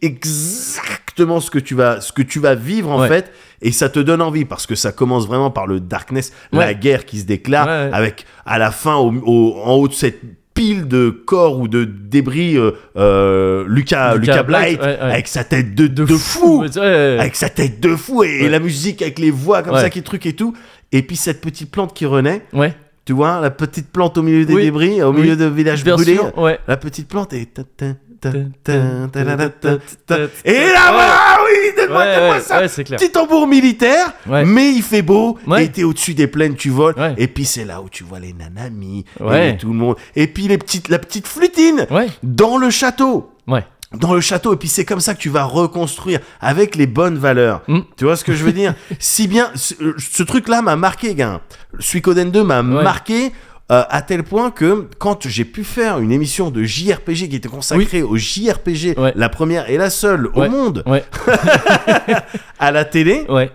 [SPEAKER 2] exactement ce que tu vas, ce que tu vas vivre en
[SPEAKER 1] Ouais.
[SPEAKER 2] fait, et ça te donne envie parce que ça commence vraiment par le darkness, la
[SPEAKER 1] Ouais.
[SPEAKER 2] guerre qui se déclare
[SPEAKER 1] Ouais, ouais.
[SPEAKER 2] avec à la fin au, au- en haut de cette pile de corps ou de débris, euh, euh, Lucas,
[SPEAKER 1] Lucas
[SPEAKER 2] Lucas,
[SPEAKER 1] Blight,
[SPEAKER 2] Blight,
[SPEAKER 1] ouais, ouais.
[SPEAKER 2] avec sa tête de, de fou
[SPEAKER 1] Ouais, ouais.
[SPEAKER 2] avec sa tête de fou et, et
[SPEAKER 1] Ouais.
[SPEAKER 2] la musique avec les voix comme
[SPEAKER 1] Ouais.
[SPEAKER 2] ça qui truc et tout et puis cette petite plante qui renaît
[SPEAKER 1] Ouais.
[SPEAKER 2] tu vois la petite plante au milieu des
[SPEAKER 1] Oui.
[SPEAKER 2] débris au
[SPEAKER 1] Oui.
[SPEAKER 2] milieu de village
[SPEAKER 1] Bien
[SPEAKER 2] brûlé
[SPEAKER 1] sûr, ouais.
[SPEAKER 2] la petite plante est ta- ta- ta-
[SPEAKER 1] Tin,
[SPEAKER 2] ta- ta- ta- ta- ta- ta-
[SPEAKER 1] tin,
[SPEAKER 2] et
[SPEAKER 1] tin.
[SPEAKER 2] là voilà ah oui
[SPEAKER 1] Ouais,
[SPEAKER 2] donne-moi
[SPEAKER 1] ouais,
[SPEAKER 2] donne-moi
[SPEAKER 1] ouais,
[SPEAKER 2] ça
[SPEAKER 1] ouais, c'est clair.
[SPEAKER 2] petit tambour militaire
[SPEAKER 1] Ouais.
[SPEAKER 2] mais il fait beau
[SPEAKER 1] Ouais.
[SPEAKER 2] et t'es au-dessus des plaines tu voles
[SPEAKER 1] Ouais.
[SPEAKER 2] et puis c'est là où tu vois les nanamis et
[SPEAKER 1] Ouais.
[SPEAKER 2] les- tout le monde et puis les petites la petite flutine
[SPEAKER 1] Ouais,
[SPEAKER 2] dans le château
[SPEAKER 1] ouais.
[SPEAKER 2] dans le château et puis c'est comme ça que tu vas reconstruire avec les bonnes valeurs
[SPEAKER 1] Mm.
[SPEAKER 2] tu vois ce que je veux dire si bien ce, truc là m'a marqué gars Suikoden 2 m'a
[SPEAKER 1] Ouais.
[SPEAKER 2] marqué euh, à tel point que quand j'ai pu faire une émission de JRPG qui était consacrée au JRPG
[SPEAKER 1] Ouais.
[SPEAKER 2] la première et la seule
[SPEAKER 1] Ouais.
[SPEAKER 2] au monde
[SPEAKER 1] Ouais,
[SPEAKER 2] à la télé
[SPEAKER 1] ouais.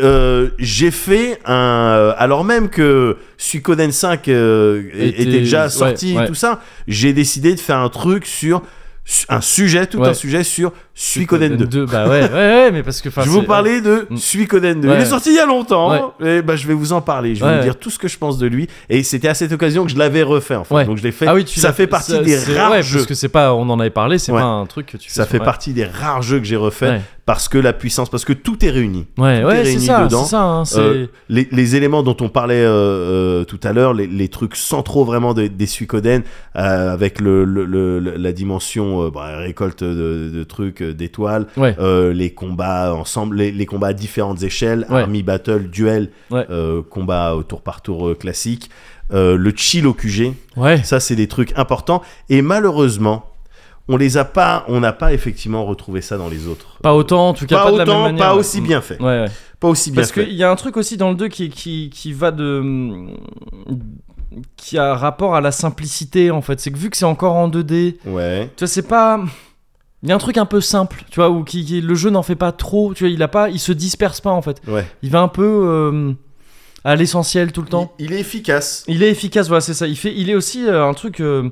[SPEAKER 2] euh, j'ai fait un euh, alors même que Suikoden 5 euh,
[SPEAKER 1] Était-
[SPEAKER 2] était, déjà
[SPEAKER 1] ouais,
[SPEAKER 2] sorti
[SPEAKER 1] ouais.
[SPEAKER 2] et tout ça j'ai décidé de faire un truc sur su- un sujet tout
[SPEAKER 1] Ouais.
[SPEAKER 2] un sujet sur Suikoden 2
[SPEAKER 1] Bah ouais, ouais, ouais, mais parce que. enfin,
[SPEAKER 2] je vais vous
[SPEAKER 1] c'est-
[SPEAKER 2] parler de
[SPEAKER 1] Mm.
[SPEAKER 2] Suikoden 2.
[SPEAKER 1] Ouais.
[SPEAKER 2] Il est sorti il y a longtemps. Et bah, je vais vous en parler. Je vais
[SPEAKER 1] Ouais.
[SPEAKER 2] vous dire tout ce que je pense de lui. Et c'était à cette occasion que je l'avais refait. En fait.
[SPEAKER 1] Ouais.
[SPEAKER 2] Donc je l'ai fait.
[SPEAKER 1] Ah oui, tu
[SPEAKER 2] ça
[SPEAKER 1] l'as-
[SPEAKER 2] fait partie
[SPEAKER 1] ça-
[SPEAKER 2] des
[SPEAKER 1] c'est-
[SPEAKER 2] rares
[SPEAKER 1] ouais,
[SPEAKER 2] jeux.
[SPEAKER 1] parce que c'est pas. On en avait parlé, c'est
[SPEAKER 2] Ouais.
[SPEAKER 1] pas un truc que tu fais.
[SPEAKER 2] Ça
[SPEAKER 1] sur-
[SPEAKER 2] fait
[SPEAKER 1] ouais.
[SPEAKER 2] partie des rares jeux que j'ai refait
[SPEAKER 1] Ouais,
[SPEAKER 2] parce que la puissance, parce que tout est réuni.
[SPEAKER 1] ouais,
[SPEAKER 2] Tout
[SPEAKER 1] ouais,
[SPEAKER 2] est
[SPEAKER 1] c'est
[SPEAKER 2] réuni
[SPEAKER 1] ça,
[SPEAKER 2] dedans.
[SPEAKER 1] c'est ça. hein, c'est-
[SPEAKER 2] Euh, les, les éléments dont on parlait euh, euh, tout à l'heure, les, les trucs centraux vraiment des, des Suikoden, euh, avec le, le- le- le- la dimension euh, bah, récolte de, de trucs, euh, d'étoiles,
[SPEAKER 1] Ouais.
[SPEAKER 2] euh, les combats ensemble, les, les combats à différentes échelles,
[SPEAKER 1] Ouais.
[SPEAKER 2] army battle, duel,
[SPEAKER 1] Ouais.
[SPEAKER 2] euh, combat au tour par tour euh, classique, euh, le chill au QG,
[SPEAKER 1] Ouais.
[SPEAKER 2] ça c'est des trucs importants. Et malheureusement, on les a pas, on n'a pas effectivement retrouvé ça dans les autres.
[SPEAKER 1] Pas autant, en tout cas, pas,
[SPEAKER 2] Pas
[SPEAKER 1] de la même
[SPEAKER 2] autant,
[SPEAKER 1] manière.
[SPEAKER 2] pas
[SPEAKER 1] ouais.
[SPEAKER 2] aussi bien fait.
[SPEAKER 1] Ouais, ouais.
[SPEAKER 2] Pas aussi bien
[SPEAKER 1] Parce
[SPEAKER 2] fait.
[SPEAKER 1] qu'il y a un truc aussi dans le 2 qui, qui, qui va de. qui a rapport à la simplicité en fait. C'est que vu que c'est encore en 2D,
[SPEAKER 2] Ouais.
[SPEAKER 1] tu vois, c'est pas. Il y a un truc un peu simple, tu vois, où qui, qui- le jeu n'en fait pas trop, tu vois, il a pas, il se disperse pas en fait.
[SPEAKER 2] Ouais.
[SPEAKER 1] Il va un peu euh, à l'essentiel tout le temps.
[SPEAKER 2] Il, il est efficace.
[SPEAKER 1] Il est efficace, voilà, c'est ça. Il fait, il est aussi euh, un truc. euh,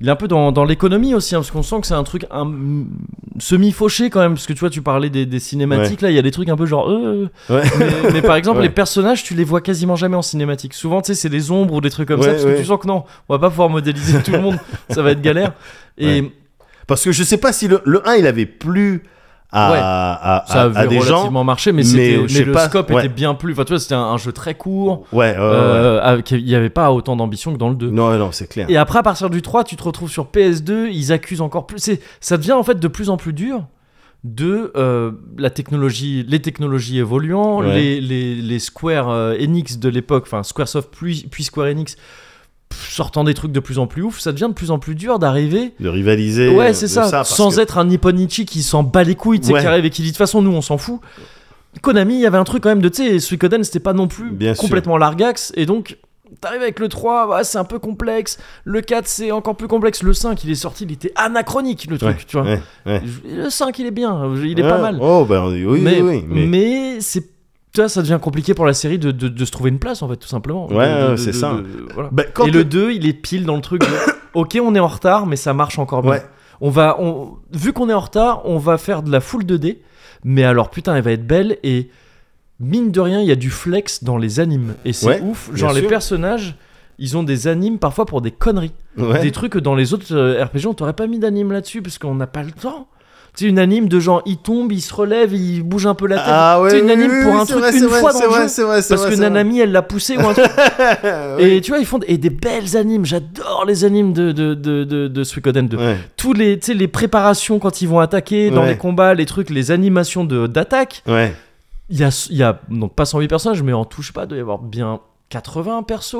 [SPEAKER 1] il est un peu dans, dans l'économie aussi, hein, parce qu'on sent que c'est un truc un, semi fauché quand même, parce que tu vois, tu parlais des, des cinématiques là, il y a des trucs un peu genre. euh,
[SPEAKER 2] Ouais.
[SPEAKER 1] mais, mais par exemple,
[SPEAKER 2] Ouais.
[SPEAKER 1] les personnages, tu les vois quasiment jamais en cinématique. Souvent, tu sais, c'est des ombres ou des trucs comme ça,
[SPEAKER 2] Ouais,
[SPEAKER 1] parce que
[SPEAKER 2] ouais.
[SPEAKER 1] tu sens que non, on va pas pouvoir modéliser tout le monde, ça va être galère. Et
[SPEAKER 2] Parce que je sais pas si le, le 1 il avait plu à,
[SPEAKER 1] Ouais.
[SPEAKER 2] à- à-
[SPEAKER 1] ça avait
[SPEAKER 2] à des gens.
[SPEAKER 1] relativement marché, mais,
[SPEAKER 2] mais
[SPEAKER 1] c'était-
[SPEAKER 2] je
[SPEAKER 1] mais
[SPEAKER 2] sais
[SPEAKER 1] le
[SPEAKER 2] pas,
[SPEAKER 1] scope
[SPEAKER 2] ouais.
[SPEAKER 1] était bien plus. Enfin, tu vois, c'était un, un jeu très court.
[SPEAKER 2] Ouais, ouais, ouais,
[SPEAKER 1] euh, avec- il n'y avait pas autant d'ambition que dans le 2.
[SPEAKER 2] ouais. Non, non, c'est clair.
[SPEAKER 1] Et après, à partir du 3, tu te retrouves sur PS2, ils accusent encore plus. C'est, ça devient en fait de plus en plus dur de euh, la technologie, les technologies évoluant,
[SPEAKER 2] Ouais.
[SPEAKER 1] les, les, les Square euh, Enix de l'époque, enfin Squaresoft puis, puis Square Enix pff, sortant des trucs de plus en plus ouf, ça devient de plus en plus dur d'arriver.
[SPEAKER 2] De rivaliser. euh,
[SPEAKER 1] Ouais, c'est
[SPEAKER 2] de
[SPEAKER 1] ça,
[SPEAKER 2] parce
[SPEAKER 1] sans
[SPEAKER 2] que-
[SPEAKER 1] être un Nipponichi qui s'en bat les couilles, tu sais,
[SPEAKER 2] Ouais.
[SPEAKER 1] qui arrive et qui dit de toute façon, nous on s'en fout. Konami, il y avait un truc quand même de, tu sais, Suikoden, c'était pas non plus
[SPEAKER 2] Bien sûr.
[SPEAKER 1] complètement largax, et donc T'arrives avec le 3, bah, c'est un peu complexe. Le 4, c'est encore plus complexe. Le 5, il est sorti, il était anachronique, le truc,
[SPEAKER 2] Ouais,
[SPEAKER 1] tu vois.
[SPEAKER 2] ouais, ouais.
[SPEAKER 1] Le 5, il est bien, il est pas
[SPEAKER 2] Ouais.
[SPEAKER 1] mal.
[SPEAKER 2] Oh, bah oui, oui,
[SPEAKER 1] mais
[SPEAKER 2] oui. Mais...
[SPEAKER 1] mais c'est. tu vois, ça devient compliqué pour la série de, de- de se trouver une place, en fait, tout simplement.
[SPEAKER 2] Ouais,
[SPEAKER 1] De- de-
[SPEAKER 2] ouais,
[SPEAKER 1] de-
[SPEAKER 2] c'est
[SPEAKER 1] de-
[SPEAKER 2] ça.
[SPEAKER 1] de- voilà.
[SPEAKER 2] Bah, quand
[SPEAKER 1] Et le 2, il est pile dans le truc. de, ok, on est en retard, mais ça marche encore bien.
[SPEAKER 2] Ouais.
[SPEAKER 1] On va, on, vu qu'on est en retard, on va faire de la full 2D. Mais alors, putain, elle va être belle et mine de rien, il y a du flex dans les animes. Et c'est
[SPEAKER 2] Ouais,
[SPEAKER 1] ouf.
[SPEAKER 2] bien
[SPEAKER 1] Genre, les
[SPEAKER 2] sûr.
[SPEAKER 1] personnages, ils ont des animes parfois pour des conneries.
[SPEAKER 2] Ouais.
[SPEAKER 1] Des trucs que dans les autres euh, RPG, on t'aurait pas mis d'anime là-dessus parce qu'on n'a pas le temps. Tu sais, une anime de genre, il tombe, il se relève, il bouge un peu la tête.
[SPEAKER 2] Ah ouais,
[SPEAKER 1] tu sais, une
[SPEAKER 2] oui,
[SPEAKER 1] anime
[SPEAKER 2] oui,
[SPEAKER 1] pour
[SPEAKER 2] oui,
[SPEAKER 1] un
[SPEAKER 2] c'est
[SPEAKER 1] truc
[SPEAKER 2] vrai,
[SPEAKER 1] une
[SPEAKER 2] c'est vrai,
[SPEAKER 1] fois dans
[SPEAKER 2] c'est
[SPEAKER 1] le
[SPEAKER 2] vrai,
[SPEAKER 1] jeu.
[SPEAKER 2] c'est vrai, c'est
[SPEAKER 1] Parce
[SPEAKER 2] vrai, Ah,
[SPEAKER 1] que
[SPEAKER 2] c'est vrai.
[SPEAKER 1] Nanami, elle l'a poussé ou un truc.
[SPEAKER 2] Bah
[SPEAKER 1] Et tu vois, ils font des, et des belles animes. J'adore les animes de, de, de, de, de Suikoden 2
[SPEAKER 2] Ouais.
[SPEAKER 1] tous les, tu sais, les préparations quand ils vont attaquer, dans
[SPEAKER 2] Ouais.
[SPEAKER 1] les combats, les trucs, les animations de- d'attaque.
[SPEAKER 2] Ouais.
[SPEAKER 1] Il y a, il y a donc pas 108 personnages, mais en touche pas, il doit y avoir bien 80 persos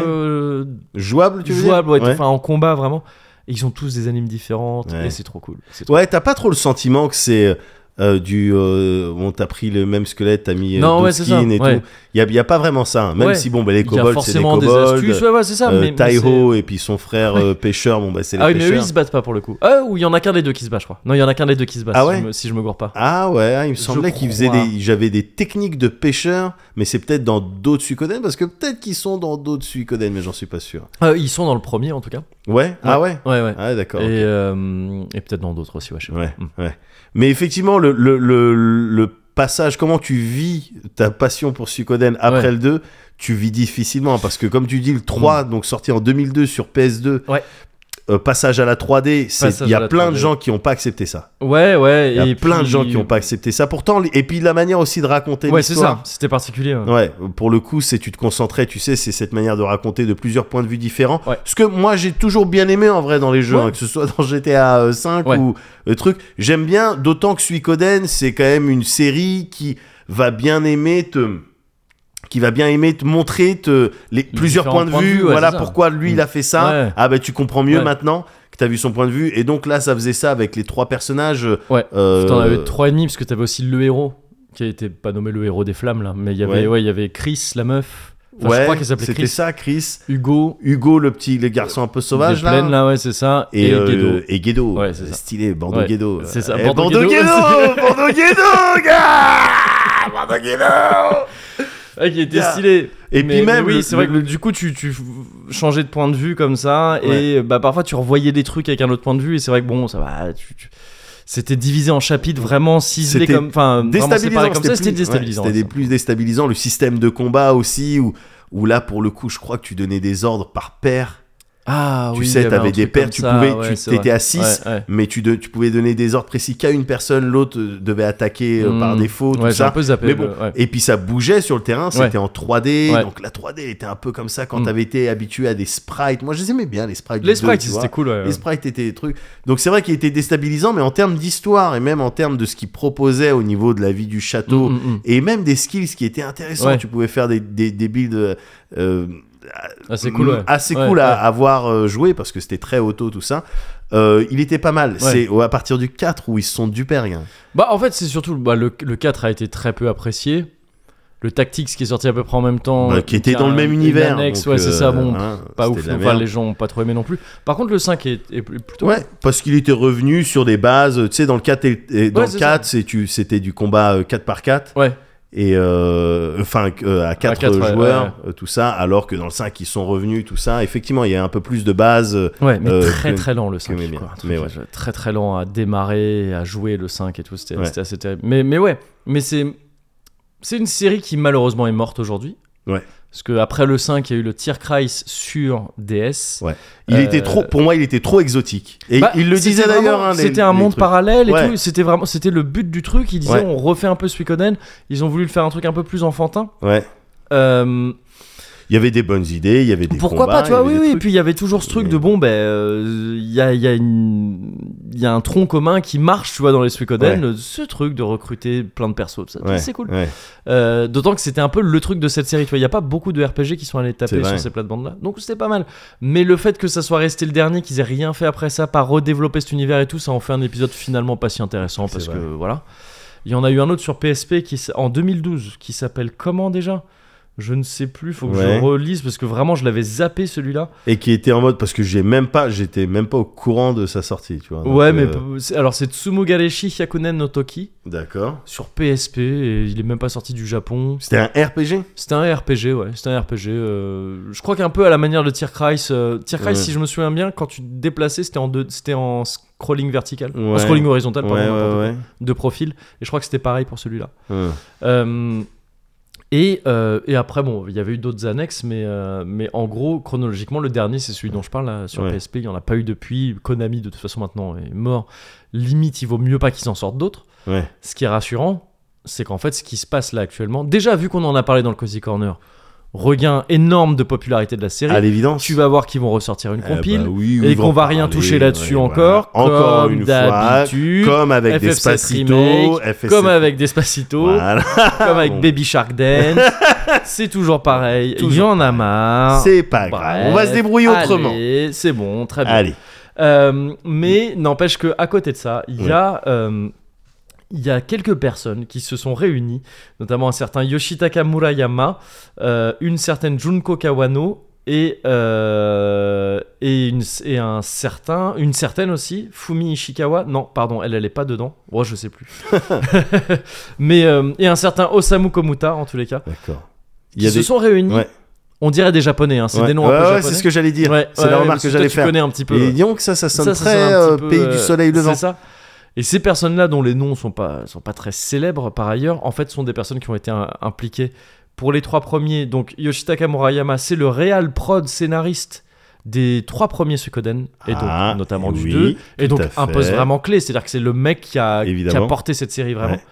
[SPEAKER 1] euh,
[SPEAKER 2] Jouable, Ah, tu veux
[SPEAKER 1] jouables,
[SPEAKER 2] dire
[SPEAKER 1] ouais, enfin en combat vraiment. Et ils ont tous des animes différentes,
[SPEAKER 2] Ouais.
[SPEAKER 1] et c'est trop cool. c'est trop
[SPEAKER 2] Ouais, t'as pas trop le sentiment que c'est euh, du. euh, bon, t'as pris le même squelette, t'as mis euh,
[SPEAKER 1] Non,
[SPEAKER 2] d'autres
[SPEAKER 1] ouais, c'est ça,
[SPEAKER 2] skins et
[SPEAKER 1] ouais.
[SPEAKER 2] tout. Il y a, y a pas vraiment ça. hein. Même
[SPEAKER 1] Ouais.
[SPEAKER 2] si, bon, bah, les
[SPEAKER 1] cool. Il y a
[SPEAKER 2] kobolds, c'est des
[SPEAKER 1] forcément des
[SPEAKER 2] kobolds.
[SPEAKER 1] astuces, ouais, ouais, c'est ça.
[SPEAKER 2] euh,
[SPEAKER 1] mais, mais
[SPEAKER 2] Taiho et puis son frère euh, pêcheur, bon, bah, c'est
[SPEAKER 1] c'est-
[SPEAKER 2] les
[SPEAKER 1] Ah oui, mais eux
[SPEAKER 2] pêcheurs.
[SPEAKER 1] ils se battent pas pour le coup. Ah, ou il y en a qu'un des deux qui se bat, je crois. Non, il y en a qu'un des deux qui se bat,
[SPEAKER 2] Ah
[SPEAKER 1] si,
[SPEAKER 2] ouais
[SPEAKER 1] je me, si je me gourre pas.
[SPEAKER 2] Ah ouais, hein, il me
[SPEAKER 1] Je
[SPEAKER 2] semblait qu'ils faisaient
[SPEAKER 1] crois.
[SPEAKER 2] des. J'avais des techniques de pêcheur, mais c'est peut-être dans d'autres Suikoden, parce que peut-être qu'ils sont dans d'autres Suikoden, mais j'en suis pas sûr.
[SPEAKER 1] Euh, ils sont dans le premier en tout cas.
[SPEAKER 2] Ouais, Ah ouais
[SPEAKER 1] Ouais, ouais.
[SPEAKER 2] Ah d'accord.
[SPEAKER 1] et euh, et peut-être dans d'autres aussi, ouais, je sais pas.
[SPEAKER 2] Ouais,
[SPEAKER 1] Mm.
[SPEAKER 2] ouais. Mais effectivement, le, le, le, le passage, comment tu vis ta passion pour Suikoden après
[SPEAKER 1] Ouais. Mm.
[SPEAKER 2] le 2, tu vis difficilement. Parce que, comme tu dis, le 3, donc sorti en 2002 sur PS2,
[SPEAKER 1] Ouais.
[SPEAKER 2] euh, passage à la 3D, c'est-
[SPEAKER 1] Passage
[SPEAKER 2] il y
[SPEAKER 1] à
[SPEAKER 2] a
[SPEAKER 1] la
[SPEAKER 2] plein de
[SPEAKER 1] 3D.
[SPEAKER 2] gens qui n'ont pas accepté ça.
[SPEAKER 1] Ouais, ouais.
[SPEAKER 2] Il y a
[SPEAKER 1] et
[SPEAKER 2] plein de
[SPEAKER 1] puis-
[SPEAKER 2] gens qui n'ont pas accepté ça. Pourtant, les- et puis la manière aussi de raconter
[SPEAKER 1] Ouais, c'est ça.
[SPEAKER 2] l'histoire.
[SPEAKER 1] C'était particulier. ouais.
[SPEAKER 2] Ouais, pour le coup, c'est tu te concentrais, tu sais, c'est cette manière de raconter de plusieurs points de vue différents.
[SPEAKER 1] Ouais.
[SPEAKER 2] Ce que moi j'ai toujours bien aimé en vrai dans les jeux,
[SPEAKER 1] Ouais.
[SPEAKER 2] hein, que ce soit dans GTA 5
[SPEAKER 1] Ouais.
[SPEAKER 2] ou euh, truc, j'aime bien. D'autant que Suikoden, c'est quand même une série qui va bien aimer te qui va bien aimer te montrer te, les, plusieurs
[SPEAKER 1] différents
[SPEAKER 2] points de
[SPEAKER 1] points de
[SPEAKER 2] vue,
[SPEAKER 1] vue, ouais,
[SPEAKER 2] voilà
[SPEAKER 1] c'est ça.
[SPEAKER 2] pourquoi lui il a fait ça
[SPEAKER 1] Ouais.
[SPEAKER 2] ah bah tu comprends mieux
[SPEAKER 1] Ouais.
[SPEAKER 2] maintenant que t'as vu son point de vue et donc là ça faisait ça avec les trois personnages
[SPEAKER 1] Ouais.
[SPEAKER 2] euh,
[SPEAKER 1] T'en avais trois et demi parce que t'avais aussi le héros qui était pas nommé le héros des flammes là, mais il y avait
[SPEAKER 2] Ouais.
[SPEAKER 1] ouais, il y avait Chris la meuf. Enfin,
[SPEAKER 2] ouais
[SPEAKER 1] je crois qu'elle s'appelait
[SPEAKER 2] c'était
[SPEAKER 1] Chris.
[SPEAKER 2] ça Chris
[SPEAKER 1] Hugo.
[SPEAKER 2] Hugo le petit le garçon un peu sauvage
[SPEAKER 1] des plaines,
[SPEAKER 2] là
[SPEAKER 1] là, ouais, c'est ça.
[SPEAKER 2] et,
[SPEAKER 1] Et,
[SPEAKER 2] euh,
[SPEAKER 1] Gedo.
[SPEAKER 2] et Guedo.
[SPEAKER 1] Ouais, c'est ça.
[SPEAKER 2] stylé, Bordeaux
[SPEAKER 1] Ouais,
[SPEAKER 2] Guedo.
[SPEAKER 1] c'est ça,
[SPEAKER 2] Eh,
[SPEAKER 1] Bordeaux
[SPEAKER 2] Bordeaux Guedo,
[SPEAKER 1] Guedo.
[SPEAKER 2] Bordeaux Guedo, gars Bordeaux Guedo
[SPEAKER 1] Ouais, qui était
[SPEAKER 2] Yeah.
[SPEAKER 1] stylé.
[SPEAKER 2] Et
[SPEAKER 1] Mais-
[SPEAKER 2] puis
[SPEAKER 1] mais
[SPEAKER 2] même,
[SPEAKER 1] oui,
[SPEAKER 2] le-
[SPEAKER 1] c'est vrai
[SPEAKER 2] le-
[SPEAKER 1] que du coup, tu, tu changeais de point de vue comme ça,
[SPEAKER 2] Ouais.
[SPEAKER 1] et bah parfois tu revoyais des trucs avec un autre point de vue, et c'est vrai que bon, ça va. tu- tu- C'était divisé en chapitres, vraiment ciselé
[SPEAKER 2] C'était
[SPEAKER 1] comme, enfin, vraiment séparé
[SPEAKER 2] déstabilisant,
[SPEAKER 1] comme ça, c'était
[SPEAKER 2] plus- ouais,
[SPEAKER 1] déstabilisant.
[SPEAKER 2] c'était
[SPEAKER 1] ouais,
[SPEAKER 2] des plus déstabilisant. Le système de combat aussi, où, où là, pour le coup, je crois que tu donnais des ordres par paire.
[SPEAKER 1] Ah
[SPEAKER 2] Tu
[SPEAKER 1] oui,
[SPEAKER 2] sais,
[SPEAKER 1] il y avait
[SPEAKER 2] t'avais
[SPEAKER 1] un
[SPEAKER 2] des
[SPEAKER 1] truc
[SPEAKER 2] paires,
[SPEAKER 1] comme
[SPEAKER 2] tu
[SPEAKER 1] ça,
[SPEAKER 2] pouvais-
[SPEAKER 1] ouais,
[SPEAKER 2] tu-
[SPEAKER 1] c'est vrai.
[SPEAKER 2] t'étais à six,
[SPEAKER 1] Ouais, ouais.
[SPEAKER 2] Mais tu, de- tu pouvais donner des ordres précis qu'à une personne, l'autre euh, devait attaquer euh, par
[SPEAKER 1] Hmm.
[SPEAKER 2] défaut, tout
[SPEAKER 1] Ouais, j'ai
[SPEAKER 2] ça.
[SPEAKER 1] un peu zappé.
[SPEAKER 2] Mais bon,
[SPEAKER 1] le- ouais.
[SPEAKER 2] Et puis ça bougeait sur le terrain, c'était
[SPEAKER 1] Ouais.
[SPEAKER 2] en 3D,
[SPEAKER 1] Ouais.
[SPEAKER 2] donc la 3D elle était un peu comme ça quand
[SPEAKER 1] Mm.
[SPEAKER 2] t'avais été habitué à des sprites. Moi je les aimais bien les sprites. du
[SPEAKER 1] Les
[SPEAKER 2] 2,
[SPEAKER 1] sprites,
[SPEAKER 2] tu vois.
[SPEAKER 1] c'était cool. ouais, ouais.
[SPEAKER 2] Les sprites étaient des trucs. Donc c'est vrai qu'il était déstabilisant, mais en termes d'histoire et même en termes de ce qu'il proposait au niveau de la vie du château
[SPEAKER 1] Mm, mm, mm.
[SPEAKER 2] et même des skills qui étaient intéressants,
[SPEAKER 1] Ouais.
[SPEAKER 2] tu pouvais faire des, des, des builds. euh, euh,
[SPEAKER 1] Ah, c'est cool. ouais.
[SPEAKER 2] assez
[SPEAKER 1] Ouais,
[SPEAKER 2] cool à
[SPEAKER 1] ouais.
[SPEAKER 2] avoir euh, joué parce que c'était très auto tout ça. Euh, il était pas mal. C'est au- à partir du 4 où ils se sont dupés à rien.
[SPEAKER 1] Bah, en fait, c'est surtout bah, le, le 4 a été très peu apprécié. Le Tactics qui est sorti à peu près en même temps.
[SPEAKER 2] Bah,
[SPEAKER 1] euh,
[SPEAKER 2] qui était
[SPEAKER 1] a
[SPEAKER 2] dans le
[SPEAKER 1] un-
[SPEAKER 2] même
[SPEAKER 1] une
[SPEAKER 2] univers.
[SPEAKER 1] annexe,
[SPEAKER 2] donc,
[SPEAKER 1] ouais, c'est ça.
[SPEAKER 2] euh,
[SPEAKER 1] Bon,
[SPEAKER 2] hein,
[SPEAKER 1] pas
[SPEAKER 2] c'était
[SPEAKER 1] ouf.
[SPEAKER 2] de la
[SPEAKER 1] Enfin,
[SPEAKER 2] merde.
[SPEAKER 1] les gens ont pas trop aimé non plus. Par contre, le 5 est, est plutôt.
[SPEAKER 2] Ouais, parce qu'il était revenu sur des bases, tu sais, dans le 4, et- et dans
[SPEAKER 1] Ouais,
[SPEAKER 2] le
[SPEAKER 1] c'est
[SPEAKER 2] 4 c'est, tu, c'était du combat euh, 4 par 4
[SPEAKER 1] Ouais.
[SPEAKER 2] et euh, enfin euh, à 4
[SPEAKER 1] quatre, ouais,
[SPEAKER 2] joueurs,
[SPEAKER 1] ouais,
[SPEAKER 2] euh, tout ça, alors que dans le 5 ils sont revenus, tout ça. Effectivement, il y a un peu plus de bases. euh,
[SPEAKER 1] Ouais, mais
[SPEAKER 2] Euh,
[SPEAKER 1] très
[SPEAKER 2] que-
[SPEAKER 1] très lent le 5.
[SPEAKER 2] mais bien.
[SPEAKER 1] quoi, un truc,
[SPEAKER 2] Mais ouais.
[SPEAKER 1] euh, Très très lent à démarrer, à jouer le 5 et tout. C'était
[SPEAKER 2] Ouais.
[SPEAKER 1] c'était assez terrible. Mais, mais ouais, mais c'est c'est une série qui malheureusement est morte aujourd'hui.
[SPEAKER 2] Ouais.
[SPEAKER 1] Parce que après le 5, il y a eu le Tier Cry sur DS.
[SPEAKER 2] Ouais. Il
[SPEAKER 1] Euh,
[SPEAKER 2] était trop, pour moi, il était trop exotique. Et
[SPEAKER 1] Bah,
[SPEAKER 2] il le
[SPEAKER 1] c'était
[SPEAKER 2] disait
[SPEAKER 1] vraiment-
[SPEAKER 2] d'ailleurs. hein, les-
[SPEAKER 1] c'était un
[SPEAKER 2] les
[SPEAKER 1] monde
[SPEAKER 2] trucs.
[SPEAKER 1] parallèle et
[SPEAKER 2] Ouais.
[SPEAKER 1] tout. C'était vraiment, c'était le but du truc. Ils disaient,
[SPEAKER 2] Ouais.
[SPEAKER 1] on refait un peu Suikoden. Ils ont voulu le faire un truc un peu plus enfantin.
[SPEAKER 2] Ouais.
[SPEAKER 1] Euh,
[SPEAKER 2] Il y avait des bonnes idées, il y avait des
[SPEAKER 1] pourquoi
[SPEAKER 2] combats,
[SPEAKER 1] pas, toi
[SPEAKER 2] il y
[SPEAKER 1] Oui,
[SPEAKER 2] avait des
[SPEAKER 1] oui. Et
[SPEAKER 2] trucs.
[SPEAKER 1] puis il y avait toujours ce truc
[SPEAKER 2] Mais-
[SPEAKER 1] de bon, ben, euh, il y, a, il y, a une- il y a un tronc commun qui marche, tu vois, dans les Suikoden. Ce truc de recruter plein de persos, tout ça,
[SPEAKER 2] Ouais,
[SPEAKER 1] c'est cool.
[SPEAKER 2] ouais.
[SPEAKER 1] Euh, D'autant que c'était un peu le truc de cette série. Tu vois, il n'y a pas beaucoup de RPG qui sont allés
[SPEAKER 2] C'est
[SPEAKER 1] taper
[SPEAKER 2] vrai.
[SPEAKER 1] sur ces plates-bandes-là. Donc c'était pas mal. Mais le fait que ça soit resté le dernier, qu'ils aient rien fait après ça, pas redévelopper cet univers et tout, ça en fait un épisode finalement pas si intéressant
[SPEAKER 2] C'est
[SPEAKER 1] parce
[SPEAKER 2] vrai.
[SPEAKER 1] que voilà. Il y en a eu un autre sur PSP qui, s- en 2012 qui s'appelle comment déjà Je ne sais plus, faut que
[SPEAKER 2] Ouais. Ah,
[SPEAKER 1] je relise parce que vraiment je l'avais zappé celui-là.
[SPEAKER 2] Et qui était en mode parce que j'ai même pas, j'étais même pas au courant de sa sortie, tu vois. donc,
[SPEAKER 1] ouais, mais
[SPEAKER 2] euh,
[SPEAKER 1] p- c'est- alors c'est Tsumogareshi Hyakunen no Toki
[SPEAKER 2] d'accord.
[SPEAKER 1] sur PSP et il est même pas sorti du Japon.
[SPEAKER 2] C'était un RPG.
[SPEAKER 1] C'était un RPG, ouais. C'était un RPG. euh, je crois qu'un peu à la manière de Tier Christ. euh, Tier Christ,
[SPEAKER 2] Ouais.
[SPEAKER 1] si je me souviens bien, quand tu te déplaçais, c'était en, deux- c'était en scrolling vertical. En
[SPEAKER 2] Ouais.
[SPEAKER 1] scrolling horizontal,
[SPEAKER 2] Ouais,
[SPEAKER 1] pardon, n'importe
[SPEAKER 2] ouais,
[SPEAKER 1] quoi,
[SPEAKER 2] ouais.
[SPEAKER 1] de profil. Et je crois que c'était pareil pour celui-là.
[SPEAKER 2] Hum.
[SPEAKER 1] Euh, Et, euh, et après, bon, il y avait eu d'autres annexes, mais, euh, mais en gros, chronologiquement, le dernier, c'est celui dont je parle là, sur
[SPEAKER 2] Ouais.
[SPEAKER 1] PSP. Il n'y en a pas eu depuis. Konami, de toute façon, maintenant, est mort. Limite, il vaut mieux pas qu'ils en sortent d'autres.
[SPEAKER 2] Ouais.
[SPEAKER 1] Ce qui est rassurant, c'est qu'en fait, ce qui se passe là actuellement, déjà, vu qu'on en a parlé dans le Cozy Corner, regain énorme de popularité de la série.
[SPEAKER 2] À l'évidence.
[SPEAKER 1] Tu vas voir qu'ils vont ressortir une
[SPEAKER 2] Eh ben
[SPEAKER 1] compile.
[SPEAKER 2] oui,
[SPEAKER 1] et
[SPEAKER 2] ils vont
[SPEAKER 1] qu'on va
[SPEAKER 2] en
[SPEAKER 1] rien
[SPEAKER 2] parler,
[SPEAKER 1] toucher là-dessus
[SPEAKER 2] ouais,
[SPEAKER 1] encore,
[SPEAKER 2] voilà. Encore
[SPEAKER 1] comme
[SPEAKER 2] une fois,
[SPEAKER 1] d'habitude,
[SPEAKER 2] comme avec
[SPEAKER 1] FF7
[SPEAKER 2] Despacito,
[SPEAKER 1] remake,
[SPEAKER 2] FF7.
[SPEAKER 1] comme avec Despacito,
[SPEAKER 2] Voilà.
[SPEAKER 1] comme avec
[SPEAKER 2] Bon.
[SPEAKER 1] Baby Shark Dance, c'est toujours pareil, il y
[SPEAKER 2] Toujours
[SPEAKER 1] en a marre.
[SPEAKER 2] C'est pas grave.
[SPEAKER 1] Bref,
[SPEAKER 2] On va se débrouiller autrement.
[SPEAKER 1] Bah, allez, C'est bon, très bien.
[SPEAKER 2] Allez.
[SPEAKER 1] Euh,
[SPEAKER 2] Mm.
[SPEAKER 1] mais n'empêche que à côté de ça, il y a euh, il y a quelques personnes qui se sont réunies, notamment un certain Yoshitaka Murayama, euh, une certaine Junko Kawano et euh, et, une, et un certain une certaine aussi Fumi Ishikawa. Non, pardon, elle elle est pas dedans. Moi, je sais plus. mais euh, et un certain Osamu Komuta en tous les cas.
[SPEAKER 2] D'accord.
[SPEAKER 1] Qui se sont réunis.
[SPEAKER 2] Ouais.
[SPEAKER 1] On dirait des japonais, hein, c'est
[SPEAKER 2] Ouais.
[SPEAKER 1] des noms
[SPEAKER 2] Ouais,
[SPEAKER 1] un peu
[SPEAKER 2] ouais,
[SPEAKER 1] japonais.
[SPEAKER 2] c'est ce que j'allais dire.
[SPEAKER 1] Ouais,
[SPEAKER 2] c'est
[SPEAKER 1] ouais,
[SPEAKER 2] la
[SPEAKER 1] ouais,
[SPEAKER 2] remarque
[SPEAKER 1] parce
[SPEAKER 2] que
[SPEAKER 1] toi,
[SPEAKER 2] j'allais
[SPEAKER 1] tu
[SPEAKER 2] faire.
[SPEAKER 1] connais un petit peu.
[SPEAKER 2] Et
[SPEAKER 1] ouais.
[SPEAKER 2] disons que ça, ça
[SPEAKER 1] Ça,
[SPEAKER 2] sonne
[SPEAKER 1] ça
[SPEAKER 2] très
[SPEAKER 1] sonne un
[SPEAKER 2] euh,
[SPEAKER 1] petit peu,
[SPEAKER 2] pays
[SPEAKER 1] euh,
[SPEAKER 2] du soleil levant.
[SPEAKER 1] C'est ça. Et ces personnes-là, dont les noms sont pas, sont pas très célèbres par ailleurs, en fait, sont des personnes qui ont été euh, impliquées. Pour les trois premiers, donc Yoshitaka Murayama, c'est le réal prod scénariste des trois premiers Suikoden, et donc
[SPEAKER 2] Ah,
[SPEAKER 1] notamment
[SPEAKER 2] oui,
[SPEAKER 1] du 2, et
[SPEAKER 2] tout
[SPEAKER 1] donc
[SPEAKER 2] à
[SPEAKER 1] un
[SPEAKER 2] fait.
[SPEAKER 1] poste vraiment clé, c'est-à-dire que c'est le mec qui a, qui a
[SPEAKER 2] Évidemment.
[SPEAKER 1] porté cette série vraiment.
[SPEAKER 2] Ouais.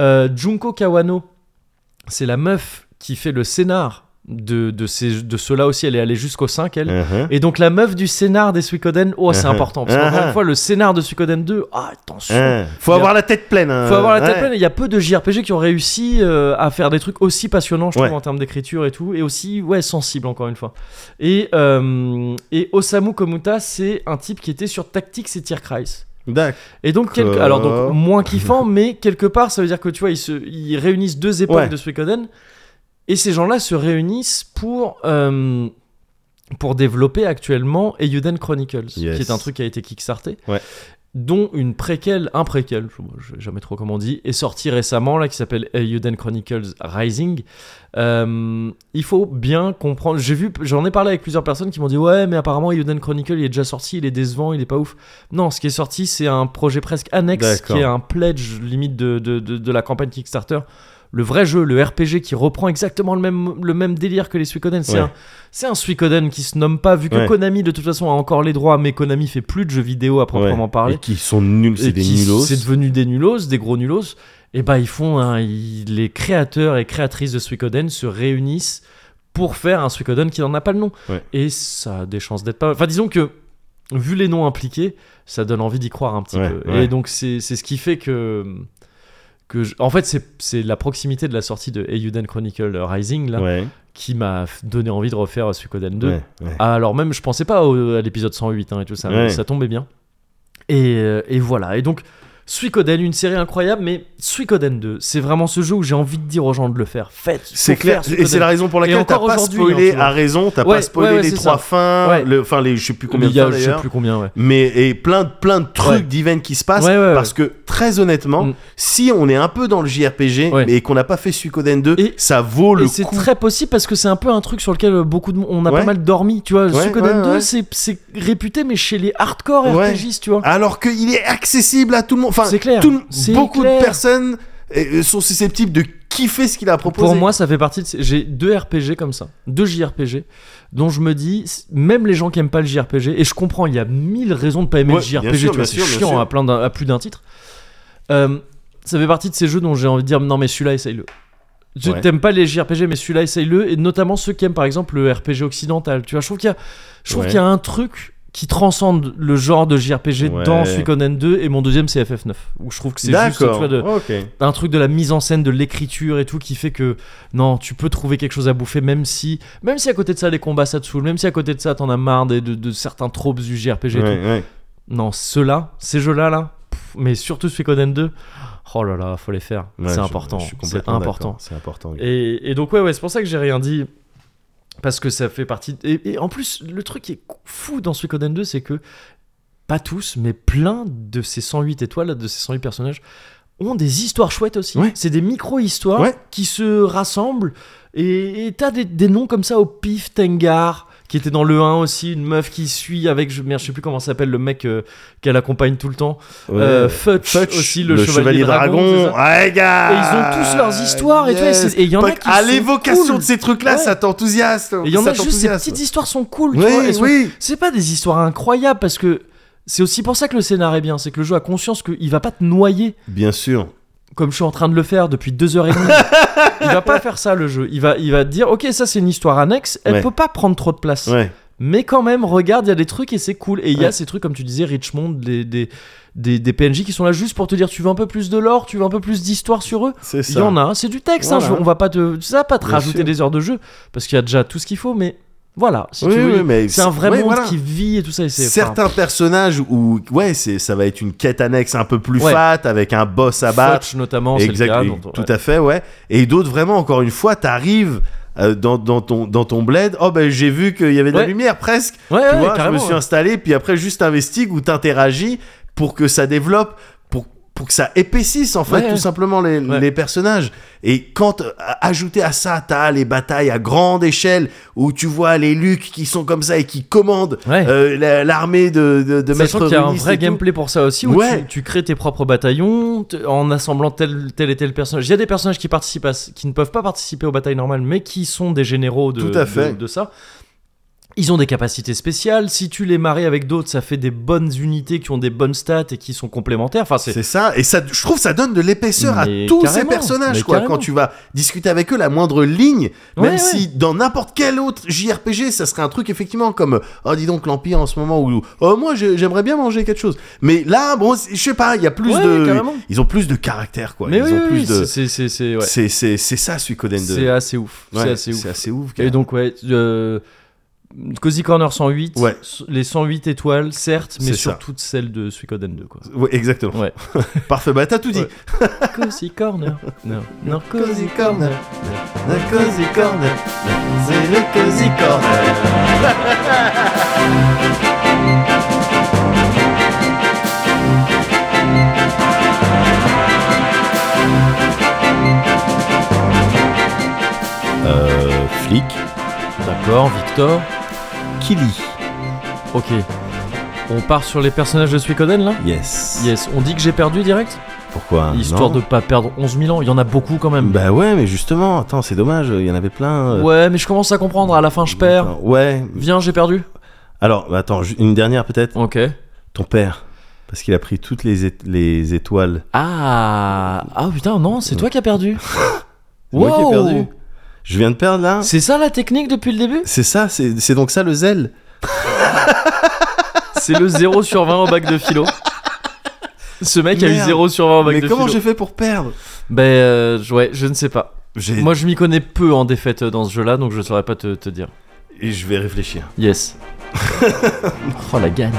[SPEAKER 1] Euh, Junko Kawano, c'est la meuf qui fait le scénar de, de, ces, de ceux-là aussi, elle est allée jusqu'au 5, elle.
[SPEAKER 2] Uh-huh.
[SPEAKER 1] Et donc la meuf du scénar des Suikoden, oh c'est
[SPEAKER 2] Uh-huh.
[SPEAKER 1] important, parce qu'encore
[SPEAKER 2] Uh-huh.
[SPEAKER 1] une fois le scénar de Suikoden 2, ah attention,
[SPEAKER 2] Hein.
[SPEAKER 1] Il
[SPEAKER 2] Faut
[SPEAKER 1] y a-
[SPEAKER 2] avoir la tête pleine. hein.
[SPEAKER 1] faut avoir la tête
[SPEAKER 2] Ouais.
[SPEAKER 1] pleine, il y a peu de JRPG qui ont réussi euh, à faire des trucs aussi passionnants je
[SPEAKER 2] Ouais.
[SPEAKER 1] trouve en termes d'écriture et tout, et aussi ouais sensible encore une fois. Et, euh, et Osamu Komuta c'est un type qui était sur Tactics et Tier Crisis.
[SPEAKER 2] D'accord.
[SPEAKER 1] Et donc, quelque- alors donc moins kiffant, mais quelque part, ça veut dire que tu vois, ils, se, ils réunissent deux époques
[SPEAKER 2] Ouais.
[SPEAKER 1] de Suikoden, et ces gens-là se réunissent pour euh, pour développer actuellement Eiyuden Chronicles,
[SPEAKER 2] Yes.
[SPEAKER 1] qui est un truc qui a été kickstarté,
[SPEAKER 2] Ouais.
[SPEAKER 1] dont une préquelle, un préquel, je, je sais jamais trop comment on dit, est sorti récemment là, qui s'appelle Eiyuden Chronicles Rising. Euh, il faut bien comprendre. J'ai vu, j'en ai parlé avec plusieurs personnes qui m'ont dit ouais, mais apparemment Eiyuden Chronicle il est déjà sorti, il est décevant, il est pas ouf. Non, ce qui est sorti c'est un projet presque annexe qui
[SPEAKER 2] D'accord.
[SPEAKER 1] est un pledge limite de, de, de, de la campagne Kickstarter. Le vrai jeu, le RPG qui reprend exactement le même, le même délire que les Suikoden, c'est
[SPEAKER 2] Ouais.
[SPEAKER 1] un, c'est un Suikoden qui se nomme pas, vu que
[SPEAKER 2] Ouais.
[SPEAKER 1] Konami de toute façon a encore les droits, mais Konami fait plus de jeux vidéo à proprement
[SPEAKER 2] Ouais.
[SPEAKER 1] parler
[SPEAKER 2] Et qui sont nuls, c'est
[SPEAKER 1] et
[SPEAKER 2] des
[SPEAKER 1] qui
[SPEAKER 2] nulos.
[SPEAKER 1] C'est devenu des nulos, des gros nulos. Et bah ils font un- ils- les créateurs et créatrices de Suikoden se réunissent pour faire un Suikoden qui n'en a pas le nom.
[SPEAKER 2] Ouais.
[SPEAKER 1] Et ça a des chances d'être pas. Enfin disons que vu les noms impliqués, ça donne envie d'y croire un petit
[SPEAKER 2] Ouais,
[SPEAKER 1] peu.
[SPEAKER 2] ouais.
[SPEAKER 1] Et donc c'est c'est ce qui fait que que je- en fait c'est- c'est la proximité de la sortie de Eiyuden Chronicle Rising là
[SPEAKER 2] Ouais,
[SPEAKER 1] qui m'a donné envie de refaire Suikoden 2.
[SPEAKER 2] ouais, ouais.
[SPEAKER 1] Ah, Alors même, je pensais pas au- à l'épisode 108 hein, et tout ça,
[SPEAKER 2] Ouais.
[SPEAKER 1] ça tombait bien. Et, euh, et voilà, et donc Suikoden, une série incroyable, mais Suikoden 2, c'est vraiment ce jeu où j'ai envie de dire aux gens de le faire. Faites
[SPEAKER 2] C'est
[SPEAKER 1] faut
[SPEAKER 2] clair,
[SPEAKER 1] faire
[SPEAKER 2] et c'est
[SPEAKER 1] Suikoden.
[SPEAKER 2] la raison pour laquelle t'as
[SPEAKER 1] encore
[SPEAKER 2] pas
[SPEAKER 1] aujourd'hui, hein,
[SPEAKER 2] spoilé
[SPEAKER 1] tu vois.
[SPEAKER 2] à raison, t'as
[SPEAKER 1] Ouais,
[SPEAKER 2] pas spoilé
[SPEAKER 1] ouais, ouais,
[SPEAKER 2] les
[SPEAKER 1] c'est
[SPEAKER 2] trois
[SPEAKER 1] ça.
[SPEAKER 2] fins,
[SPEAKER 1] Ouais.
[SPEAKER 2] le- enfin les je sais plus combien
[SPEAKER 1] Il
[SPEAKER 2] de
[SPEAKER 1] y a
[SPEAKER 2] fins
[SPEAKER 1] je sais
[SPEAKER 2] d'ailleurs,
[SPEAKER 1] plus combien, ouais.
[SPEAKER 2] mais et plein de plein de trucs
[SPEAKER 1] Ouais.
[SPEAKER 2] d'events qui se passent
[SPEAKER 1] Ouais, ouais, ouais.
[SPEAKER 2] parce que très honnêtement,
[SPEAKER 1] Mm.
[SPEAKER 2] si on est un peu dans le JRPG
[SPEAKER 1] Ouais.
[SPEAKER 2] mais qu'on n'a pas fait Suikoden 2,
[SPEAKER 1] Et-
[SPEAKER 2] ça vaut le
[SPEAKER 1] et c'est
[SPEAKER 2] coup.
[SPEAKER 1] très possible parce que c'est un peu un truc sur lequel euh, beaucoup de monde- on a
[SPEAKER 2] Ouais.
[SPEAKER 1] pas mal dormi, tu vois.
[SPEAKER 2] Ouais,
[SPEAKER 1] Suikoden
[SPEAKER 2] ouais,
[SPEAKER 1] 2,
[SPEAKER 2] ouais.
[SPEAKER 1] c'est- c'est réputé, mais chez les hardcore
[SPEAKER 2] Ouais.
[SPEAKER 1] RPGistes, tu vois.
[SPEAKER 2] Alors qu'il est accessible à tout le monde. Enfin,
[SPEAKER 1] C'est clair,
[SPEAKER 2] tout le-
[SPEAKER 1] c'est
[SPEAKER 2] beaucoup
[SPEAKER 1] clair.
[SPEAKER 2] de personnes euh, sont susceptibles de kiffer ce qu'il a proposé.
[SPEAKER 1] Pour moi, ça fait partie de. ces- J'ai deux RPG comme ça, deux JRPG, dont je me dis, c- même les gens qui aiment pas le JRPG, et je comprends, il y a mille raisons de pas aimer
[SPEAKER 2] Ouais,
[SPEAKER 1] le
[SPEAKER 2] bien
[SPEAKER 1] JRPG,
[SPEAKER 2] sûr,
[SPEAKER 1] tu vois,
[SPEAKER 2] bien
[SPEAKER 1] c'est
[SPEAKER 2] sûr, bien
[SPEAKER 1] chiant
[SPEAKER 2] sûr.
[SPEAKER 1] à, plein d'un- à plus d'un titre. Euh, ça fait partie de ces jeux dont j'ai envie de dire, non mais celui-là, essaye-le. Tu
[SPEAKER 2] Ouais.
[SPEAKER 1] t'aimes pas les JRPG, mais celui-là, essaye-le, et notamment ceux qui aiment par exemple le RPG occidental. Tu vois, je trouve qu'il y a, je trouve
[SPEAKER 2] Ouais.
[SPEAKER 1] qu'il y a un truc qui transcende le genre de JRPG
[SPEAKER 2] Ouais.
[SPEAKER 1] dans Suikoden 2 et mon deuxième c'est FF9 où je trouve que c'est juste tu
[SPEAKER 2] D'accord.
[SPEAKER 1] vois, de,
[SPEAKER 2] Ok.
[SPEAKER 1] un truc de la mise en scène, de l'écriture et tout qui fait que non, tu peux trouver quelque chose à bouffer même si même si à côté de ça les combats ça te saoule, même si à côté de ça t'en as marre des- de, de certains tropes du JRPG. et
[SPEAKER 2] Ouais, ouais.
[SPEAKER 1] tout. Non, ceux-là, ces jeux-là là, pff, mais surtout Suikoden 2, oh là là, faut les faire,
[SPEAKER 2] Ouais,
[SPEAKER 1] c'est
[SPEAKER 2] je-
[SPEAKER 1] important,
[SPEAKER 2] je suis
[SPEAKER 1] c'est
[SPEAKER 2] complètement
[SPEAKER 1] important.
[SPEAKER 2] d'accord, C'est important.
[SPEAKER 1] Et, et donc ouais ouais, c'est pour ça que j'ai rien dit parce que ça fait partie et, et en plus le truc qui est fou dans Suikoden 2 c'est que pas tous mais plein de ces 108 étoiles de ces 108 personnages ont des histoires chouettes aussi.
[SPEAKER 2] Ouais.
[SPEAKER 1] C'est des micro-histoires
[SPEAKER 2] Ouais.
[SPEAKER 1] qui se rassemblent et et t'as des, des noms comme ça au pif Tengar qui était dans le 1 aussi, une meuf qui suit avec, je, merde, je sais plus comment s'appelle le mec euh, qu'elle accompagne tout le temps. Euh, Futch,
[SPEAKER 2] Futch,
[SPEAKER 1] aussi, le, chevalier, dragon. c'est ça
[SPEAKER 2] Ouais, gars
[SPEAKER 1] Et ils ont tous
[SPEAKER 2] Ah,
[SPEAKER 1] leurs histoires, et tu vois, et c'est- et il y en a
[SPEAKER 2] Puck,
[SPEAKER 1] qui
[SPEAKER 2] À
[SPEAKER 1] sont
[SPEAKER 2] l'évocation
[SPEAKER 1] cool.
[SPEAKER 2] de ces trucs-là,
[SPEAKER 1] Ouais.
[SPEAKER 2] ça t'enthousiasme.
[SPEAKER 1] Et il y en
[SPEAKER 2] ça
[SPEAKER 1] a juste, ces
[SPEAKER 2] t'enthousiasme.
[SPEAKER 1] petites histoires sont cool, tu
[SPEAKER 2] Oui,
[SPEAKER 1] vois, elles sont-
[SPEAKER 2] oui.
[SPEAKER 1] C'est pas des histoires incroyables parce que c'est aussi pour ça que le scénar est bien, c'est que le jeu a conscience qu'il va pas te noyer
[SPEAKER 2] Bien sûr.
[SPEAKER 1] comme je suis en train de le faire depuis deux heures et demie. il va pas faire ça le jeu. Il va, il va te dire, ok, ça c'est une histoire annexe, elle
[SPEAKER 2] Ouais.
[SPEAKER 1] peut pas prendre trop de place.
[SPEAKER 2] Ouais.
[SPEAKER 1] Mais quand même, regarde, il y a des trucs et c'est cool. Et il y
[SPEAKER 2] Ouais.
[SPEAKER 1] a ces trucs, comme tu disais, Richmond, des, des, des, des PNJ qui sont là juste pour te dire, tu veux un peu plus de lore, tu veux un peu plus d'histoire sur eux.
[SPEAKER 2] C'est
[SPEAKER 1] Il
[SPEAKER 2] ça.
[SPEAKER 1] y en a, hein, c'est du texte, hein,
[SPEAKER 2] Voilà.
[SPEAKER 1] je- on va pas te, ça va pas te
[SPEAKER 2] Bien
[SPEAKER 1] rajouter
[SPEAKER 2] sûr.
[SPEAKER 1] des heures de jeu, parce qu'il y a déjà tout ce qu'il faut, mais voilà, si
[SPEAKER 2] Oui,
[SPEAKER 1] tu
[SPEAKER 2] oui,
[SPEAKER 1] veux,
[SPEAKER 2] mais
[SPEAKER 1] c'est un vrai
[SPEAKER 2] ouais,
[SPEAKER 1] monde
[SPEAKER 2] voilà.
[SPEAKER 1] qui vit et tout ça. Et c'est, enfin,
[SPEAKER 2] Certains personnages où, ouais, c'est, ça va être une quête annexe un peu plus
[SPEAKER 1] Ouais.
[SPEAKER 2] fat, avec un boss à battre.
[SPEAKER 1] Fudge, notamment, c'est le
[SPEAKER 2] Exact,
[SPEAKER 1] cas,
[SPEAKER 2] et-
[SPEAKER 1] dont-
[SPEAKER 2] tout
[SPEAKER 1] ouais.
[SPEAKER 2] à fait, ouais. Et d'autres, vraiment, encore une fois, t'arrives euh, dans, dans, ton, dans ton bled. Oh, ben j'ai vu qu'il y avait de la
[SPEAKER 1] Ouais.
[SPEAKER 2] lumière presque.
[SPEAKER 1] Ouais,
[SPEAKER 2] tu
[SPEAKER 1] ouais,
[SPEAKER 2] vois, je me
[SPEAKER 1] carrément,
[SPEAKER 2] suis
[SPEAKER 1] ouais.
[SPEAKER 2] installé, puis après, juste investigue ou t'interagis pour que ça développe, pour, pour que ça épaississe, en fait,
[SPEAKER 1] Ouais,
[SPEAKER 2] tout
[SPEAKER 1] ouais.
[SPEAKER 2] simplement, les,
[SPEAKER 1] Ouais.
[SPEAKER 2] les personnages. Et quand, euh, ajouté à ça, t'as les batailles à grande échelle où tu vois les Lucs qui sont comme ça et qui commandent
[SPEAKER 1] Ouais.
[SPEAKER 2] euh, la- l'armée de, de, de
[SPEAKER 1] Eh. Sachant
[SPEAKER 2] Maître
[SPEAKER 1] qu'il y a un
[SPEAKER 2] Runis et
[SPEAKER 1] vrai
[SPEAKER 2] tout.
[SPEAKER 1] gameplay pour ça aussi, où
[SPEAKER 2] Ouais.
[SPEAKER 1] tu, tu crées tes propres bataillons t- en assemblant tel, tel et tel personnage. Il y a des personnages qui participent à ce- qui ne peuvent pas participer aux batailles normales, mais qui sont des généraux de,
[SPEAKER 2] Tout à fait.
[SPEAKER 1] de, de ça. Ils ont des capacités spéciales. Si tu les maries avec d'autres, ça fait des bonnes unités qui ont des bonnes stats et qui sont complémentaires. Enfin, c'est
[SPEAKER 2] C'est ça, et ça, je trouve ça donne de l'épaisseur à
[SPEAKER 1] Mais
[SPEAKER 2] tous ces
[SPEAKER 1] carrément,
[SPEAKER 2] personnages,
[SPEAKER 1] mais
[SPEAKER 2] quoi.
[SPEAKER 1] carrément.
[SPEAKER 2] Quand tu vas discuter avec eux, la moindre ligne, même
[SPEAKER 1] Ouais,
[SPEAKER 2] si dans n'importe quel autre JRPG, ça serait un truc effectivement comme oh dis donc l'empire en ce moment ou oh moi j'ai- j'aimerais bien manger quelque chose. Mais là, bon, c'est- je sais pas, il y a plus
[SPEAKER 1] Ouais,
[SPEAKER 2] de,
[SPEAKER 1] carrément.
[SPEAKER 2] ils ont plus de caractère, quoi.
[SPEAKER 1] mais
[SPEAKER 2] ils
[SPEAKER 1] oui,
[SPEAKER 2] ont
[SPEAKER 1] oui,
[SPEAKER 2] plus
[SPEAKER 1] oui,
[SPEAKER 2] de,
[SPEAKER 1] c'est- c'est c'est- ouais.
[SPEAKER 2] c'est c'est c'est ça Suikoden 2.
[SPEAKER 1] C'est assez ouf.
[SPEAKER 2] Ouais,
[SPEAKER 1] c'est assez ouf.
[SPEAKER 2] C'est assez ouf.
[SPEAKER 1] Et
[SPEAKER 2] gars.
[SPEAKER 1] donc, ouais, euh, Cozy Corner 108,
[SPEAKER 2] Ouais.
[SPEAKER 1] s- les 108 étoiles, certes, mais
[SPEAKER 2] C'est ça.
[SPEAKER 1] surtout celles de Suikoden 2. Quoi.
[SPEAKER 2] Ouais, exactement.
[SPEAKER 1] Ouais.
[SPEAKER 2] Parfait, bah t'as tout dit.
[SPEAKER 1] Ouais. Cozy Corner. Non, non,
[SPEAKER 2] Cozy Corner. The Cozy Corner. C'est le Cozy Corner. Euh, flic,
[SPEAKER 1] D'accord, Victor.
[SPEAKER 2] Killy.
[SPEAKER 1] Ok. On part sur les personnages de Suikoden là
[SPEAKER 2] Yes.
[SPEAKER 1] Yes, on dit que j'ai perdu direct
[SPEAKER 2] Pourquoi
[SPEAKER 1] Histoire de pas perdre 11 000 ans, il y en a beaucoup quand même.
[SPEAKER 2] Ah Bah ouais, mais justement, attends, c'est dommage, il y en avait plein. euh,
[SPEAKER 1] Ouais, mais je commence à comprendre, à la fin je perds.
[SPEAKER 2] Ouais.
[SPEAKER 1] Viens, j'ai perdu.
[SPEAKER 2] Alors, bah, attends, ju- une dernière peut-être.
[SPEAKER 1] Ok.
[SPEAKER 2] Ton père. Parce qu'il a pris toutes les, ét- les étoiles.
[SPEAKER 1] Ah Ah putain, non, c'est toi qui as perdu.
[SPEAKER 2] C'est Moi qui ai
[SPEAKER 1] Wow.
[SPEAKER 2] perdu. Je viens de perdre là.
[SPEAKER 1] C'est ça la technique depuis le début
[SPEAKER 2] C'est ça, c'est c'est donc ça le zèle.
[SPEAKER 1] C'est le 0 sur 20 au bac de philo. Ce mec a eu
[SPEAKER 2] Merde.
[SPEAKER 1] 0 sur 20 au bac
[SPEAKER 2] Mais
[SPEAKER 1] de
[SPEAKER 2] comment
[SPEAKER 1] philo.
[SPEAKER 2] j'ai fait pour perdre
[SPEAKER 1] Ben euh, ouais, je ne sais pas.
[SPEAKER 2] J'ai-
[SPEAKER 1] Moi je m'y connais peu en défaite euh, dans ce jeu-là, donc je saurais pas te- te dire.
[SPEAKER 2] Et je vais réfléchir.
[SPEAKER 1] Yes. oh la gagne.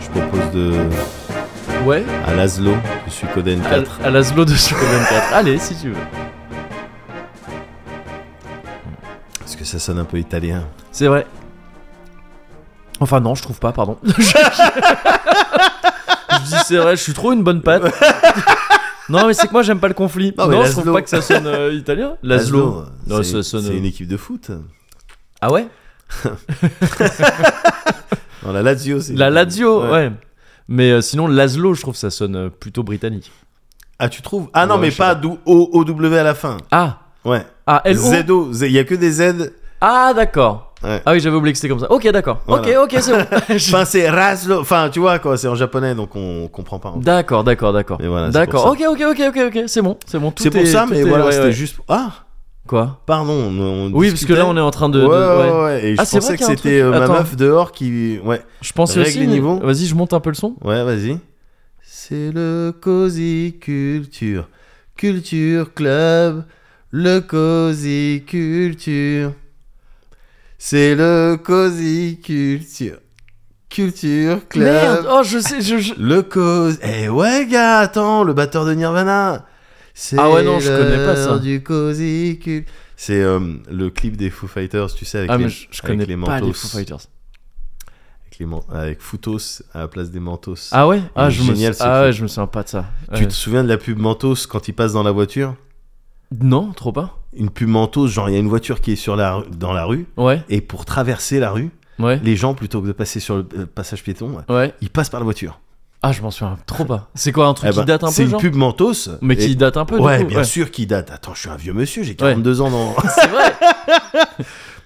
[SPEAKER 2] Je propose de.
[SPEAKER 1] Ouais.
[SPEAKER 2] à Laszlo, je suis Coden
[SPEAKER 1] À,
[SPEAKER 2] 4.
[SPEAKER 1] à Laszlo de Suikoden 4. Allez, si tu veux.
[SPEAKER 2] Parce que ça sonne un peu italien.
[SPEAKER 1] C'est vrai. Enfin non, je trouve pas, pardon. je dis c'est vrai, je suis trop une bonne patte. non mais c'est que moi j'aime pas le conflit.
[SPEAKER 2] Non,
[SPEAKER 1] Non,
[SPEAKER 2] mais
[SPEAKER 1] je trouve
[SPEAKER 2] Laszlo. euh,
[SPEAKER 1] pas que ça sonne euh, italien. Laszlo. Non,
[SPEAKER 2] c'est
[SPEAKER 1] ça sonne- euh,
[SPEAKER 2] c'est une équipe de foot.
[SPEAKER 1] Ah ouais
[SPEAKER 2] Non, la Lazio, c'est.
[SPEAKER 1] La Lazio,
[SPEAKER 2] Ouais.
[SPEAKER 1] ouais. Mais euh, sinon Laszlo, je trouve ça sonne euh, plutôt britannique.
[SPEAKER 2] Ah, tu trouves Ah non,
[SPEAKER 1] Ouais,
[SPEAKER 2] mais
[SPEAKER 1] je sais
[SPEAKER 2] pas d'où- O- OW à la fin.
[SPEAKER 1] Ah
[SPEAKER 2] Ouais.
[SPEAKER 1] ah L O
[SPEAKER 2] ZO, Z- il y a que des Z.
[SPEAKER 1] Ah d'accord.
[SPEAKER 2] Ouais.
[SPEAKER 1] Ah oui, j'avais oublié que c'était comme ça. Ok, d'accord.
[SPEAKER 2] Voilà.
[SPEAKER 1] Ok, ok, c'est bon. Je-
[SPEAKER 2] Enfin, c'est Raslo. Enfin, tu vois, quoi, c'est en japonais, donc on comprend pas. en fait.
[SPEAKER 1] D'accord, d'accord, d'accord.
[SPEAKER 2] Mais voilà, c'est
[SPEAKER 1] d'accord.
[SPEAKER 2] pour
[SPEAKER 1] Ok, ok, ok, ok, ok. C'est bon, c'est bon. tout
[SPEAKER 2] C'est pour
[SPEAKER 1] est-
[SPEAKER 2] ça,
[SPEAKER 1] tout
[SPEAKER 2] mais
[SPEAKER 1] est-
[SPEAKER 2] voilà,
[SPEAKER 1] ouais,
[SPEAKER 2] c'était
[SPEAKER 1] ouais.
[SPEAKER 2] juste. Ah,
[SPEAKER 1] Quoi
[SPEAKER 2] pardon. on- on
[SPEAKER 1] Oui, parce que
[SPEAKER 2] discutait.
[SPEAKER 1] là, on est en train de. de-
[SPEAKER 2] ouais, ouais,
[SPEAKER 1] ouais.
[SPEAKER 2] ouais, Et je
[SPEAKER 1] Ah, c'est vrai
[SPEAKER 2] pensais que
[SPEAKER 1] qu'il y a un
[SPEAKER 2] c'était
[SPEAKER 1] truc.
[SPEAKER 2] euh, ma
[SPEAKER 1] Attends.
[SPEAKER 2] meuf dehors qui. Ouais,
[SPEAKER 1] Je pensais
[SPEAKER 2] Règle
[SPEAKER 1] aussi.
[SPEAKER 2] les niveaux.
[SPEAKER 1] Vas-y, je monte un peu le son.
[SPEAKER 2] ouais, vas-y. C'est le Cozy Culture. Culture Club. Le Cozy Culture. C'est le Cozy Culture. Culture Club.
[SPEAKER 1] Merde. Oh, je sais. Je, je-
[SPEAKER 2] Le cause. Eh ouais, gars, attends, le batteur de Nirvana. C'est
[SPEAKER 1] Ah ouais, non, je connais pas ça.
[SPEAKER 2] l'heure Du cosy cul- C'est euh, le clip des Foo Fighters, tu sais, avec
[SPEAKER 1] Ah
[SPEAKER 2] les,
[SPEAKER 1] mais je, je
[SPEAKER 2] avec
[SPEAKER 1] connais
[SPEAKER 2] les
[SPEAKER 1] pas
[SPEAKER 2] mantos.
[SPEAKER 1] les Foo Fighters.
[SPEAKER 2] Avec, les man- avec Footos à la place des Mentos.
[SPEAKER 1] Ah ouais. Ah
[SPEAKER 2] est
[SPEAKER 1] je me.
[SPEAKER 2] génial,
[SPEAKER 1] sou-
[SPEAKER 2] ce
[SPEAKER 1] Ah
[SPEAKER 2] film.
[SPEAKER 1] ouais, je me souviens pas de ça.
[SPEAKER 2] Tu
[SPEAKER 1] Ouais.
[SPEAKER 2] te souviens de la pub Mentos quand ils passent dans la voiture
[SPEAKER 1] Non, trop pas.
[SPEAKER 2] Une pub Mentos, genre il y a une voiture qui est sur la, rue- dans la rue,
[SPEAKER 1] Ouais.
[SPEAKER 2] et pour traverser la rue,
[SPEAKER 1] Ouais.
[SPEAKER 2] les gens, plutôt que de passer sur le euh, passage piéton,
[SPEAKER 1] Ouais.
[SPEAKER 2] ils passent par la voiture.
[SPEAKER 1] Ah, je m'en souviens trop pas. C'est quoi un
[SPEAKER 2] Eh
[SPEAKER 1] truc
[SPEAKER 2] ben,
[SPEAKER 1] qui date un
[SPEAKER 2] C'est
[SPEAKER 1] peu,
[SPEAKER 2] une
[SPEAKER 1] genre
[SPEAKER 2] pub Mentos.
[SPEAKER 1] Mais
[SPEAKER 2] et-
[SPEAKER 1] qui date un peu. du
[SPEAKER 2] Ouais,
[SPEAKER 1] coup,
[SPEAKER 2] bien sûr qui date. Attends, je suis un vieux monsieur, j'ai 42 ans dans...
[SPEAKER 1] C'est vrai.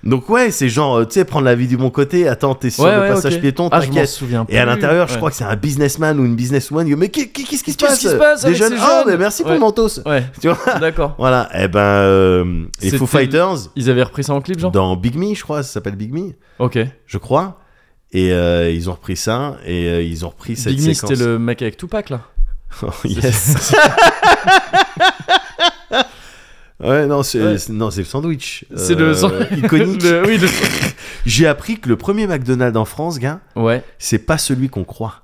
[SPEAKER 2] Donc ouais, c'est genre, euh, tu sais, prendre la vie du bon côté, attends, t'es sur
[SPEAKER 1] Ouais,
[SPEAKER 2] le
[SPEAKER 1] ouais,
[SPEAKER 2] passage
[SPEAKER 1] ok.
[SPEAKER 2] piéton,
[SPEAKER 1] Ah, je m'en
[SPEAKER 2] t'inquiète.
[SPEAKER 1] souviens
[SPEAKER 2] Et à l'intérieur, je
[SPEAKER 1] Ouais.
[SPEAKER 2] crois que c'est un businessman ou une businesswoman. il dit, Mais qu'est- qu'est- qu'est-ce qui se
[SPEAKER 1] Qu'est-ce
[SPEAKER 2] passe
[SPEAKER 1] qui se passe
[SPEAKER 2] Des
[SPEAKER 1] avec ces
[SPEAKER 2] jeunes Oh,
[SPEAKER 1] jeunes
[SPEAKER 2] mais merci pour
[SPEAKER 1] Ouais.
[SPEAKER 2] le mentos.
[SPEAKER 1] Ouais,
[SPEAKER 2] Tu vois
[SPEAKER 1] d'accord.
[SPEAKER 2] Voilà, et ben, euh, les
[SPEAKER 1] C'était-
[SPEAKER 2] Foo Fighters,
[SPEAKER 1] Ils avaient repris ça en clip, genre
[SPEAKER 2] dans Big Me, je crois, ça s'appelle Big Me,
[SPEAKER 1] Ok.
[SPEAKER 2] je crois. Et euh, ils ont repris ça, et euh, ils ont repris cette
[SPEAKER 1] Big Me,
[SPEAKER 2] séquence.
[SPEAKER 1] c'était le mec avec Tupac, là.
[SPEAKER 2] Oh, yes. Ouais, non, c'est
[SPEAKER 1] Ouais.
[SPEAKER 2] c'est- non, c'est le sandwich.
[SPEAKER 1] C'est le
[SPEAKER 2] Euh,
[SPEAKER 1] sang-
[SPEAKER 2] iconique.
[SPEAKER 1] le- oui, le...
[SPEAKER 2] J'ai appris que le premier McDonald's en France, gars,
[SPEAKER 1] Ouais.
[SPEAKER 2] c'est pas celui qu'on croit.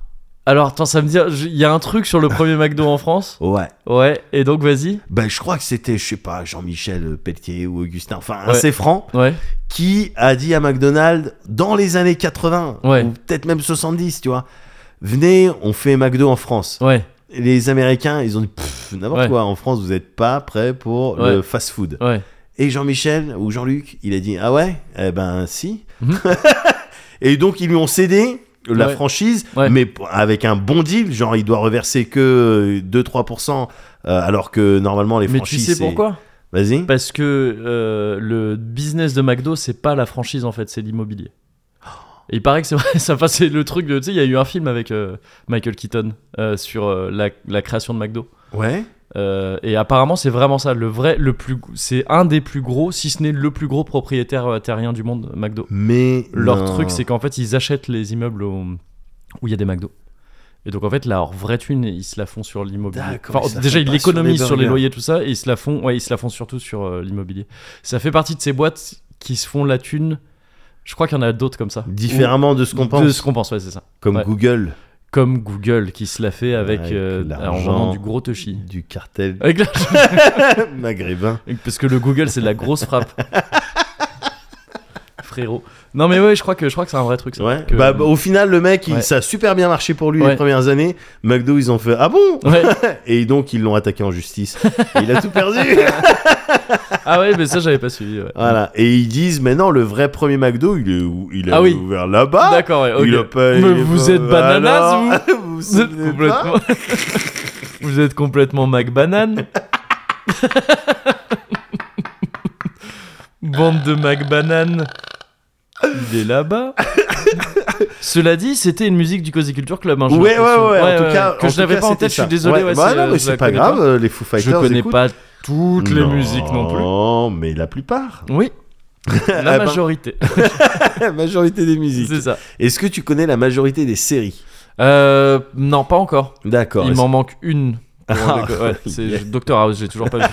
[SPEAKER 1] Alors, attends, ça me dit. je- Il y a un truc sur le premier McDo en France.
[SPEAKER 2] Ouais.
[SPEAKER 1] Ouais, et donc, vas-y.
[SPEAKER 2] Ben, je crois que c'était, je sais pas, Jean-Michel Pelletier ou Augustin, enfin, un
[SPEAKER 1] Ouais.
[SPEAKER 2] Seffran,
[SPEAKER 1] Ouais.
[SPEAKER 2] qui a dit à McDonald's dans les années 80,
[SPEAKER 1] Ouais.
[SPEAKER 2] ou peut-être même 70, tu vois, venez, on fait McDo en France.
[SPEAKER 1] Ouais.
[SPEAKER 2] Et les Américains, ils ont dit, Pff, n'importe
[SPEAKER 1] Ouais.
[SPEAKER 2] quoi, en France, vous n'êtes pas prêts pour le
[SPEAKER 1] Ouais.
[SPEAKER 2] fast-food.
[SPEAKER 1] Ouais.
[SPEAKER 2] Et Jean-Michel ou Jean-Luc, il a dit Ah ouais Eh ben si.
[SPEAKER 1] Mhm.
[SPEAKER 2] et donc ils lui ont cédé la
[SPEAKER 1] Ouais.
[SPEAKER 2] franchise,
[SPEAKER 1] Ouais.
[SPEAKER 2] mais p- avec un bon deal, genre il doit reverser que euh, 2-3%, euh, alors que normalement les
[SPEAKER 1] Mais tu
[SPEAKER 2] franchises.
[SPEAKER 1] sais
[SPEAKER 2] c'est-
[SPEAKER 1] pourquoi
[SPEAKER 2] Vas-y.
[SPEAKER 1] Parce que euh, le business de McDo, c'est pas la franchise en fait, c'est l'immobilier. Et il paraît que c'est vrai, ça enfin, c'est le truc de. Tu sais, il y a eu un film avec euh, Michael Keaton euh, sur euh, la, la création de McDo.
[SPEAKER 2] Ouais.
[SPEAKER 1] Euh, et apparemment, c'est vraiment ça. Le vrai, le plus, c'est un des plus gros, si ce n'est le plus gros propriétaire euh, terrien du monde, McDo.
[SPEAKER 2] Mais.
[SPEAKER 1] Leur
[SPEAKER 2] non.
[SPEAKER 1] truc, c'est qu'en fait, ils achètent les immeubles au- où il y a des McDo. Et donc, en fait, leur vraie thune, ils se la font sur l'immobilier.
[SPEAKER 2] D'accord, ils se la
[SPEAKER 1] déjà,
[SPEAKER 2] font
[SPEAKER 1] ils
[SPEAKER 2] pas
[SPEAKER 1] l'économisent
[SPEAKER 2] sur les
[SPEAKER 1] sur, les
[SPEAKER 2] burgers.
[SPEAKER 1] loyers, tout ça, et ils se la font, ouais, ils se la font surtout sur euh, l'immobilier. Ça fait partie de ces boîtes qui se font la thune. Je crois qu'il y en a d'autres comme ça.
[SPEAKER 2] Différemment de ce qu'on pense.
[SPEAKER 1] De ce qu'on pense, ouais, c'est ça.
[SPEAKER 2] Comme
[SPEAKER 1] ouais.
[SPEAKER 2] Google,
[SPEAKER 1] Comme Google qui se la fait avec,
[SPEAKER 2] Avec
[SPEAKER 1] euh, en
[SPEAKER 2] l'argent.
[SPEAKER 1] vendant du gros touchy.
[SPEAKER 2] du cartel
[SPEAKER 1] Avec la-
[SPEAKER 2] maghrébin.
[SPEAKER 1] Parce que le Google, c'est de la grosse frappe. Frérot. Non, mais ouais, je crois que, je crois que c'est un vrai truc. Ça.
[SPEAKER 2] Ouais.
[SPEAKER 1] Que-
[SPEAKER 2] Bah, bah, au final, le mec, il-
[SPEAKER 1] Ouais.
[SPEAKER 2] ça a super bien marché pour lui les
[SPEAKER 1] Ouais.
[SPEAKER 2] premières années. McDo, ils ont fait Ah bon
[SPEAKER 1] Ouais.
[SPEAKER 2] Et donc, ils l'ont attaqué en justice. Et il a tout perdu.
[SPEAKER 1] Ah ouais, mais ça, j'avais pas suivi. ouais.
[SPEAKER 2] Voilà. Et ils disent, mais non, le vrai premier McDo, il est où Il a
[SPEAKER 1] Ah oui.
[SPEAKER 2] ouvert là-bas.
[SPEAKER 1] D'accord, ouais, ok.
[SPEAKER 2] Il a pas-
[SPEAKER 1] Mais
[SPEAKER 2] il est
[SPEAKER 1] vous
[SPEAKER 2] pas-
[SPEAKER 1] êtes bananas,
[SPEAKER 2] Alors,
[SPEAKER 1] vous
[SPEAKER 2] vous
[SPEAKER 1] Vous êtes
[SPEAKER 2] souvenez pas
[SPEAKER 1] complètement. vous êtes complètement Mac Banane. Bande de Mac Banane. Il est là-bas. Cela dit, c'était une musique du Cozy Culture Club. hein, j'ai
[SPEAKER 2] Ouais, ouais, ouais,
[SPEAKER 1] l'impression.
[SPEAKER 2] En tout cas,
[SPEAKER 1] que
[SPEAKER 2] en
[SPEAKER 1] je
[SPEAKER 2] tout
[SPEAKER 1] n'avais
[SPEAKER 2] cas,
[SPEAKER 1] pas en
[SPEAKER 2] c'était
[SPEAKER 1] tête. Je suis
[SPEAKER 2] ça.
[SPEAKER 1] désolé.
[SPEAKER 2] Ouais,
[SPEAKER 1] ouais,
[SPEAKER 2] bah
[SPEAKER 1] c'est-
[SPEAKER 2] non, mais
[SPEAKER 1] je la
[SPEAKER 2] c'est pas
[SPEAKER 1] connais
[SPEAKER 2] grave. euh, Les Foo
[SPEAKER 1] Je
[SPEAKER 2] Fighters.
[SPEAKER 1] connais
[SPEAKER 2] écoute.
[SPEAKER 1] pas toutes les musiques non plus.
[SPEAKER 2] Non, mais la plupart.
[SPEAKER 1] Oui. La
[SPEAKER 2] Eh ben.
[SPEAKER 1] majorité,
[SPEAKER 2] la majorité des musiques.
[SPEAKER 1] c'est ça.
[SPEAKER 2] Est-ce que tu connais la majorité des séries
[SPEAKER 1] Euh, non, pas encore.
[SPEAKER 2] D'accord.
[SPEAKER 1] Il
[SPEAKER 2] est-ce-
[SPEAKER 1] m'en manque une. pour
[SPEAKER 2] Ah,
[SPEAKER 1] le- ouais,
[SPEAKER 2] yeah.
[SPEAKER 1] c'est Doctor House, j'ai toujours pas vu.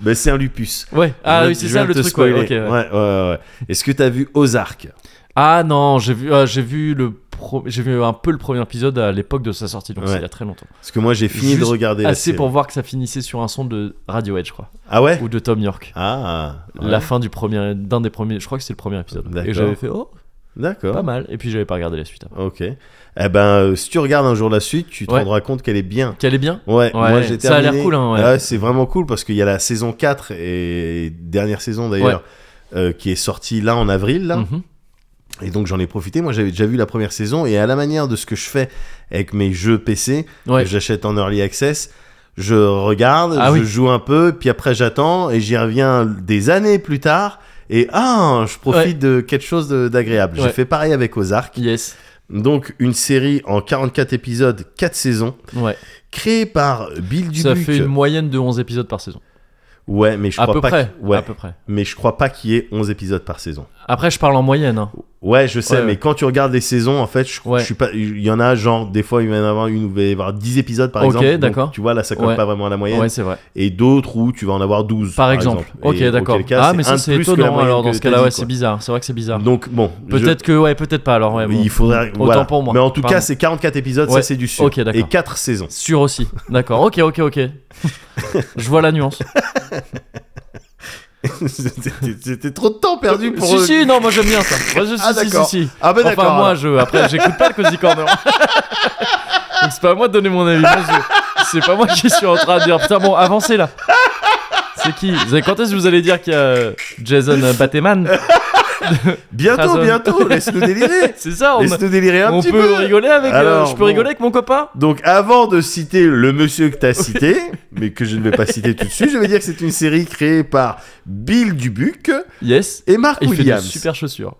[SPEAKER 2] Bah, c'est un lupus.
[SPEAKER 1] Ouais.
[SPEAKER 2] Je
[SPEAKER 1] Ah
[SPEAKER 2] viens-
[SPEAKER 1] oui, c'est
[SPEAKER 2] je
[SPEAKER 1] ça
[SPEAKER 2] viens
[SPEAKER 1] le
[SPEAKER 2] de te
[SPEAKER 1] truc. ouais,
[SPEAKER 2] spoiler.
[SPEAKER 1] ok, ouais.
[SPEAKER 2] ouais, ouais, ouais. Est-ce que t'as vu Ozark
[SPEAKER 1] Ah non, j'ai vu, ah, j'ai vu le, pro- j'ai vu un peu le premier épisode à l'époque de sa sortie, donc
[SPEAKER 2] Ouais.
[SPEAKER 1] c'est il y a très longtemps.
[SPEAKER 2] Parce que moi, j'ai fini de
[SPEAKER 1] Juste
[SPEAKER 2] regarder. la
[SPEAKER 1] Assez
[SPEAKER 2] série.
[SPEAKER 1] pour voir que ça finissait sur un son de Radiohead, je crois,
[SPEAKER 2] Ah ouais
[SPEAKER 1] ou de Tom York.
[SPEAKER 2] Ah. ouais.
[SPEAKER 1] La fin du premier, d'un des premiers, je crois que c'est le premier épisode.
[SPEAKER 2] D'accord.
[SPEAKER 1] Et j'avais fait oh,
[SPEAKER 2] D'accord.
[SPEAKER 1] pas mal. Et puis j'avais pas regardé la suite. après.
[SPEAKER 2] Ok. Eh ben, euh, si tu regardes un jour la suite, tu te
[SPEAKER 1] Ouais.
[SPEAKER 2] rendras compte qu'elle est bien.
[SPEAKER 1] Qu'elle est bien.
[SPEAKER 2] Ouais, moi
[SPEAKER 1] Ouais,
[SPEAKER 2] j'ai
[SPEAKER 1] ça a l'air
[SPEAKER 2] terminé.
[SPEAKER 1] cool, hein, ouais.
[SPEAKER 2] Ah c'est vraiment cool parce qu'il y a la saison 4 et dernière saison d'ailleurs euh, qui est sortie là en avril. Là.
[SPEAKER 1] Mhm.
[SPEAKER 2] Et donc j'en ai profité. Moi j'avais déjà vu la première saison et à la manière de ce que je fais avec mes jeux PC
[SPEAKER 1] Ouais.
[SPEAKER 2] que j'achète en early access, je regarde,
[SPEAKER 1] Ah
[SPEAKER 2] je
[SPEAKER 1] oui.
[SPEAKER 2] joue un peu, puis après j'attends et j'y reviens des années plus tard. et ah, je profite
[SPEAKER 1] Ouais.
[SPEAKER 2] de quelque chose de- d'agréable. J'ai
[SPEAKER 1] Ouais.
[SPEAKER 2] fait pareil avec Ozark.
[SPEAKER 1] Yes.
[SPEAKER 2] Donc une série en 44 épisodes, 4 saisons,
[SPEAKER 1] Ouais.
[SPEAKER 2] créée par Bill Dubuc.
[SPEAKER 1] Ça fait une moyenne de 11 épisodes par saison.
[SPEAKER 2] Ouais, mais je
[SPEAKER 1] À
[SPEAKER 2] crois
[SPEAKER 1] peu,
[SPEAKER 2] pas
[SPEAKER 1] près,
[SPEAKER 2] qu'il- ouais,
[SPEAKER 1] à peu près.
[SPEAKER 2] mais je crois pas qu'il y ait 11 épisodes par saison.
[SPEAKER 1] Après, je parle en moyenne. hein.
[SPEAKER 2] Ouais, je sais,
[SPEAKER 1] Ouais,
[SPEAKER 2] mais
[SPEAKER 1] ouais.
[SPEAKER 2] quand tu regardes les saisons, en fait, je,
[SPEAKER 1] Ouais.
[SPEAKER 2] je suis pas il y en a genre des fois il va y en avoir une où il va y avoir 10 épisodes par
[SPEAKER 1] Ok,
[SPEAKER 2] exemple. Donc,
[SPEAKER 1] d'accord.
[SPEAKER 2] Tu vois là, ça colle
[SPEAKER 1] Ouais.
[SPEAKER 2] pas vraiment à la moyenne
[SPEAKER 1] Ouais, c'est vrai.
[SPEAKER 2] et d'autres où tu vas en avoir 12
[SPEAKER 1] Par exemple. Ok,
[SPEAKER 2] Et
[SPEAKER 1] d'accord.
[SPEAKER 2] auquel cas,
[SPEAKER 1] Ah, mais
[SPEAKER 2] un
[SPEAKER 1] ça,
[SPEAKER 2] de
[SPEAKER 1] c'est
[SPEAKER 2] plus que la
[SPEAKER 1] étonnant.
[SPEAKER 2] moyenne
[SPEAKER 1] Alors,
[SPEAKER 2] que
[SPEAKER 1] dans ce
[SPEAKER 2] t'as
[SPEAKER 1] cas-là,
[SPEAKER 2] dit,
[SPEAKER 1] ouais,
[SPEAKER 2] quoi.
[SPEAKER 1] c'est bizarre. C'est vrai que c'est bizarre.
[SPEAKER 2] Donc bon, je-
[SPEAKER 1] Peut-être que, ouais, peut-être pas. Alors, ouais. bon.
[SPEAKER 2] il faudrait
[SPEAKER 1] Autant
[SPEAKER 2] voilà.
[SPEAKER 1] pour moi.
[SPEAKER 2] Mais en tout
[SPEAKER 1] Pardon.
[SPEAKER 2] cas, c'est 44 épisodes,
[SPEAKER 1] Ouais.
[SPEAKER 2] ça c'est du sûr.
[SPEAKER 1] Ok, d'accord.
[SPEAKER 2] Et 4 saisons.
[SPEAKER 1] Sûr aussi. D'accord. Ok, ok, ok. je vois la nuance.
[SPEAKER 2] C'était c'était trop de temps perdu pour
[SPEAKER 1] si,
[SPEAKER 2] eux.
[SPEAKER 1] si, non, moi j'aime bien ça. Moi, je, si,
[SPEAKER 2] Ah,
[SPEAKER 1] si, si,
[SPEAKER 2] d'accord.
[SPEAKER 1] si.
[SPEAKER 2] Ah ben
[SPEAKER 1] Enfin,
[SPEAKER 2] d'accord.
[SPEAKER 1] moi, je, après, j'écoute pas le Cozy Corner. Donc, c'est pas à moi de donner mon avis. Moi, je- c'est pas moi qui suis en train de dire putain, bon, avancez là. C'est qui Vous avez- Quand est-ce que vous allez dire qu'il y a euh, Jason Bateman
[SPEAKER 2] Bientôt,
[SPEAKER 1] Razon.
[SPEAKER 2] bientôt, laisse-nous délirer.
[SPEAKER 1] C'est ça, on,
[SPEAKER 2] laisse-nous délirer un
[SPEAKER 1] on
[SPEAKER 2] petit
[SPEAKER 1] peut
[SPEAKER 2] peu.
[SPEAKER 1] rigoler avec. euh,
[SPEAKER 2] Alors,
[SPEAKER 1] je peux
[SPEAKER 2] bon.
[SPEAKER 1] rigoler avec mon copain
[SPEAKER 2] Donc avant de citer le monsieur que tu as cité, mais que je ne vais pas citer tout de suite, je vais dire que c'est une série créée par Bill Dubuc
[SPEAKER 1] Yes.
[SPEAKER 2] et Mark
[SPEAKER 1] Il fait de
[SPEAKER 2] Williams.
[SPEAKER 1] super chaussures.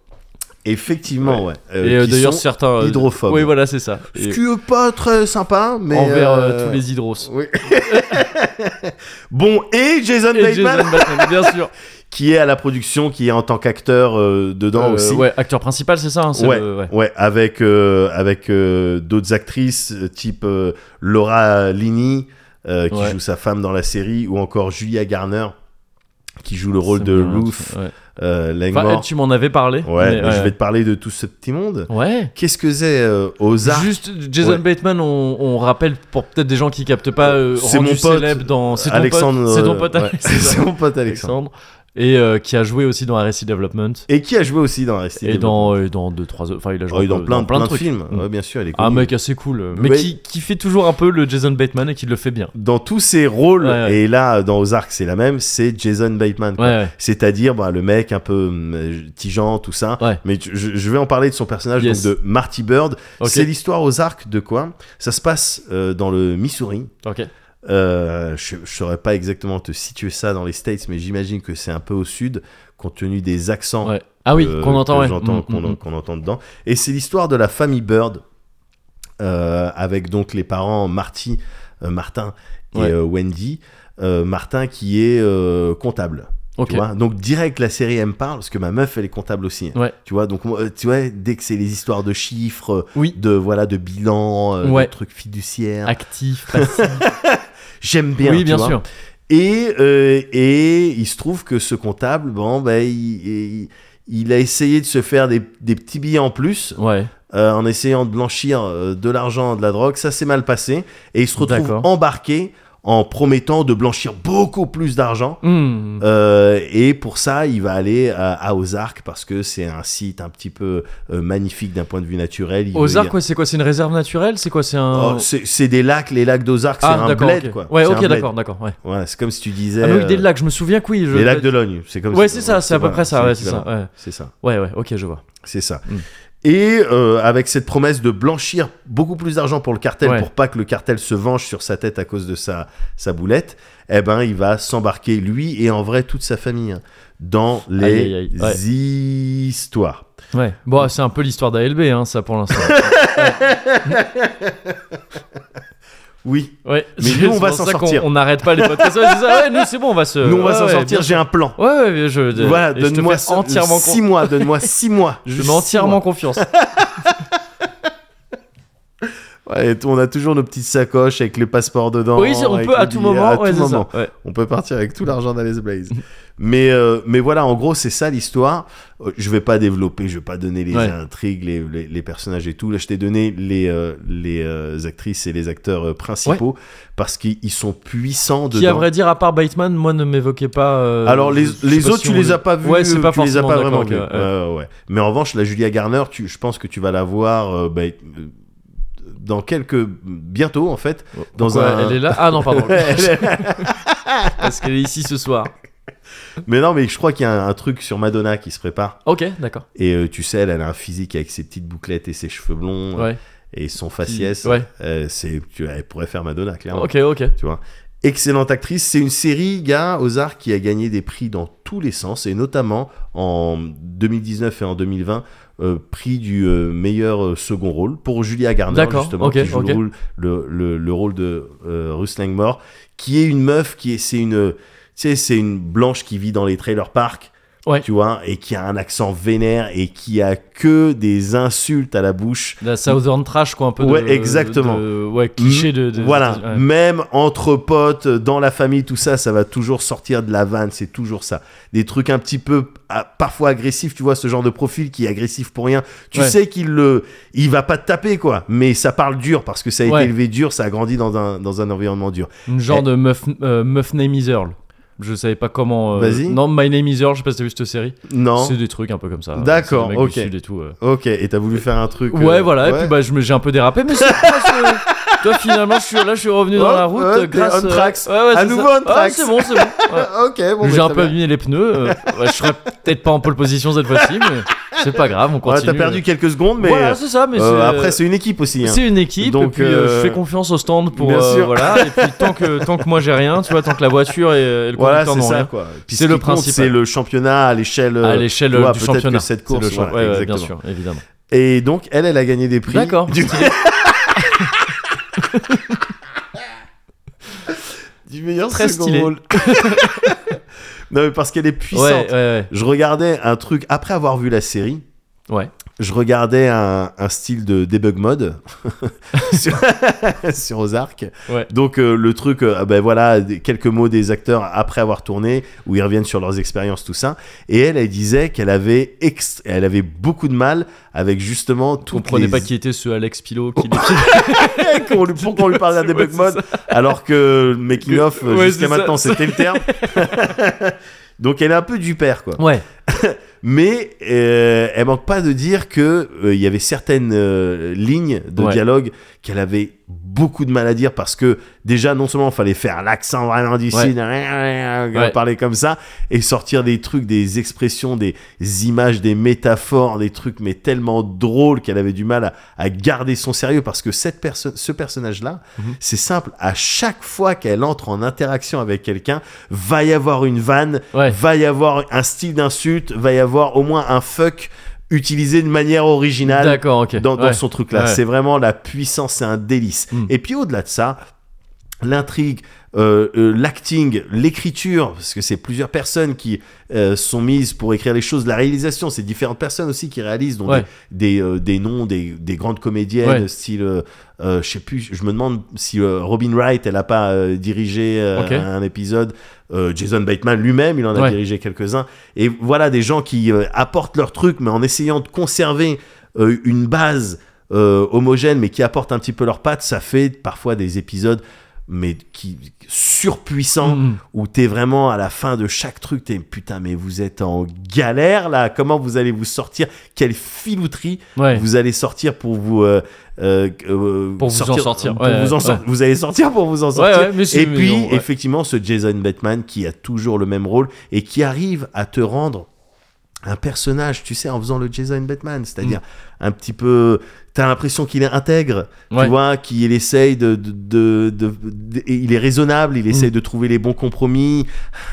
[SPEAKER 2] Effectivement, ouais. Euh,
[SPEAKER 1] Et euh,
[SPEAKER 2] qui
[SPEAKER 1] d'ailleurs,
[SPEAKER 2] sont
[SPEAKER 1] certains. euh,
[SPEAKER 2] hydrophobes.
[SPEAKER 1] Oui, voilà, c'est ça.
[SPEAKER 2] ce
[SPEAKER 1] Et
[SPEAKER 2] qui est pas très sympa, mais
[SPEAKER 1] envers euh,
[SPEAKER 2] euh,
[SPEAKER 1] tous les hydros.
[SPEAKER 2] Oui. bon, et Jason
[SPEAKER 1] Et
[SPEAKER 2] Bateman,
[SPEAKER 1] Jason Bateman, bien sûr.
[SPEAKER 2] qui est à la production, qui est en tant qu'acteur euh, dedans
[SPEAKER 1] Euh,
[SPEAKER 2] aussi.
[SPEAKER 1] Ouais, acteur principal, c'est ça hein, c'est
[SPEAKER 2] Ouais,
[SPEAKER 1] le- ouais.
[SPEAKER 2] ouais, avec, euh, avec euh, d'autres actrices, euh, type euh, Laura Linney, euh, qui
[SPEAKER 1] Ouais.
[SPEAKER 2] joue sa femme dans la série, ou encore Julia Garner, qui joue le rôle
[SPEAKER 1] Ça
[SPEAKER 2] de
[SPEAKER 1] me dit rien,
[SPEAKER 2] Ruth
[SPEAKER 1] tu- ouais.
[SPEAKER 2] euh,
[SPEAKER 1] Enfin,
[SPEAKER 2] Langmore.
[SPEAKER 1] tu m'en avais parlé.
[SPEAKER 2] Ouais,
[SPEAKER 1] mais,
[SPEAKER 2] mais je vais te parler de tout ce petit monde.
[SPEAKER 1] Ouais.
[SPEAKER 2] Qu'est-ce que c'est euh, Ozark
[SPEAKER 1] Juste Jason
[SPEAKER 2] Ouais.
[SPEAKER 1] Bateman, on, on rappelle pour peut-être des gens qui captent pas, euh,
[SPEAKER 2] C'est
[SPEAKER 1] rendu
[SPEAKER 2] mon pote,
[SPEAKER 1] célèbre dans. C'est ton
[SPEAKER 2] Alexandre.
[SPEAKER 1] pote. C'est ton
[SPEAKER 2] euh,
[SPEAKER 1] pote,
[SPEAKER 2] ouais,
[SPEAKER 1] c'est ça.
[SPEAKER 2] c'est mon pote Alexandre.
[SPEAKER 1] Alexandre. Et euh, qui a joué aussi dans Arrested Development.
[SPEAKER 2] Et qui a joué aussi dans Arrested
[SPEAKER 1] Et
[SPEAKER 2] Development.
[SPEAKER 1] dans, euh, et dans deux, trois autres. Enfin, il a
[SPEAKER 2] Oh,
[SPEAKER 1] joué
[SPEAKER 2] et dans
[SPEAKER 1] peu-
[SPEAKER 2] plein, plein, de,
[SPEAKER 1] trucs.
[SPEAKER 2] films.
[SPEAKER 1] Mm.
[SPEAKER 2] Ouais, bien sûr, il est
[SPEAKER 1] Un
[SPEAKER 2] connu.
[SPEAKER 1] mec assez cool, euh, mais
[SPEAKER 2] Ouais.
[SPEAKER 1] qui, qui fait toujours un peu le Jason Bateman et qui le fait bien.
[SPEAKER 2] Dans tous ses rôles,
[SPEAKER 1] Ouais, ouais.
[SPEAKER 2] et là, dans Ozark, c'est la même, c'est Jason Bateman.
[SPEAKER 1] Ouais,
[SPEAKER 2] quoi.
[SPEAKER 1] ouais.
[SPEAKER 2] C'est-à-dire bah, le mec un peu hum, tigeant, tout ça.
[SPEAKER 1] Ouais.
[SPEAKER 2] Mais tu- je, je vais en parler de son personnage,
[SPEAKER 1] Yes.
[SPEAKER 2] donc de Marty Bird.
[SPEAKER 1] Ok.
[SPEAKER 2] C'est l'histoire Ozark de quoi Ça se passe euh, dans le Missouri.
[SPEAKER 1] Ok.
[SPEAKER 2] Euh, je ne saurais pas exactement te situer ça dans les States, mais j'imagine que c'est un peu au sud, compte tenu des accents
[SPEAKER 1] Ouais. Ah oui,
[SPEAKER 2] euh,
[SPEAKER 1] qu'on entend,
[SPEAKER 2] que
[SPEAKER 1] ouais.
[SPEAKER 2] j'entends-
[SPEAKER 1] Mm,
[SPEAKER 2] qu'on,
[SPEAKER 1] mm, mm.
[SPEAKER 2] qu'on entend dedans. Et c'est l'histoire de la famille Bird, euh, avec donc les parents Marty, euh, Martin et
[SPEAKER 1] Ouais.
[SPEAKER 2] euh, Wendy. Euh, Martin qui est euh, comptable.
[SPEAKER 1] Ok.
[SPEAKER 2] Tu vois donc direct la série elle me parle parce que ma meuf elle est comptable aussi. hein.
[SPEAKER 1] Ouais.
[SPEAKER 2] Tu vois donc moi, euh, tu vois dès que c'est les histoires de chiffres,
[SPEAKER 1] Oui.
[SPEAKER 2] de voilà de bilan, euh,
[SPEAKER 1] Ouais.
[SPEAKER 2] de trucs fiduciaires,
[SPEAKER 1] Actif, passif.
[SPEAKER 2] j'aime bien.
[SPEAKER 1] oui,
[SPEAKER 2] tu
[SPEAKER 1] bien
[SPEAKER 2] vois.
[SPEAKER 1] sûr.
[SPEAKER 2] Et, euh, et il se trouve que ce comptable, bon, ben, il, il- il a essayé de se faire des, des petits billets en plus
[SPEAKER 1] Ouais.
[SPEAKER 2] euh, en essayant de blanchir euh, de l'argent, de la drogue. Ça s'est mal passé et il se retrouve
[SPEAKER 1] D'accord.
[SPEAKER 2] embarqué en promettant de blanchir beaucoup plus d'argent.
[SPEAKER 1] Mm.
[SPEAKER 2] Euh, et pour ça, il va aller à, à Ozark parce que c'est un site un petit peu euh, magnifique d'un point de vue naturel. Il veut y-
[SPEAKER 1] Ozark, ouais, c'est quoi C'est une réserve naturelle C'est quoi C'est
[SPEAKER 2] Oh,
[SPEAKER 1] un. Ah,
[SPEAKER 2] c'est c'est des lacs, les lacs d'Ozark, c'est un
[SPEAKER 1] d'accord.
[SPEAKER 2] bled
[SPEAKER 1] ok.
[SPEAKER 2] quoi.
[SPEAKER 1] Ouais,
[SPEAKER 2] C'est un
[SPEAKER 1] ok,
[SPEAKER 2] bled.
[SPEAKER 1] d'accord, d'accord. Ouais.
[SPEAKER 2] Voilà, c'est comme si tu disais.
[SPEAKER 1] Ah, mais oui, des
[SPEAKER 2] euh,
[SPEAKER 1] lacs, je me souviens que oui. Je...
[SPEAKER 2] Les lacs de Logne, c'est comme
[SPEAKER 1] Ouais, c'est ça, c'est à peu
[SPEAKER 2] voilà,
[SPEAKER 1] près ça. Ouais, c'est ça.
[SPEAKER 2] l'équivalent.
[SPEAKER 1] Ouais.
[SPEAKER 2] C'est ça,
[SPEAKER 1] ouais, ouais, ok, je vois.
[SPEAKER 2] c'est ça.
[SPEAKER 1] Mm.
[SPEAKER 2] Et euh, avec cette promesse de blanchir beaucoup plus d'argent pour le cartel,
[SPEAKER 1] Ouais.
[SPEAKER 2] pour pas que le cartel se venge sur sa tête à cause de sa, sa boulette, eh ben il va s'embarquer, lui et en vrai toute sa famille, hein, dans les
[SPEAKER 1] Aïe, aïe, aïe. Ouais.
[SPEAKER 2] histoires.
[SPEAKER 1] Ouais. Bon, ah, c'est un peu l'histoire d'ALB, hein, ça pour l'instant.
[SPEAKER 2] Oui,
[SPEAKER 1] Ouais.
[SPEAKER 2] Mais nous,
[SPEAKER 1] C'est
[SPEAKER 2] on va
[SPEAKER 1] pour
[SPEAKER 2] s'en
[SPEAKER 1] ça qu'on-
[SPEAKER 2] sortir.
[SPEAKER 1] On n'arrête pas les podcasts. Ouais, c'est ça. Ouais, nous, c'est bon, on va se.
[SPEAKER 2] Euh, nous on va
[SPEAKER 1] ouais,
[SPEAKER 2] s'en
[SPEAKER 1] ouais,
[SPEAKER 2] sortir, j'ai un plan.
[SPEAKER 1] bien- Ouais, ouais, je.
[SPEAKER 2] Voilà,
[SPEAKER 1] et je te
[SPEAKER 2] donne-moi
[SPEAKER 1] fais
[SPEAKER 2] ce-
[SPEAKER 1] entièrement.
[SPEAKER 2] six
[SPEAKER 1] con-
[SPEAKER 2] mois, donne-moi six mois.
[SPEAKER 1] Je
[SPEAKER 2] juste
[SPEAKER 1] mets
[SPEAKER 2] six
[SPEAKER 1] entièrement
[SPEAKER 2] mois.
[SPEAKER 1] confiance.
[SPEAKER 2] Ouais, et on a toujours nos petites sacoches avec le passeport dedans.
[SPEAKER 1] Oui, on
[SPEAKER 2] avec
[SPEAKER 1] peut à
[SPEAKER 2] le
[SPEAKER 1] tout
[SPEAKER 2] billet,
[SPEAKER 1] moment.
[SPEAKER 2] à
[SPEAKER 1] Ouais,
[SPEAKER 2] tout
[SPEAKER 1] c'est
[SPEAKER 2] moment.
[SPEAKER 1] ça. Ouais.
[SPEAKER 2] On peut partir avec tout l'argent d'Alice Blaze. mais, euh, mais voilà, en gros, c'est ça l'histoire. Euh, Je vais pas développer, je vais pas donner les
[SPEAKER 1] Ouais.
[SPEAKER 2] intrigues, les, les- les personnages et tout. Là, je t'ai donné les, euh, les euh, actrices et les acteurs euh, principaux parce qu'ils ils sont puissants
[SPEAKER 1] Qui, à
[SPEAKER 2] dedans.
[SPEAKER 1] vrai dire, à part Bateman, moi, ne m'évoquait pas. euh,
[SPEAKER 2] Alors les,
[SPEAKER 1] je sais
[SPEAKER 2] les
[SPEAKER 1] pas
[SPEAKER 2] autres
[SPEAKER 1] si
[SPEAKER 2] tu
[SPEAKER 1] on
[SPEAKER 2] les
[SPEAKER 1] le-
[SPEAKER 2] as pas vus,
[SPEAKER 1] Ouais, c'est pas
[SPEAKER 2] tu les as
[SPEAKER 1] forcément,
[SPEAKER 2] pas vraiment
[SPEAKER 1] d'accord,
[SPEAKER 2] vus.
[SPEAKER 1] ok, ouais.
[SPEAKER 2] Ouais, ouais, ouais. Mais en revanche la Julia Garner, tu, je pense que tu vas la voir euh, bah, euh, dans quelques bientôt en fait dans
[SPEAKER 1] Oh, Pourquoi
[SPEAKER 2] un.
[SPEAKER 1] Elle est là Ah non, pardon.
[SPEAKER 2] Elle est-
[SPEAKER 1] Parce qu'elle est ici ce soir.
[SPEAKER 2] mais non mais je crois qu'il y a un- un truc sur Madonna qui se prépare.
[SPEAKER 1] Ok, d'accord.
[SPEAKER 2] Et euh, tu sais, elle, elle a un physique avec ses petites bouclettes et ses cheveux blonds euh,
[SPEAKER 1] Ouais.
[SPEAKER 2] et son faciès.
[SPEAKER 1] Ouais.
[SPEAKER 2] Euh, c'est, tu, elle pourrait faire Madonna, clairement.
[SPEAKER 1] Ok, ok.
[SPEAKER 2] Tu vois. Excellente actrice, c'est une série, gars, Ozark, qui a gagné des prix dans tous les sens, et notamment en 2019 et en 2020, euh, prix du euh, meilleur euh, second rôle pour Julia Garner,
[SPEAKER 1] D'accord,
[SPEAKER 2] justement,
[SPEAKER 1] ok,
[SPEAKER 2] qui joue
[SPEAKER 1] ok.
[SPEAKER 2] le, rôle, le, le- le rôle de euh, Ruth Langmore, qui est une meuf, qui est, c'est une, tu sais, c'est une blanche qui vit dans les trailer parks,
[SPEAKER 1] Ouais.
[SPEAKER 2] tu vois, et qui a un accent vénère et qui a que des insultes à la bouche.
[SPEAKER 1] La Southern Trash, quoi, un peu. de-
[SPEAKER 2] Ouais, exactement. Mm.
[SPEAKER 1] de- ouais, cliché de. de-
[SPEAKER 2] voilà,
[SPEAKER 1] de- ouais.
[SPEAKER 2] même entre potes, dans la famille, tout ça, ça va toujours sortir de la vanne, c'est toujours ça. Des trucs un petit peu ah, parfois agressifs, tu vois, ce genre de profil qui est agressif pour rien. Tu
[SPEAKER 1] Ouais.
[SPEAKER 2] sais qu'il le, il va pas te taper quoi, mais ça parle dur parce que ça a
[SPEAKER 1] Ouais.
[SPEAKER 2] été élevé dur, ça a grandi dans un dans un environnement dur.
[SPEAKER 1] Une genre
[SPEAKER 2] Eh.
[SPEAKER 1] de meuf, euh, meuf Name is Earl. Je savais pas comment. euh,
[SPEAKER 2] Vas-y.
[SPEAKER 1] Non, My Name is Earl, je sais pas si t'as vu cette série.
[SPEAKER 2] Non,
[SPEAKER 1] C'est des trucs un peu comme ça.
[SPEAKER 2] D'accord,
[SPEAKER 1] C'est des mecs du
[SPEAKER 2] ok.
[SPEAKER 1] Sud et tout. euh.
[SPEAKER 2] ok, et t'as voulu faire un truc. euh,
[SPEAKER 1] Ouais, voilà, et
[SPEAKER 2] ouais.
[SPEAKER 1] puis bah, je me- j'ai un peu dérapé, mais c'est grâce. euh, Toi, finalement, je suis, là, je suis revenu dans
[SPEAKER 2] Ouais,
[SPEAKER 1] la route
[SPEAKER 2] ouais,
[SPEAKER 1] euh,
[SPEAKER 2] t'es
[SPEAKER 1] grâce.
[SPEAKER 2] on
[SPEAKER 1] euh,
[SPEAKER 2] tracks.
[SPEAKER 1] ouais, ouais,
[SPEAKER 2] À
[SPEAKER 1] c'est
[SPEAKER 2] nouveau
[SPEAKER 1] ça.
[SPEAKER 2] on tracks.
[SPEAKER 1] Ah, c'est bon, c'est bon. ouais.
[SPEAKER 2] Ok, bon,
[SPEAKER 1] J'ai
[SPEAKER 2] bah,
[SPEAKER 1] un
[SPEAKER 2] très
[SPEAKER 1] peu
[SPEAKER 2] bien.
[SPEAKER 1] abîmé les pneus. euh, ouais, je serais peut-être pas en pole position cette fois-ci, mais c'est pas grave, on
[SPEAKER 2] Ouais,
[SPEAKER 1] continue. euh.
[SPEAKER 2] t'as perdu quelques secondes, mais
[SPEAKER 1] Voilà, c'est ça, mais
[SPEAKER 2] euh,
[SPEAKER 1] c'est-
[SPEAKER 2] après c'est une équipe aussi. hein.
[SPEAKER 1] c'est une équipe, et
[SPEAKER 2] Donc,
[SPEAKER 1] puis euh,
[SPEAKER 2] euh,
[SPEAKER 1] je fais confiance au stand pour.
[SPEAKER 2] bien
[SPEAKER 1] euh,
[SPEAKER 2] sûr.
[SPEAKER 1] voilà, et puis tant que, tant que moi j'ai rien, tu vois, tant que la voiture et, euh, et le
[SPEAKER 2] Voilà,
[SPEAKER 1] conducteur
[SPEAKER 2] c'est
[SPEAKER 1] n'ont
[SPEAKER 2] ça
[SPEAKER 1] rien.
[SPEAKER 2] quoi. Puis
[SPEAKER 1] C'est
[SPEAKER 2] ce
[SPEAKER 1] le
[SPEAKER 2] qui compte,
[SPEAKER 1] principal.
[SPEAKER 2] C'est le championnat à l'échelle. euh,
[SPEAKER 1] À l'échelle
[SPEAKER 2] tu vois,
[SPEAKER 1] euh, du
[SPEAKER 2] peut-être que
[SPEAKER 1] championnat.
[SPEAKER 2] cette
[SPEAKER 1] C'est le
[SPEAKER 2] course,
[SPEAKER 1] champ-
[SPEAKER 2] voilà,
[SPEAKER 1] ouais, ouais, bien
[SPEAKER 2] exactement.
[SPEAKER 1] sûr, évidemment.
[SPEAKER 2] Et donc, elle, elle a gagné des prix.
[SPEAKER 1] D'accord.
[SPEAKER 2] Du... du meilleur
[SPEAKER 1] Très
[SPEAKER 2] second
[SPEAKER 1] stylé.
[SPEAKER 2] rôle. non, mais parce qu'elle est puissante.
[SPEAKER 1] Ouais, ouais,
[SPEAKER 2] Je regardais un truc, après avoir vu la série,
[SPEAKER 1] ouais. ouais.
[SPEAKER 2] je regardais un, un style de debug mode sur, sur Ozark.
[SPEAKER 1] Ouais.
[SPEAKER 2] Donc euh, le truc, euh, ben voilà, des- quelques mots des acteurs après avoir tourné, où ils reviennent sur leurs expériences, tout ça. Et elle, elle disait qu'elle avait, ext- elle avait beaucoup de mal avec justement
[SPEAKER 1] Je
[SPEAKER 2] tout.
[SPEAKER 1] comprenais
[SPEAKER 2] les...
[SPEAKER 1] pas qui était ce Alex Pilot qui
[SPEAKER 2] qu'on lui, pour qu'on lui parle d'un debug
[SPEAKER 1] Ouais, c'est
[SPEAKER 2] mode, alors que le making of euh,
[SPEAKER 1] Ouais,
[SPEAKER 2] jusqu'à
[SPEAKER 1] c'est ça.
[SPEAKER 2] maintenant c'était le terme. Donc elle est un peu du père quoi.
[SPEAKER 1] Ouais,
[SPEAKER 2] Mais euh, elle manque pas de dire que euh, il y avait certaines euh, lignes de
[SPEAKER 1] Ouais.
[SPEAKER 2] dialogue qu'elle avait beaucoup de mal à dire parce que déjà non seulement fallait faire l'accent vraiment d'ici,
[SPEAKER 1] Ouais. Ouais.
[SPEAKER 2] hein, parler comme ça et sortir des trucs, des expressions, des images, des métaphores, des trucs mais tellement drôles qu'elle avait du mal à, à garder son sérieux parce que cette personne, ce personnage là,
[SPEAKER 1] Mhm.
[SPEAKER 2] c'est simple, à chaque fois qu'elle entre en interaction avec quelqu'un, va y avoir une vanne
[SPEAKER 1] ouais.
[SPEAKER 2] va y avoir un style d'insulte, va y avoir au moins un fuck utilisé de manière originale
[SPEAKER 1] D'accord, ok.
[SPEAKER 2] dans, dans
[SPEAKER 1] Ouais.
[SPEAKER 2] son truc là.
[SPEAKER 1] Ouais.
[SPEAKER 2] C'est vraiment la puissance, c'est un délice.
[SPEAKER 1] Mm.
[SPEAKER 2] Et puis au-delà de ça, l'intrigue, euh, euh, l'acting, l'écriture, parce que c'est plusieurs personnes qui euh, sont mises pour écrire les choses, la réalisation, c'est différentes personnes aussi qui réalisent, dont
[SPEAKER 1] Ouais.
[SPEAKER 2] des, des, euh, des noms, des, des grandes comédiennes,
[SPEAKER 1] Ouais.
[SPEAKER 2] style, euh, euh, je sais plus, je me demande si euh, Robin Wright, elle a pas euh, dirigé euh,
[SPEAKER 1] Ok.
[SPEAKER 2] un épisode. Euh, Jason Bateman lui-même, il en a
[SPEAKER 1] Ouais.
[SPEAKER 2] dirigé quelques-uns. Et voilà des gens qui euh, apportent leur truc, mais en essayant de conserver euh, une base euh, homogène, mais qui apportent un petit peu leurs pattes, ça fait parfois des épisodes mais qui surpuissants
[SPEAKER 1] Mm,
[SPEAKER 2] où t'es vraiment à la fin de chaque truc, t'es putain, mais vous êtes en galère là, comment vous allez vous sortir Quelle filouterie
[SPEAKER 1] mm. Ouais.
[SPEAKER 2] vous allez sortir pour vous. euh, euh, euh,
[SPEAKER 1] Pour vous en sortir,
[SPEAKER 2] pour
[SPEAKER 1] ouais,
[SPEAKER 2] vous, en
[SPEAKER 1] ouais.
[SPEAKER 2] sor- vous allez sortir pour vous en
[SPEAKER 1] Ouais,
[SPEAKER 2] sortir.
[SPEAKER 1] ouais, mais c'est-
[SPEAKER 2] et
[SPEAKER 1] mais
[SPEAKER 2] puis,
[SPEAKER 1] non, ouais.
[SPEAKER 2] effectivement, ce Jason Batman qui a toujours le même rôle et qui arrive à te rendre un personnage, tu sais, en faisant le Jason Batman, c'est-à-dire
[SPEAKER 1] Mm.
[SPEAKER 2] un petit peu. T'as l'impression qu'il est intègre,
[SPEAKER 1] Ouais.
[SPEAKER 2] tu vois, qu'il essaye de. de, de- de- de- et il est raisonnable,
[SPEAKER 1] Mm.
[SPEAKER 2] il essaye de trouver les bons compromis,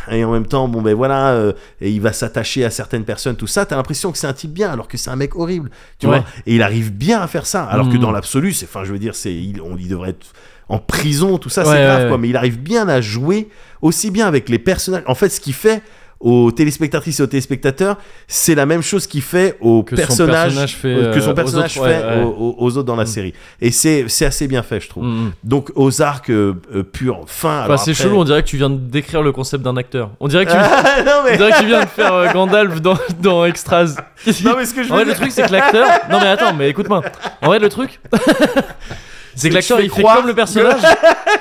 [SPEAKER 2] et en même temps, bon ben voilà, euh, et il va s'attacher à certaines personnes, tout ça. T'as l'impression que c'est un type bien, alors que c'est un mec horrible, tu
[SPEAKER 1] Ouais.
[SPEAKER 2] vois. Et il arrive bien à faire ça, alors que
[SPEAKER 1] Mhm.
[SPEAKER 2] dans l'absolu, c'est. Enfin, je veux dire, c'est, il, on, il devrait être en prison, tout ça,
[SPEAKER 1] Ouais,
[SPEAKER 2] c'est grave,
[SPEAKER 1] ouais,
[SPEAKER 2] quoi.
[SPEAKER 1] ouais.
[SPEAKER 2] Mais il arrive bien à jouer aussi bien avec les personnages. En fait, ce qu'il fait aux téléspectatrices et aux téléspectateurs, c'est la même chose qu'il fait aux
[SPEAKER 1] Que son
[SPEAKER 2] personnages
[SPEAKER 1] personnage fait,
[SPEAKER 2] euh, que
[SPEAKER 1] euh,
[SPEAKER 2] son
[SPEAKER 1] aux
[SPEAKER 2] personnage
[SPEAKER 1] autres, ouais,
[SPEAKER 2] fait
[SPEAKER 1] ouais.
[SPEAKER 2] aux- aux- aux autres dans la série. Et c'est c'est assez bien fait, je trouve.
[SPEAKER 1] Mm, mm.
[SPEAKER 2] Donc Ozark euh, euh, pur, fin.
[SPEAKER 1] Enfin,
[SPEAKER 2] alors
[SPEAKER 1] c'est
[SPEAKER 2] après-
[SPEAKER 1] chelou, on dirait que tu viens de décrire le concept d'un acteur. On dirait que tu,
[SPEAKER 2] Ah, non
[SPEAKER 1] on
[SPEAKER 2] mais,
[SPEAKER 1] dirait que tu viens de faire euh, Gandalf dans, dans Extras.
[SPEAKER 2] non mais ce que je
[SPEAKER 1] En vrai,
[SPEAKER 2] veux dire-
[SPEAKER 1] le truc, c'est que l'acteur. Non, mais attends, mais écoute-moi. En vrai, le truc. C'est que
[SPEAKER 2] que
[SPEAKER 1] l'acteur
[SPEAKER 2] je fais
[SPEAKER 1] il fait
[SPEAKER 2] croire
[SPEAKER 1] comme le personnage.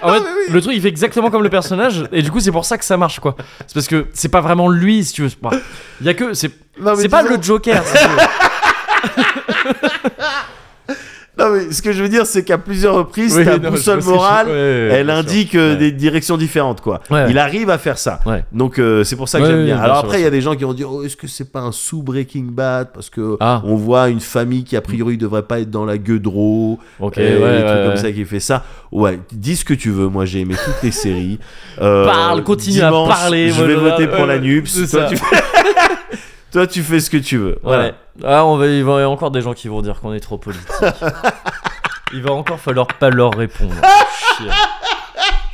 [SPEAKER 1] En fait, le truc il fait exactement comme le personnage et du coup c'est pour ça que ça marche quoi. C'est parce que c'est pas vraiment lui si tu veux. Bah, Il y a que c'est
[SPEAKER 2] Non, mais
[SPEAKER 1] c'est pas
[SPEAKER 2] disons-
[SPEAKER 1] le Joker. si tu veux.
[SPEAKER 2] Non, mais ce que je veux dire, c'est qu'à plusieurs reprises,
[SPEAKER 1] Oui,
[SPEAKER 2] ta
[SPEAKER 1] non, je
[SPEAKER 2] boussole
[SPEAKER 1] vois ce que je-
[SPEAKER 2] morale,
[SPEAKER 1] ouais, ouais, ouais,
[SPEAKER 2] elle
[SPEAKER 1] bien sûr.
[SPEAKER 2] indique euh,
[SPEAKER 1] Ouais.
[SPEAKER 2] des directions différentes, quoi.
[SPEAKER 1] Ouais.
[SPEAKER 2] Il arrive à faire ça.
[SPEAKER 1] Ouais.
[SPEAKER 2] Donc euh, c'est pour ça que
[SPEAKER 1] Ouais,
[SPEAKER 2] j'aime
[SPEAKER 1] ouais,
[SPEAKER 2] bien.
[SPEAKER 1] bien
[SPEAKER 2] Alors
[SPEAKER 1] sûr,
[SPEAKER 2] après, il
[SPEAKER 1] bien
[SPEAKER 2] y a des gens qui vont dire, oh, est-ce que c'est pas un sous Breaking Bad parce que
[SPEAKER 1] Ah.
[SPEAKER 2] on voit une famille qui a priori devrait pas être dans la gueudreau,
[SPEAKER 1] Ok,
[SPEAKER 2] et
[SPEAKER 1] ouais,
[SPEAKER 2] euh, des
[SPEAKER 1] ouais,
[SPEAKER 2] trucs
[SPEAKER 1] ouais.
[SPEAKER 2] comme ça qui fait ça. Ouais, dis ce que tu veux. Moi, j'ai aimé toutes les séries. Euh,
[SPEAKER 1] Parle, continue à
[SPEAKER 2] dimanche,
[SPEAKER 1] parler,
[SPEAKER 2] Je vais
[SPEAKER 1] voilà.
[SPEAKER 2] voter pour
[SPEAKER 1] Ouais,
[SPEAKER 2] la
[SPEAKER 1] ouais,
[SPEAKER 2] NUPS.
[SPEAKER 1] c'est ça.
[SPEAKER 2] Toi, tu fais... Toi, tu fais ce que tu veux. Voilà.
[SPEAKER 1] Ouais. Ah, on va, il va y a encore des gens qui vont dire qu'on est trop politique. il va encore falloir pas leur répondre. Chier.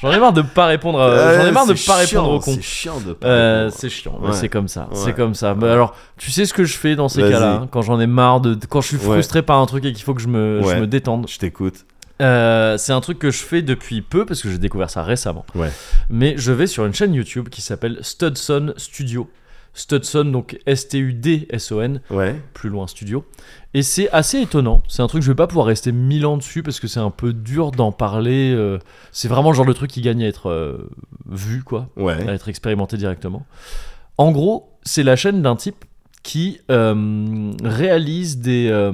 [SPEAKER 1] J'en ai marre de pas répondre. à- Euh, J'en ai marre de
[SPEAKER 2] C'est
[SPEAKER 1] pas
[SPEAKER 2] chiant,
[SPEAKER 1] répondre aux cons.
[SPEAKER 2] C'est chiant de pas
[SPEAKER 1] Euh,
[SPEAKER 2] répondre.
[SPEAKER 1] c'est chiant, mais
[SPEAKER 2] Ouais.
[SPEAKER 1] c'est comme ça,
[SPEAKER 2] Ouais.
[SPEAKER 1] c'est comme ça. Mais alors, tu sais ce que je fais dans ces
[SPEAKER 2] Vas-y.
[SPEAKER 1] cas-là, hein, quand j'en ai marre de, quand je suis
[SPEAKER 2] Ouais.
[SPEAKER 1] frustré par un truc et qu'il faut que je me,
[SPEAKER 2] Ouais.
[SPEAKER 1] je me détende.
[SPEAKER 2] Je t'écoute.
[SPEAKER 1] Euh, c'est un truc que je fais depuis peu parce que j'ai découvert ça récemment.
[SPEAKER 2] Ouais.
[SPEAKER 1] Mais je vais sur une chaîne YouTube qui s'appelle Studson Studio. Studson, donc S-T-U-D-S-O-N,
[SPEAKER 2] Ouais.
[SPEAKER 1] plus loin studio. Et c'est assez étonnant. C'est un truc, je vais pas pouvoir rester mille ans dessus parce que c'est un peu dur d'en parler. euh, c'est vraiment le genre de truc qui gagne à être euh, vu, quoi
[SPEAKER 2] Ouais.
[SPEAKER 1] à être expérimenté directement. En gros, c'est la chaîne d'un type qui euh, réalise des euh,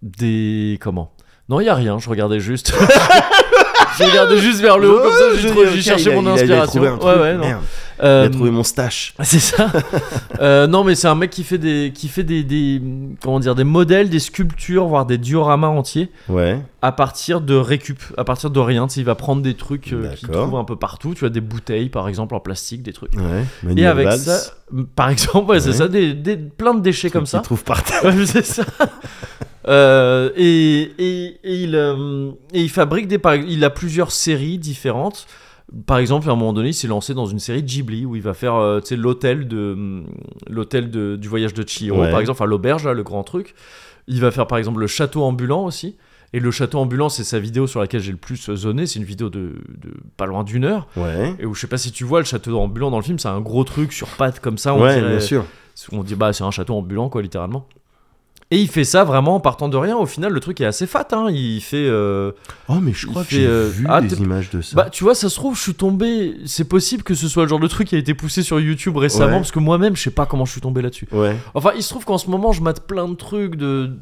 [SPEAKER 1] des comment Non, il y a rien. Je regardais juste. je regardais juste vers le haut comme ça.
[SPEAKER 2] Ouais,
[SPEAKER 1] J'ai
[SPEAKER 2] je
[SPEAKER 1] trou-
[SPEAKER 2] dis,
[SPEAKER 1] j'ai
[SPEAKER 2] ok,
[SPEAKER 1] cherché
[SPEAKER 2] il a-
[SPEAKER 1] mon
[SPEAKER 2] il a- il a
[SPEAKER 1] inspiration.
[SPEAKER 2] trouvé un truc,
[SPEAKER 1] ouais, ouais, non.
[SPEAKER 2] merde. Il
[SPEAKER 1] Euh,
[SPEAKER 2] a trouvé mon stache.
[SPEAKER 1] c'est ça. Euh, non, mais c'est un mec qui fait des qui fait des, des comment dire des modèles, des sculptures, voire des dioramas entiers
[SPEAKER 2] Ouais.
[SPEAKER 1] à partir de récup, à partir de rien. Tu sais, Il va prendre des trucs euh, qu'il
[SPEAKER 2] D'accord.
[SPEAKER 1] trouve un peu partout. Tu as des bouteilles, par exemple, en plastique, des trucs.
[SPEAKER 2] Ouais.
[SPEAKER 1] Et
[SPEAKER 2] Manuel
[SPEAKER 1] avec
[SPEAKER 2] Valls,
[SPEAKER 1] ça, par exemple, ouais, c'est
[SPEAKER 2] Ouais.
[SPEAKER 1] ça, des, des- plein de déchets comme ça.
[SPEAKER 2] Il trouve par terre.
[SPEAKER 1] Ouais, c'est ça. Euh, et, et- et il, euh, et il fabrique des. par- Il a plusieurs séries différentes. Par exemple, à un moment donné, il s'est lancé dans une série Ghibli où il va faire euh, tu sais, l'hôtel de l'hôtel de- du voyage de Chihiro,
[SPEAKER 2] Ouais.
[SPEAKER 1] par exemple, enfin l'auberge, là, le grand truc. Il va faire par exemple le château ambulant aussi. Et le château ambulant, c'est sa vidéo sur laquelle j'ai le plus zoné. C'est une vidéo de, de pas loin d'une heure.
[SPEAKER 2] Ouais.
[SPEAKER 1] Et où je sais pas si tu vois le château ambulant dans le film, c'est un gros truc sur pattes comme ça. On
[SPEAKER 2] ouais,
[SPEAKER 1] dirait-
[SPEAKER 2] bien sûr.
[SPEAKER 1] on dit bah c'est un château ambulant quoi littéralement. Et il fait ça vraiment en partant de rien. Au final, le truc est assez fat. Hein. Il fait. euh,
[SPEAKER 2] Oh, mais je
[SPEAKER 1] Il
[SPEAKER 2] crois que
[SPEAKER 1] fait,
[SPEAKER 2] j'ai
[SPEAKER 1] euh,
[SPEAKER 2] vu
[SPEAKER 1] ah,
[SPEAKER 2] des
[SPEAKER 1] t'es-
[SPEAKER 2] images de ça.
[SPEAKER 1] Bah, tu vois, ça se trouve, je suis tombé. C'est possible que ce soit le genre de truc qui a été poussé sur YouTube récemment,
[SPEAKER 2] Ouais.
[SPEAKER 1] parce que moi-même, je sais pas comment je suis tombé là-dessus.
[SPEAKER 2] ouais.
[SPEAKER 1] Enfin, il se trouve qu'en ce moment, je mate plein de trucs de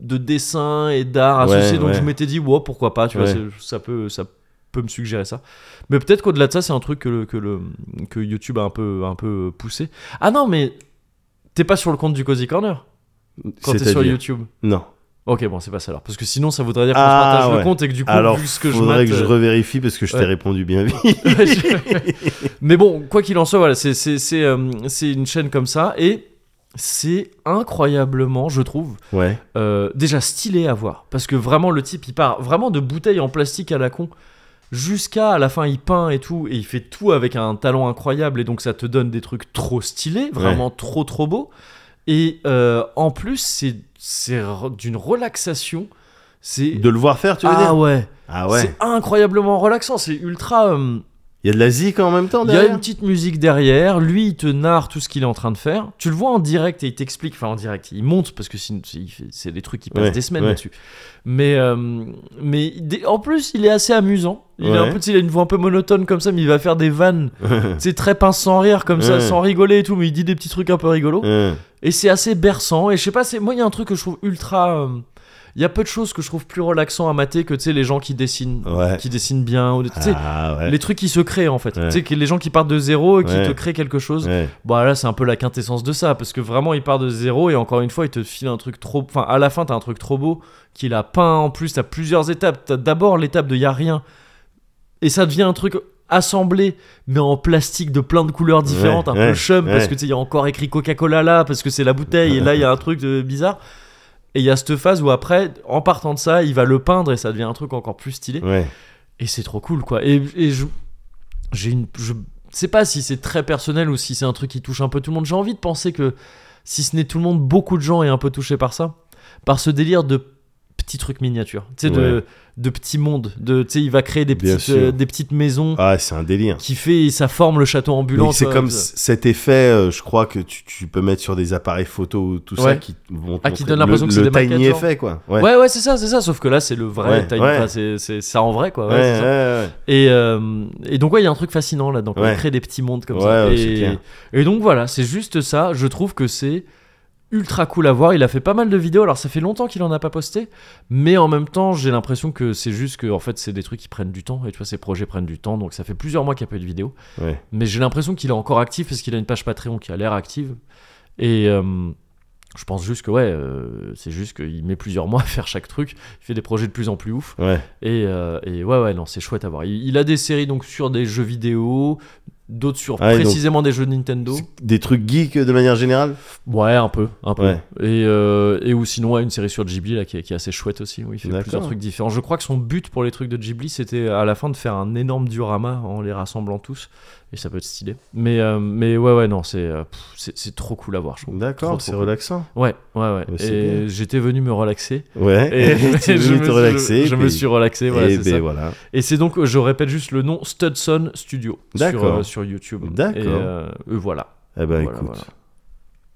[SPEAKER 1] de dessin et d'art
[SPEAKER 2] Ouais,
[SPEAKER 1] associés, donc
[SPEAKER 2] ouais.
[SPEAKER 1] je m'étais dit, wow, pourquoi pas, tu vois,
[SPEAKER 2] Ouais.
[SPEAKER 1] c'est- ça peut, ça peut me suggérer ça. Mais peut-être qu'au-delà de ça, c'est un truc que, le, que, le, que YouTube a un peu, un peu poussé. Ah non, mais t'es pas sur le compte du Cozy Corner quand t'es sur
[SPEAKER 2] C'est-à-dire
[SPEAKER 1] YouTube.
[SPEAKER 2] Non.
[SPEAKER 1] Ok, bon, c'est pas ça alors. Parce que sinon, ça voudrait dire qu'on
[SPEAKER 2] Ah,
[SPEAKER 1] se partage
[SPEAKER 2] ouais.
[SPEAKER 1] le compte et que du coup,
[SPEAKER 2] Alors,
[SPEAKER 1] vu ce que je
[SPEAKER 2] faudrait
[SPEAKER 1] mate.
[SPEAKER 2] que je
[SPEAKER 1] euh,
[SPEAKER 2] revérifie parce que je t'ai
[SPEAKER 1] ouais.
[SPEAKER 2] répondu bien vite.
[SPEAKER 1] ouais, je- Mais bon, quoi qu'il en soit, voilà, c'est c'est- c'est, euh, c'est une chaîne comme ça et c'est incroyablement, je trouve,
[SPEAKER 2] Ouais.
[SPEAKER 1] euh, déjà stylé à voir. Parce que vraiment, le type, il part vraiment de bouteilles en plastique à la con jusqu'à à la fin, il peint et tout. Et il fait tout avec un talent incroyable. Et donc, ça te donne des trucs trop stylés, vraiment trop, trop beaux. Et euh, en plus, c'est- c'est re- d'une relaxation. C'est
[SPEAKER 2] De le voir faire, tu veux
[SPEAKER 1] ah
[SPEAKER 2] dire
[SPEAKER 1] ouais,
[SPEAKER 2] Ah ouais.
[SPEAKER 1] c'est incroyablement relaxant, c'est ultra. euh,
[SPEAKER 2] Il y a de la zik en même temps
[SPEAKER 1] Il y a
[SPEAKER 2] derrière.
[SPEAKER 1] une petite musique derrière, lui il te narre tout ce qu'il est en train de faire. Tu le vois en direct et il t'explique, enfin en direct, il monte parce que sinon, c'est il fait- c'est des trucs qui passent
[SPEAKER 2] Ouais,
[SPEAKER 1] des semaines
[SPEAKER 2] ouais.
[SPEAKER 1] là-dessus. Mais, euh, mais dé- en plus il est assez amusant. Il est un
[SPEAKER 2] Ouais.
[SPEAKER 1] peu, tu sais, il a une voix un peu monotone comme ça, mais il va faire des vannes, tu sais, très pince sans rire comme ça,
[SPEAKER 2] Ouais.
[SPEAKER 1] sans rigoler et tout, mais il dit des petits trucs un peu rigolos. Et c'est assez berçant. Et je sais pas, c'est moi, il y a un truc que je trouve ultra. euh, Il y a peu de choses que je trouve plus relaxant à mater que tu sais les gens qui dessinent,
[SPEAKER 2] Ouais.
[SPEAKER 1] qui dessinent bien ou des- tu sais
[SPEAKER 2] Ah ouais.
[SPEAKER 1] les trucs qui se créent en fait.
[SPEAKER 2] Ouais.
[SPEAKER 1] Tu sais que les gens qui partent de zéro et qui
[SPEAKER 2] Ouais.
[SPEAKER 1] te créent quelque chose.
[SPEAKER 2] Ouais.
[SPEAKER 1] Bah là, c'est un peu la quintessence de ça parce que vraiment, il part de zéro et encore une fois, il te file un truc trop. Enfin, à la fin, t'as un truc trop beau qu'il a peint. En plus, t'as plusieurs étapes. T'as d'abord l'étape de y a rien et ça devient un truc assemblé mais en plastique de plein de couleurs différentes
[SPEAKER 2] Ouais,
[SPEAKER 1] un peu
[SPEAKER 2] ouais,
[SPEAKER 1] chum parce
[SPEAKER 2] ouais.
[SPEAKER 1] que tu sais il y a encore écrit Coca-Cola là parce que c'est la bouteille et là il y a un truc de bizarre et il y a cette phase où après en partant de ça il va le peindre et ça devient un truc encore plus stylé
[SPEAKER 2] Ouais.
[SPEAKER 1] et c'est trop cool quoi et, et je j'ai une je sais pas si c'est très personnel ou si c'est un truc qui touche un peu tout le monde j'ai envie de penser que si ce n'est tout le monde beaucoup de gens est un peu touché par ça par ce délire de petits trucs miniatures tu sais de, de petits mondes de tu sais il va créer des
[SPEAKER 2] Bien
[SPEAKER 1] petites
[SPEAKER 2] sûr.
[SPEAKER 1] euh, des petites maisons
[SPEAKER 2] Ah, c'est un délire.
[SPEAKER 1] qui fait ça forme le château ambulant
[SPEAKER 2] Mais c'est
[SPEAKER 1] tu vois,
[SPEAKER 2] comme
[SPEAKER 1] ça.
[SPEAKER 2] c- cet effet, euh, je crois que tu, tu peux mettre sur des appareils photo ou tout ça
[SPEAKER 1] Ouais.
[SPEAKER 2] qui vont te
[SPEAKER 1] Ah, qui
[SPEAKER 2] montrer
[SPEAKER 1] donne l'impression
[SPEAKER 2] le-
[SPEAKER 1] que c'est
[SPEAKER 2] le
[SPEAKER 1] des maquettes,
[SPEAKER 2] tiny
[SPEAKER 1] genre.
[SPEAKER 2] effet quoi. Ouais.
[SPEAKER 1] ouais ouais c'est ça c'est ça sauf que là c'est le vrai
[SPEAKER 2] Ouais,
[SPEAKER 1] time-
[SPEAKER 2] ouais.
[SPEAKER 1] enfin, c'est c'est ça en vrai quoi
[SPEAKER 2] Ouais,
[SPEAKER 1] ouais, c'est ça.
[SPEAKER 2] ouais,
[SPEAKER 1] Et, euh, et donc, ouais, il y a un truc fascinant là-dedans. quand On
[SPEAKER 2] Ouais.
[SPEAKER 1] crée des petits mondes comme
[SPEAKER 2] Ouais,
[SPEAKER 1] ça.
[SPEAKER 2] ouais, c'est
[SPEAKER 1] et,
[SPEAKER 2] clair.
[SPEAKER 1] et donc, voilà, c'est juste ça. Je trouve que c'est ultra cool à voir. Il a fait pas mal de vidéos. Alors ça fait longtemps qu'il en a pas posté, mais en même temps, j'ai l'impression que c'est juste que en fait, c'est des trucs qui prennent du temps. Et tu vois, ces projets prennent du temps, donc ça fait plusieurs mois qu'il n'y a pas eu de vidéo.
[SPEAKER 2] Ouais.
[SPEAKER 1] Mais j'ai l'impression qu'il est encore actif parce qu'il a une page Patreon qui a l'air active. Et euh, je pense juste que ouais, euh, c'est juste qu'il met plusieurs mois à faire chaque truc. Il fait des projets de plus en plus ouf.
[SPEAKER 2] Ouais.
[SPEAKER 1] Et, euh, et ouais, ouais, non, c'est chouette à voir. Il, il a des séries donc sur des jeux vidéo, d'autres sur
[SPEAKER 2] Ah, et donc-
[SPEAKER 1] précisément des jeux de Nintendo.
[SPEAKER 2] C'est Des trucs geeks euh, de manière générale
[SPEAKER 1] Ouais, un peu, un peu.
[SPEAKER 2] Ouais.
[SPEAKER 1] Et, euh, et ou sinon, ouais, une série sur Ghibli là, qui, est, qui est assez chouette aussi, où il fait
[SPEAKER 2] D'accord.
[SPEAKER 1] plusieurs trucs différents. Je crois que son but pour les trucs de Ghibli, c'était à la fin de faire un énorme diorama en les rassemblant tous. Et ça peut être stylé. Mais, euh, mais ouais, ouais, non, c'est euh, pff, c'est c'est trop cool à voir, je trouve. Trop,
[SPEAKER 2] D'accord,
[SPEAKER 1] trop
[SPEAKER 2] c'est
[SPEAKER 1] cool.
[SPEAKER 2] relaxant.
[SPEAKER 1] Ouais, ouais, ouais.
[SPEAKER 2] Mais c'est
[SPEAKER 1] Et j'étais venu me relaxer.
[SPEAKER 2] Ouais,
[SPEAKER 1] Et,
[SPEAKER 2] tu es
[SPEAKER 1] je,
[SPEAKER 2] venu
[SPEAKER 1] me
[SPEAKER 2] te
[SPEAKER 1] suis-
[SPEAKER 2] relaxer.
[SPEAKER 1] je, je me
[SPEAKER 2] puis-
[SPEAKER 1] suis relaxé, voilà,
[SPEAKER 2] et
[SPEAKER 1] c'est ça.
[SPEAKER 2] ben voilà.
[SPEAKER 1] Et c'est donc, je répète juste le nom, Studson Studio, sur,
[SPEAKER 2] D'accord.
[SPEAKER 1] euh, sur YouTube.
[SPEAKER 2] D'accord.
[SPEAKER 1] Et euh, euh, voilà.
[SPEAKER 2] Eh ben
[SPEAKER 1] Voilà,
[SPEAKER 2] écoute,
[SPEAKER 1] voilà.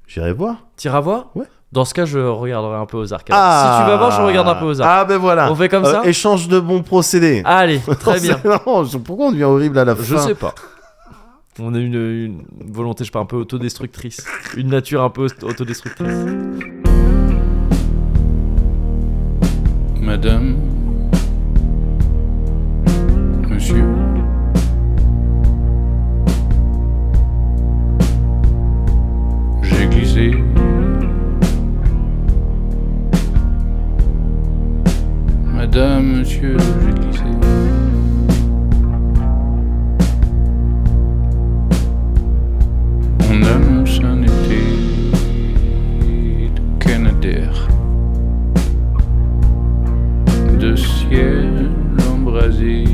[SPEAKER 2] j'irai voir.
[SPEAKER 1] T'iras voir
[SPEAKER 2] Ouais.
[SPEAKER 1] Dans ce cas, je regarderai un peu aux arcades. si tu vas voir, je regarde un peu aux arcades.
[SPEAKER 2] Ah ben voilà.
[SPEAKER 1] On fait comme
[SPEAKER 2] Euh,
[SPEAKER 1] ça
[SPEAKER 2] Échange de bons procédés.
[SPEAKER 1] Allez, très bien.
[SPEAKER 2] Non, je- pourquoi on devient horrible à la fin
[SPEAKER 1] Je sais pas. On a une, une volonté, je sais pas, un peu autodestructrice. Une nature un peu autodestructrice.
[SPEAKER 6] Madame, Monsieur, j'ai glissé. Madame, Monsieur, j'ai glissé. On annonce un été de Canadair de ciel embrasé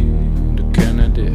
[SPEAKER 6] de Canadair.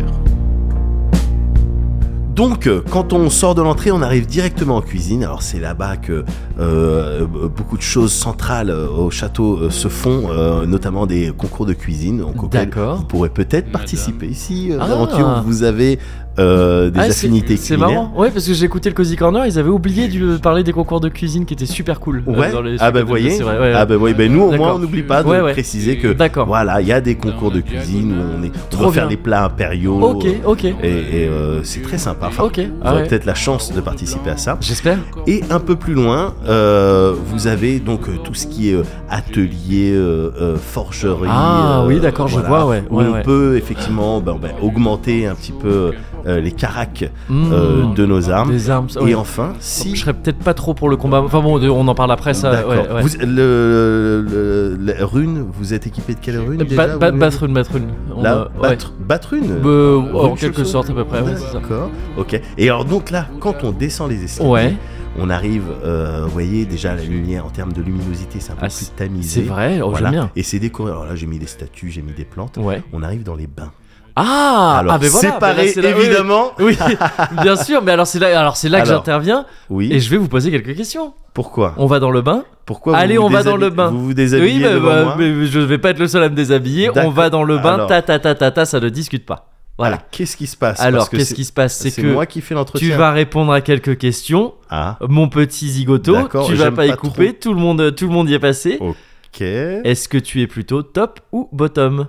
[SPEAKER 2] Donc, euh, quand on sort de l'entrée, on arrive directement en cuisine. Alors, c'est là-bas que euh, beaucoup de choses centrales euh, au château euh, se font, euh, notamment des concours de cuisine. donc auxquels
[SPEAKER 1] D'accord.
[SPEAKER 2] Vous pourrez peut-être
[SPEAKER 6] Madame.
[SPEAKER 2] participer si, euh,
[SPEAKER 1] Ah.
[SPEAKER 2] d'aventure, vous avez euh, des
[SPEAKER 1] Ah, c'est-
[SPEAKER 2] affinités
[SPEAKER 1] C'est
[SPEAKER 2] culinaires.
[SPEAKER 1] marrant. Ouais, parce que j'ai écouté le Cozy Corner, ils avaient oublié de parler des concours de cuisine qui étaient super cool. euh,
[SPEAKER 2] Ouais.
[SPEAKER 1] dans les-
[SPEAKER 2] ah bah
[SPEAKER 1] c'est
[SPEAKER 2] voyez.
[SPEAKER 1] vrai, ouais,
[SPEAKER 2] Ah bah voyez. Ben nous au moins
[SPEAKER 1] D'accord.
[SPEAKER 2] on n'oublie pas de
[SPEAKER 1] Ouais, ouais.
[SPEAKER 2] préciser que
[SPEAKER 1] D'accord.
[SPEAKER 2] voilà il y a des concours de cuisine où on est on
[SPEAKER 1] Trop
[SPEAKER 2] doit faire
[SPEAKER 1] bien.
[SPEAKER 2] les plats impériaux.
[SPEAKER 1] Ok,
[SPEAKER 2] euh,
[SPEAKER 1] ok.
[SPEAKER 2] Et, et, euh, c'est très sympa. Enfin,
[SPEAKER 1] Ok.
[SPEAKER 2] Vous
[SPEAKER 1] Ah
[SPEAKER 2] aurez
[SPEAKER 1] ouais.
[SPEAKER 2] peut-être la chance de participer à ça.
[SPEAKER 1] J'espère.
[SPEAKER 2] Et un peu plus loin, euh, vous avez donc euh, tout ce qui est euh, atelier, euh, euh, forgerie.
[SPEAKER 1] Ah
[SPEAKER 2] euh,
[SPEAKER 1] oui, d'accord, je vois, ouais,
[SPEAKER 2] où
[SPEAKER 1] ouais,
[SPEAKER 2] on
[SPEAKER 1] ouais.
[SPEAKER 2] peut effectivement ben, ben, augmenter un petit peu euh, les caracs euh,
[SPEAKER 1] Mmh.
[SPEAKER 2] de nos armes.
[SPEAKER 1] Des armes. ça,
[SPEAKER 2] Et
[SPEAKER 1] ouais.
[SPEAKER 2] enfin, si
[SPEAKER 1] Je serais peut-être pas trop pour le combat. Enfin bon, on en parle après ça.
[SPEAKER 2] D'accord.
[SPEAKER 1] Ouais, ouais.
[SPEAKER 2] Vous- le, le- le- rune, vous êtes équipé de quelle rune déjà,
[SPEAKER 1] Ba-
[SPEAKER 2] vous
[SPEAKER 1] ba-
[SPEAKER 2] m'avez dit
[SPEAKER 1] Batrune, Batrune. On,
[SPEAKER 2] La euh,
[SPEAKER 1] euh, ouais.
[SPEAKER 2] batr- batrune
[SPEAKER 1] Bah,
[SPEAKER 2] Rune
[SPEAKER 1] en quelque
[SPEAKER 2] Chaussure.
[SPEAKER 1] sorte à peu près, ouais, c'est ça.
[SPEAKER 2] D'accord, ok. Et alors donc là, quand on descend les escaliers,
[SPEAKER 1] Ouais,
[SPEAKER 2] on arrive, euh, vous voyez déjà la lumière en termes de luminosité, c'est un peu
[SPEAKER 1] Ah,
[SPEAKER 2] plus tamisé.
[SPEAKER 1] c'est vrai, oh,
[SPEAKER 2] Voilà.
[SPEAKER 1] j'aime bien.
[SPEAKER 2] Et c'est décoré. Alors là, j'ai mis des statues, j'ai mis des plantes.
[SPEAKER 1] Ouais.
[SPEAKER 2] On arrive dans les bains.
[SPEAKER 1] Ah,
[SPEAKER 2] alors
[SPEAKER 1] ah, ben voilà, ben
[SPEAKER 2] séparés
[SPEAKER 1] là, c'est là- oui, oui.
[SPEAKER 2] évidemment.
[SPEAKER 1] Oui, bien sûr, mais alors c'est là, alors c'est là que
[SPEAKER 2] Alors.
[SPEAKER 1] j'interviens
[SPEAKER 2] Oui.
[SPEAKER 1] et je vais vous poser quelques questions.
[SPEAKER 2] Pourquoi
[SPEAKER 1] On va dans le bain
[SPEAKER 2] Pourquoi vous
[SPEAKER 1] Allez,
[SPEAKER 2] vous
[SPEAKER 1] on va dans
[SPEAKER 2] déshabillez-
[SPEAKER 1] le bain.
[SPEAKER 2] Vous vous déshabillez
[SPEAKER 1] Oui, mais,
[SPEAKER 2] devant
[SPEAKER 1] bah,
[SPEAKER 2] moi
[SPEAKER 1] mais je vais pas être le seul à me déshabiller. On
[SPEAKER 2] D'accord.
[SPEAKER 1] va dans le bain,
[SPEAKER 2] Alors.
[SPEAKER 1] ta ta ta ta ta, ça ne discute pas. Voilà.
[SPEAKER 2] Ah, Qu'est-ce qui se passe Parce
[SPEAKER 1] alors,
[SPEAKER 2] que
[SPEAKER 1] qu'est-ce
[SPEAKER 2] c'est-
[SPEAKER 1] qui se passe C'est
[SPEAKER 2] C'est
[SPEAKER 1] que
[SPEAKER 2] moi qui fais l'entretien.
[SPEAKER 1] tu vas répondre à quelques questions,
[SPEAKER 2] Ah,
[SPEAKER 1] mon petit zigoto.
[SPEAKER 2] D'accord,
[SPEAKER 1] Tu vas
[SPEAKER 2] j'aime
[SPEAKER 1] pas y
[SPEAKER 2] pas
[SPEAKER 1] couper. Tout le monde, tout le monde y est passé.
[SPEAKER 2] Oh. ok.
[SPEAKER 1] Est-ce que tu es plutôt top ou bottom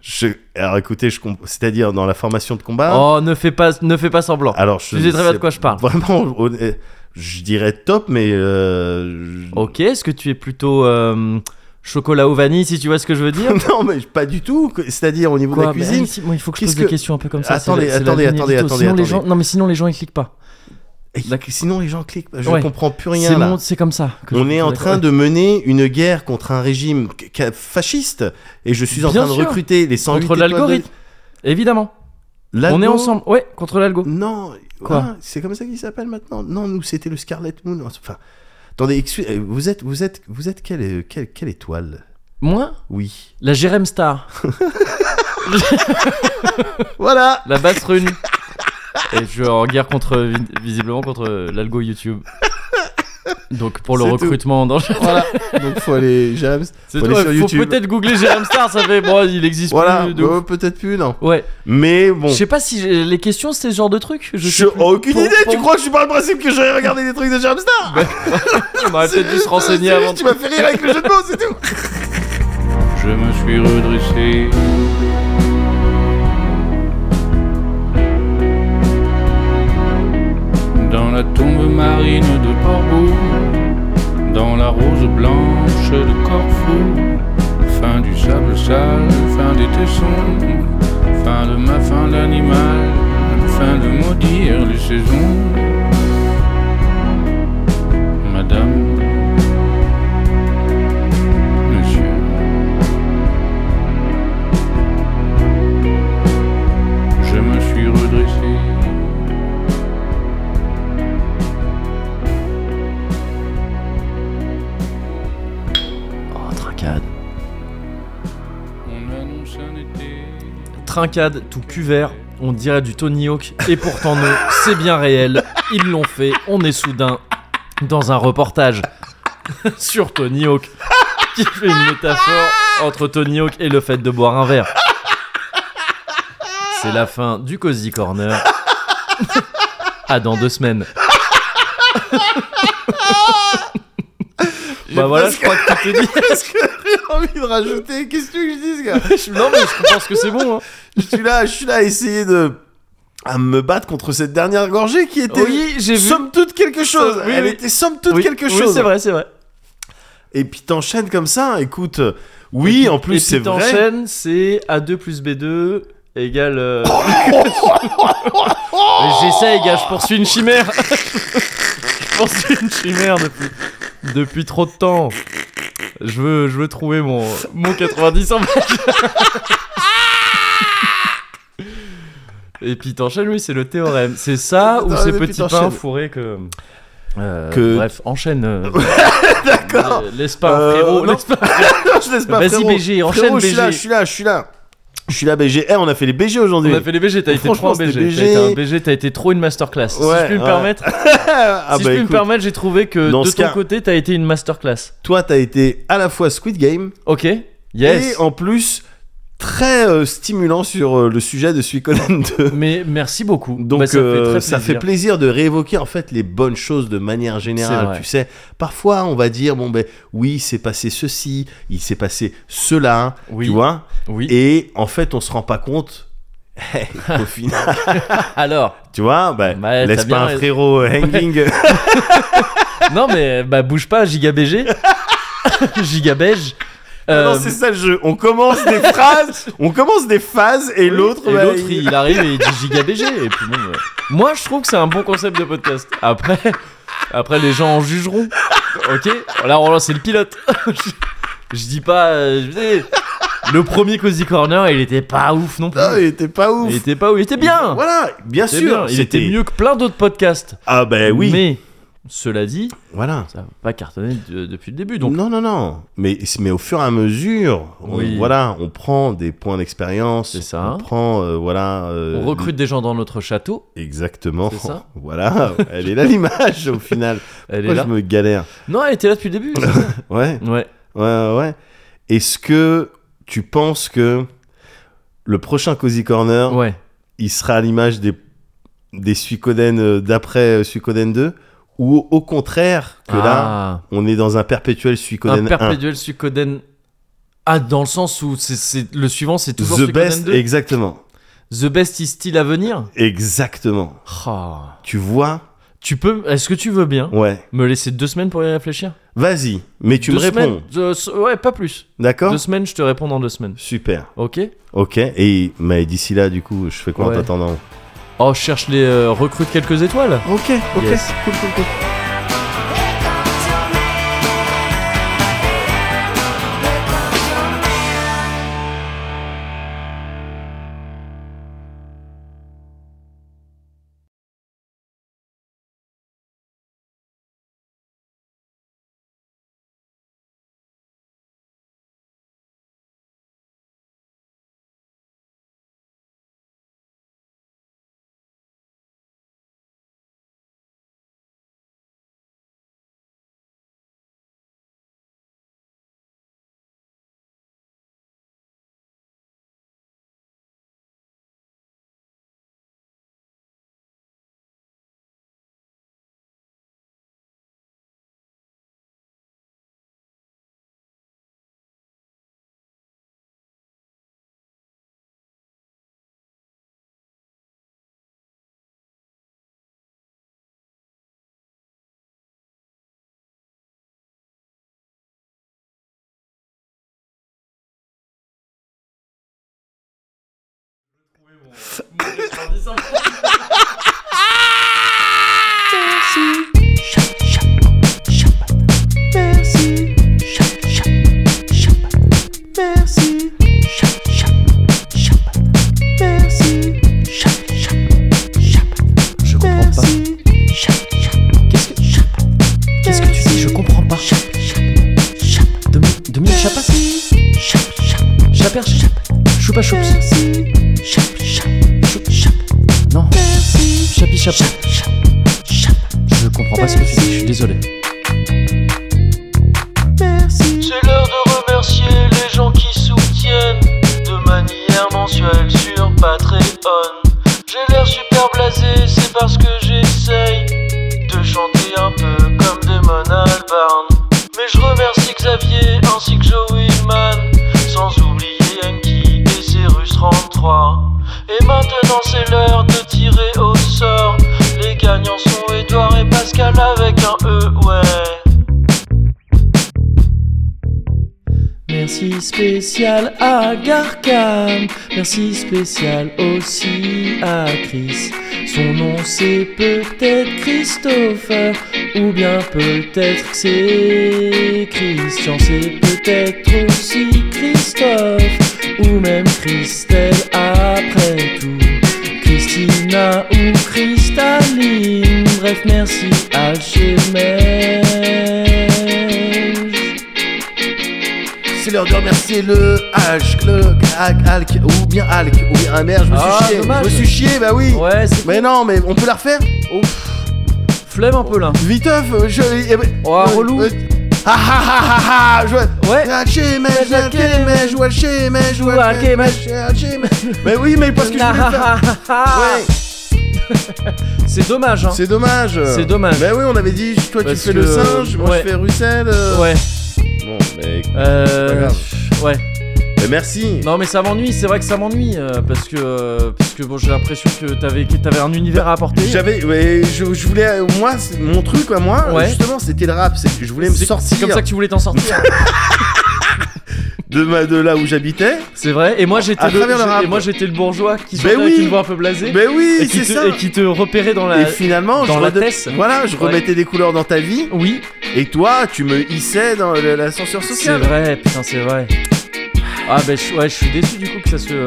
[SPEAKER 2] Je... Alors écoutez, je comp- c'est-à-dire dans la formation de combat.
[SPEAKER 1] Oh, ne fais pas, ne fais pas semblant.
[SPEAKER 2] Alors je
[SPEAKER 1] Oh, tu sais très bien
[SPEAKER 2] sais
[SPEAKER 1] de quoi je parle.
[SPEAKER 2] Vraiment, on- euh, je dirais top, mais euh, je-
[SPEAKER 1] Ok, est-ce que tu es plutôt euh, chocolat ou vanille, si tu vois ce que je veux dire
[SPEAKER 2] non, mais pas du tout. C'est-à-dire au niveau de la
[SPEAKER 1] Quoi, mais
[SPEAKER 2] cuisine.
[SPEAKER 1] allez, si- moi, il faut que je
[SPEAKER 2] Qu'est-ce
[SPEAKER 1] pose des
[SPEAKER 2] que-
[SPEAKER 1] questions un peu comme ça. c'est
[SPEAKER 2] Attendez,
[SPEAKER 1] la- c'est la
[SPEAKER 2] attendez,
[SPEAKER 1] ligne
[SPEAKER 2] attendez,
[SPEAKER 1] édito.
[SPEAKER 2] attendez,
[SPEAKER 1] Sinon, les
[SPEAKER 2] attendez.
[SPEAKER 1] gens... Non, mais sinon, les gens, ils cliquent pas.
[SPEAKER 2] Et- Sinon, les gens cliquent. Je
[SPEAKER 1] Ouais.
[SPEAKER 2] comprends plus rien
[SPEAKER 1] C'est
[SPEAKER 2] là.
[SPEAKER 1] mon- C'est comme ça. que je
[SPEAKER 2] On
[SPEAKER 1] comprends,
[SPEAKER 2] est en
[SPEAKER 1] d'accord.
[SPEAKER 2] train de mener une guerre contre un régime ca- ca- fasciste et je suis en
[SPEAKER 1] Bien
[SPEAKER 2] train
[SPEAKER 1] sûr.
[SPEAKER 2] de recruter les 108
[SPEAKER 1] Contre
[SPEAKER 2] étoiles de-
[SPEAKER 1] l'algorithme. Évidemment.
[SPEAKER 2] L'algo-
[SPEAKER 1] On est ensemble. Ouais, contre l'algo.
[SPEAKER 2] Non,
[SPEAKER 1] Quoi
[SPEAKER 2] ah, c'est comme ça qu'il s'appelle maintenant. Non, nous c'était le Scarlet Moon. Enfin, attendez, excu- euh, vous êtes, vous êtes, vous êtes quelle, euh, quelle, quelle étoile
[SPEAKER 1] Moi,
[SPEAKER 2] Oui.
[SPEAKER 1] la Jérém Star,
[SPEAKER 2] Voilà.
[SPEAKER 1] la basse rune. Et je suis en guerre contre, vi- visiblement, contre l'algo YouTube. Donc pour le
[SPEAKER 2] C'est tout.
[SPEAKER 1] recrutement dans le...
[SPEAKER 2] voilà. Donc faut aller, James.
[SPEAKER 1] C'est
[SPEAKER 2] Faut
[SPEAKER 1] tout,
[SPEAKER 2] aller sur
[SPEAKER 1] ouais, faut
[SPEAKER 2] YouTube.
[SPEAKER 1] peut-être googler Jérém Star, ça fait... Bon, il existe
[SPEAKER 2] Voilà.
[SPEAKER 1] Oh, plus de ouf.
[SPEAKER 2] bah, Peut-être plus non.
[SPEAKER 1] Ouais.
[SPEAKER 2] Mais bon.
[SPEAKER 1] Je sais pas si j'ai- les questions, c'est ce genre de truc. Je
[SPEAKER 2] Je
[SPEAKER 1] sais plus.
[SPEAKER 2] aucune
[SPEAKER 1] Pour-
[SPEAKER 2] idée.
[SPEAKER 1] pour-
[SPEAKER 2] Tu crois que je suis par le principe que j'aurais regardé des trucs de James Star
[SPEAKER 1] On aurait peut-être dû se renseigner avant.
[SPEAKER 2] Tu m'as fait rire avec le jeu de mots, c'est tout.
[SPEAKER 6] Je me suis redressé. Dans la tombe marine de Portbou, dans la rose blanche de Corfou. Fin du sable sale, fin d'été sombre, fin de ma fin d'animal, fin de maudire les saisons. Madame, monsieur, je me suis redressé.
[SPEAKER 1] Oh, trincade.
[SPEAKER 6] On annonce un été.
[SPEAKER 1] Trincade, tout cuvert. On dirait du Tony Hawk. Et pourtant, non, c'est bien réel. Ils l'ont fait. On est soudain dans un reportage sur Tony Hawk qui fait une métaphore entre Tony Hawk et le fait de boire un verre. C'est la fin du Cozy Corner. à dans deux semaines. bah voilà, je crois que tu t'es dit.
[SPEAKER 2] Parce que j'ai envie de rajouter. Qu'est-ce que tu veux que je dise, gars
[SPEAKER 1] Non, mais je pense que c'est bon. hein.
[SPEAKER 2] Je suis là, je suis là à essayer de à me battre contre cette dernière gorgée qui était
[SPEAKER 1] Oui, j'ai vu. Euh,
[SPEAKER 2] somme toute quelque chose.
[SPEAKER 1] Oui,
[SPEAKER 2] Elle
[SPEAKER 1] oui.
[SPEAKER 2] était somme toute
[SPEAKER 1] Oui,
[SPEAKER 2] quelque
[SPEAKER 1] oui,
[SPEAKER 2] chose.
[SPEAKER 1] c'est vrai, c'est vrai.
[SPEAKER 2] Et puis t'enchaînes comme ça. Écoute, euh, oui, en
[SPEAKER 1] Et
[SPEAKER 2] plus
[SPEAKER 1] puis
[SPEAKER 2] c'est vrai.
[SPEAKER 1] t'enchaînes, c'est A2 plus B2 égale. euh, Mais J'essaye, gars, je poursuis une chimère. je poursuis une chimère depuis, depuis trop de temps. Je veux, je veux trouver mon, mon 90 en fait. Et puis t'enchaînes, oui, c'est le théorème. C'est ça ou
[SPEAKER 2] Attends,
[SPEAKER 1] ces
[SPEAKER 2] et puis
[SPEAKER 1] petits pains
[SPEAKER 2] t'enchaînes.
[SPEAKER 1] fourrés que. euh,
[SPEAKER 2] Que-
[SPEAKER 1] Bref, enchaîne. euh,
[SPEAKER 2] D'accord.
[SPEAKER 1] Laisse pas,
[SPEAKER 2] Euh,
[SPEAKER 1] frérot.
[SPEAKER 2] non.
[SPEAKER 1] laisse pas.
[SPEAKER 2] Non, je laisse pas.
[SPEAKER 1] Vas-y,
[SPEAKER 2] frérot.
[SPEAKER 1] BG, enchaîne,
[SPEAKER 2] Frérot, Je suis là,
[SPEAKER 1] BG.
[SPEAKER 2] je suis là, je suis là. Je suis là, BG. Eh, on a fait les BG aujourd'hui.
[SPEAKER 1] On a fait les BG, t'as été
[SPEAKER 2] Franchement,
[SPEAKER 1] trop un BG.
[SPEAKER 2] c'était
[SPEAKER 1] T'as été un
[SPEAKER 2] BG.
[SPEAKER 1] BG, t'as été trop une masterclass. si je
[SPEAKER 2] Ouais,
[SPEAKER 1] puis me
[SPEAKER 2] ouais.
[SPEAKER 1] permettre,
[SPEAKER 2] ah,
[SPEAKER 1] si je
[SPEAKER 2] bah,
[SPEAKER 1] puis me
[SPEAKER 2] écoute,
[SPEAKER 1] permettre, j'ai trouvé que
[SPEAKER 2] Dans
[SPEAKER 1] de
[SPEAKER 2] ce
[SPEAKER 1] ton
[SPEAKER 2] cas-
[SPEAKER 1] côté, t'as été une masterclass.
[SPEAKER 2] toi, t'as été à la fois Squid Game
[SPEAKER 1] Ok. Yes.
[SPEAKER 2] et en plus très euh, stimulant sur euh, le sujet de Suikoden 2.
[SPEAKER 1] Mais merci beaucoup.
[SPEAKER 2] Donc
[SPEAKER 1] Bah, ça fait
[SPEAKER 2] euh,
[SPEAKER 1] très
[SPEAKER 2] ça fait
[SPEAKER 1] plaisir.
[SPEAKER 2] plaisir de réévoquer en fait les bonnes choses de manière
[SPEAKER 1] C'est
[SPEAKER 2] générale.
[SPEAKER 1] vrai.
[SPEAKER 2] Tu sais, parfois on va dire bon ben oui il s'est passé ceci, il s'est passé cela,
[SPEAKER 1] Oui.
[SPEAKER 2] tu vois,
[SPEAKER 1] Oui.
[SPEAKER 2] et en fait on se rend pas compte. au final,
[SPEAKER 1] Alors,
[SPEAKER 2] tu vois, ben,
[SPEAKER 1] Bah, t'as
[SPEAKER 2] laisse
[SPEAKER 1] bien
[SPEAKER 2] pas un
[SPEAKER 1] raison.
[SPEAKER 2] frérot euh, hanging.
[SPEAKER 1] non mais bah bouge pas, giga BG, giga beige.
[SPEAKER 2] Non,
[SPEAKER 1] Euh,
[SPEAKER 2] non, c'est ça le jeu. On commence des phrases, on commence des phases et l'autre,
[SPEAKER 1] et
[SPEAKER 2] bah,
[SPEAKER 1] l'autre,
[SPEAKER 2] il-
[SPEAKER 1] il... arrive et il dit giga BG. Et puis bon, ouais. Moi, je trouve que c'est un bon concept de podcast. Après, après les gens en jugeront. Ok Là, on lance c'est le pilote. je, je dis pas. euh, je dis- le premier Cozy Corner, il était pas ouf non plus.
[SPEAKER 2] Non, il était pas ouf.
[SPEAKER 1] il était pas ouf. Il était bien.
[SPEAKER 2] Voilà, bien
[SPEAKER 1] Il était bien.
[SPEAKER 2] sûr.
[SPEAKER 1] Il était mieux que plein d'autres podcasts.
[SPEAKER 2] Ah ben oui.
[SPEAKER 1] Mais cela dit,
[SPEAKER 2] Voilà.
[SPEAKER 1] ça va pas cartonner de- depuis le début. Donc,
[SPEAKER 2] non, non, non. Mais, mais au fur et à mesure, on-
[SPEAKER 1] Oui.
[SPEAKER 2] voilà, on prend des points d'expérience.
[SPEAKER 1] C'est ça.
[SPEAKER 2] On prend, euh, voilà. euh,
[SPEAKER 1] on recrute des gens dans notre château.
[SPEAKER 2] Exactement.
[SPEAKER 1] C'est ça.
[SPEAKER 2] Voilà. Elle est là l'image au final.
[SPEAKER 1] Elle est
[SPEAKER 2] Moi,
[SPEAKER 1] là.
[SPEAKER 2] je me galère.
[SPEAKER 1] Non, elle était là depuis le début. c'est ça ouais.
[SPEAKER 2] Ouais, ouais, ouais, ouais. Est-ce que tu penses que le prochain Cozy Corner,
[SPEAKER 1] Ouais.
[SPEAKER 2] il sera à l'image des, des Suikoden euh, d'après euh, Suikoden 2 ou au contraire que là,
[SPEAKER 1] Ah.
[SPEAKER 2] on est dans un perpétuel Suikoden
[SPEAKER 1] un
[SPEAKER 2] 1
[SPEAKER 1] perpétuel Suikoden. Ah, dans le sens où c'est, c'est- le suivant, c'est toujours
[SPEAKER 2] The
[SPEAKER 1] Suikoden
[SPEAKER 2] best,
[SPEAKER 1] 2.
[SPEAKER 2] exactement.
[SPEAKER 1] The best is still à venir.
[SPEAKER 2] Exactement.
[SPEAKER 1] Oh.
[SPEAKER 2] Tu vois
[SPEAKER 1] Tu peux, est-ce que tu veux bien
[SPEAKER 2] Ouais.
[SPEAKER 1] me laisser deux semaines pour y réfléchir
[SPEAKER 2] Vas-y, mais tu
[SPEAKER 1] Deux
[SPEAKER 2] me réponds. Hein?
[SPEAKER 1] semaines, deux- ouais, pas plus.
[SPEAKER 2] D'accord
[SPEAKER 1] Deux semaines, je te réponds dans deux semaines.
[SPEAKER 2] Super.
[SPEAKER 1] Ok
[SPEAKER 2] Ok. Et mais d'ici là, du coup, je fais quoi
[SPEAKER 1] Ouais.
[SPEAKER 2] en attendant
[SPEAKER 1] Oh, je cherche les euh, recrute quelques étoiles.
[SPEAKER 7] Oh,
[SPEAKER 2] Ok, ok.
[SPEAKER 1] Yes.
[SPEAKER 2] Cool, cool, cool.
[SPEAKER 7] Je comprends pas. Qu'est-ce que Qu'est-ce que tu dis Je comprends pas. Demi- Dominique Chapat Chaper Choupa Choups Non. Chapi Chapa. Je comprends pas ce que tu dis, je suis désolé.
[SPEAKER 1] C'est l'heure de remercier les gens qui soutiennent de manière mensuelle sur Patreon. J'ai l'air super blasé, c'est parce que j'essaye de chanter un peu comme Damon Albarn. Mais je remercie Xavier ainsi que Joe Willman, sans oublier Yankee et Cyrus 33. Et maintenant c'est l'heure de tirer au sort. Les gagnants sont Edouard et Pascal avec un E, ouais. Merci spécial à Garcam, merci spécial aussi à Chris. Son nom c'est peut-être Christopher, ou bien peut-être que c'est Christian, c'est peut-être aussi Christophe, ou même Christelle après tout. Christina ou Cristaline, bref merci à Chemel.
[SPEAKER 2] C'est l'heure de remercier le H, le Alc, Alc, ou bien Alc, ou bien ah merde, je me suis
[SPEAKER 1] Ah,
[SPEAKER 2] chié.
[SPEAKER 1] dommage.
[SPEAKER 2] Je me suis chié, bah oui.
[SPEAKER 1] Ouais, c'est
[SPEAKER 2] Mais non, mais on peut la refaire
[SPEAKER 1] Ouf. Flemme un peu là.
[SPEAKER 2] Viteuf, je. eh ben-
[SPEAKER 1] Oh, ah,
[SPEAKER 2] euh,
[SPEAKER 1] relou.
[SPEAKER 2] euh, Ah ah ah ah ah je-
[SPEAKER 1] Ouais.
[SPEAKER 2] Alchemège, Alchemège, ou Alchemège, ou
[SPEAKER 1] Alchemège.
[SPEAKER 2] Alchemège. Mais oui, mais parce que je
[SPEAKER 1] Ah,
[SPEAKER 2] voulais le faire. Ouais,
[SPEAKER 1] C'est dommage hein.
[SPEAKER 2] c'est dommage.
[SPEAKER 1] C'est dommage.
[SPEAKER 2] Bah oui, on avait dit, toi
[SPEAKER 1] Parce
[SPEAKER 2] tu fais le
[SPEAKER 1] que, euh,
[SPEAKER 2] singe, moi
[SPEAKER 1] ouais.
[SPEAKER 2] je fais Russell. euh,
[SPEAKER 1] Ouais.
[SPEAKER 2] Bon, mais écoute, pas
[SPEAKER 1] Euh...
[SPEAKER 2] grave.
[SPEAKER 1] Ouais.
[SPEAKER 2] Mais merci.
[SPEAKER 1] Non mais ça m'ennuie, c'est vrai que ça m'ennuie euh, parce que euh, parce que bon j'ai l'impression que t'avais que t'avais un univers à apporter.
[SPEAKER 2] J'avais, ouais, je, je voulais, moi, c'est- mon truc à moi,
[SPEAKER 1] Ouais.
[SPEAKER 2] justement, c'était le rap. C'est que je voulais me
[SPEAKER 1] C'est-
[SPEAKER 2] sortir
[SPEAKER 1] C'est comme ça que tu voulais t'en sortir.
[SPEAKER 2] de, ma, de là où j'habitais.
[SPEAKER 1] c'est vrai. Et moi j'étais
[SPEAKER 2] À
[SPEAKER 1] le,
[SPEAKER 2] travers le
[SPEAKER 1] j'ai-
[SPEAKER 2] rap.
[SPEAKER 1] et moi j'étais le bourgeois qui
[SPEAKER 2] Ben
[SPEAKER 1] chantait avec
[SPEAKER 2] oui.
[SPEAKER 1] une voix un peu blasée
[SPEAKER 2] Mais
[SPEAKER 1] et,
[SPEAKER 2] oui,
[SPEAKER 1] qui
[SPEAKER 2] c'est
[SPEAKER 1] te,
[SPEAKER 2] ça.
[SPEAKER 1] et qui te repérait dans la.
[SPEAKER 2] Et finalement,
[SPEAKER 1] dans
[SPEAKER 2] je,
[SPEAKER 1] la
[SPEAKER 2] redon-
[SPEAKER 1] tête.
[SPEAKER 2] voilà, je
[SPEAKER 1] Ouais.
[SPEAKER 2] remettais des couleurs dans ta vie,
[SPEAKER 1] Oui,
[SPEAKER 2] et toi, tu me hissais dans le- l'ascenseur
[SPEAKER 1] c'est
[SPEAKER 2] social.
[SPEAKER 1] vrai. Putain c'est vrai. Ah ben je- ouais je suis déçu du coup que ça se. euh,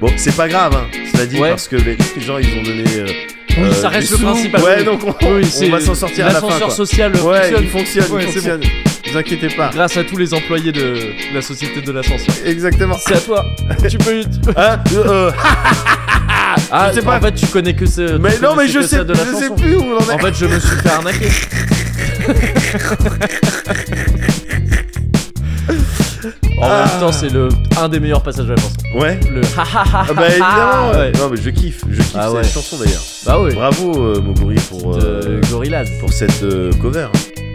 [SPEAKER 2] Bon, c'est pas grave, hein, cela dit,
[SPEAKER 1] Ouais.
[SPEAKER 2] parce que les, les gens, ils ont donné. euh,
[SPEAKER 1] Oui,
[SPEAKER 2] euh,
[SPEAKER 1] ça reste
[SPEAKER 2] des
[SPEAKER 1] le
[SPEAKER 2] sous.
[SPEAKER 1] principal.
[SPEAKER 2] Ouais,
[SPEAKER 1] Oui.
[SPEAKER 2] donc on,
[SPEAKER 1] Oui,
[SPEAKER 2] on
[SPEAKER 1] c'est-
[SPEAKER 2] va s'en sortir à la fin.
[SPEAKER 1] L'ascenseur
[SPEAKER 2] Quoi.
[SPEAKER 1] social
[SPEAKER 2] ouais,
[SPEAKER 1] fonctionne.
[SPEAKER 2] il fonctionne,
[SPEAKER 1] Ouais,
[SPEAKER 2] il
[SPEAKER 1] c'est
[SPEAKER 2] fonctionne. Ne vous inquiétez pas.
[SPEAKER 1] Grâce à tous les employés de la société de l'ascenseur.
[SPEAKER 2] Exactement.
[SPEAKER 1] C'est à toi. tu peux.
[SPEAKER 2] Hein, euh, euh,
[SPEAKER 1] Ah,
[SPEAKER 2] sais pas.
[SPEAKER 1] en fait, tu connais que ce. tu
[SPEAKER 2] mais non,
[SPEAKER 1] connaissais
[SPEAKER 2] mais je
[SPEAKER 1] que
[SPEAKER 2] sais,
[SPEAKER 1] ça de la
[SPEAKER 2] je sais
[SPEAKER 1] chanson.
[SPEAKER 2] plus où on en est.
[SPEAKER 1] En fait, je me suis fait arnaquer. en
[SPEAKER 2] Ah.
[SPEAKER 1] même temps, c'est le un des meilleurs passages de la chanson.
[SPEAKER 2] Ouais.
[SPEAKER 1] Le ha ha ha.
[SPEAKER 2] Ah
[SPEAKER 1] ha,
[SPEAKER 2] bah évidemment
[SPEAKER 1] ha.
[SPEAKER 2] ouais.
[SPEAKER 1] Ouais.
[SPEAKER 2] Non mais je kiffe, je kiffe
[SPEAKER 1] Ah
[SPEAKER 2] cette
[SPEAKER 1] ouais.
[SPEAKER 2] chanson d'ailleurs.
[SPEAKER 1] Bah oui.
[SPEAKER 2] Bravo euh, Moguri pour, euh,
[SPEAKER 1] Gorillaz.
[SPEAKER 2] pour cette euh, cover.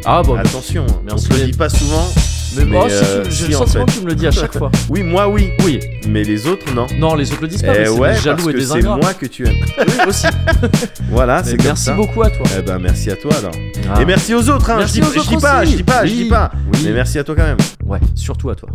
[SPEAKER 1] Ah bon.
[SPEAKER 2] Attention, hein.
[SPEAKER 1] Merci.
[SPEAKER 2] on se le dit pas souvent.
[SPEAKER 1] Mais,
[SPEAKER 2] mais,
[SPEAKER 1] oh, si, tu-
[SPEAKER 2] euh,
[SPEAKER 1] j'ai
[SPEAKER 2] si,
[SPEAKER 1] le
[SPEAKER 2] en
[SPEAKER 1] sentiment
[SPEAKER 2] fait.
[SPEAKER 1] que tu me le dis à chaque fois.
[SPEAKER 2] Oui, moi oui,
[SPEAKER 1] Oui.
[SPEAKER 2] mais les autres non.
[SPEAKER 1] Non, les applaudissent pas.
[SPEAKER 2] Eh
[SPEAKER 1] mais c'est
[SPEAKER 2] ouais,
[SPEAKER 1] des jaloux
[SPEAKER 2] parce
[SPEAKER 1] et
[SPEAKER 2] que
[SPEAKER 1] des
[SPEAKER 2] c'est
[SPEAKER 1] ingrats.
[SPEAKER 2] moi que tu aimes.
[SPEAKER 1] Oui, aussi.
[SPEAKER 2] Voilà,
[SPEAKER 1] Mais
[SPEAKER 2] c'est comme
[SPEAKER 1] merci
[SPEAKER 2] ça.
[SPEAKER 1] beaucoup à toi.
[SPEAKER 2] Eh ben merci à toi alors.
[SPEAKER 1] Ah.
[SPEAKER 2] Et merci aux autres hein.
[SPEAKER 1] Merci
[SPEAKER 2] je dis,
[SPEAKER 1] aux
[SPEAKER 2] je
[SPEAKER 1] autres
[SPEAKER 2] dis pas,
[SPEAKER 1] aussi.
[SPEAKER 2] je dis pas, je
[SPEAKER 1] Oui.
[SPEAKER 2] dis pas.
[SPEAKER 1] Oui.
[SPEAKER 2] Mais merci à toi quand même.
[SPEAKER 1] Ouais, surtout à toi.